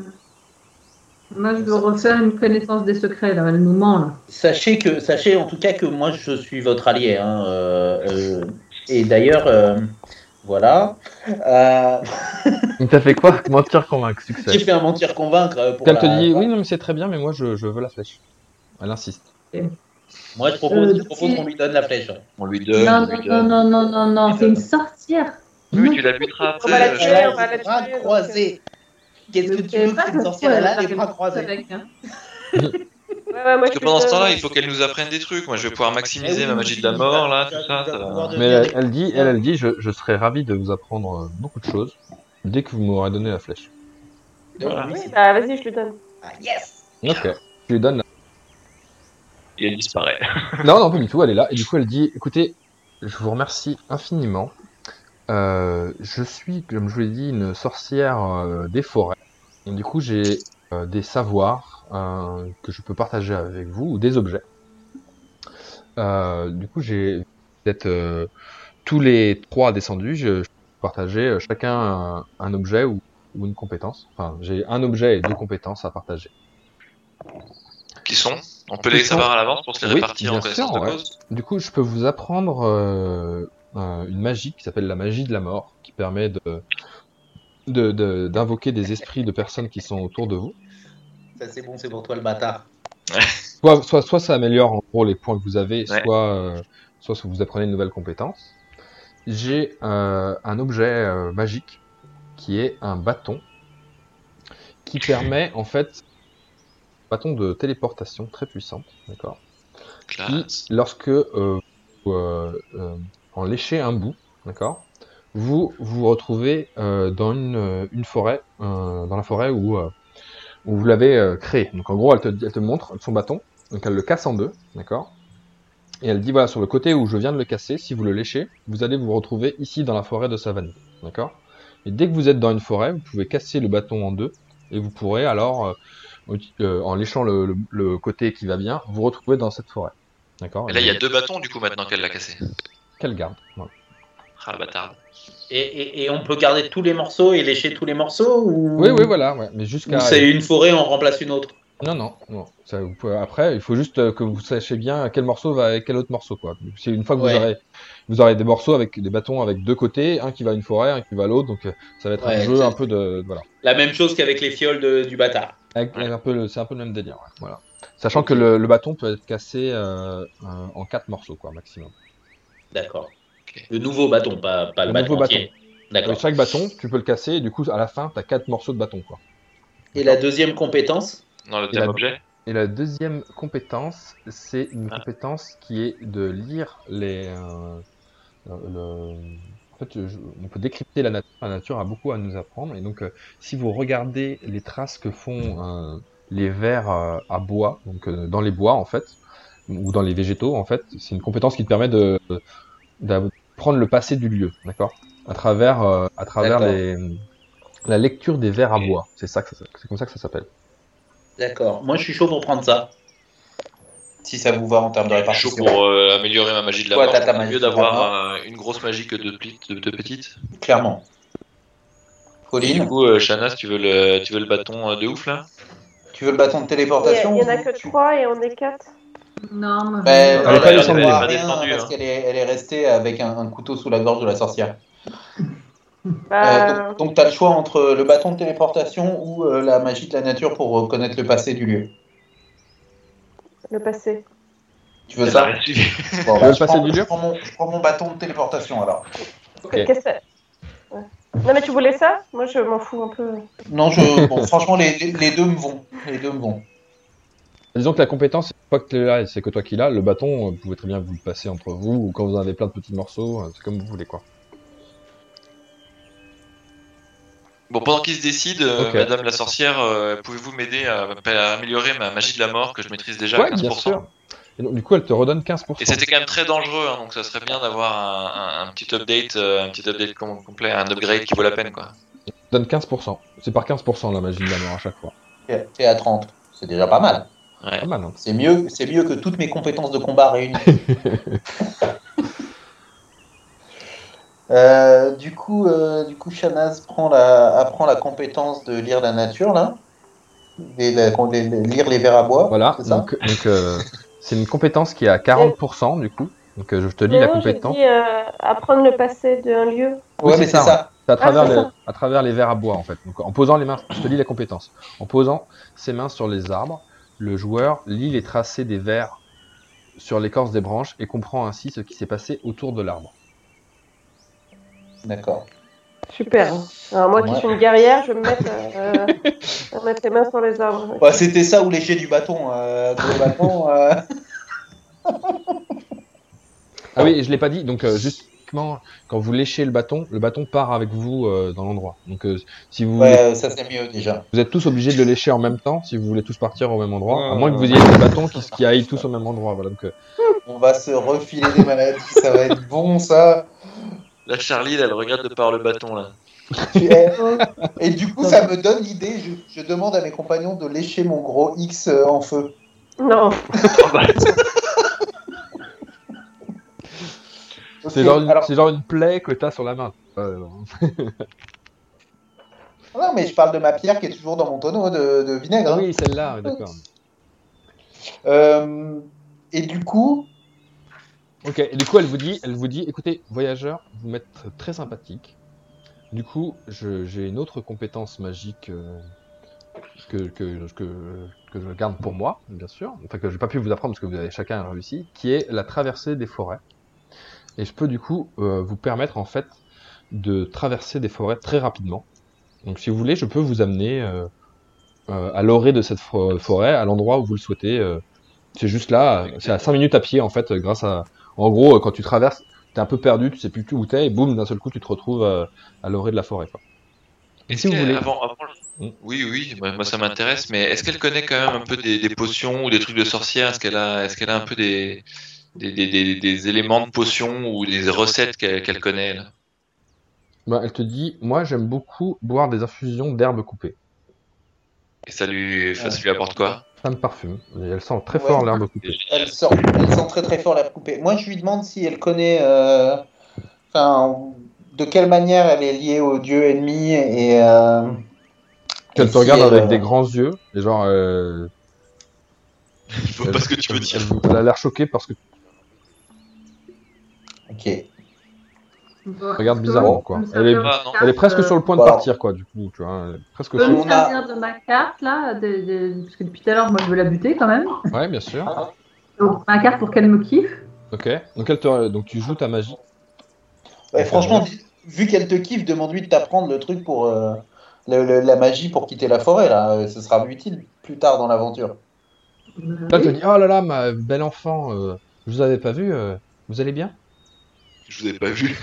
[SPEAKER 4] Moi, je dois refaire une connaissance des secrets, là, elle nous ment, là.
[SPEAKER 5] Sachez que, sachez en tout cas que moi je suis votre allié. hein, euh, euh, et d'ailleurs, euh, voilà. Euh,
[SPEAKER 2] Donc t'as fait quoi Mentir, convaincre,
[SPEAKER 5] J'ai
[SPEAKER 2] succès.
[SPEAKER 5] fait un mentir convaincre euh, pour
[SPEAKER 2] Qu'elle
[SPEAKER 5] la-
[SPEAKER 2] te dit, oui, non, mais c'est très bien, mais moi, je, je veux la flèche. Elle insiste.
[SPEAKER 5] Moi, je propose,
[SPEAKER 4] Euh,
[SPEAKER 5] je propose qu'on lui donne la flèche.
[SPEAKER 6] on lui donne.
[SPEAKER 4] Non,
[SPEAKER 6] on lui
[SPEAKER 4] non,
[SPEAKER 6] donne.
[SPEAKER 4] non, non, non, non, non, c'est une sorcière.
[SPEAKER 6] Oui, tu la buteras
[SPEAKER 3] On va la
[SPEAKER 6] après.
[SPEAKER 3] tuer,
[SPEAKER 6] euh,
[SPEAKER 3] on va la
[SPEAKER 5] Les bras
[SPEAKER 3] tuer, donc, euh,
[SPEAKER 5] croisés. Qu'est-ce que tu veux que cette sorcière elle a les bras croisés
[SPEAKER 4] avec, hein.
[SPEAKER 3] Ouais, ouais, moi,
[SPEAKER 6] Parce
[SPEAKER 3] je
[SPEAKER 6] que
[SPEAKER 3] lui
[SPEAKER 6] pendant ce
[SPEAKER 3] donne.
[SPEAKER 6] temps-là, il faut qu'elle nous apprenne des trucs. Moi, je vais pouvoir maximiser ma magie de la mort, là, tout ça. ça va.
[SPEAKER 2] Mais elle, elle dit, elle, elle dit, je, je serais ravi de vous apprendre euh, beaucoup de choses dès que vous m'aurez donné la flèche.
[SPEAKER 6] Voilà.
[SPEAKER 3] Oui, bah vas-y, je lui donne.
[SPEAKER 5] Ah, yes
[SPEAKER 2] Ok. Tu lui donnes
[SPEAKER 6] Et elle disparaît.
[SPEAKER 2] Non, non, pas du tout, elle est là. Et du coup, elle dit, écoutez, je vous remercie infiniment. Euh, je suis, comme je vous l'ai dit, une sorcière euh, des forêts. Et du coup, j'ai euh, des savoirs euh, que je peux partager avec vous, ou des objets. Euh, du coup, j'ai vous êtes euh, tous les trois descendus, je, je partageais euh, chacun un, un objet ou, ou une compétence. Enfin, j'ai un objet et deux compétences à partager.
[SPEAKER 6] Qui sont On peut les savoir à l'avance pour se les
[SPEAKER 2] Oui,
[SPEAKER 6] répartir
[SPEAKER 2] bien
[SPEAKER 6] en connaissance
[SPEAKER 2] sûr,
[SPEAKER 6] de
[SPEAKER 2] ouais.
[SPEAKER 6] cause.
[SPEAKER 2] Du coup, je peux vous apprendre euh, euh, une magie qui s'appelle la magie de la mort, qui permet de de- de- d'invoquer des esprits de personnes qui sont autour de vous.
[SPEAKER 5] Ça, c'est bon, c'est pour toi le bâtard.
[SPEAKER 2] Soit, soit, soit ça améliore en gros les points que vous avez,
[SPEAKER 6] Ouais.
[SPEAKER 2] soit, euh, soit vous apprenez une nouvelle compétence. J'ai euh, un objet euh, magique qui est un bâton qui permet en fait bâton de téléportation très puissante, d'accord. qui,
[SPEAKER 6] Classe.
[SPEAKER 2] lorsque euh, vous, euh, euh, en léchez un bout, d'accord, vous vous retrouvez euh, dans une, euh, une forêt, euh, dans la forêt où, euh, où vous l'avez euh, créé. Donc en gros, elle te, elle te montre son bâton, donc elle le casse en deux, d'accord, et elle dit voilà sur le côté où je viens de le casser, si vous le léchez, vous allez vous retrouver ici dans la forêt de Savane, d'accord. Et dès que vous êtes dans une forêt, vous pouvez casser le bâton en deux et vous pourrez alors euh, uti- euh, en léchant le- le- le côté qui va bien, vous retrouver dans cette forêt. D'accord.
[SPEAKER 6] Et là, il y a deux bâtons du coup maintenant qu'elle l'a cassé.
[SPEAKER 2] Quelle garde voilà.
[SPEAKER 6] Ah, le bâtard.
[SPEAKER 7] Et, et- et on peut garder tous les morceaux et lécher tous les morceaux ou...
[SPEAKER 2] Oui, oui, voilà. ouais, Mais
[SPEAKER 7] Ou
[SPEAKER 2] jusqu'à.
[SPEAKER 7] c'est une forêt, on remplace une autre.
[SPEAKER 2] Non, non, non. Ça, vous pouvez- Après, il faut juste euh, que vous sachiez bien quel morceau va avec quel autre morceau, quoi. C'est une fois que
[SPEAKER 7] Ouais.
[SPEAKER 2] vous aurez, vous aurez des morceaux avec des bâtons avec deux côtés, un qui va à une forêt, un qui va à l'autre, donc euh, ça va être un
[SPEAKER 7] Ouais,
[SPEAKER 2] jeu
[SPEAKER 7] c'est-
[SPEAKER 2] un peu de, voilà.
[SPEAKER 7] La même chose qu'avec les fioles de- du bâtard.
[SPEAKER 2] Avec-
[SPEAKER 6] Ouais.
[SPEAKER 2] avec un peu, le- c'est un peu le même délire, ouais, voilà. Sachant que le, le bâton peut être cassé euh, en en quatre morceaux, quoi, maximum.
[SPEAKER 7] D'accord.
[SPEAKER 6] Ok.
[SPEAKER 7] Le nouveau bâton, pas, pas le,
[SPEAKER 2] Le
[SPEAKER 7] bâton.
[SPEAKER 2] nouveau
[SPEAKER 7] entier. D'accord.
[SPEAKER 2] Et chaque bâton, tu peux le casser, et du coup, à la fin, t'as quatre morceaux de bâton, quoi.
[SPEAKER 7] Et la deuxième compétence
[SPEAKER 6] Non, le
[SPEAKER 2] a-
[SPEAKER 6] deuxième objet
[SPEAKER 2] Et la deuxième compétence, c'est une compétence qui est de lire les. euh, euh, le- En fait, je- on peut décrypter la nature. La nature a beaucoup à nous apprendre. Et donc, euh, si vous regardez les traces que font euh, les vers euh, à bois, donc euh, dans les bois en fait, ou dans les végétaux en fait, c'est une compétence qui te permet de, de prendre le passé du lieu, d'accord À travers, euh, à travers
[SPEAKER 7] D'accord.
[SPEAKER 2] les, la lecture des vers à
[SPEAKER 6] Ok.
[SPEAKER 2] bois. C'est ça que ça- c'est comme ça que ça s'appelle.
[SPEAKER 7] D'accord. Moi, je suis chaud pour prendre ça.
[SPEAKER 5] Si ça vous va en termes de répartition.
[SPEAKER 6] Chaud pour euh, améliorer ma magie de la
[SPEAKER 5] Ouais,
[SPEAKER 6] mort.
[SPEAKER 5] t'as ta
[SPEAKER 6] C'est
[SPEAKER 5] magie
[SPEAKER 6] mieux
[SPEAKER 5] de la
[SPEAKER 6] d'avoir euh, une grosse magie que deux, petites- deux- deux petites.
[SPEAKER 5] Clairement.
[SPEAKER 6] Et du
[SPEAKER 5] Colline,
[SPEAKER 6] coup, euh, Shana, si tu veux le, tu veux le bâton euh, de ouf là
[SPEAKER 5] tu veux le bâton
[SPEAKER 3] Il
[SPEAKER 5] de
[SPEAKER 3] y,
[SPEAKER 5] téléportation
[SPEAKER 3] en a que trois et on est quatre.
[SPEAKER 4] Non, moi,
[SPEAKER 5] Ben,
[SPEAKER 4] je-
[SPEAKER 2] Elle est pas
[SPEAKER 5] voilà,
[SPEAKER 2] descendue,
[SPEAKER 5] elle
[SPEAKER 2] elle
[SPEAKER 5] voit
[SPEAKER 6] est pas
[SPEAKER 5] rien,
[SPEAKER 6] descendue,
[SPEAKER 5] parce
[SPEAKER 6] hein.
[SPEAKER 5] qu'elle est, elle est restée avec un, un couteau sous la gorge de la sorcière. Euh,
[SPEAKER 3] Bah,
[SPEAKER 6] Euh,
[SPEAKER 5] donc, donc t'as le choix entre le bâton de téléportation ou euh, la magie de la nature pour reconnaître le passé du lieu.
[SPEAKER 3] le passé.
[SPEAKER 5] Tu veux
[SPEAKER 6] Elle
[SPEAKER 5] ça
[SPEAKER 6] l'a reçu.
[SPEAKER 5] Bon,
[SPEAKER 2] veux Eh ben, le
[SPEAKER 5] je
[SPEAKER 2] passé
[SPEAKER 5] prends-
[SPEAKER 2] du lieu
[SPEAKER 5] je prends, mon, je prends mon bâton de téléportation alors.
[SPEAKER 2] Ok.
[SPEAKER 3] Qu'est-ce que c'est Ouais. Non mais tu voulais ça Moi je m'en fous un peu.
[SPEAKER 5] Non, je, bon, franchement, les, les- les deux me vont. Les deux me vont.
[SPEAKER 2] Disons que la compétence, c'est pas que tu l'as, c'est que toi qui l'as. Le bâton, euh, vous pouvez très bien vous le passer entre vous ou quand vous en avez plein de petits morceaux, euh, c'est comme vous voulez quoi.
[SPEAKER 6] Bon, pendant qu'il se décide, euh,
[SPEAKER 2] Ok.
[SPEAKER 6] Madame la sorcière, euh, pouvez-vous m'aider à, à améliorer ma magie de la mort que je maîtrise déjà à
[SPEAKER 2] ouais,
[SPEAKER 6] 15%
[SPEAKER 2] bien sûr. Et donc, du coup, elle te redonne 15%.
[SPEAKER 6] Et c'était quand même très dangereux, hein, donc ça serait bien d'avoir un, un- un petit update, euh, un petit update com- complet, un upgrade qui vaut la peine quoi.
[SPEAKER 2] Elle donne 15%. C'est par 15% la magie de la mort à chaque fois.
[SPEAKER 5] T'es t'es à 30. C'est déjà pas mal.
[SPEAKER 6] Ouais.
[SPEAKER 2] Pas mal, hein.
[SPEAKER 5] C'est mieux, c'est mieux que toutes mes compétences de combat réunies. Euh, du coup, euh, du coup, Shanaz prend la, apprend la compétence de lire la nature là, Des- la- qu'on- les- les- lire les vers à bois.
[SPEAKER 2] Voilà,
[SPEAKER 5] c'est ça
[SPEAKER 2] donc donc, euh, c'est une compétence qui est à 40% du coup. Donc euh, je te lis la
[SPEAKER 3] non, j'ai
[SPEAKER 2] compétence.
[SPEAKER 3] dit euh, apprendre le passé d'un lieu.
[SPEAKER 2] Oui,
[SPEAKER 5] Ouais, mais
[SPEAKER 2] c'est
[SPEAKER 5] c'est
[SPEAKER 2] ça.
[SPEAKER 5] ça.
[SPEAKER 2] C'est à travers,
[SPEAKER 3] c'est
[SPEAKER 2] les,
[SPEAKER 3] ça.
[SPEAKER 2] à travers les verres à bois en fait. Donc, en posant les mains, je te lis la compétence. En posant ses mains sur les arbres, le joueur lit les tracés des vers sur l'écorce des branches et comprend ainsi ce qui s'est passé autour de l'arbre.
[SPEAKER 5] D'accord.
[SPEAKER 3] Super. Alors moi qui
[SPEAKER 5] Ouais.
[SPEAKER 3] suis une guerrière, je vais me mettre, euh, euh, je vais mettre les mains sur les arbres.
[SPEAKER 5] Ouais, c'était ça ou lécher du bâton. euh, le bâton, euh,
[SPEAKER 2] Ah oui, et je l'ai pas dit. Donc euh, justement, quand vous léchez le bâton, le bâton part avec vous euh, dans l'endroit. Donc euh, si vous,
[SPEAKER 5] ouais, ça c'est mieux déjà.
[SPEAKER 2] vous êtes tous obligés de le lécher en même temps, si vous voulez tous partir au même endroit, à
[SPEAKER 5] Ouais,
[SPEAKER 2] moins que vous
[SPEAKER 5] ouais,
[SPEAKER 2] ayez des bâtons qui, qui aillent tous au même endroit. Voilà. Donc, euh,
[SPEAKER 5] On va se refiler des maladies, ça va être bon ça.
[SPEAKER 6] Là, Charlie, elle regrette de pas avoir le bâton là.
[SPEAKER 5] Tu es- eh, oh. Et du coup, ça me donne l'idée. Je, je demande à mes compagnons de lécher mon gros X euh, en feu.
[SPEAKER 3] Non.
[SPEAKER 5] Ok,
[SPEAKER 2] c'est genre, une-
[SPEAKER 5] alors-
[SPEAKER 2] c'est genre une plaie que t'as sur la main. Euh,
[SPEAKER 5] Non, mais je parle de ma pierre qui est toujours dans mon tonneau de, de vinaigre. hein.
[SPEAKER 2] Oui, celle-là, ouais, d'accord.
[SPEAKER 5] Euh, et du coup,
[SPEAKER 2] Ok, et du coup, elle vous dit, elle vous dit, écoutez, voyageur, vous m'êtes très sympathique. Du coup, je- j'ai une autre compétence magique euh, que, que, que, que je garde pour moi, bien sûr. Enfin, que j'ai pas pu vous apprendre parce que vous avez chacun réussi, qui est la traversée des forêts. Et je peux du coup euh, vous permettre en fait de traverser des forêts très rapidement. Donc, si vous voulez, je peux vous amener euh, euh, à l'orée de cette fo- forêt, à l'endroit où vous le souhaitez. euh. c'est juste là, c'est à 5 minutes à pied en fait, grâce à en gros, euh, quand tu traverses, t'es un peu perdu, tu sais plus où t'es, et boum, d'un seul coup, tu te retrouves euh, à l'orée de la forêt. Quoi. Et
[SPEAKER 6] Est-ce
[SPEAKER 2] si vous
[SPEAKER 6] qu'elle-
[SPEAKER 2] voulez.
[SPEAKER 6] avant- avant le-
[SPEAKER 2] Mm.
[SPEAKER 6] Oui, oui, moi, moi, ça m'intéresse, mais est-ce qu'elle connaît quand même un peu des, des potions ou des trucs de sorcière Est-ce qu'elle a, est-ce qu'elle a un peu des, des, des- des- des éléments de potions ou des recettes qu'elle qu'elle connaît là
[SPEAKER 2] Bah, elle te dit Moi, j'aime beaucoup boire des infusions d'herbes coupées.
[SPEAKER 6] Et ça lui, enfin, ça lui apporte quoi
[SPEAKER 2] Ça me parfume. Et elle sent très
[SPEAKER 5] Ouais.
[SPEAKER 2] fort l'herbe coupée.
[SPEAKER 5] elle sort, elle sent très très fort la poupée. Moi, je lui demande si elle connaît, euh, enfin, de quelle manière elle est liée au dieu ennemi et. euh,
[SPEAKER 2] Elle te
[SPEAKER 5] si
[SPEAKER 2] regarde
[SPEAKER 5] elle,
[SPEAKER 2] avec
[SPEAKER 5] euh,
[SPEAKER 2] des grands yeux, et genre. Euh,
[SPEAKER 6] Je vois pas ce que tu veux
[SPEAKER 2] elle-
[SPEAKER 6] dire.
[SPEAKER 2] Elle a l'air choquée parce que.
[SPEAKER 5] Ok.
[SPEAKER 2] Regarde bizarrement, quoi. Elle est-
[SPEAKER 4] Ah,
[SPEAKER 2] Elle est
[SPEAKER 4] euh,
[SPEAKER 2] presque sur le point de
[SPEAKER 5] Voilà.
[SPEAKER 2] partir, quoi, du coup, tu vois. elle est Presque
[SPEAKER 4] Je peux me
[SPEAKER 2] chaud.
[SPEAKER 5] On a-
[SPEAKER 4] servir de ma carte là, de- de- parce que depuis tout à l'heure, moi je veux la buter quand même.
[SPEAKER 2] Ouais, bien sûr.
[SPEAKER 4] Donc ma carte pour qu'elle me kiffe.
[SPEAKER 2] Ok. Donc, elle te... Donc tu joues ta magie.
[SPEAKER 5] Ouais, franchement, dis- vu qu'elle te kiffe, demande-lui de t'apprendre le truc pour euh, le- le- la magie pour quitter la forêt là. Euh, Ce sera utile plus tard dans l'aventure. Ah,
[SPEAKER 2] Là,
[SPEAKER 4] Euh,
[SPEAKER 2] elle te dit Oh là là, ma belle enfant, euh, je vous avais pas vu, euh, vous allez bien
[SPEAKER 6] Je vous avais pas vu.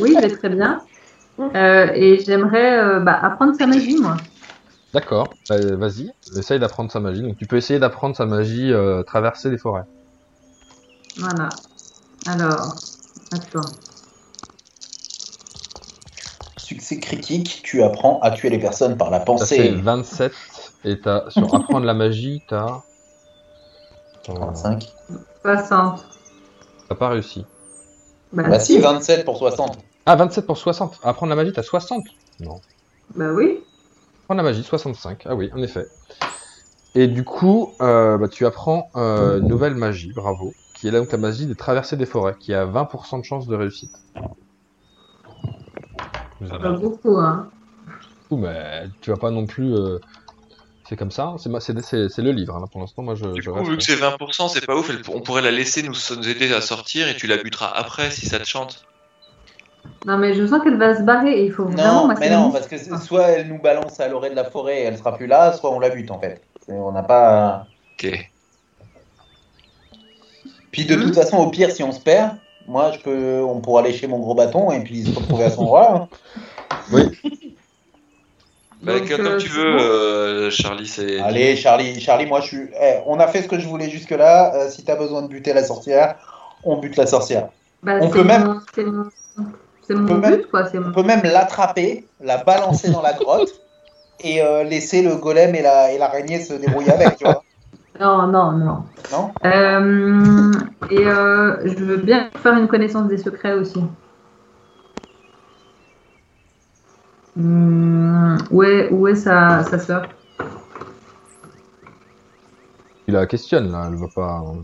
[SPEAKER 4] Oui, je vais très bien. Euh, et j'aimerais euh, bah, apprendre sa magie, moi.
[SPEAKER 2] D'accord, bah, vas-y, essaye d'apprendre sa magie. Donc tu peux essayer d'apprendre sa magie euh, traverser les forêts.
[SPEAKER 4] Voilà. Alors, attends.
[SPEAKER 5] Succès critique, tu apprends à tuer les personnes par la
[SPEAKER 2] T'as fait
[SPEAKER 5] pensée.
[SPEAKER 2] 27 et t'as sur apprendre la magie, t'as t'as-
[SPEAKER 5] 25.
[SPEAKER 4] 60.
[SPEAKER 2] t'as pas réussi.
[SPEAKER 5] Bah si, 27 pour 60.
[SPEAKER 2] Ah 27 pour 60. Apprendre la magie, t'as 60.
[SPEAKER 4] Bah oui.
[SPEAKER 2] Apprendre la magie, 65. Ah oui, en effet. Et du coup, euh, bah, tu apprends euh, une nouvelle magie, bravo, qui est là donc la magie des traversées des forêts, qui a 20% de chance de réussite.
[SPEAKER 4] Pas
[SPEAKER 6] Ah, bah.
[SPEAKER 4] beaucoup, hein.
[SPEAKER 2] Ouh, mais bah, tu vas pas non plus. euh, C'est comme ça, hein, c'est ma- c'est c'est- c'est le livre. hein, là, pour l'instant, moi je.
[SPEAKER 6] Du
[SPEAKER 2] je
[SPEAKER 6] coup,
[SPEAKER 2] reste- euh,
[SPEAKER 6] vu que c'est 20%, c'est pas ouf. elle- on pourrait la laisser nous, nous aider à sortir et tu la buteras après si ça te chante.
[SPEAKER 4] Non, mais je sens qu'elle va se barrer et il faut vraiment.
[SPEAKER 5] Non,
[SPEAKER 4] moi,
[SPEAKER 5] mais
[SPEAKER 4] c'est Ah. la
[SPEAKER 5] non,
[SPEAKER 4] mission.
[SPEAKER 5] parce que c'est- soit elle nous balance à l'orée de la forêt et elle sera plus là, soit on la bute en fait. Et on n'a pas.
[SPEAKER 6] Ok.
[SPEAKER 5] Puis de
[SPEAKER 4] Mhm.
[SPEAKER 5] toute façon, au pire, si on se perd, moi je peux, on pourra lécher mon gros bâton et puis se retrouver à son endroit. hein.
[SPEAKER 6] Bah,
[SPEAKER 4] Donc,
[SPEAKER 6] comme
[SPEAKER 4] euh,
[SPEAKER 6] tu veux, euh, Charlie, c'est.
[SPEAKER 5] Allez, Charlie, Charlie, moi je suis. eh, on a fait ce que je voulais jusque là. si t'as besoin de buter la sorcière, on bute la sorcière.
[SPEAKER 4] Bah,
[SPEAKER 5] On
[SPEAKER 4] c'est
[SPEAKER 5] peut même-
[SPEAKER 4] mon- C'est mon, c'est
[SPEAKER 5] peut
[SPEAKER 4] mon
[SPEAKER 5] même-
[SPEAKER 4] but, quoi. C'est
[SPEAKER 5] On
[SPEAKER 4] mon...
[SPEAKER 5] peut même l'attraper, la balancer dans la grotte et euh, laisser le golem et la et l'araignée se débrouiller avec, tu vois.
[SPEAKER 4] Non, non, non.
[SPEAKER 5] Non
[SPEAKER 4] Euh, et euh, je veux bien faire une connaissance des secrets aussi. Hum, où, est, où est sa, sa sœur
[SPEAKER 2] Il la questionne là, elle va pas. hein.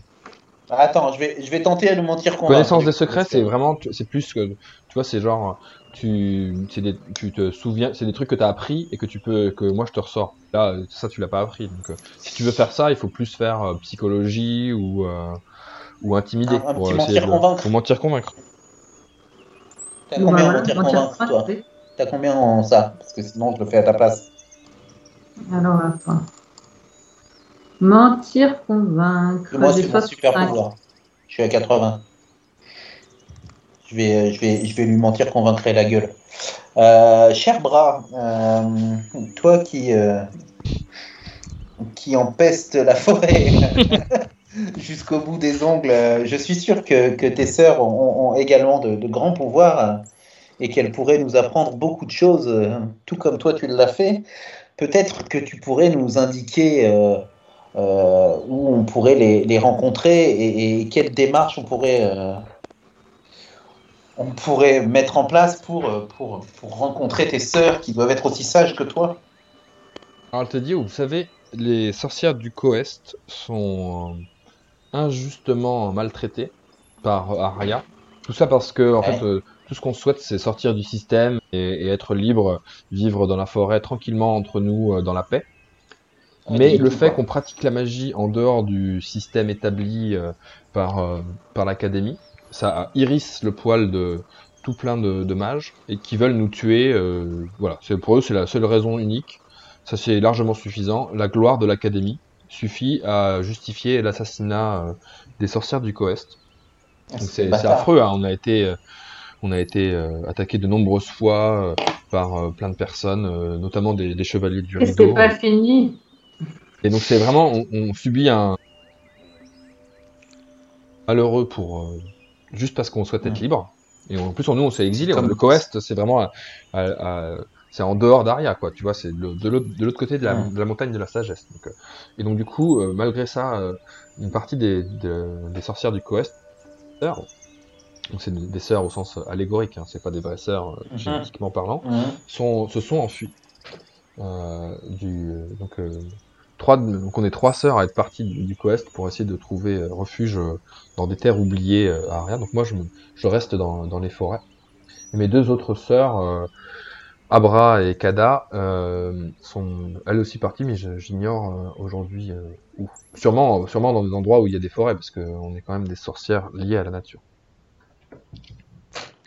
[SPEAKER 5] Ah, Attends, je vais, je vais tenter à nous mentir qu'on
[SPEAKER 2] Connaissance des secrets, c'est vraiment, tu- c'est plus que, tu vois, c'est genre, tu, c'est des, tu te souviens, c'est des trucs que t'as appris et que tu peux, que moi je te ressors. Là, euh, ça tu l'as pas appris. Donc, euh, si tu veux faire ça, il faut plus faire euh, psychologie ou euh, ou intimider
[SPEAKER 5] Ah, Un- un
[SPEAKER 2] pour
[SPEAKER 5] petit
[SPEAKER 2] essayer
[SPEAKER 5] mentir
[SPEAKER 2] de-
[SPEAKER 5] convaincre.
[SPEAKER 2] pour mentir convaincre.
[SPEAKER 5] T'as
[SPEAKER 4] Bon, bah,
[SPEAKER 5] combien en
[SPEAKER 4] voilà,
[SPEAKER 5] mentir
[SPEAKER 4] mentir
[SPEAKER 5] convaincre, toi
[SPEAKER 4] convaincre,
[SPEAKER 5] T'as combien en ça Parce que sinon, je le fais à ta place.
[SPEAKER 4] oui. Alors, attends. Mentir, convaincre.
[SPEAKER 5] Moi,
[SPEAKER 4] J'ai
[SPEAKER 5] c'est mon super
[SPEAKER 4] 65.
[SPEAKER 5] pouvoir. Je suis à 80. Je vais, euh, je vais, je vais lui mentir, convaincre la gueule. Euh, cher bras, euh, toi qui, euh, qui empeste la forêt jusqu'au bout des ongles, euh, je suis sûr que, que tes sœurs ont, ont également de, de grands pouvoirs euh, et qu'elles pourraient nous apprendre beaucoup de choses, euh, tout comme toi tu l'as fait. Peut-être que tu pourrais nous indiquer euh, euh, où on pourrait les, les rencontrer et, et quelle démarche on pourrait, euh, on pourrait mettre en place pour, euh, pour, pour rencontrer tes sœurs qui doivent être aussi sages que toi.
[SPEAKER 2] Alors elle te dit, vous savez, les sorcières du Coest sont euh, injustement maltraitées par euh, Arya. Tout ça parce que, en
[SPEAKER 7] Ouais.
[SPEAKER 2] fait, euh, tout ce qu'on souhaite, c'est sortir du système et, et être libre, vivre dans la forêt tranquillement entre nous, euh, dans la paix.
[SPEAKER 5] Ah,
[SPEAKER 7] On
[SPEAKER 2] Mais
[SPEAKER 7] dit
[SPEAKER 2] le
[SPEAKER 7] tout,
[SPEAKER 2] fait
[SPEAKER 7] quoi.
[SPEAKER 2] qu'on pratique la magie en dehors du système établi euh, par, euh, par l'académie, ça irrisse le poil de tout plein de, de mages et qui veulent nous tuer. euh, voilà, c'est pour eux, c'est la seule raison unique. Ça, c'est largement suffisant. La gloire de l'académie suffit à justifier l'assassinat euh, des sorcières du Coest.
[SPEAKER 7] Ah,
[SPEAKER 2] Donc C'est c'est
[SPEAKER 7] bâtard.
[SPEAKER 2] affreux, hein. on a été, euh, on a été euh, attaqué de nombreuses fois euh, par euh, plein de personnes, euh, notamment des, des chevaliers du
[SPEAKER 4] Et c'est
[SPEAKER 2] rideau. euh,
[SPEAKER 4] pas fini.
[SPEAKER 2] Et donc c'est vraiment, on, on subit un malheureux pour euh, juste parce qu'on souhaite être
[SPEAKER 7] Ouais.
[SPEAKER 2] libre. Et en plus, on- nous, on s'est exilé.
[SPEAKER 5] Comme-
[SPEAKER 2] Le Coest, c'est vraiment, à- à- à- c'est en dehors d'Aria, quoi. Tu vois, c'est de, de l'autre de l'autre côté de la,
[SPEAKER 7] Ouais.
[SPEAKER 2] de la montagne de la sagesse. Donc, euh, et donc du coup, euh, malgré ça, euh, une partie des, de- des sorcières du Coest, sœurs. donc c'est des, des sœurs au sens allégorique, hein, c'est pas des vraies sœurs euh,
[SPEAKER 7] Mhm.
[SPEAKER 2] génétiquement parlant
[SPEAKER 7] Mhm.
[SPEAKER 2] sont, se sont enfuis. Euh, du, euh, donc, euh, trois, donc on est trois sœurs à être parties du, du Coest pour essayer de trouver euh, refuge euh, dans des terres oubliées euh, à rien. Donc moi je, me- je reste dans, dans les forêts. Et mes deux autres sœurs, euh, Abra et Kada, euh, sont elles aussi parties, mais je- j'ignore euh, aujourd'hui euh, où. Sûrement, euh, sûrement dans des endroits où il y a des forêts, parce qu'on est quand même des sorcières liées à la nature.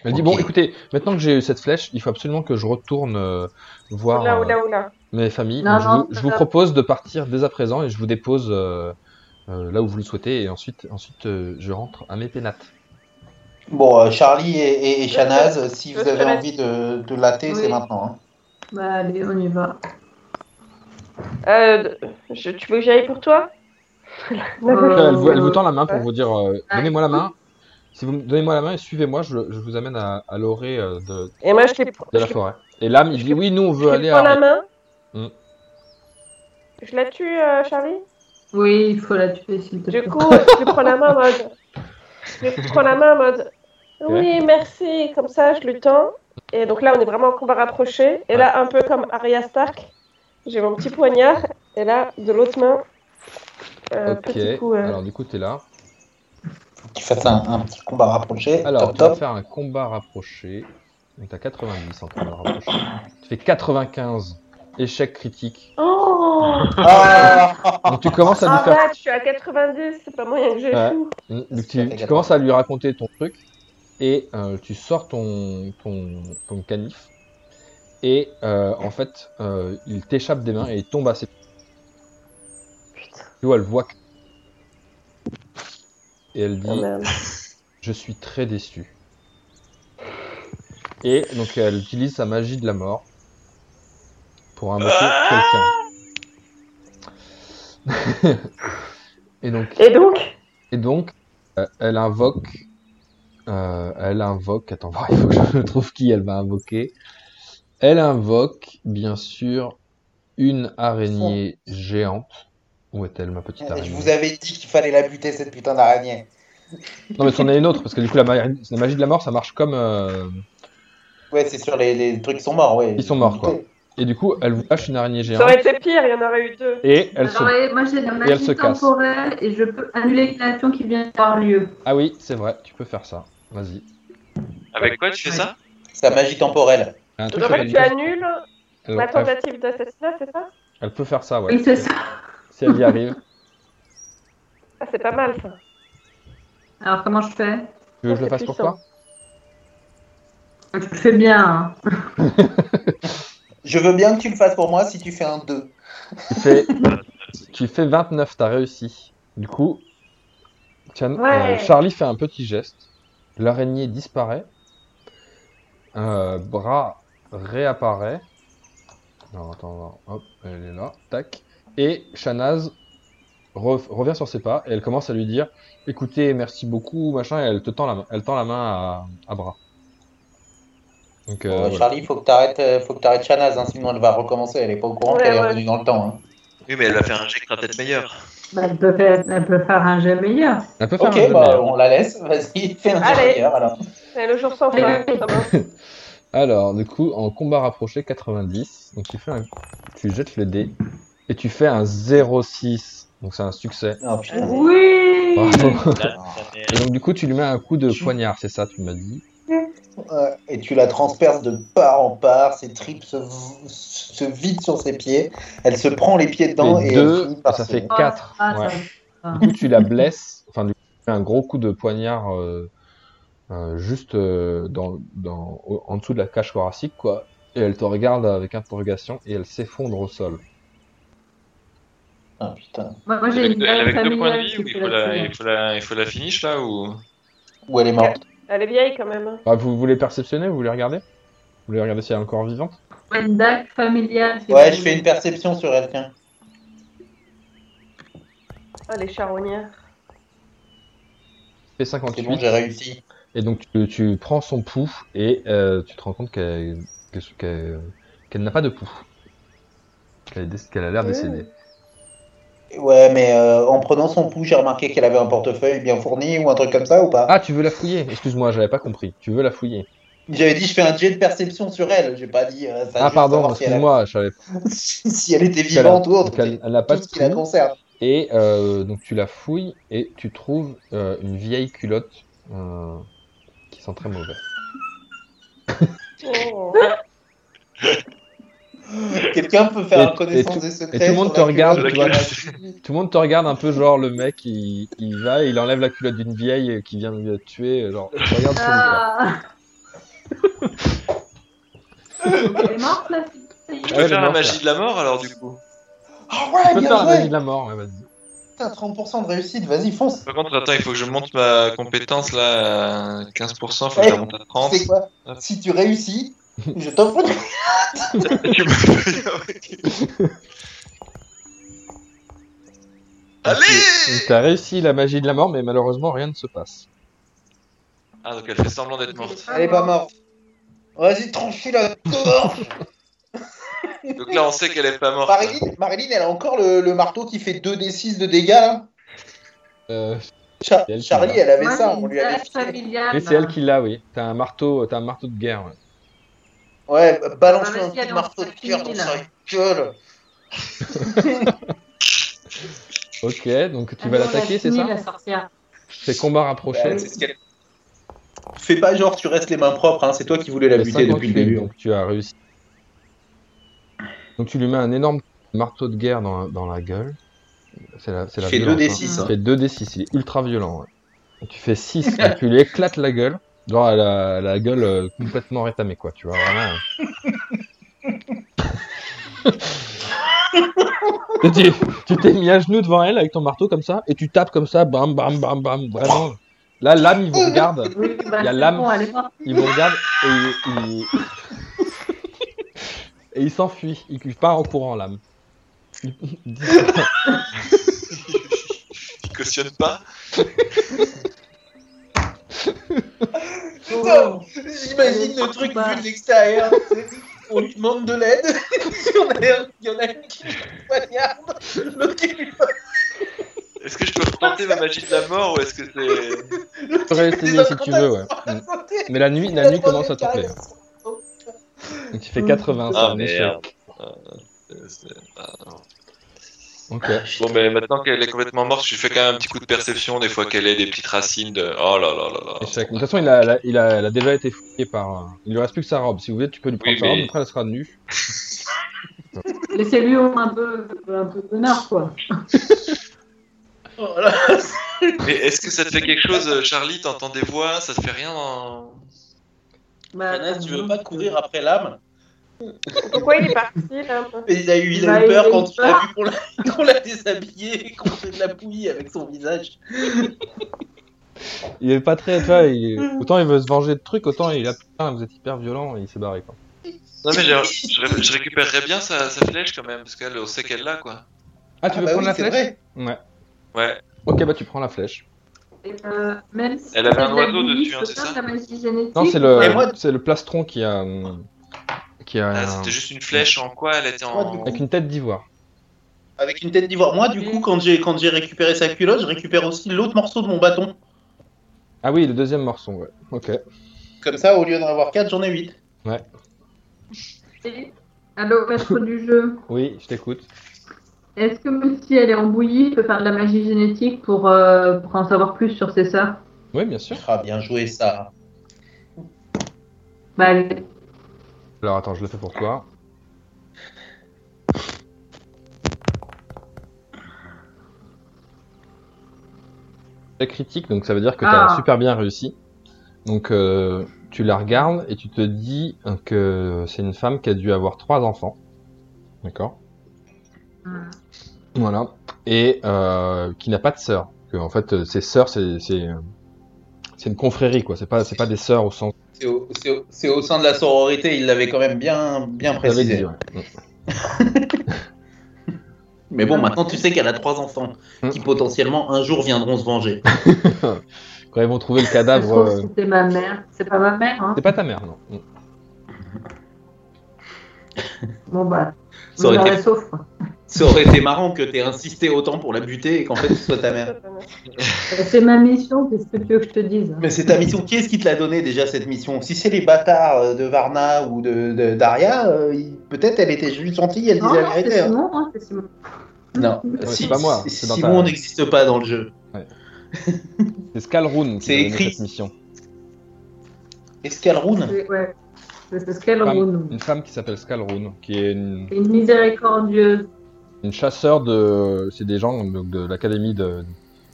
[SPEAKER 2] Elle dit,
[SPEAKER 7] Ok.
[SPEAKER 2] bon, écoutez, maintenant que j'ai eu cette flèche, il faut absolument que je retourne euh, voir
[SPEAKER 3] Oula,
[SPEAKER 2] euh,
[SPEAKER 3] oula, oula.
[SPEAKER 2] mes familles.
[SPEAKER 4] Non,
[SPEAKER 2] Donc, je,
[SPEAKER 4] non,
[SPEAKER 2] vous, je
[SPEAKER 4] ça
[SPEAKER 2] vous
[SPEAKER 4] va.
[SPEAKER 2] propose de partir dès à présent et je vous dépose euh, euh, là où vous le souhaitez. Et ensuite, ensuite euh, je rentre à mes pénates.
[SPEAKER 7] Bon, euh, Charlie et, et, et Shanaz, euh, si
[SPEAKER 3] Je
[SPEAKER 7] vous
[SPEAKER 3] te
[SPEAKER 7] avez
[SPEAKER 3] laisse.
[SPEAKER 7] envie de, de latter, c'est
[SPEAKER 4] Oui.
[SPEAKER 7] maintenant. hein.
[SPEAKER 4] Bah, allez, on y va.
[SPEAKER 3] Euh, je- tu veux que j'aille pour toi
[SPEAKER 4] Euh,
[SPEAKER 2] Elle, vous, elle vous tend la main pour
[SPEAKER 3] Ouais.
[SPEAKER 2] vous dire euh,
[SPEAKER 4] Ah.
[SPEAKER 2] donnez-moi la main. Si vous me donnez-moi la main et suivez-moi, je, je vous amène à, à l'orée euh, de,
[SPEAKER 3] Et moi, je t'ai
[SPEAKER 2] de la forêt. Et l'âme, il dit oui, nous on
[SPEAKER 3] je
[SPEAKER 2] veut aller
[SPEAKER 3] lui prends la
[SPEAKER 2] à.
[SPEAKER 3] main.
[SPEAKER 2] Hmm.
[SPEAKER 3] Je la tue, euh, Charlie
[SPEAKER 4] Oui, il faut la tuer, s'il te plaît.
[SPEAKER 3] Du coup, je lui prends la main en mode. Je lui prends la main en mode. Oui, merci. Comme ça, je lui tends. Et donc là, on est vraiment en combat rapproché. Et là, un peu comme Arya Stark, j'ai mon petit poignard. Et là, de l'autre main, euh,
[SPEAKER 2] Ok,
[SPEAKER 3] petit coup. euh,
[SPEAKER 2] alors du coup, t'es là.
[SPEAKER 7] Qu'ils fassent un, un petit combat rapproché.
[SPEAKER 2] Alors,
[SPEAKER 7] top,
[SPEAKER 2] tu vas
[SPEAKER 7] top.
[SPEAKER 2] faire un combat rapproché. Donc, t'as 90 en combat rapproché. Tu fais 95 échecs critiques.
[SPEAKER 3] Oh
[SPEAKER 7] Ah
[SPEAKER 2] Donc, tu commences à lui faire
[SPEAKER 3] Arrête, je suis à 90. C'est pas moyen que j'échoue.
[SPEAKER 2] Mm,
[SPEAKER 7] Parce
[SPEAKER 2] donc
[SPEAKER 7] qu'il a
[SPEAKER 2] tu,
[SPEAKER 7] fait
[SPEAKER 2] tu
[SPEAKER 7] quatre
[SPEAKER 2] commences à lui raconter ton truc et euh, tu sors ton, ton, ton canif et euh, en fait euh, il t'échappe des mains et il tombe à ses pieds. Tu vois, elle voit que- et elle
[SPEAKER 3] Oh,
[SPEAKER 2] dit
[SPEAKER 3] merde.
[SPEAKER 2] je suis très déçu. Et donc elle utilise sa magie de la mort pour invoquer quelqu'un. et donc
[SPEAKER 3] Et donc
[SPEAKER 2] et donc, euh, elle invoque. euh, elle invoque. Attends, voir, il faut que je trouve qui elle va invoquer. Elle invoque, bien sûr, une araignée géante. Où est-elle, ma
[SPEAKER 4] Ah,
[SPEAKER 2] petite araignée
[SPEAKER 7] Je vous avais dit qu'il fallait la buter, cette putain d'araignée.
[SPEAKER 2] Non, mais c'en est une autre, parce que du coup, la, ma- la magie de la mort, ça marche comme. euh,
[SPEAKER 7] Ouais, c'est sûr, les, les trucs sont morts, ouais.
[SPEAKER 2] Ils sont morts, quoi. Et du coup, elle vous lâche une araignée
[SPEAKER 3] Ça
[SPEAKER 2] géante.
[SPEAKER 3] aurait été pire, il y en aurait eu deux.
[SPEAKER 2] Et elle
[SPEAKER 4] Alors,
[SPEAKER 2] se.
[SPEAKER 4] Ah ouais, moi, j'ai la
[SPEAKER 2] elle se
[SPEAKER 4] magie
[SPEAKER 2] casse.
[SPEAKER 4] temporelle et je peux annuler une action qui vient d'avoir lieu.
[SPEAKER 2] Ah oui, c'est vrai, tu peux faire ça. Vas-y.
[SPEAKER 6] Avec quoi tu fais ça
[SPEAKER 7] Sa magie temporelle.
[SPEAKER 2] Elle a un truc
[SPEAKER 3] Donc en fait,
[SPEAKER 2] s'appelle-
[SPEAKER 3] tu annules
[SPEAKER 2] elle-
[SPEAKER 3] ma
[SPEAKER 2] elle,
[SPEAKER 3] tentative d'assassinat, c'est ça
[SPEAKER 2] Euh, elle peut faire ça, ouais.
[SPEAKER 4] Oui, c'est ça.
[SPEAKER 2] Si elle y arrive.
[SPEAKER 3] Ah, c'est pas mal ça.
[SPEAKER 4] Alors, comment je fais
[SPEAKER 2] Tu veux que je le fasse pour toi
[SPEAKER 4] Tu le fais bien. hein.
[SPEAKER 7] Je veux bien que tu le fasses pour moi si tu fais un 2.
[SPEAKER 2] Tu fais, tu fais 29, t'as réussi. Du coup, tiens,
[SPEAKER 3] Ouais.
[SPEAKER 2] euh, Charlie fait un petit geste. L'araignée disparaît. Euh, bras réapparaît. Non, attends, non. hop, elle est là, tac. Et Shanaz re- revient sur ses pas et elle commence à lui dire Écoutez, merci beaucoup, machin, et elle te tend la main, elle tend la main à, à bras. Donc, euh,
[SPEAKER 7] Bon,
[SPEAKER 2] voilà.
[SPEAKER 7] Charlie, faut que t'arrêtes, euh, faut que t'arrêtes Shanaz, hein, sinon elle va recommencer. Elle est pas au courant
[SPEAKER 3] Ouais,
[SPEAKER 7] qu'elle
[SPEAKER 3] ouais.
[SPEAKER 7] est revenue dans le temps. hein.
[SPEAKER 6] Oui, mais elle va faire un jet qui sera peut-être meilleur.
[SPEAKER 4] Bah, elle, peut faire, elle peut faire un jet meilleur.
[SPEAKER 2] Elle peut faire un
[SPEAKER 7] Ok,
[SPEAKER 2] jeu
[SPEAKER 7] bah,
[SPEAKER 2] meilleur.
[SPEAKER 7] on la laisse. Vas-y, fais un
[SPEAKER 3] Allez.
[SPEAKER 7] meilleur alors.
[SPEAKER 3] C'est le jour sans fin.
[SPEAKER 4] Ouais.
[SPEAKER 3] Thomas.
[SPEAKER 2] Alors, du coup, en combat rapproché 90, donc tu fais un... tu jettes le dé Et tu fais un 0,6. Donc c'est un succès.
[SPEAKER 5] Oh, putain.
[SPEAKER 4] Oui
[SPEAKER 2] Bravo.
[SPEAKER 8] mais-
[SPEAKER 2] Et donc du coup, tu lui mets un coup de poignard, c'est ça, tu m'as dit.
[SPEAKER 5] Ouais, euh, et tu la transperces de part en part, ses tripes se, v- se vident sur ses pieds, elle se prend les pieds dedans
[SPEAKER 2] Et
[SPEAKER 5] et,
[SPEAKER 2] deux,
[SPEAKER 5] elle finit par
[SPEAKER 2] ça
[SPEAKER 5] se-
[SPEAKER 2] fait
[SPEAKER 4] Ah,
[SPEAKER 2] Quatre.
[SPEAKER 4] ah, ça
[SPEAKER 2] Ouais.
[SPEAKER 4] va. Ah.
[SPEAKER 2] Du coup, tu la blesses. Enfin, du coup, tu fais un gros coup de poignard euh, euh, juste euh, dans, dans- au- en dessous de la cage thoracique, quoi. Et elle te regarde avec interrogation et elle s'effondre au sol.
[SPEAKER 5] Ah, putain.
[SPEAKER 4] Moi, moi, j'ai
[SPEAKER 6] Avec,
[SPEAKER 4] une
[SPEAKER 6] deux- elle
[SPEAKER 4] blague
[SPEAKER 6] avec deux points de
[SPEAKER 4] familiale.
[SPEAKER 6] vie
[SPEAKER 4] qui
[SPEAKER 6] ou il
[SPEAKER 4] fait
[SPEAKER 6] faut, la,
[SPEAKER 4] là-dessus.
[SPEAKER 6] il, faut la, il faut la finish là ou...
[SPEAKER 5] Ou elle est morte.
[SPEAKER 3] Elle est vieille quand même. hein.
[SPEAKER 2] Ah, vous voulez perceptionner Vous voulez regarder Vous voulez regarder si elle est encore vivante
[SPEAKER 4] Ouais, Une blague familiale. qui
[SPEAKER 5] Ouais,
[SPEAKER 4] fait-
[SPEAKER 5] je fais une perception sur elle, tiens.
[SPEAKER 3] Ah, les charognards.
[SPEAKER 2] Fais
[SPEAKER 5] C'est
[SPEAKER 2] 58.
[SPEAKER 5] bon, j'ai réussi.
[SPEAKER 2] Et donc tu, tu prends son pouls et euh, tu te rends compte qu'elle qu'elle- qu'elle- qu'elle n'a pas de pouls. Qu'elle est déc- qu'elle a l'air décédée.
[SPEAKER 5] Ouais, mais euh, en prenant son pouls, j'ai remarqué qu'elle avait un portefeuille bien fourni ou un truc comme ça ou pas
[SPEAKER 2] Ah, tu veux la fouiller Excuse-moi, j'avais pas compris. Tu veux la fouiller
[SPEAKER 5] J'avais dit, je fais un jet de perception sur elle, j'ai pas dit. euh, ça
[SPEAKER 2] Ah,
[SPEAKER 5] juste
[SPEAKER 2] pardon,
[SPEAKER 5] savoir si elle a-
[SPEAKER 2] excuse-moi, je savais
[SPEAKER 5] si elle était
[SPEAKER 2] Parce qu'elle a-
[SPEAKER 5] vivante ou autre.
[SPEAKER 2] donc Elle elle n'a pas
[SPEAKER 5] Tout ce qui la
[SPEAKER 2] de pouls.
[SPEAKER 5] concerne.
[SPEAKER 2] Et euh, donc tu la fouilles et tu trouves euh, une vieille culotte euh, qui sent très mauvais.
[SPEAKER 3] Oh.
[SPEAKER 5] Quelqu'un peut faire
[SPEAKER 2] Et-
[SPEAKER 5] un connaissance
[SPEAKER 2] et tout-
[SPEAKER 5] des secrets.
[SPEAKER 2] et tout le monde
[SPEAKER 5] sur
[SPEAKER 2] te
[SPEAKER 5] la
[SPEAKER 2] regarde,
[SPEAKER 5] culotte
[SPEAKER 6] tu
[SPEAKER 5] de
[SPEAKER 6] vois.
[SPEAKER 5] la-
[SPEAKER 2] Tout le monde te regarde un peu genre le mec il, il va, il enlève la culotte d'une vieille qui vient de le tuer. Genre, regarde sur lui, quoi.
[SPEAKER 4] Ah. Elle est morte, la fille. Ça y est.
[SPEAKER 6] Je
[SPEAKER 2] Ouais, mais
[SPEAKER 6] peux faire la
[SPEAKER 2] non,
[SPEAKER 6] magie
[SPEAKER 2] ça.
[SPEAKER 6] de la mort alors du coup
[SPEAKER 5] Ah
[SPEAKER 2] Tu
[SPEAKER 5] ouais,
[SPEAKER 2] peux
[SPEAKER 5] bien
[SPEAKER 2] faire la magie
[SPEAKER 5] joué
[SPEAKER 2] de la mort, ouais, vas-y.
[SPEAKER 5] Putain, 30% de réussite, vas-y, fonce
[SPEAKER 6] Par contre attends il faut que je monte ma compétence là à 15%, faut que
[SPEAKER 5] Ouais,
[SPEAKER 6] je la monte à 30.
[SPEAKER 5] Tu sais quoi Si tu réussis, je t'offre une...
[SPEAKER 6] Tu me-
[SPEAKER 2] Donc,
[SPEAKER 6] Allez
[SPEAKER 2] T'as réussi la magie de la mort, mais malheureusement rien ne se passe.
[SPEAKER 6] Ah donc elle fait semblant d'être morte.
[SPEAKER 5] Elle est pas morte. Vas-y, euh, tranche la gorge
[SPEAKER 6] Donc là on sait qu'elle est pas morte. hein.
[SPEAKER 5] Marilyn, Marilyn, elle a encore le, le marteau qui fait 2d6 de dégâts, là
[SPEAKER 2] Euh,
[SPEAKER 5] Cha-
[SPEAKER 2] Elle,
[SPEAKER 5] Charlie,
[SPEAKER 2] c'est
[SPEAKER 5] elle avait
[SPEAKER 4] Moi,
[SPEAKER 5] ça,
[SPEAKER 4] j'ai
[SPEAKER 5] on
[SPEAKER 4] une
[SPEAKER 5] lui avait
[SPEAKER 4] blague
[SPEAKER 5] filé.
[SPEAKER 4] familiale. hein.
[SPEAKER 2] et c'est elle
[SPEAKER 4] là.
[SPEAKER 2] qui l'a, oui. T'as un marteau, t'as un marteau de guerre. ouais.
[SPEAKER 5] Ouais, balance-lui
[SPEAKER 4] Bah,
[SPEAKER 5] un
[SPEAKER 4] vas-y,
[SPEAKER 5] coup de
[SPEAKER 4] allez,
[SPEAKER 5] marteau
[SPEAKER 4] on
[SPEAKER 5] de
[SPEAKER 4] fait
[SPEAKER 5] cœur dans
[SPEAKER 4] fini,
[SPEAKER 5] sa
[SPEAKER 4] là.
[SPEAKER 5] gueule
[SPEAKER 2] Ok, donc tu vas
[SPEAKER 4] Elle nous a
[SPEAKER 2] l'attaquer, c'est
[SPEAKER 4] fini,
[SPEAKER 2] ça
[SPEAKER 4] Ah, la sorcière.
[SPEAKER 2] C'est combat rapproché.
[SPEAKER 5] Ouais, Bah, c'est ce qu'elle- Fais pas genre tu restes les mains propres, hein, c'est toi qui voulais la
[SPEAKER 2] T'as
[SPEAKER 5] buter depuis le
[SPEAKER 2] 58,
[SPEAKER 5] début. hein.
[SPEAKER 2] Donc tu as réussi. Donc tu lui mets un énorme marteau de guerre dans la, dans la gueule. C'est la, c'est
[SPEAKER 5] Tu
[SPEAKER 2] la
[SPEAKER 5] fais
[SPEAKER 2] violence,
[SPEAKER 5] 2d6.
[SPEAKER 2] hein.
[SPEAKER 5] hein.
[SPEAKER 2] Tu fais 2d6, il est ultra violent. ouais. Et tu fais 6, tu lui éclates la gueule. Genre elle a la gueule euh, complètement rétamée, quoi. Tu vois, vraiment. hein. euh. Et tu tu t'es mis à genoux devant elle avec ton marteau comme ça et tu tapes comme ça, bam, bam, bam, bam, vraiment. Là, l'âme, il vous regarde.
[SPEAKER 4] Oui, bah,
[SPEAKER 2] Il y a
[SPEAKER 4] c'est
[SPEAKER 2] l'âme.
[SPEAKER 4] bon, elle est morte.
[SPEAKER 2] Il vous regarde et il. il- et il s'enfuit. Il il part en courant, l'âme. Il- il disparaît.
[SPEAKER 6] Tu cautionnes pas
[SPEAKER 5] Putain,
[SPEAKER 4] Oh.
[SPEAKER 5] j'imagine Ah, le truc vu de l'extérieur. tu sais, On lui demande de l'aide. Il y en a, il y en a une qui lui poignarde, l'autre qui lui
[SPEAKER 6] Est-ce que je peux tenter ma magie de la mort ou est-ce que c'est...
[SPEAKER 2] Tu peux réessayer si tu veux, ouais. Mm. Mais la nuit, la nuit commence à te plaire. Donc il fait 80, c'est
[SPEAKER 6] Ah
[SPEAKER 2] un échec.
[SPEAKER 6] merde. Euh, c'est- ah, non.
[SPEAKER 2] Ok.
[SPEAKER 6] Bon mais maintenant qu'elle est complètement morte, je lui fais quand même un petit coup de perception des fois qu'elle ait des petites racines de... Oh là là là là.
[SPEAKER 2] Échec. De toute façon, il a, la- il a, elle a déjà été fouillée par. euh, Il lui reste plus que sa robe. Si vous voulez, tu peux lui prendre
[SPEAKER 6] Oui,
[SPEAKER 2] sa robe,
[SPEAKER 6] mais-
[SPEAKER 2] après elle sera nue.
[SPEAKER 4] Laissez-lui un peu, un peu d'honneur, quoi.
[SPEAKER 5] Oh
[SPEAKER 6] Mais est-ce que ça te fait quelque chose, euh, Charlie T'entends des voix Ça te fait rien dans...
[SPEAKER 4] Bah,
[SPEAKER 5] Anas, tu veux pas courir après l'âme
[SPEAKER 3] Pourquoi Ah, il est parti là
[SPEAKER 5] Il a eu, il
[SPEAKER 4] Bah,
[SPEAKER 5] a eu
[SPEAKER 4] il a
[SPEAKER 5] peur
[SPEAKER 4] eu
[SPEAKER 5] quand il a
[SPEAKER 4] peur.
[SPEAKER 5] vu qu'on l'a, qu'on l'a déshabillé et qu'on fait de la pouillie avec son visage.
[SPEAKER 2] Il est pas très. Tu vois, il- autant il veut se venger de trucs, autant il a putain, vous êtes hyper violent et il s'est barré, quoi.
[SPEAKER 6] Non mais j'ai- je, ré- je récupérerais bien sa, sa flèche quand même, parce qu'elle, on sait qu'elle l'a quoi.
[SPEAKER 2] Ah, tu veux
[SPEAKER 5] bah
[SPEAKER 2] prendre
[SPEAKER 5] oui,
[SPEAKER 2] la
[SPEAKER 5] c'est
[SPEAKER 2] flèche
[SPEAKER 5] vrai.
[SPEAKER 2] Ouais.
[SPEAKER 6] Ouais.
[SPEAKER 2] Ok, bah tu prends la flèche.
[SPEAKER 4] Et, euh, même si
[SPEAKER 6] Elle avait un
[SPEAKER 4] c'est de la
[SPEAKER 6] oiseau
[SPEAKER 4] magie,
[SPEAKER 6] dessus, hein,
[SPEAKER 4] je peux
[SPEAKER 6] c'est
[SPEAKER 4] faire
[SPEAKER 6] ça
[SPEAKER 4] de la magie génétique
[SPEAKER 2] Non, c'est
[SPEAKER 4] ou
[SPEAKER 2] le,
[SPEAKER 5] Et moi-
[SPEAKER 2] c'est le plastron qui a. hum, Qui a
[SPEAKER 6] Ah, c'était juste une flèche en quoi Elle était en...
[SPEAKER 2] Avec une tête d'ivoire.
[SPEAKER 5] Avec une tête d'ivoire. Moi, du coup, quand j'ai, quand j'ai récupéré sa culotte, je récupère aussi l'autre morceau de mon bâton.
[SPEAKER 2] Ah oui, le deuxième morceau, ouais. Ok.
[SPEAKER 5] Comme ça, au lieu d'en avoir 4, j'en ai 8.
[SPEAKER 4] pas. Et- Allô, maître du jeu,
[SPEAKER 2] Oui, je t'écoute.
[SPEAKER 4] Est-ce que même si elle est embouillie, je peux faire de la magie génétique pour, euh, pour en savoir plus sur ses sœurs
[SPEAKER 2] Oui, bien sûr.
[SPEAKER 5] Ah, bien joué ça.
[SPEAKER 4] Bah, allez.
[SPEAKER 2] Alors attends, je le fais pour toi. La critique, donc ça veut dire que tu as
[SPEAKER 4] Ah.
[SPEAKER 2] super bien réussi. Donc euh, tu la regardes et tu te dis euh, que c'est une femme qui a dû avoir trois enfants. D'accord
[SPEAKER 4] Hmm.
[SPEAKER 2] Voilà. Et euh, qui n'a pas de sœur. Que, en fait, euh, ses sœurs, c'est c'est euh, c'est une confrérie, quoi. C'est pas, c'est pas des sœurs au sens.
[SPEAKER 5] C'est au, c'est au- c'est au sein de la sororité, il l'avait quand même bien, bien précisé.
[SPEAKER 2] Ouais.
[SPEAKER 5] Mais
[SPEAKER 2] Ah,
[SPEAKER 5] bon, maintenant tu sais qu'elle a trois enfants
[SPEAKER 2] Hum.
[SPEAKER 5] qui potentiellement un jour viendront se venger.
[SPEAKER 2] Quand ils vont trouver
[SPEAKER 5] Eh
[SPEAKER 2] le
[SPEAKER 5] ben,
[SPEAKER 4] Ça se
[SPEAKER 2] cadavre.
[SPEAKER 4] trouve,
[SPEAKER 2] euh,
[SPEAKER 4] c'était ma mère. C'est pas ma mère, hein
[SPEAKER 2] C'est pas ta mère, non.
[SPEAKER 4] Bon, bah,
[SPEAKER 5] Ça aurait,
[SPEAKER 4] vous
[SPEAKER 5] été,
[SPEAKER 4] verrez sauf. quoi.
[SPEAKER 5] ça aurait été marrant que t'aies insisté autant pour la buter et qu'en fait ce soit ta mère.
[SPEAKER 4] C'est ma mission, qu'est-ce que tu veux que je te dise
[SPEAKER 5] Mais c'est ta mission. Qui est-ce qui te l'a donné déjà cette mission Si c'est les bâtards euh, de Varna ou de, de- d'Aria, euh, il- peut-être elle était juste gentille, elle
[SPEAKER 4] Non,
[SPEAKER 5] disait
[SPEAKER 4] non,
[SPEAKER 5] la
[SPEAKER 4] c'est
[SPEAKER 5] vérité. hein.
[SPEAKER 4] Simon, hein, c'est Simon.
[SPEAKER 5] Non,
[SPEAKER 4] Ouais,
[SPEAKER 2] c'est
[SPEAKER 5] si-
[SPEAKER 2] pas moi,
[SPEAKER 5] si-
[SPEAKER 2] c'est dans ta-
[SPEAKER 5] Simon n'existe pas dans le jeu.
[SPEAKER 2] C'est Scalroon qui
[SPEAKER 5] C'est
[SPEAKER 2] a donné
[SPEAKER 5] écrit.
[SPEAKER 2] cette mission.
[SPEAKER 5] Escalroun
[SPEAKER 4] C'est- Ouais. C'est c'est ce qu'elle
[SPEAKER 2] Femme.
[SPEAKER 4] roule.
[SPEAKER 2] Une femme qui s'appelle Scalroon, qui est une,
[SPEAKER 4] Une miséricordieuse.
[SPEAKER 2] une chasseur de. C'est des gens donc, de l'académie de-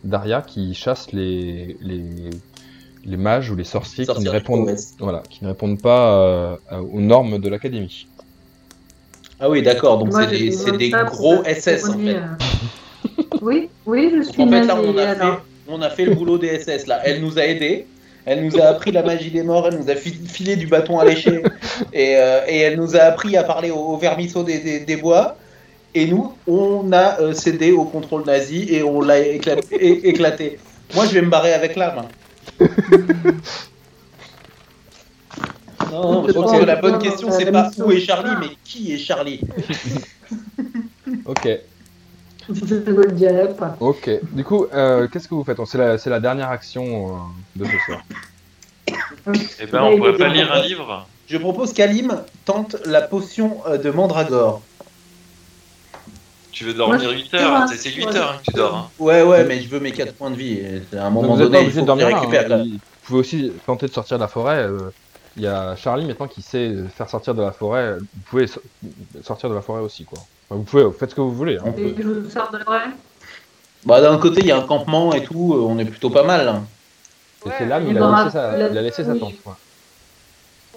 [SPEAKER 2] d'Aria qui chassent les, les, les mages ou les sorciers qui ne,
[SPEAKER 5] Sorcières du
[SPEAKER 2] répondent,
[SPEAKER 5] Ouest.
[SPEAKER 2] voilà, qui ne répondent pas euh, à- aux normes de l'académie.
[SPEAKER 5] Ah oui, d'accord, donc
[SPEAKER 4] Moi,
[SPEAKER 5] c'est
[SPEAKER 4] j'ai
[SPEAKER 5] des, c'est
[SPEAKER 4] besoin de
[SPEAKER 5] des
[SPEAKER 4] ça pour
[SPEAKER 5] gros
[SPEAKER 4] faire
[SPEAKER 5] SS en
[SPEAKER 4] tourner,
[SPEAKER 5] fait.
[SPEAKER 4] euh. oui, oui, je
[SPEAKER 5] Donc,
[SPEAKER 4] suis
[SPEAKER 5] en fait, là,
[SPEAKER 4] nazie,
[SPEAKER 5] on a, fait,
[SPEAKER 4] alors.
[SPEAKER 5] on a fait le boulot des SS. Là. Elle nous a aidés, elle nous a appris la magie des morts, elle nous a fi- filé du bâton à lécher, et, euh, et elle nous a appris à parler aux au vermisseaux des, des- des bois. Et nous, on a euh, cédé au contrôle nazi et on l'a écla- é- éclaté. Moi, je vais me barrer avec l'arme. Non, non, je pense que la bonne question, c'est pas où est Charlie, mais qui est Charlie
[SPEAKER 2] Ok,
[SPEAKER 4] Je ne le dirai pas.
[SPEAKER 2] ok. Du coup, euh, qu'est-ce que vous faites C'est la, c'est la dernière action euh, de ce soir.
[SPEAKER 6] Eh ben, on pourrait pas lire un livre
[SPEAKER 5] Je propose qu'Alim tente la potion euh, de Mandragore.
[SPEAKER 6] Tu veux dormir
[SPEAKER 4] Moi, je-
[SPEAKER 6] 8 heures
[SPEAKER 4] Ouais.
[SPEAKER 6] C'est 8 heures hein, que tu dors. hein.
[SPEAKER 5] Ouais, ouais, mais je veux mes 4 points de vie. et À un moment
[SPEAKER 2] vous n'êtes
[SPEAKER 5] donné,
[SPEAKER 2] pas
[SPEAKER 5] il
[SPEAKER 2] obligé
[SPEAKER 5] faut
[SPEAKER 2] de
[SPEAKER 5] que je
[SPEAKER 2] dormir.
[SPEAKER 5] les
[SPEAKER 2] hein.
[SPEAKER 5] récupère. là.
[SPEAKER 2] Il- Vous pouvez aussi tenter de sortir de la forêt. euh, Il y a Charlie maintenant qui sait faire sortir de la forêt. Vous pouvez so- sortir de la forêt aussi, quoi. Enfin, vous pouvez, faites ce que vous voulez. hein.
[SPEAKER 4] Et je vous sors de vrai.
[SPEAKER 5] Bah, d'un côté, il y a un campement et tout, euh, on est plutôt pas mal. hein.
[SPEAKER 2] Et
[SPEAKER 3] Ouais,
[SPEAKER 2] c'est là, mais
[SPEAKER 4] on
[SPEAKER 2] il a
[SPEAKER 4] aura
[SPEAKER 2] laissé sa,
[SPEAKER 4] la-
[SPEAKER 2] il a laissé sa
[SPEAKER 4] oui.
[SPEAKER 2] tente. quoi.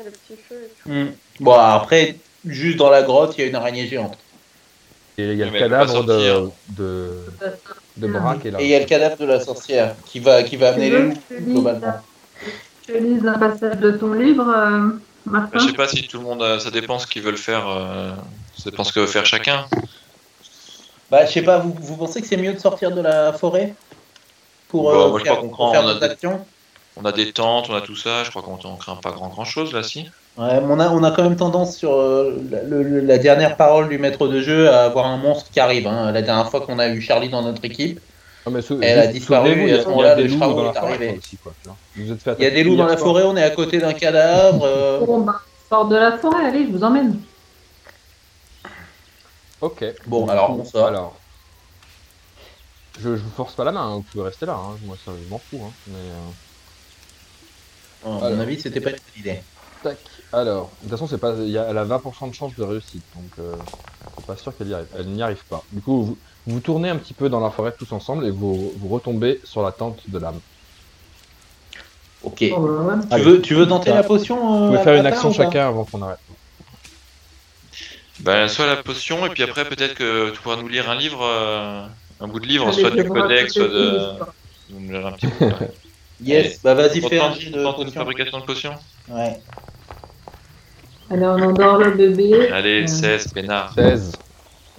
[SPEAKER 3] Le petit feu et tout.
[SPEAKER 5] Mm. Bon, après, juste dans la grotte, il y a une araignée géante.
[SPEAKER 2] Et il y a
[SPEAKER 6] Mais
[SPEAKER 2] le
[SPEAKER 6] elle peut pas
[SPEAKER 2] cadavre de,
[SPEAKER 6] sortir.
[SPEAKER 2] de, de Bora qui est là.
[SPEAKER 5] Et il y a le cadavre de la sorcière qui va, qui va
[SPEAKER 4] Tu
[SPEAKER 5] amener les
[SPEAKER 4] veux
[SPEAKER 5] loups,
[SPEAKER 4] que je lise
[SPEAKER 5] globalement.
[SPEAKER 4] Je lise un passage de ton livre, euh,
[SPEAKER 6] Bah,
[SPEAKER 4] Martin
[SPEAKER 6] je sais pas si tout le monde. euh, Ça dépend ce qu'ils veulent faire. euh, Ça dépend ce que veut faire chacun.
[SPEAKER 5] Bah, je sais pas, vous, vous pensez que c'est mieux de sortir de la forêt pour,
[SPEAKER 6] Bah,
[SPEAKER 5] euh,
[SPEAKER 6] moi, je
[SPEAKER 5] faire,
[SPEAKER 6] crois qu'on
[SPEAKER 5] pour
[SPEAKER 6] prend,
[SPEAKER 5] faire
[SPEAKER 6] on a
[SPEAKER 5] des
[SPEAKER 6] des-
[SPEAKER 5] actions
[SPEAKER 6] On a des tentes, on a tout ça. Je crois qu'on on craint pas grand grand chose là, si.
[SPEAKER 5] Ouais, mais on, a, on a quand même tendance sur euh, la, le- le- la dernière parole du maître de jeu à avoir un monstre qui arrive. hein. La dernière fois qu'on a eu Charlie dans notre équipe,
[SPEAKER 2] Non, mais sou-
[SPEAKER 5] Elle a
[SPEAKER 2] juste
[SPEAKER 5] disparu,
[SPEAKER 2] souvenez-vous,
[SPEAKER 5] et à
[SPEAKER 2] il y
[SPEAKER 5] ce moment-là,
[SPEAKER 2] a des
[SPEAKER 5] le
[SPEAKER 2] loups
[SPEAKER 5] Shraoul
[SPEAKER 2] dans la
[SPEAKER 5] est
[SPEAKER 2] forêt
[SPEAKER 5] arrivé.
[SPEAKER 2] quoi, aussi, quoi, tu vois. Vous êtes fait
[SPEAKER 5] Il y a des
[SPEAKER 2] attaquer
[SPEAKER 5] loups dans la
[SPEAKER 2] hier soir.
[SPEAKER 5] forêt, on est à côté d'un cadavre. euh,
[SPEAKER 4] Bon, bah, sors de la forêt, allez, je vous emmène.
[SPEAKER 2] Ok.
[SPEAKER 5] Bon, alors, on sort.
[SPEAKER 2] Alors. Je, je vous force pas la main, hein, vous pouvez rester là, hein. moi ça je m'en fous. hein, mais, euh,
[SPEAKER 5] À mon
[SPEAKER 2] Alors.
[SPEAKER 5] avis, c'était pas une bonne idée.
[SPEAKER 2] Tac. Alors, de toute façon, c'est pas, il y a- elle a 20% de chance de réussite, donc euh, c'est pas sûr qu'elle y arrive. Elle n'y arrive pas. Du coup, vous, vous tournez un petit peu dans la forêt tous ensemble et vous, vous retombez sur la tente de l'âme.
[SPEAKER 5] Ok.
[SPEAKER 4] Bon, bah, ouais.
[SPEAKER 2] Ah,
[SPEAKER 5] Tu veux, tu veux tenter la potion euh,
[SPEAKER 2] Vous pouvez faire une
[SPEAKER 5] Avatar,
[SPEAKER 2] action
[SPEAKER 5] ou pas
[SPEAKER 2] chacun avant qu'on arrête.
[SPEAKER 6] Bah, soit la potion, et puis après, peut-être que tu pourras nous lire un livre. euh, Un bout de livre, soit
[SPEAKER 4] Allez, je
[SPEAKER 6] du
[SPEAKER 4] vous raconte
[SPEAKER 6] codex, euh, soit
[SPEAKER 4] une
[SPEAKER 6] de.
[SPEAKER 4] histoire.
[SPEAKER 6] Tu nous lire un petit peu. ouais.
[SPEAKER 5] Yes, bah vas-y, fais un
[SPEAKER 6] Tente-
[SPEAKER 5] jet de
[SPEAKER 6] tente une
[SPEAKER 5] potion.
[SPEAKER 6] fabrication de potions
[SPEAKER 5] Ouais.
[SPEAKER 4] Allez, on endort le bébé.
[SPEAKER 6] Allez,
[SPEAKER 4] Euh,
[SPEAKER 6] 16, peinard.
[SPEAKER 2] 16.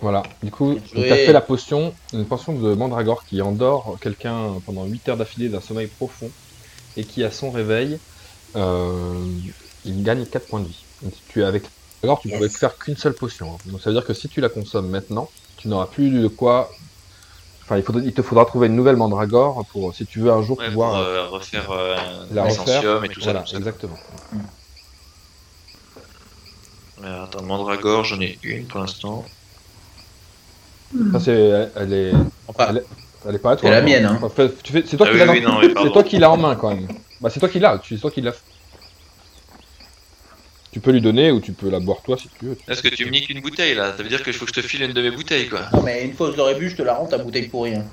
[SPEAKER 2] Voilà. Du coup,
[SPEAKER 5] Bien
[SPEAKER 2] tu
[SPEAKER 5] joué.
[SPEAKER 2] as fait la potion, une potion de mandragore qui endort quelqu'un pendant 8 heures d'affilée d'un sommeil profond et qui, à son réveil, euh, il gagne 4 points de vie. Donc, si tu es avec mandragore, tu ne
[SPEAKER 5] Yes.
[SPEAKER 2] pouvais faire qu'une seule potion. hein. Donc ça veut dire que si tu la consommes maintenant, tu n'auras plus de quoi. Enfin, il, faudra- il te faudra trouver une nouvelle mandragore pour, si tu veux un jour
[SPEAKER 6] Ouais, pour
[SPEAKER 2] pouvoir. euh,
[SPEAKER 6] euh, refaire euh,
[SPEAKER 2] la
[SPEAKER 6] l'essentium et
[SPEAKER 2] refaire.
[SPEAKER 6] tout ça.
[SPEAKER 2] Voilà,
[SPEAKER 6] tout ça.
[SPEAKER 2] exactement.
[SPEAKER 6] Euh, attends, Mandragore, j'en ai une pour l'instant.
[SPEAKER 2] Ça, c'est, elle est,
[SPEAKER 5] Enfin,
[SPEAKER 2] elle est pas à toi.
[SPEAKER 7] C'est la
[SPEAKER 2] hein.
[SPEAKER 7] mienne, hein.
[SPEAKER 2] Enfin, tu fais- c'est toi
[SPEAKER 6] Ah
[SPEAKER 2] qui
[SPEAKER 6] oui,
[SPEAKER 2] l'as dans-
[SPEAKER 6] oui, non, mais
[SPEAKER 2] c'est
[SPEAKER 6] pardon.
[SPEAKER 2] toi qui l'as en main quand même. Bah, c'est toi qui l'as, tu- c'est toi qui l'as. Tu peux lui donner ou tu peux la boire toi si tu veux.
[SPEAKER 6] Est-ce que tu me niques une bouteille là Ça veut dire que je faut que je te file une de mes bouteilles quoi.
[SPEAKER 5] non, mais une fois que je l'aurais bu, je te la rends ta bouteille pourrie. hein.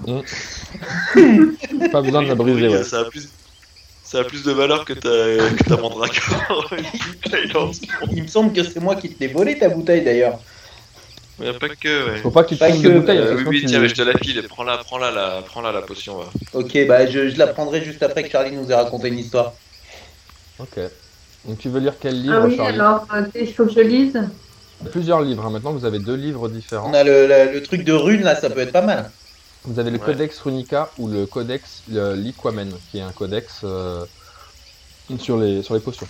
[SPEAKER 2] Pas besoin de la briser. ouais.
[SPEAKER 6] Ça a plus. Ça a plus de valeur que ta, que ta mandrake. Une bouteille en dessous.
[SPEAKER 5] Il me semble que c'est moi qui te l'ai volé ta bouteille d'ailleurs.
[SPEAKER 6] Mais y a pas que, ouais.
[SPEAKER 2] Faut pas que tu te
[SPEAKER 5] Pas
[SPEAKER 2] trompes
[SPEAKER 5] que,
[SPEAKER 2] de bouteille.
[SPEAKER 5] euh,
[SPEAKER 2] parce
[SPEAKER 6] oui,
[SPEAKER 2] que
[SPEAKER 6] oui,
[SPEAKER 2] tu-
[SPEAKER 6] tiens, mais je te la file. Prends-la, prends-la, la, prends-la la potion. va.
[SPEAKER 5] Ok, bah je, je la prendrai juste après que Charlie nous ait raconté une histoire.
[SPEAKER 2] Ok. Donc tu veux lire quel livre,
[SPEAKER 4] Ah oui,
[SPEAKER 2] Charlie
[SPEAKER 4] alors, euh, il faut que je lise.
[SPEAKER 2] Plusieurs livres. hein. Maintenant, vous avez deux livres
[SPEAKER 5] On
[SPEAKER 2] différents.
[SPEAKER 5] a le, la- le truc de rune là, ça peut être pas mal.
[SPEAKER 2] Vous avez le
[SPEAKER 6] Ouais.
[SPEAKER 2] Codex Runica ou le Codex le Liquamen, qui est un codex euh, sur, les, sur les potions.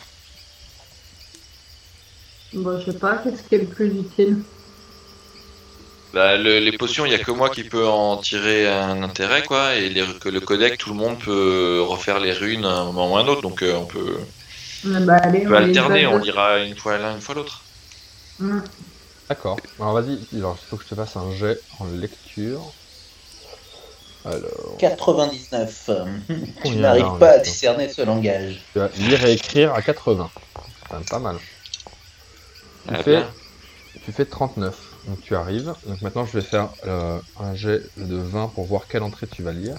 [SPEAKER 4] Bon, je sais pas, qu'est-ce qui est le plus utile
[SPEAKER 6] Bah, le- les potions, il y a que moi qui peux en tirer un intérêt, quoi. Et les, que le codec, tout le monde peut refaire les runes à un moment ou à un autre. Donc euh, on peut,
[SPEAKER 4] Euh, bah, allez, on
[SPEAKER 6] on peut
[SPEAKER 4] met une
[SPEAKER 6] alterner,
[SPEAKER 4] bonne
[SPEAKER 6] on
[SPEAKER 4] dose.
[SPEAKER 6] lira une fois l'un, une fois l'autre.
[SPEAKER 4] Hum.
[SPEAKER 2] D'accord. Alors vas-y, alors il faut que je te fasse un jet en lecture. Alors,
[SPEAKER 5] 99. Je
[SPEAKER 2] Combien là, on
[SPEAKER 5] n'arrive pas à
[SPEAKER 2] est
[SPEAKER 5] discerner ce langage.
[SPEAKER 2] tu vas lire et écrire à 80. C'est quand même pas mal. Tu,
[SPEAKER 6] Ah,
[SPEAKER 2] fais,
[SPEAKER 6] bien.
[SPEAKER 2] tu fais 39. Donc tu arrives. Donc maintenant je vais faire euh, un jet de 20 pour voir quelle entrée tu vas lire.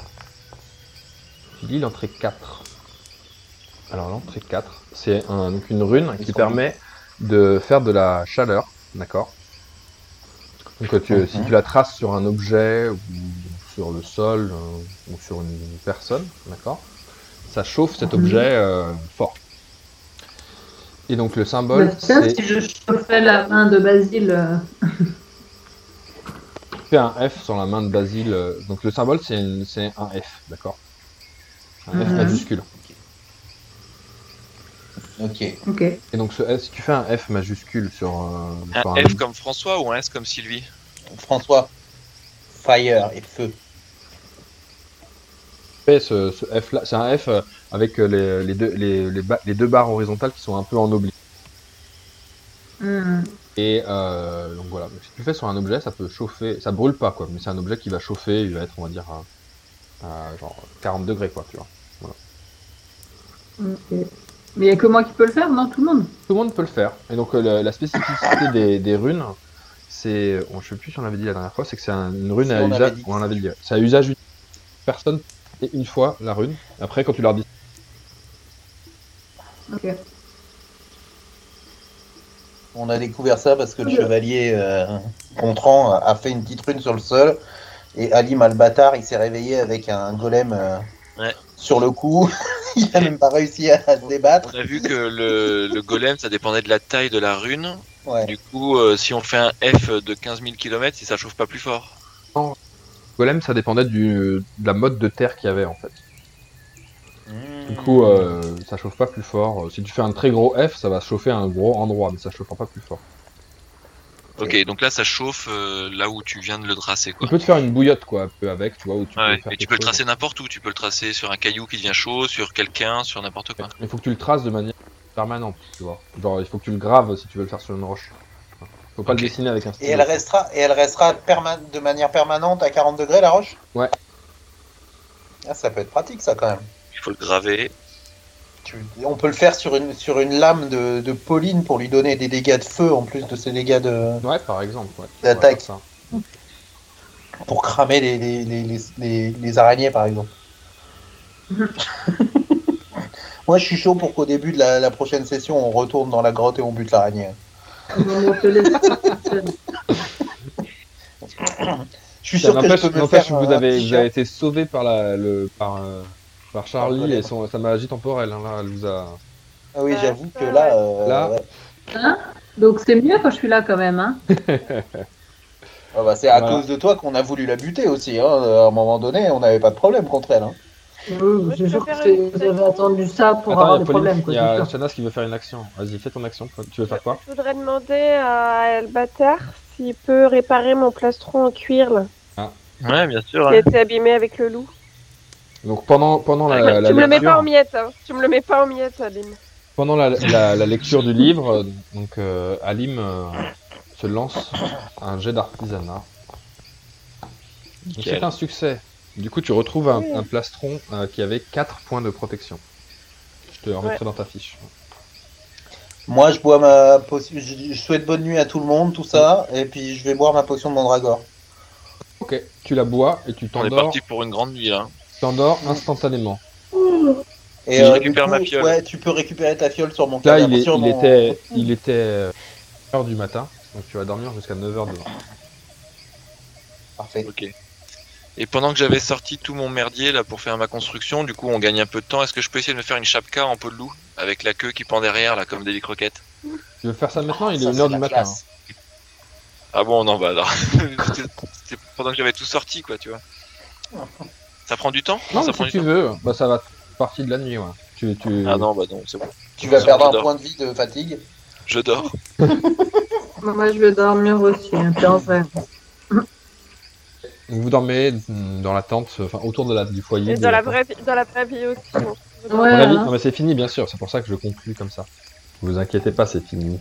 [SPEAKER 2] Tu lis l'entrée 4. Alors l'entrée 4, c'est un- donc une rune qui permet de faire de la chaleur. D'accord Donc euh, tu- si tu la traces sur un objet ou sur le sol euh, ou sur une personne, d'accord Ça chauffe cet objet euh, fort. Et donc le symbole,
[SPEAKER 4] Bah, tiens,
[SPEAKER 2] c'est
[SPEAKER 4] si je chauffais la main de Basile, euh,
[SPEAKER 2] fais un F sur la main de Basile. euh, Donc le symbole, c'est une- c'est un F, d'accord Un F
[SPEAKER 4] Mhm.
[SPEAKER 2] majuscule.
[SPEAKER 5] Ok.
[SPEAKER 4] ok.
[SPEAKER 2] Et donc ce F, si tu fais un F majuscule sur, euh, sur
[SPEAKER 6] Un F comme François ou un S comme Sylvie
[SPEAKER 5] François, fire et feu.
[SPEAKER 2] fait ce, F là, c'est un F euh, avec euh, les, les deux, les, les ba- les deux barres horizontales qui sont un peu en oblique.
[SPEAKER 4] Hum.
[SPEAKER 2] Et euh, donc voilà, Donc, si tu le fais sur un objet, ça peut chauffer, ça brûle pas quoi, mais c'est un objet qui va chauffer, il va être on va dire à, à genre 40 degrés quoi, tu vois.
[SPEAKER 4] ok. Mais il n'y a que moi qui peux le faire, non Tout le monde
[SPEAKER 2] Tout le monde peut le faire. Et donc euh, la, la spécificité des, des runes, c'est, on, je sais plus si on l'avait dit la dernière fois, c'est que c'est un- une rune
[SPEAKER 5] Si,
[SPEAKER 2] à
[SPEAKER 5] on l'avait
[SPEAKER 2] usage,
[SPEAKER 5] dit.
[SPEAKER 2] on l'avait dit, ouais. c'est à usage unique. personne et une fois la rune. Après quand tu leur dis
[SPEAKER 4] Ok.
[SPEAKER 5] On a découvert ça parce que le chevalier euh, Contran a fait une petite rune sur le sol et Ali Malbatar il s'est réveillé avec un golem euh,
[SPEAKER 6] Ouais.
[SPEAKER 5] sur le cou. il a même pas réussi à, se débattre.
[SPEAKER 6] On a vu que le, le golem, ça dépendait de la taille de la rune.
[SPEAKER 5] Ouais.
[SPEAKER 6] Du coup, euh, si on fait un F de 15 000 km, si ça chauffe pas plus fort.
[SPEAKER 2] golem, ça dépendait du, de la mode de terre qu'il y avait en fait. Du coup, euh, ça chauffe pas plus fort. Euh, Si tu fais un très gros F, ça va chauffer à un gros endroit, mais ça chauffera pas plus fort.
[SPEAKER 6] Ok, donc là, ça chauffe euh, là où tu viens de le tracer,
[SPEAKER 2] Tu
[SPEAKER 6] quoi.
[SPEAKER 2] peux te faire une bouillotte, quoi, un peu avec, tu vois, où tu
[SPEAKER 6] Ouais,
[SPEAKER 2] peux faire
[SPEAKER 6] et tu
[SPEAKER 2] quelque
[SPEAKER 6] peux le
[SPEAKER 2] chose.
[SPEAKER 6] tracer n'importe où. Tu peux le tracer sur un caillou qui devient chaud, sur quelqu'un, sur n'importe quoi.
[SPEAKER 2] Il faut que tu le traces de manière permanente, tu vois. Genre, il faut que tu le graves si tu veux le faire sur une roche. Faut pas
[SPEAKER 6] Ok.
[SPEAKER 2] le dessiner avec un
[SPEAKER 5] Et
[SPEAKER 2] stylo.
[SPEAKER 5] elle restera, et elle restera perma- de manière permanente à 40 degrés la roche
[SPEAKER 2] Ouais.
[SPEAKER 5] Ah, ça peut être pratique ça quand même.
[SPEAKER 6] Il faut le graver.
[SPEAKER 5] Tu- on peut le faire sur une, sur une lame de, de Pauline pour lui donner des dégâts de feu en plus de ses dégâts de.
[SPEAKER 2] Ouais, par exemple. Ouais. On va
[SPEAKER 5] L'attaque.
[SPEAKER 2] faire ça.
[SPEAKER 5] pour cramer les, les, les, les, les- les araignées par exemple. Moi je suis chaud pour qu'au début de la, la prochaine session on retourne dans la grotte et on bute l'araignée.
[SPEAKER 4] Bon, on te laisse.
[SPEAKER 5] Je suis
[SPEAKER 2] Ça
[SPEAKER 5] sûr que je
[SPEAKER 2] N'empêche,
[SPEAKER 5] peux me
[SPEAKER 2] n'empêche
[SPEAKER 5] faire
[SPEAKER 2] que vous
[SPEAKER 5] un
[SPEAKER 2] avez, vous
[SPEAKER 5] t-shirt.
[SPEAKER 2] avez été sauvé par la, le, par, euh, par
[SPEAKER 5] Par
[SPEAKER 2] Charlie
[SPEAKER 5] le
[SPEAKER 2] et son, sa magie temporelle. hein, là, elle vous a.
[SPEAKER 5] Ah oui j'avoue que là... euh,
[SPEAKER 2] Là.
[SPEAKER 5] ouais.
[SPEAKER 4] Donc c'est mieux quand je suis là quand même, hein
[SPEAKER 5] Ah bah, c'est à
[SPEAKER 2] Voilà.
[SPEAKER 5] cause de toi qu'on a voulu la buter aussi. hein. À un moment donné on n'avait pas de problème contre elle. hein.
[SPEAKER 4] Oui, je
[SPEAKER 3] je
[SPEAKER 4] jure que
[SPEAKER 3] préfère
[SPEAKER 4] c'est-
[SPEAKER 3] une-
[SPEAKER 4] j'avais attendu ça pour
[SPEAKER 2] Attends, il y a
[SPEAKER 4] avoir des
[SPEAKER 2] Pauline-
[SPEAKER 4] problèmes. Quoi,
[SPEAKER 2] Il y a
[SPEAKER 4] c'est sûr.
[SPEAKER 2] Chanas qui veut faire une action. Vas-y, fais ton action. Tu veux faire quoi
[SPEAKER 3] Je voudrais demander à Albatar s'il peut réparer mon plastron en cuir là,
[SPEAKER 6] Ouais, bien sûr.
[SPEAKER 3] qui a été abîmé avec le loup.
[SPEAKER 2] Donc pendant, pendant Ah, la, la
[SPEAKER 3] Ah, tu me le mets
[SPEAKER 2] lecture-
[SPEAKER 3] pas en miettes, hein. tu me le mets pas en miettes, Aline.
[SPEAKER 2] Pendant la, la- la lecture du livre, euh, donc euh, Alim euh, se lance un jet d'artisanat. Donc,
[SPEAKER 6] Nickel.
[SPEAKER 2] C'est un succès. Du coup, tu retrouves un, un plastron euh, qui avait 4 points de protection. Je te remettrai dans ta fiche.
[SPEAKER 5] Moi, je bois ma potion. Je, je souhaite bonne nuit à tout le monde, tout ça, et puis je vais boire ma potion de mandragore.
[SPEAKER 2] Ok, tu la bois et tu
[SPEAKER 6] On est
[SPEAKER 2] t'endors
[SPEAKER 6] parti pour une grande nuit hein. là.
[SPEAKER 2] t'endors instantanément.
[SPEAKER 5] Et
[SPEAKER 6] Je
[SPEAKER 5] euh,
[SPEAKER 6] récupère
[SPEAKER 5] du
[SPEAKER 6] ma fiole.
[SPEAKER 5] Ouais, tu peux récupérer ta fiole sur mon
[SPEAKER 2] Là,
[SPEAKER 5] cadavre,
[SPEAKER 2] il, est-
[SPEAKER 5] sur
[SPEAKER 2] il
[SPEAKER 5] mon-
[SPEAKER 2] était, il était 1h du matin, donc tu vas dormir jusqu'à 9h demain.
[SPEAKER 5] Parfait.
[SPEAKER 6] Ok. Et pendant que j'avais sorti tout mon merdier là pour faire ma construction, du coup on gagne un peu de temps. Est-ce que je peux essayer de me faire une chapka en peau de loup avec la queue qui pend derrière là comme des lit croquettes
[SPEAKER 2] Tu veux faire ça maintenant Il est
[SPEAKER 5] Ça,
[SPEAKER 2] 1h
[SPEAKER 5] c'est
[SPEAKER 2] du
[SPEAKER 5] la
[SPEAKER 2] matin. hein.
[SPEAKER 5] classe.
[SPEAKER 6] Ah bon, non bah alors. C'était- C'était pendant que j'avais tout sorti quoi, tu vois. Ça prend du temps
[SPEAKER 2] hein. Non,
[SPEAKER 6] Ça
[SPEAKER 2] mais
[SPEAKER 6] prend
[SPEAKER 2] si
[SPEAKER 6] du
[SPEAKER 2] tu
[SPEAKER 6] temps.
[SPEAKER 2] veux, bah, ça va partie de la nuit. Ouais. Tu, tu...
[SPEAKER 6] Ah non bah non, c'est bon.
[SPEAKER 5] Tu vas
[SPEAKER 6] Ça,
[SPEAKER 5] perdre
[SPEAKER 6] j'adore.
[SPEAKER 5] un point de vie de fatigue.
[SPEAKER 6] Je dors.
[SPEAKER 4] Moi, je vais dormir aussi, hein. un peu en vrai.
[SPEAKER 2] Vous dormez mm, dans la tente, enfin autour de la, du foyer.
[SPEAKER 3] Et
[SPEAKER 2] de
[SPEAKER 3] dans la
[SPEAKER 2] tente.
[SPEAKER 3] vraie Euh. vie, dans la vraie vie aussi. on se retrouve.
[SPEAKER 2] Dans
[SPEAKER 4] Ouais.
[SPEAKER 2] la vie-
[SPEAKER 4] hein.
[SPEAKER 2] Non, mais c'est fini, bien sûr, c'est pour ça que je conclue comme ça. Vous inquiétez pas, c'est fini.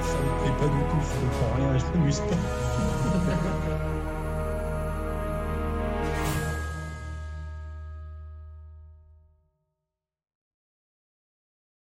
[SPEAKER 9] Ça me plaît pas du tout, je comprends rien, je m'amuse pas.